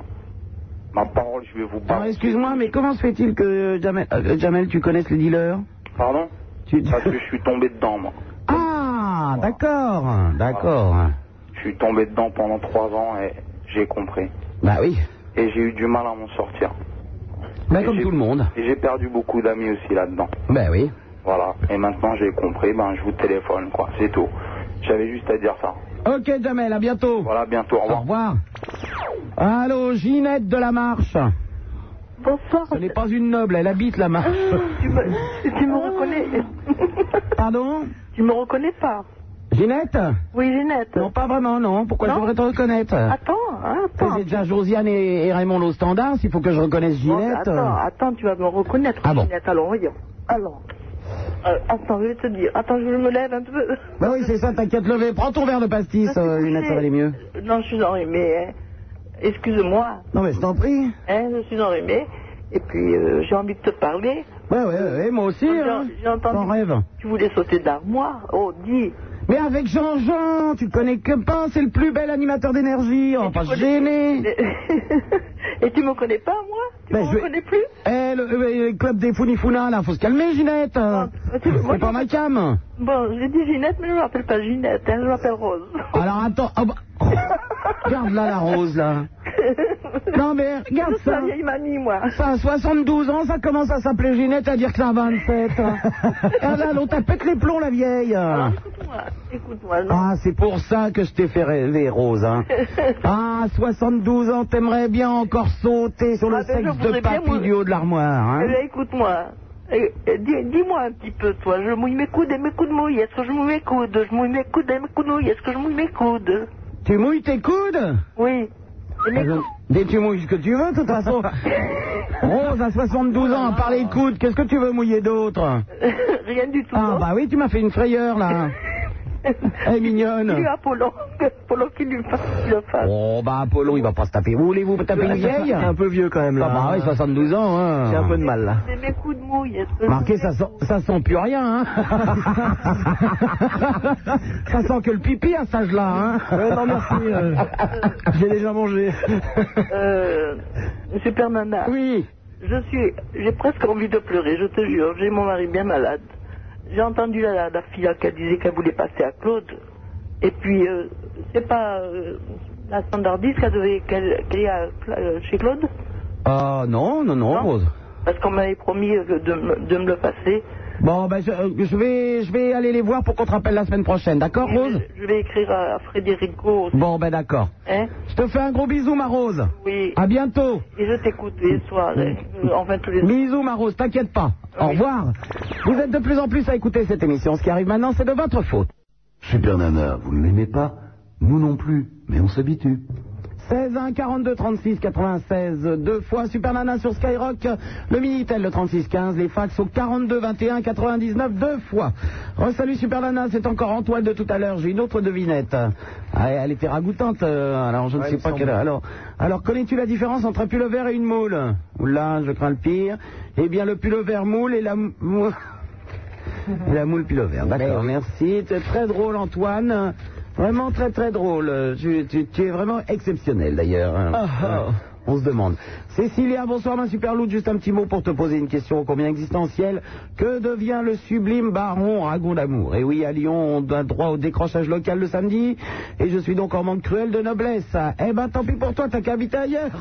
Speaker 5: ma parole, je vais vous
Speaker 4: Alors,
Speaker 5: parler.
Speaker 4: Ah, excuse-moi, mais comment se fait-il que Jamel, euh, Jamel, tu connaisses les dealers
Speaker 5: Pardon
Speaker 4: Tu-
Speaker 5: Parce que je suis tombé dedans, moi.
Speaker 4: Ah, d'accord, d'accord.
Speaker 5: Je suis tombé dedans pendant trois ans et j'ai compris.
Speaker 4: Bah oui,
Speaker 5: Et j'ai eu du mal à m'en sortir.
Speaker 4: bah comme tout le monde.
Speaker 5: Et j'ai perdu beaucoup d'amis aussi là-dedans.
Speaker 4: Bah oui.
Speaker 5: Voilà. Et maintenant, j'ai compris, ben, je vous téléphone, quoi. C'est tout. J'avais juste à dire ça.
Speaker 4: Ok, Jamel, à bientôt.
Speaker 5: Voilà, bientôt. Au revoir.
Speaker 4: Au revoir. Allô, Ginette de la Marche.
Speaker 10: Bonsoir.
Speaker 4: Ce n'est pas une noble, elle habite la Marche.
Speaker 10: (laughs) Tu me, tu me reconnais
Speaker 4: Pardon
Speaker 10: Tu me reconnais pas
Speaker 4: Ginette
Speaker 10: Oui, Ginette.
Speaker 4: Non, pas vraiment, non. Pourquoi je devrais te reconnaître
Speaker 10: Attends, hein,
Speaker 4: Attends. J'ai déjà Josiane et, et Raymond au standard, s'il faut que je reconnaisse Ginette.
Speaker 10: Oh, attends, attends, tu vas me reconnaître,
Speaker 4: Ah bon
Speaker 10: Ginette. Alors, voyons. Alors. Euh, attends, je vais te dire. Attends, je me lève un peu.
Speaker 4: Bah oui, c'est ça, t'inquiète, levé. Prends ton verre de pastis, euh, Ginette, ça va aller mieux.
Speaker 10: Non, je suis enrhumée. hein. Excuse-moi.
Speaker 4: Non, mais je t'en prie.
Speaker 10: Hein, je suis enrhumée. Et puis, euh, j'ai envie de te parler.
Speaker 4: Ouais, ouais, ouais, moi aussi,
Speaker 10: J'ai-
Speaker 4: hein.
Speaker 10: j'ai entendu-
Speaker 4: T'en rêves.
Speaker 10: Tu voulais sauter d'armoire. Oh, dis.
Speaker 4: Mais avec Jean-Jean, tu le connais que pas, c'est le plus bel animateur d'énergie, on va pas se gêner.
Speaker 10: (laughs) Et tu me connais pas, moi Tu
Speaker 4: Ben,
Speaker 10: me
Speaker 4: je vais-
Speaker 10: reconnais plus
Speaker 4: Eh, le, euh, le club des Funifuna, là, faut se calmer, Ginette.
Speaker 10: tu- moi,
Speaker 4: C'est
Speaker 10: je-
Speaker 4: pas ma cam.
Speaker 10: Bon, j'ai dit Ginette, mais je ne m'appelle pas Ginette. hein, je m'appelle Rose. (laughs)
Speaker 4: Alors, attends, oh, bah, oh, regarde là la rose,
Speaker 10: (laughs)
Speaker 4: là. Non, mais regarde
Speaker 10: C'est
Speaker 4: ça.
Speaker 10: la vieille mamie, moi.
Speaker 4: Ça a 72 ans, ça commence à s'appeler Ginette, à dire que ça a
Speaker 10: (laughs)
Speaker 4: Eh, 27. Elle là, l'autre, elle pète les plombs, la vieille.
Speaker 10: Ah, Écoute-moi, écoute-moi. non.
Speaker 4: Ah, c'est pour ça que je t'ai fait rêver,
Speaker 40: (laughs)
Speaker 4: Rose. Hein. Ah, 72 ans, t'aimerais bien encore sauter sur le
Speaker 10: Ah, ben, je
Speaker 4: sexe de
Speaker 10: voudrais bien,
Speaker 4: papy
Speaker 10: moi.
Speaker 4: du haut de l'armoire. Hein.
Speaker 40: Euh,
Speaker 10: Eh bien, écoute-moi. Eh, eh, dis- Dis-moi un petit peu, toi. Je mouille mes coudes et mes coudes mouillent. Est-ce que je mouille mes coudes Je mouille mes coudes et mes coudes mouillent. Est-ce que je mouille mes coudes
Speaker 4: Tu mouilles tes coudes
Speaker 10: Oui. Et mes coudes.
Speaker 4: Dès que tu mouilles ce que tu veux, de
Speaker 40: (laughs)
Speaker 4: toute façon. Rose, à 72 ans, à part les coudes, qu'est-ce que tu veux mouiller
Speaker 40: Euh,
Speaker 4: d'autre
Speaker 10: (laughs) Rien du tout.
Speaker 4: Ah,
Speaker 10: non
Speaker 4: bah oui, tu m'as fait une
Speaker 40: (laughs)
Speaker 4: frayeur, là. Elle est mignonne.
Speaker 10: Dis à Polo. Polo qui lui fasse le fasse.
Speaker 4: Oh, bah Apollon, il va pas se taper. Vous voulez vous taper une vieille
Speaker 40: C'est un peu vieux quand même là.
Speaker 4: Ah bah oui, 72 ans, hein.
Speaker 40: J'ai un peu de mal là.
Speaker 10: Et mes coudes mouillent. Est-ce que je
Speaker 4: Marqué,
Speaker 10: mouille
Speaker 4: ça
Speaker 10: mes
Speaker 4: sent, ça sent plus rien,
Speaker 40: (laughs)
Speaker 4: hein. ça sent que le pipi à cet âge-là, hein.
Speaker 40: Ouais, non merci, euh, j'ai déjà mangé.
Speaker 10: Euh, super Nana.
Speaker 4: Oui.
Speaker 10: Je suis, j'ai presque envie de pleurer, je te jure. J'ai mon mari bien malade. J'ai entendu la, la, la fille là qui disait qu'elle voulait passer à Claude. Et puis, euh, c'est pas euh, la standardiste qu'elle devait, qu'elle, qu'elle est à Cla- euh, chez Claude
Speaker 4: Ah non, non, non, Rose.
Speaker 10: Parce qu'on m'avait promis euh, de, me- de me le passer.
Speaker 4: Bon, ben je, euh, je vais, je vais aller les voir pour qu'on te rappelle la semaine prochaine, d'accord, Rose
Speaker 10: Je vais écrire à, à Frédérico.
Speaker 4: Bon, ben d'accord.
Speaker 10: Hein
Speaker 4: Je te fais un gros bisou, ma Rose.
Speaker 10: oui.
Speaker 4: À bientôt.
Speaker 10: Et je t'écoute les soirs, euh, enfin tous les
Speaker 4: Bisous, ma Rose, t'inquiète pas. Au revoir. Vous êtes de plus en plus à écouter cette émission. Ce qui arrive maintenant, c'est de votre faute.
Speaker 1: Super Nana, vous ne l'aimez pas Nous non plus, mais on s'habitue.
Speaker 4: 16 1 42 36 96 deux fois Superman sur Skyrock, le Minitel le 36 15, les fax au 42 21 99 deux fois. Resalut Superman, c'est encore en toile de tout à l'heure, j'ai une autre devinette. Ah, elle était ragoûtante, euh, alors je ne
Speaker 13: Ouais,
Speaker 4: sais
Speaker 13: il
Speaker 4: pas
Speaker 13: me
Speaker 4: quelle.
Speaker 13: semble.
Speaker 4: Alors, alors connais-tu la différence entre un pull vert et une moule Là, je crains le pire. Eh bien, le pull vert moule et la mou- mou- (laughs) et La moule pilovère, d'accord, merci. Tu es très drôle, Antoine. Vraiment très très drôle. Tu, tu- tu es vraiment exceptionnel d'ailleurs. hein.
Speaker 13: Ah, ah.
Speaker 4: On se demande. Cécilia, bonsoir ma super loup. Juste un petit mot pour te poser une question ô combien existentielle. Que devient le sublime baron Ragon d'amour Et oui, à Lyon, on a droit au décrochage local le samedi. Et je suis donc en manque cruel de noblesse. Eh ben tant pis pour toi, t'as qu'à habiter ailleurs.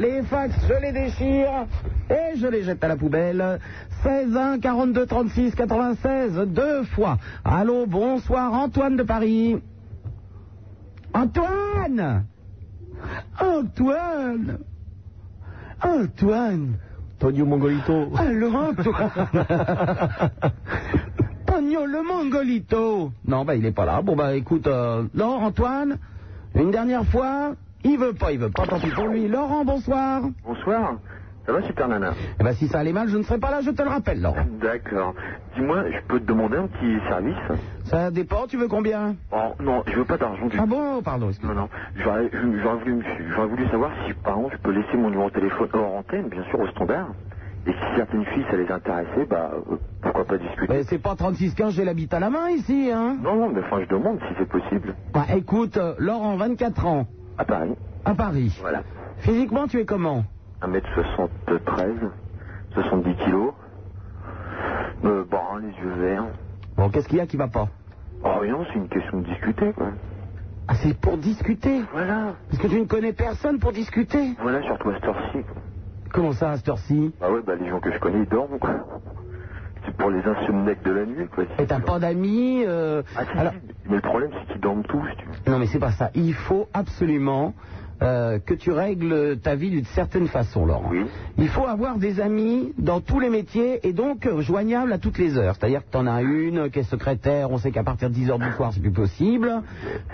Speaker 4: les fax, je les déchire et je les jette à la poubelle. 16 1 42 36 96 deux fois. Allô, bonsoir Antoine de Paris. Antoine Antoine Antoine Ah, Tonio Mongolito Alors Antoine Tonio le Mongolito Non, bah il n'est pas là. Bon, bah écoute, euh, Laurent, Antoine, une dernière fois, il veut pas, il veut pas, tant pis pour lui. Laurent, bonsoir
Speaker 2: Bonsoir. Ça va, Super Nana
Speaker 4: Eh ben si ça allait mal, je ne serais pas là, je te le rappelle, Laurent.
Speaker 2: D'accord. Dis-moi, je peux te demander un petit service
Speaker 4: Ça dépend, tu veux combien
Speaker 2: Oh non, je veux pas d'argent du
Speaker 4: Ah bon Pardon,
Speaker 2: Non, non. J'aurais je- j'aurais voulu, j'aurais voulu savoir si, par exemple, je peux laisser mon numéro de téléphone hors antenne, bien sûr, au standard. Et si certaines filles, ça les intéressait, bah, euh, pourquoi pas discuter
Speaker 4: Mais Eh, c'est pas 36-15, j'ai la bite à la main ici, hein
Speaker 2: Non, non, mais enfin, je demande si c'est possible.
Speaker 4: Bah écoute, euh, Laurent, 24 ans,
Speaker 2: À Paris.
Speaker 4: à Paris.
Speaker 2: Voilà.
Speaker 4: Physiquement, tu es comment
Speaker 2: 1m73, 70 kilos. Euh, brun, les yeux verts.
Speaker 4: Bon, qu'est-ce qu'il y a qui va pas
Speaker 2: Oh, non, c'est une question de discuter, quoi.
Speaker 4: Ah, c'est pour discuter
Speaker 2: Voilà.
Speaker 4: Parce que tu ne connais personne pour discuter
Speaker 2: Voilà, surtout à cette heure-ci. quoi.
Speaker 4: Comment ça, à cette heure-ci
Speaker 2: Bah ouais, bah les gens que je connais, ils dorment, quoi. C'est pour les insomniaques de la nuit, quoi.
Speaker 4: Et t'as pas d'amis euh, alors-
Speaker 2: Mais le problème, c'est qu'ils dorment tous, tu vois.
Speaker 4: Non, mais c'est pas ça. Il faut absolument euh, que tu règles ta vie d'une certaine façon, Laurent. Il faut avoir des amis dans tous les métiers et donc euh, joignables à toutes les heures. C'est-à-dire que t'en as une qui est secrétaire, on sait qu'à partir de 10 heures du soir, c'est plus possible.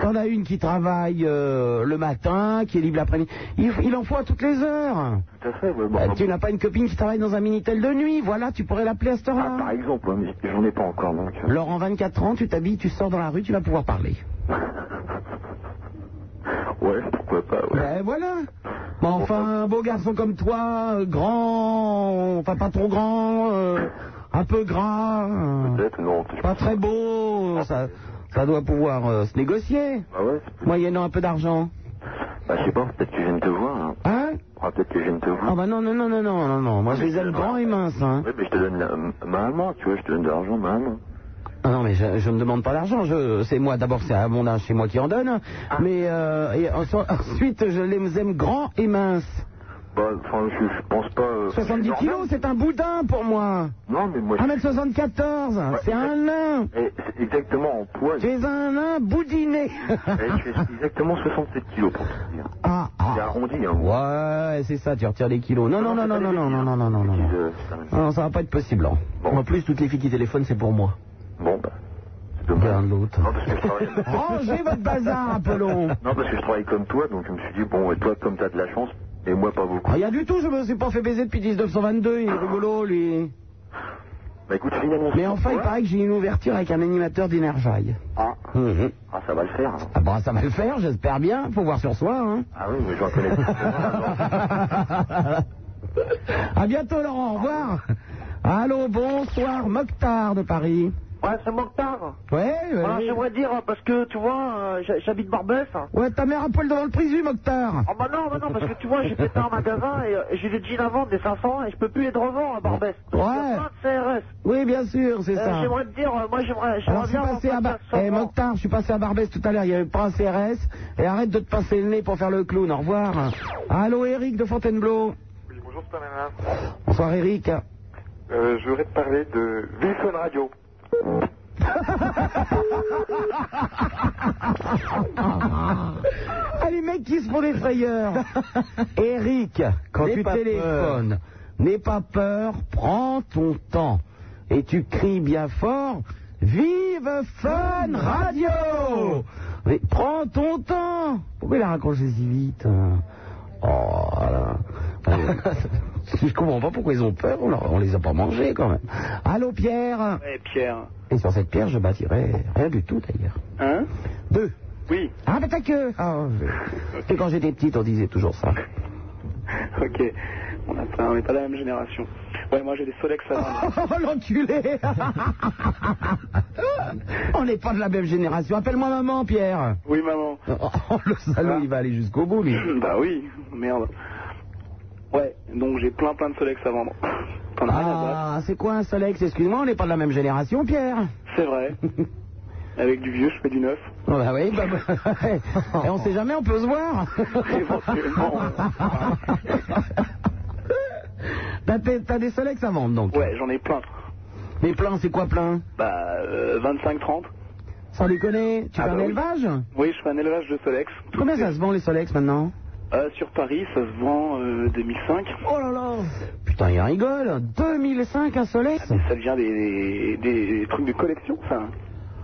Speaker 4: T'en as une qui travaille euh, le matin, qui est libre l'après-midi. Il, il en faut à toutes les heures.
Speaker 2: Tout à fait, ouais,
Speaker 13: Ah,
Speaker 2: bon.
Speaker 4: Euh, tu n'as pas une copine qui travaille dans un Minitel de nuit, voilà, tu pourrais l'appeler à cette heure-là.
Speaker 2: Ah, par exemple, ouais, mais j'en ai pas encore, donc. euh.
Speaker 4: Laurent, 24 ans, tu t'habilles, tu sors dans la rue, tu vas pouvoir parler.
Speaker 2: (laughs) Ouais, pourquoi pas, ouais.
Speaker 4: Ben voilà. Mais enfin, un beau garçon comme toi, euh, grand, enfin pas trop grand, euh, un peu gras, euh,
Speaker 2: non.
Speaker 4: pas très beau, euh, ça, ça doit pouvoir euh, se négocier,
Speaker 2: Ah ouais
Speaker 4: moyennant un peu d'argent.
Speaker 2: Bah, je sais pas, peut-être que je viens de te voir, hein.
Speaker 4: Hein
Speaker 2: Ah, peut-être que je viens de te voir.
Speaker 4: Ah bah non, non, non, non, non, non, non, moi je les aime grands et minces, hein.
Speaker 2: Ouais, mais je te donne la- ma maman, tu vois, je te donne de l'argent, ma maman.
Speaker 4: Ah non, mais je, je ne demande pas l'argent. Je, c'est moi, d'abord, c'est à mon âge, c'est moi qui en donne. Mais euh, et en- ensuite, je les aime grands et minces.
Speaker 2: Bah, enfin, je, je pense pas. euh,
Speaker 4: 70
Speaker 2: normal.
Speaker 4: kilos, Ah, c'est un boudin pour moi.
Speaker 2: Non, mais moi. je-
Speaker 4: 1m74, c'est un nain.
Speaker 2: Eh, c'est exactement en poids.
Speaker 4: Tu es un nain (laughs) boudiné.
Speaker 2: Eh, je fais exactement 67 kilos pour te dire.
Speaker 4: ah,
Speaker 2: J'ai arrondi, hein.
Speaker 4: ouais, c'est ça, tu retires les kilos. Non, non, non, non, non, non, non, non, non, non, non.
Speaker 2: Euh, ça-
Speaker 4: Non, ça va pas être possible. hein.
Speaker 13: En plus, toutes les filles qui téléphonent, c'est pour moi.
Speaker 2: Bon, bah.
Speaker 4: Regarde l'autre.
Speaker 2: Non, parce que je travaille.
Speaker 4: (laughs) (laughs) Rangez votre bazar, Apollon.
Speaker 2: Non, parce que je travaille comme toi, donc je me suis dit, bon, et toi, comme t'as de la chance, et moi, pas beaucoup.
Speaker 4: Rien du tout, je me suis pas fait baiser depuis 1922, il est rigolo, lui.
Speaker 2: Bah, écoute, finalement.
Speaker 4: Mais enfin, il paraît que j'ai une ouverture avec un animateur d'Energy.
Speaker 2: Ah.
Speaker 4: Mhm.
Speaker 2: Ah, ça va le faire. hein.
Speaker 4: Ah bon, ça va le faire, j'espère bien. Faut voir sur soi, hein.
Speaker 2: Ah oui, mais j'en connais
Speaker 4: (laughs) à bientôt, Laurent. Au revoir. Allô, bonsoir, Mokhtar de Paris.
Speaker 6: Ouais, c'est Mokhtar.
Speaker 4: Ouais,
Speaker 6: Voilà,
Speaker 4: ouais.
Speaker 6: j'aimerais dire, hein, parce que tu vois, euh, j'ha- j'habite Barbeuf.
Speaker 4: Ouais, ta mère a poil devant le présu, Mokhtar.
Speaker 6: Ah bah non, bah non, parce que tu vois, j'ai pété un magasin et euh, j'ai des jeans à vendre, des 500, et je peux plus les revendre à Barbès.
Speaker 4: Ouais. Oui, bien sûr, c'est
Speaker 6: Euh,
Speaker 4: ça.
Speaker 6: J'aimerais te dire, euh, moi j'aimerais
Speaker 4: Alors,
Speaker 6: j'aimerais
Speaker 4: je suis
Speaker 6: bien
Speaker 4: passé à Bar-
Speaker 6: avoir ça
Speaker 4: Eh, Mokhtar, je suis passé à Barbès tout à l'heure, il y avait pas un CRS. Et arrête de te passer le nez pour faire le clown. Au revoir. Allô, Eric de Fontainebleau.
Speaker 8: Bonjour, Super Nana.
Speaker 4: Bonsoir, Eric.
Speaker 8: Euh, je voudrais te parler de Wilson Radio.
Speaker 4: Ah, les mecs qui se font des
Speaker 8: (laughs)
Speaker 4: frayeurs. Eric, quand
Speaker 13: N'aie
Speaker 4: tu
Speaker 13: pas
Speaker 4: téléphones, n'aie pas peur, prends ton temps. Et tu cries bien fort, vive Fun Radio Mais prends ton temps Pourquoi il a raccroché si vite hein Oh là là. (laughs) Je comprends pas pourquoi ils ont peur, on, leur- on les a pas mangés quand même. Allô Pierre
Speaker 10: Ouais, Pierre.
Speaker 4: Et sur cette pierre, je bâtirai rien du tout d'ailleurs.
Speaker 10: Hein
Speaker 4: Deux
Speaker 10: Oui.
Speaker 4: Ah mais ta queue ah, Et quand j'étais petite, on disait toujours ça.
Speaker 10: (laughs) Ok. On n'a pas- on n'est pas de la même génération. Ouais, moi j'ai des Solex
Speaker 8: (laughs)
Speaker 10: à
Speaker 4: (laughs) Oh l'enculé On n'est pas de la même génération. Appelle-moi maman, Pierre.
Speaker 10: Oui, maman.
Speaker 4: Oh, le salaud, il va aller jusqu'au bout, lui.
Speaker 10: (coughs) bah oui, merde. Ouais, donc j'ai plein plein de Solex à vendre. (coughs)
Speaker 4: Ah, c'est quoi un Solex Excuse-moi, on n'est pas de la même génération, Pierre.
Speaker 10: C'est vrai. Avec du vieux, je fais du neuf.
Speaker 4: Oh, bah oui, bah, bah, (laughs) et on sait jamais, on peut se voir. (laughs) T'as t'es- t'as des Solex à vendre, donc
Speaker 10: Ouais, j'en ai plein.
Speaker 4: Mais plein, c'est quoi plein
Speaker 10: Bah, euh, 25-30.
Speaker 4: Sans déconner, tu
Speaker 10: Ah,
Speaker 4: fais un
Speaker 10: bah oui.
Speaker 4: élevage
Speaker 10: Oui, je fais un élevage de Solex.
Speaker 4: Combien ça se vend, les Solex, maintenant
Speaker 10: Euh, sur Paris, ça se vend euh, 2005.
Speaker 4: Oh là là Putain, il rigole 2005, un Solex
Speaker 10: Ah, Ça devient des, des, des trucs de collection, ça. hein.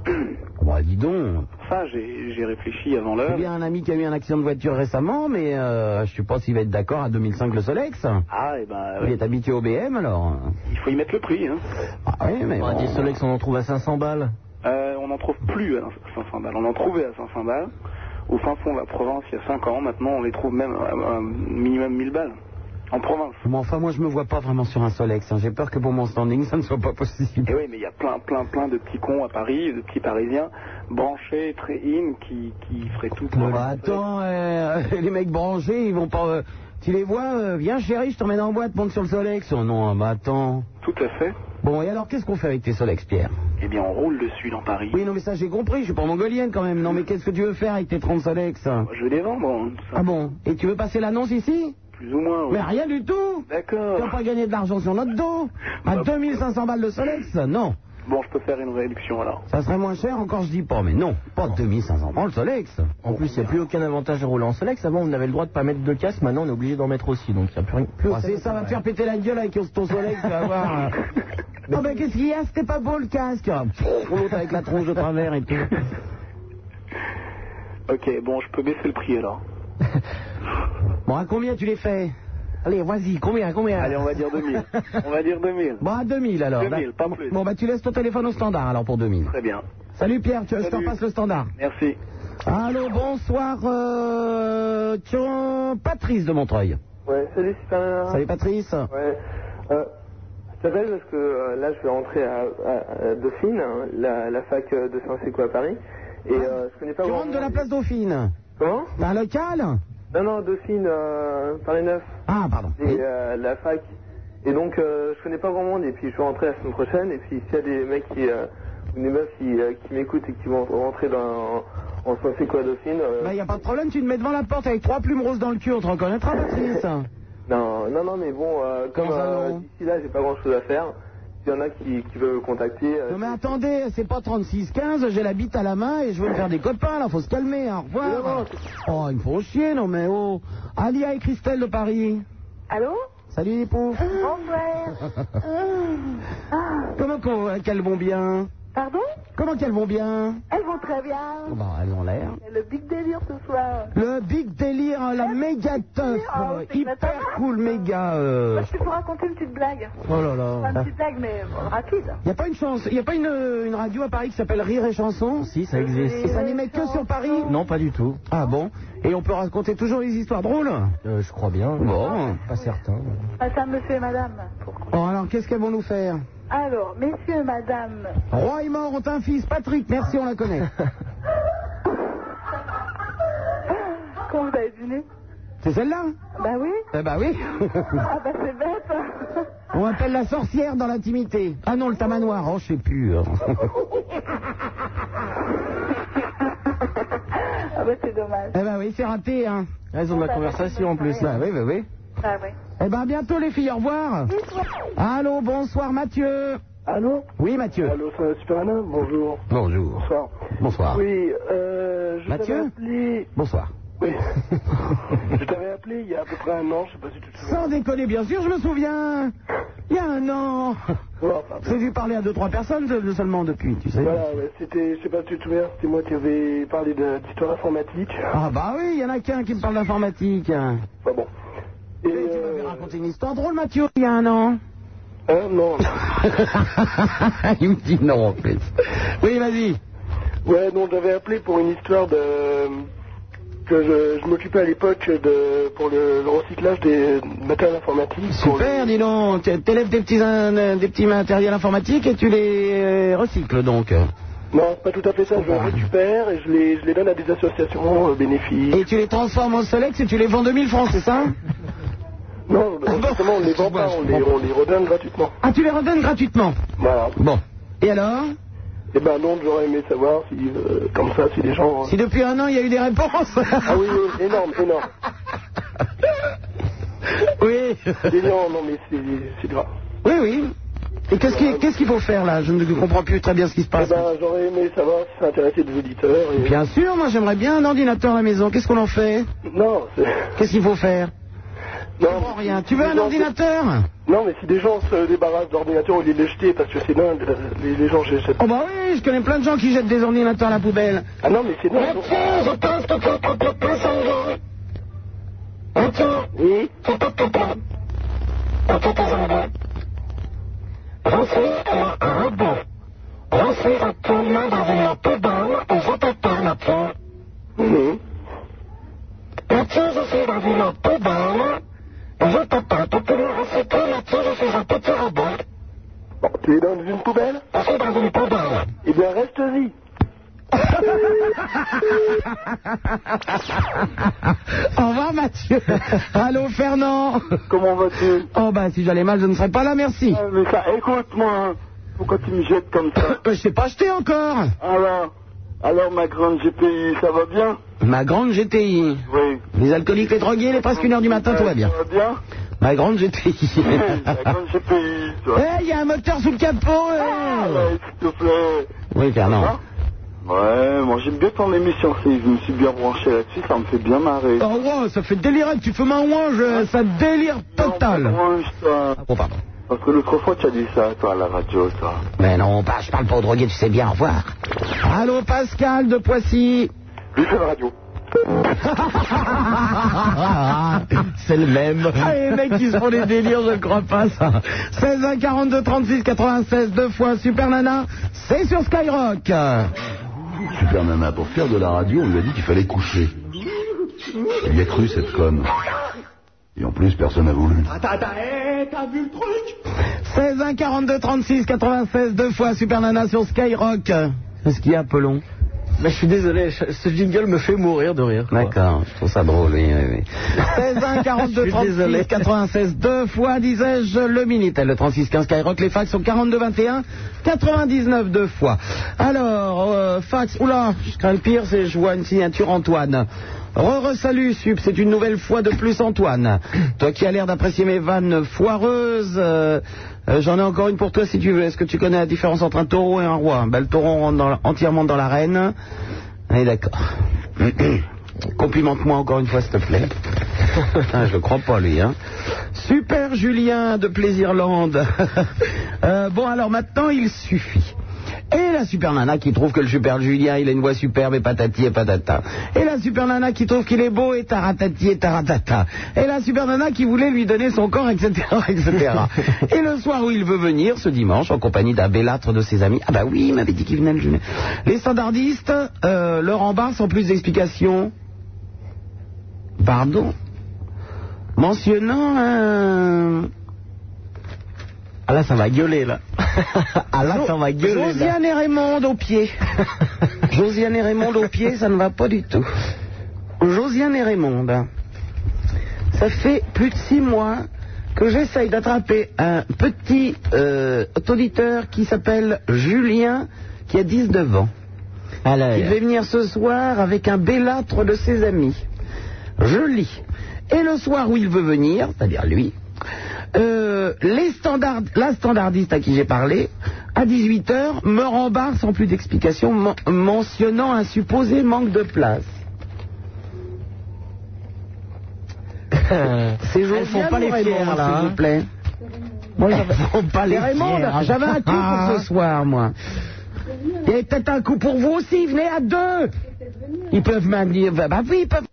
Speaker 4: (coughs) Bah, dis donc
Speaker 10: Ça, j'ai j'ai réfléchi avant
Speaker 4: J'ai
Speaker 10: l'heure.
Speaker 4: bien un ami qui a eu un accident de voiture récemment, mais euh, je sais pas s'il va être d'accord à 2005 le Solex.
Speaker 10: Ah, et ben,
Speaker 4: Il est habitué au BM alors.
Speaker 10: il faut y mettre le prix. Hein.
Speaker 4: Ah oui, mais.
Speaker 41: Bah,
Speaker 4: bon.
Speaker 41: Des Solex, on en trouve à 500 balles.
Speaker 10: Euh, on n'en trouve plus à 500 balles. On en trouvait à 500 balles. Au fin fond de la province, il y a 5 ans, maintenant on les trouve même à à minimum 1000 balles. En province.
Speaker 4: Mais enfin, moi je me vois pas vraiment sur un Solex. hein. J'ai peur que pour mon standing ça ne soit pas possible.
Speaker 10: Et oui, mais il y a plein, plein, plein de petits cons à Paris, de petits parisiens, branchés, très in, qui, qui feraient tout pour.
Speaker 4: Bon, bah, attends, euh, (laughs) les mecs branchés, ils vont pas. euh, tu les vois, euh, viens chérie, je t'emmène en boîte, monte sur le Solex. Oh non, bah attends.
Speaker 10: Tout à fait.
Speaker 4: Bon, et alors qu'est-ce qu'on fait avec tes Solex, Pierre
Speaker 10: Eh bien, on roule dessus dans Paris.
Speaker 4: Oui, non, mais ça j'ai compris, je suis pas mongolienne quand même. Non, mais qu'est-ce que tu veux faire avec tes 30 Solex
Speaker 10: Je vais les vendre, hein,
Speaker 4: Ah bon Et tu veux passer l'annonce ici
Speaker 10: plus ou moins. oui.
Speaker 4: Mais rien du tout
Speaker 10: D'accord.
Speaker 4: Tu n'as pas gagné de l'argent sur notre dos À 2500 balles de Solex Non
Speaker 10: Bah, Bon, je peux faire une réduction alors.
Speaker 4: Ça serait moins cher, encore je dis pas, mais non, pas 2500 balles le Solex
Speaker 41: En plus, il n'y a plus aucun avantage à rouler en Solex. Avant, on avait le droit de pas mettre de casque. Maintenant, on est obligé d'en mettre aussi. Donc, il n'y a plus, plus
Speaker 4: Ah, c'est- ça va te faire péter la gueule avec
Speaker 41: (laughs)
Speaker 4: ton Solex, tu vas voir Non mais qu'est-ce qu'il y a C'était pas beau le casque Pfff, L'autre avec la tronche de travers et tout
Speaker 10: Ok, bon, je peux baisser le prix alors.
Speaker 4: Bon, à combien tu les fais Allez, vas-y, combien, combien
Speaker 10: Allez, on va dire 2000. on va dire 2000.
Speaker 4: Bon, à 2000 alors
Speaker 10: 2000, pas plus.
Speaker 4: Bon, bah tu laisses ton téléphone au standard alors pour 2000
Speaker 10: Très bien.
Speaker 4: Salut Pierre, tu, je te
Speaker 10: Salut.
Speaker 4: repasse le standard
Speaker 10: Merci.
Speaker 4: Allô, bonsoir, euh, tiens, Patrice de Montreuil.
Speaker 8: Ouais, salut Super Nana.
Speaker 4: Salut Patrice.
Speaker 8: Ouais. Euh, je t'appelle parce que euh, là je vais rentrer à, à- à Euh, Dauphine, hein, la, la fac euh, de Sciences à Paris. Et euh, je connais pas
Speaker 4: Tu
Speaker 8: vraiment-
Speaker 4: rentres de la place Dauphine
Speaker 8: Comment
Speaker 4: T'as un local
Speaker 8: Non, non, Dauphine, euh, Paris 9.
Speaker 4: Ah, pardon.
Speaker 8: Et euh, la fac. Et donc euh, je connais pas grand monde et puis je vais rentrer la semaine prochaine. Et puis s'il y a des mecs qui, euh, ou des meufs qui, euh, qui m'écoutent et qui vont rentrer dans, en Sciences à Dauphine. euh,
Speaker 4: Bah, y a pas de problème, tu te mets devant la porte avec trois plumes roses dans le cul, on te reconnaîtra, Patrice.
Speaker 8: ben, Non, non, non, mais bon, euh, comme
Speaker 4: Comment ça,
Speaker 8: euh,
Speaker 4: non
Speaker 8: d'ici là, j'ai pas grand chose à faire. S'il y en a qui, qui veulent me contacter, euh,
Speaker 4: Non, mais attendez, c'est pas 36-15, j'ai la bite à la main et je veux me faire des copains, là, faut se calmer, hein, au revoir. Oh, ils me font chier, non, mais oh. Alia et Christelle de Paris.
Speaker 6: Allô Ah,
Speaker 4: Salut les pauvres. (laughs) Comment qu'on- euh, qu'elles vont bien
Speaker 6: Pardon
Speaker 4: Comment qu'elles vont bien
Speaker 6: Elles vont très bien.
Speaker 4: Bon, elles ont l'air.
Speaker 6: C'est le big délire ce soir.
Speaker 4: Le big délire, la méga teuf,
Speaker 6: oh, Ah. c'est
Speaker 4: hyper
Speaker 6: exactement.
Speaker 4: cool, méga. euh,
Speaker 6: Moi, je peux vous raconter une petite blague.
Speaker 4: Oh là là.
Speaker 6: Enfin, une petite blague, mais euh, rapide.
Speaker 4: Il n'y a pas une chance, il a pas une, euh, une radio à Paris qui s'appelle Rire et Chanson
Speaker 41: Si, ça existe.
Speaker 4: Et ça n'émet que sur Paris
Speaker 41: Non, pas du tout.
Speaker 4: Ah bon Et on peut raconter toujours les histoires drôles
Speaker 41: Euh, je crois bien.
Speaker 4: Bon.
Speaker 41: Pas certain.
Speaker 6: Madame, Ah, monsieur et madame.
Speaker 4: Oh, alors, qu'est-ce qu'elles vont nous faire
Speaker 6: Alors, messieurs et madame.
Speaker 4: Roi et mort ont un fils, Patrick, merci, on
Speaker 41: (laughs)
Speaker 4: la connaît.
Speaker 6: Quand vous avez dîné
Speaker 4: C'est celle-là
Speaker 6: Bah oui.
Speaker 4: Eh
Speaker 41: ben
Speaker 4: bah oui. (laughs)
Speaker 6: ah bah c'est bête. (laughs)
Speaker 4: on appelle la sorcière dans l'intimité. Ah non, le tamanoir, oh, je sais plus.
Speaker 6: ah bah c'est dommage.
Speaker 4: eh bah oui, c'est raté, hein.
Speaker 41: Raison de la conversation, en plus.
Speaker 4: Bah oui, bah oui.
Speaker 6: Ah ouais.
Speaker 4: Eh ben à bientôt les filles, au revoir. Allô, bonsoir Mathieu.
Speaker 1: Allô
Speaker 4: Oui Mathieu.
Speaker 1: Allô, ça va, Super Nana Bonjour.
Speaker 4: Bonjour.
Speaker 1: Bonsoir.
Speaker 4: Bonsoir.
Speaker 1: Oui, euh, je
Speaker 4: Mathieu
Speaker 1: t'avais appelé...
Speaker 4: Bonsoir.
Speaker 1: Oui. je t'avais appelé il y a à peu près un an, je sais pas si tu te souviens.
Speaker 4: Sans déconner, bien sûr, je me souviens. Il y a un an
Speaker 1: Oh,
Speaker 4: J'ai dû parler à deux, trois personnes de- de seulement depuis, tu sais.
Speaker 42: Voilà, ouais, c'était, je sais pas si tu te souviens, c'était moi qui avais parlé de- d'histoire informatique.
Speaker 4: Ah bah oui, il y en a qu'un qui me parle d'informatique.
Speaker 42: Pas bon.
Speaker 4: Et tu m'avais raconté une histoire drôle, Mathieu, il y a
Speaker 1: (laughs)
Speaker 4: un an.
Speaker 42: Hein, non.
Speaker 4: il me dit non en plus. Oui, vas-y.
Speaker 42: Ouais, donc j'avais appelé pour une histoire de que je, je m'occupais à l'époque de pour le, le recyclage des matériels informatiques. pour
Speaker 4: Super, dis donc, tu- t'élèves des petits, in- des petits matériels informatiques et tu les euh, recycles donc.
Speaker 42: Non, c'est pas tout à fait ça. Je les récupère et je les, je les donne à des associations euh, bénéfices.
Speaker 4: Et tu les transformes en Solex et tu les vends 2000 francs, c'est ça
Speaker 42: Non, justement, on les vend pas, on les, on les redonne gratuitement.
Speaker 4: Ah, tu les redonnes gratuitement
Speaker 42: Voilà.
Speaker 4: Bon. Et alors
Speaker 42: Eh ben non, j'aurais aimé savoir si, euh, comme ça, si les gens...
Speaker 4: Si depuis un an il y a eu des réponses (laughs)
Speaker 42: Ah oui, oui, énorme, énorme.
Speaker 4: Oui.
Speaker 42: Énorme, non, mais c'est- c'est grave.
Speaker 4: Oui, oui. Et qu'est-ce qui- qu'est-ce qu'il faut faire là Je ne comprends plus très bien ce qui se
Speaker 42: Eh
Speaker 4: passe.
Speaker 42: ben, j'aurais aimé savoir si ça intéressait des auditeurs. Et...
Speaker 4: Bien sûr, moi j'aimerais bien un ordinateur à la maison. Qu'est-ce qu'on en fait
Speaker 42: Non,
Speaker 4: Qu'est-ce qu'il faut faire
Speaker 42: non,
Speaker 4: comprends
Speaker 42: mais
Speaker 4: rien.
Speaker 42: si-
Speaker 4: Tu
Speaker 42: si
Speaker 4: veux
Speaker 42: des
Speaker 4: un
Speaker 42: gens-
Speaker 4: ordinateur
Speaker 42: Non, mais si des gens se débarrassent d'ordinateurs au lieu de les jeter, parce que c'est dingue, euh, les, les gens jettent...
Speaker 4: Oh bah oui, je connais plein de gens qui jettent des ordinateurs à la poubelle.
Speaker 42: Ah non, mais c'est dingue.
Speaker 15: je pense que tu es complètement cinglé. Mathieu Oui Tu t'es tapé. Tu t'es tapé. Je suis un robot. Je suis actuellement dans une poubelle et je t'attends, Mathieu. Oui. Mathieu, je suis dans une poubelle et je t'attends. Tu peux me recycler, Mathieu, je suis un petit robot.
Speaker 42: Tu es dans une poubelle
Speaker 15: Je suis Ah, dans une poubelle.
Speaker 42: Eh bien, reste-y.
Speaker 4: Au revoir Mathieu. Allô Fernand. Comment vas-tu
Speaker 42: Euh,
Speaker 4: Oh bah si j'allais mal, je ne serais pas là, merci.
Speaker 6: Mais ça, écoute-moi, hein. pourquoi tu me jettes comme ça
Speaker 4: Euh, Je t'ai pas acheté encore.
Speaker 6: Alors, alors ma grande GPI, ça va bien
Speaker 4: Ma grande GTI.
Speaker 6: Oui.
Speaker 4: Les alcooliques, les drogués, il est presque une heure du matin, tout va bien.
Speaker 6: Ça va bien
Speaker 4: Ma grande GTI.
Speaker 6: (laughs) La grande GPI,
Speaker 4: (laughs) Eh,
Speaker 6: toi.
Speaker 4: il y a un moteur sous le capot. eh.
Speaker 6: Ouais, s'il te plaît. Hein
Speaker 4: Oui Fernand.
Speaker 6: Ah. Ouais, moi j'aime bien ton émission, c'est- je me suis bien branché là-dessus, ça me fait bien marrer.
Speaker 4: Oh wow, ça fait délirer, tu fais ma ouange, euh, ça délire total. Bon, pardon.
Speaker 6: Parce que l'autre fois tu as dit ça, toi, à la radio, toi.
Speaker 4: Mais non, bah, je parle pas aux drogués, tu sais bien, au revoir. Allô Pascal de Poissy.
Speaker 8: Lui, c'est la radio.
Speaker 4: C'est le même. Ah, les mecs qui se font des délires, je ne crois pas ça. 16 1 42 36 96 deux fois Super Nana, c'est sur Skyrock.
Speaker 1: Super Nana, pour faire de la radio, on lui a dit qu'il fallait coucher. Il y a cru, cette conne. Et en plus, personne n'a voulu.
Speaker 4: Attends, attends, t'as vu le truc 16 1 42 36 96 deux fois Super Nana sur Skyrock. Qu'est-ce qu'il y a, Pelon
Speaker 13: Mais je suis désolé, je- ce jingle me fait mourir de rire.
Speaker 4: D'accord, je trouve ça drôle, oui, oui, oui. 16 1
Speaker 13: Je
Speaker 4: 42
Speaker 13: suis
Speaker 4: 36
Speaker 13: désolé.
Speaker 4: 96 deux fois disais-je le minitel le 36 15 Skyrock les fax sont 42 21 99 deux fois alors euh, fax oula je crains le pire c'est je vois une signature Antoine Re, re salut Sup, c'est une nouvelle fois de plus Antoine. Toi qui as l'air d'apprécier mes vannes foireuses, euh, euh, j'en ai encore une pour toi si tu veux. Est-ce que tu connais la différence entre un taureau et un roi ben, Le taureau rentre dans la- entièrement dans l'arène. Allez (clears throat) d'accord. Complimente-moi encore une fois, s'il te plaît. Putain, je le crois pas, lui. Hein. Super Julien de Plaisirlande. (laughs) Euh, bon, alors maintenant, il suffit. Et la super nana qui trouve que le super Julien, il a une voix superbe et patati et patata. Et la super nana qui trouve qu'il est beau et taratati et taratata. Et la super nana qui voulait lui donner son corps, etc., etc. et le soir où il veut venir, ce dimanche, en compagnie d'un bellâtre de ses amis. Ah bah oui, il m'avait dit qu'il venait le jeûner. Les standardistes, euh, leur embarque sans plus d'explications. Pardon Mentionnant un... Ah là, ça va gueuler, là. (laughs) ah là, ça va gueuler, là.
Speaker 13: Josiane
Speaker 4: et Raymond au (laughs) pied. Josiane et Raymond au pied, ça ne va pas du tout. Josiane et Raymond, ça fait plus de six mois que j'essaye d'attraper un petit euh, auditeur qui s'appelle Julien, qui a 19 ans. Il devait venir ce soir avec un bellâtre de ses amis. Je lis. Et le soir où il veut venir, c'est-à-dire lui, euh, les standard- la standardiste à qui j'ai parlé, à 18h, me rembarre sans plus d'explication, men- mentionnant un supposé manque de place. Ces
Speaker 13: Elles
Speaker 4: gens
Speaker 13: font pas les fiers, là,
Speaker 4: s'il
Speaker 13: hein.
Speaker 4: vous plaît. Moi, j'avais
Speaker 43: pas les
Speaker 4: Raymond,
Speaker 43: fiers.
Speaker 4: j'avais un coup pour ce soir, moi. Il y avait peut-être un coup pour vous aussi, venez à deux. Ils peuvent manier, bah bah oui, ils peuvent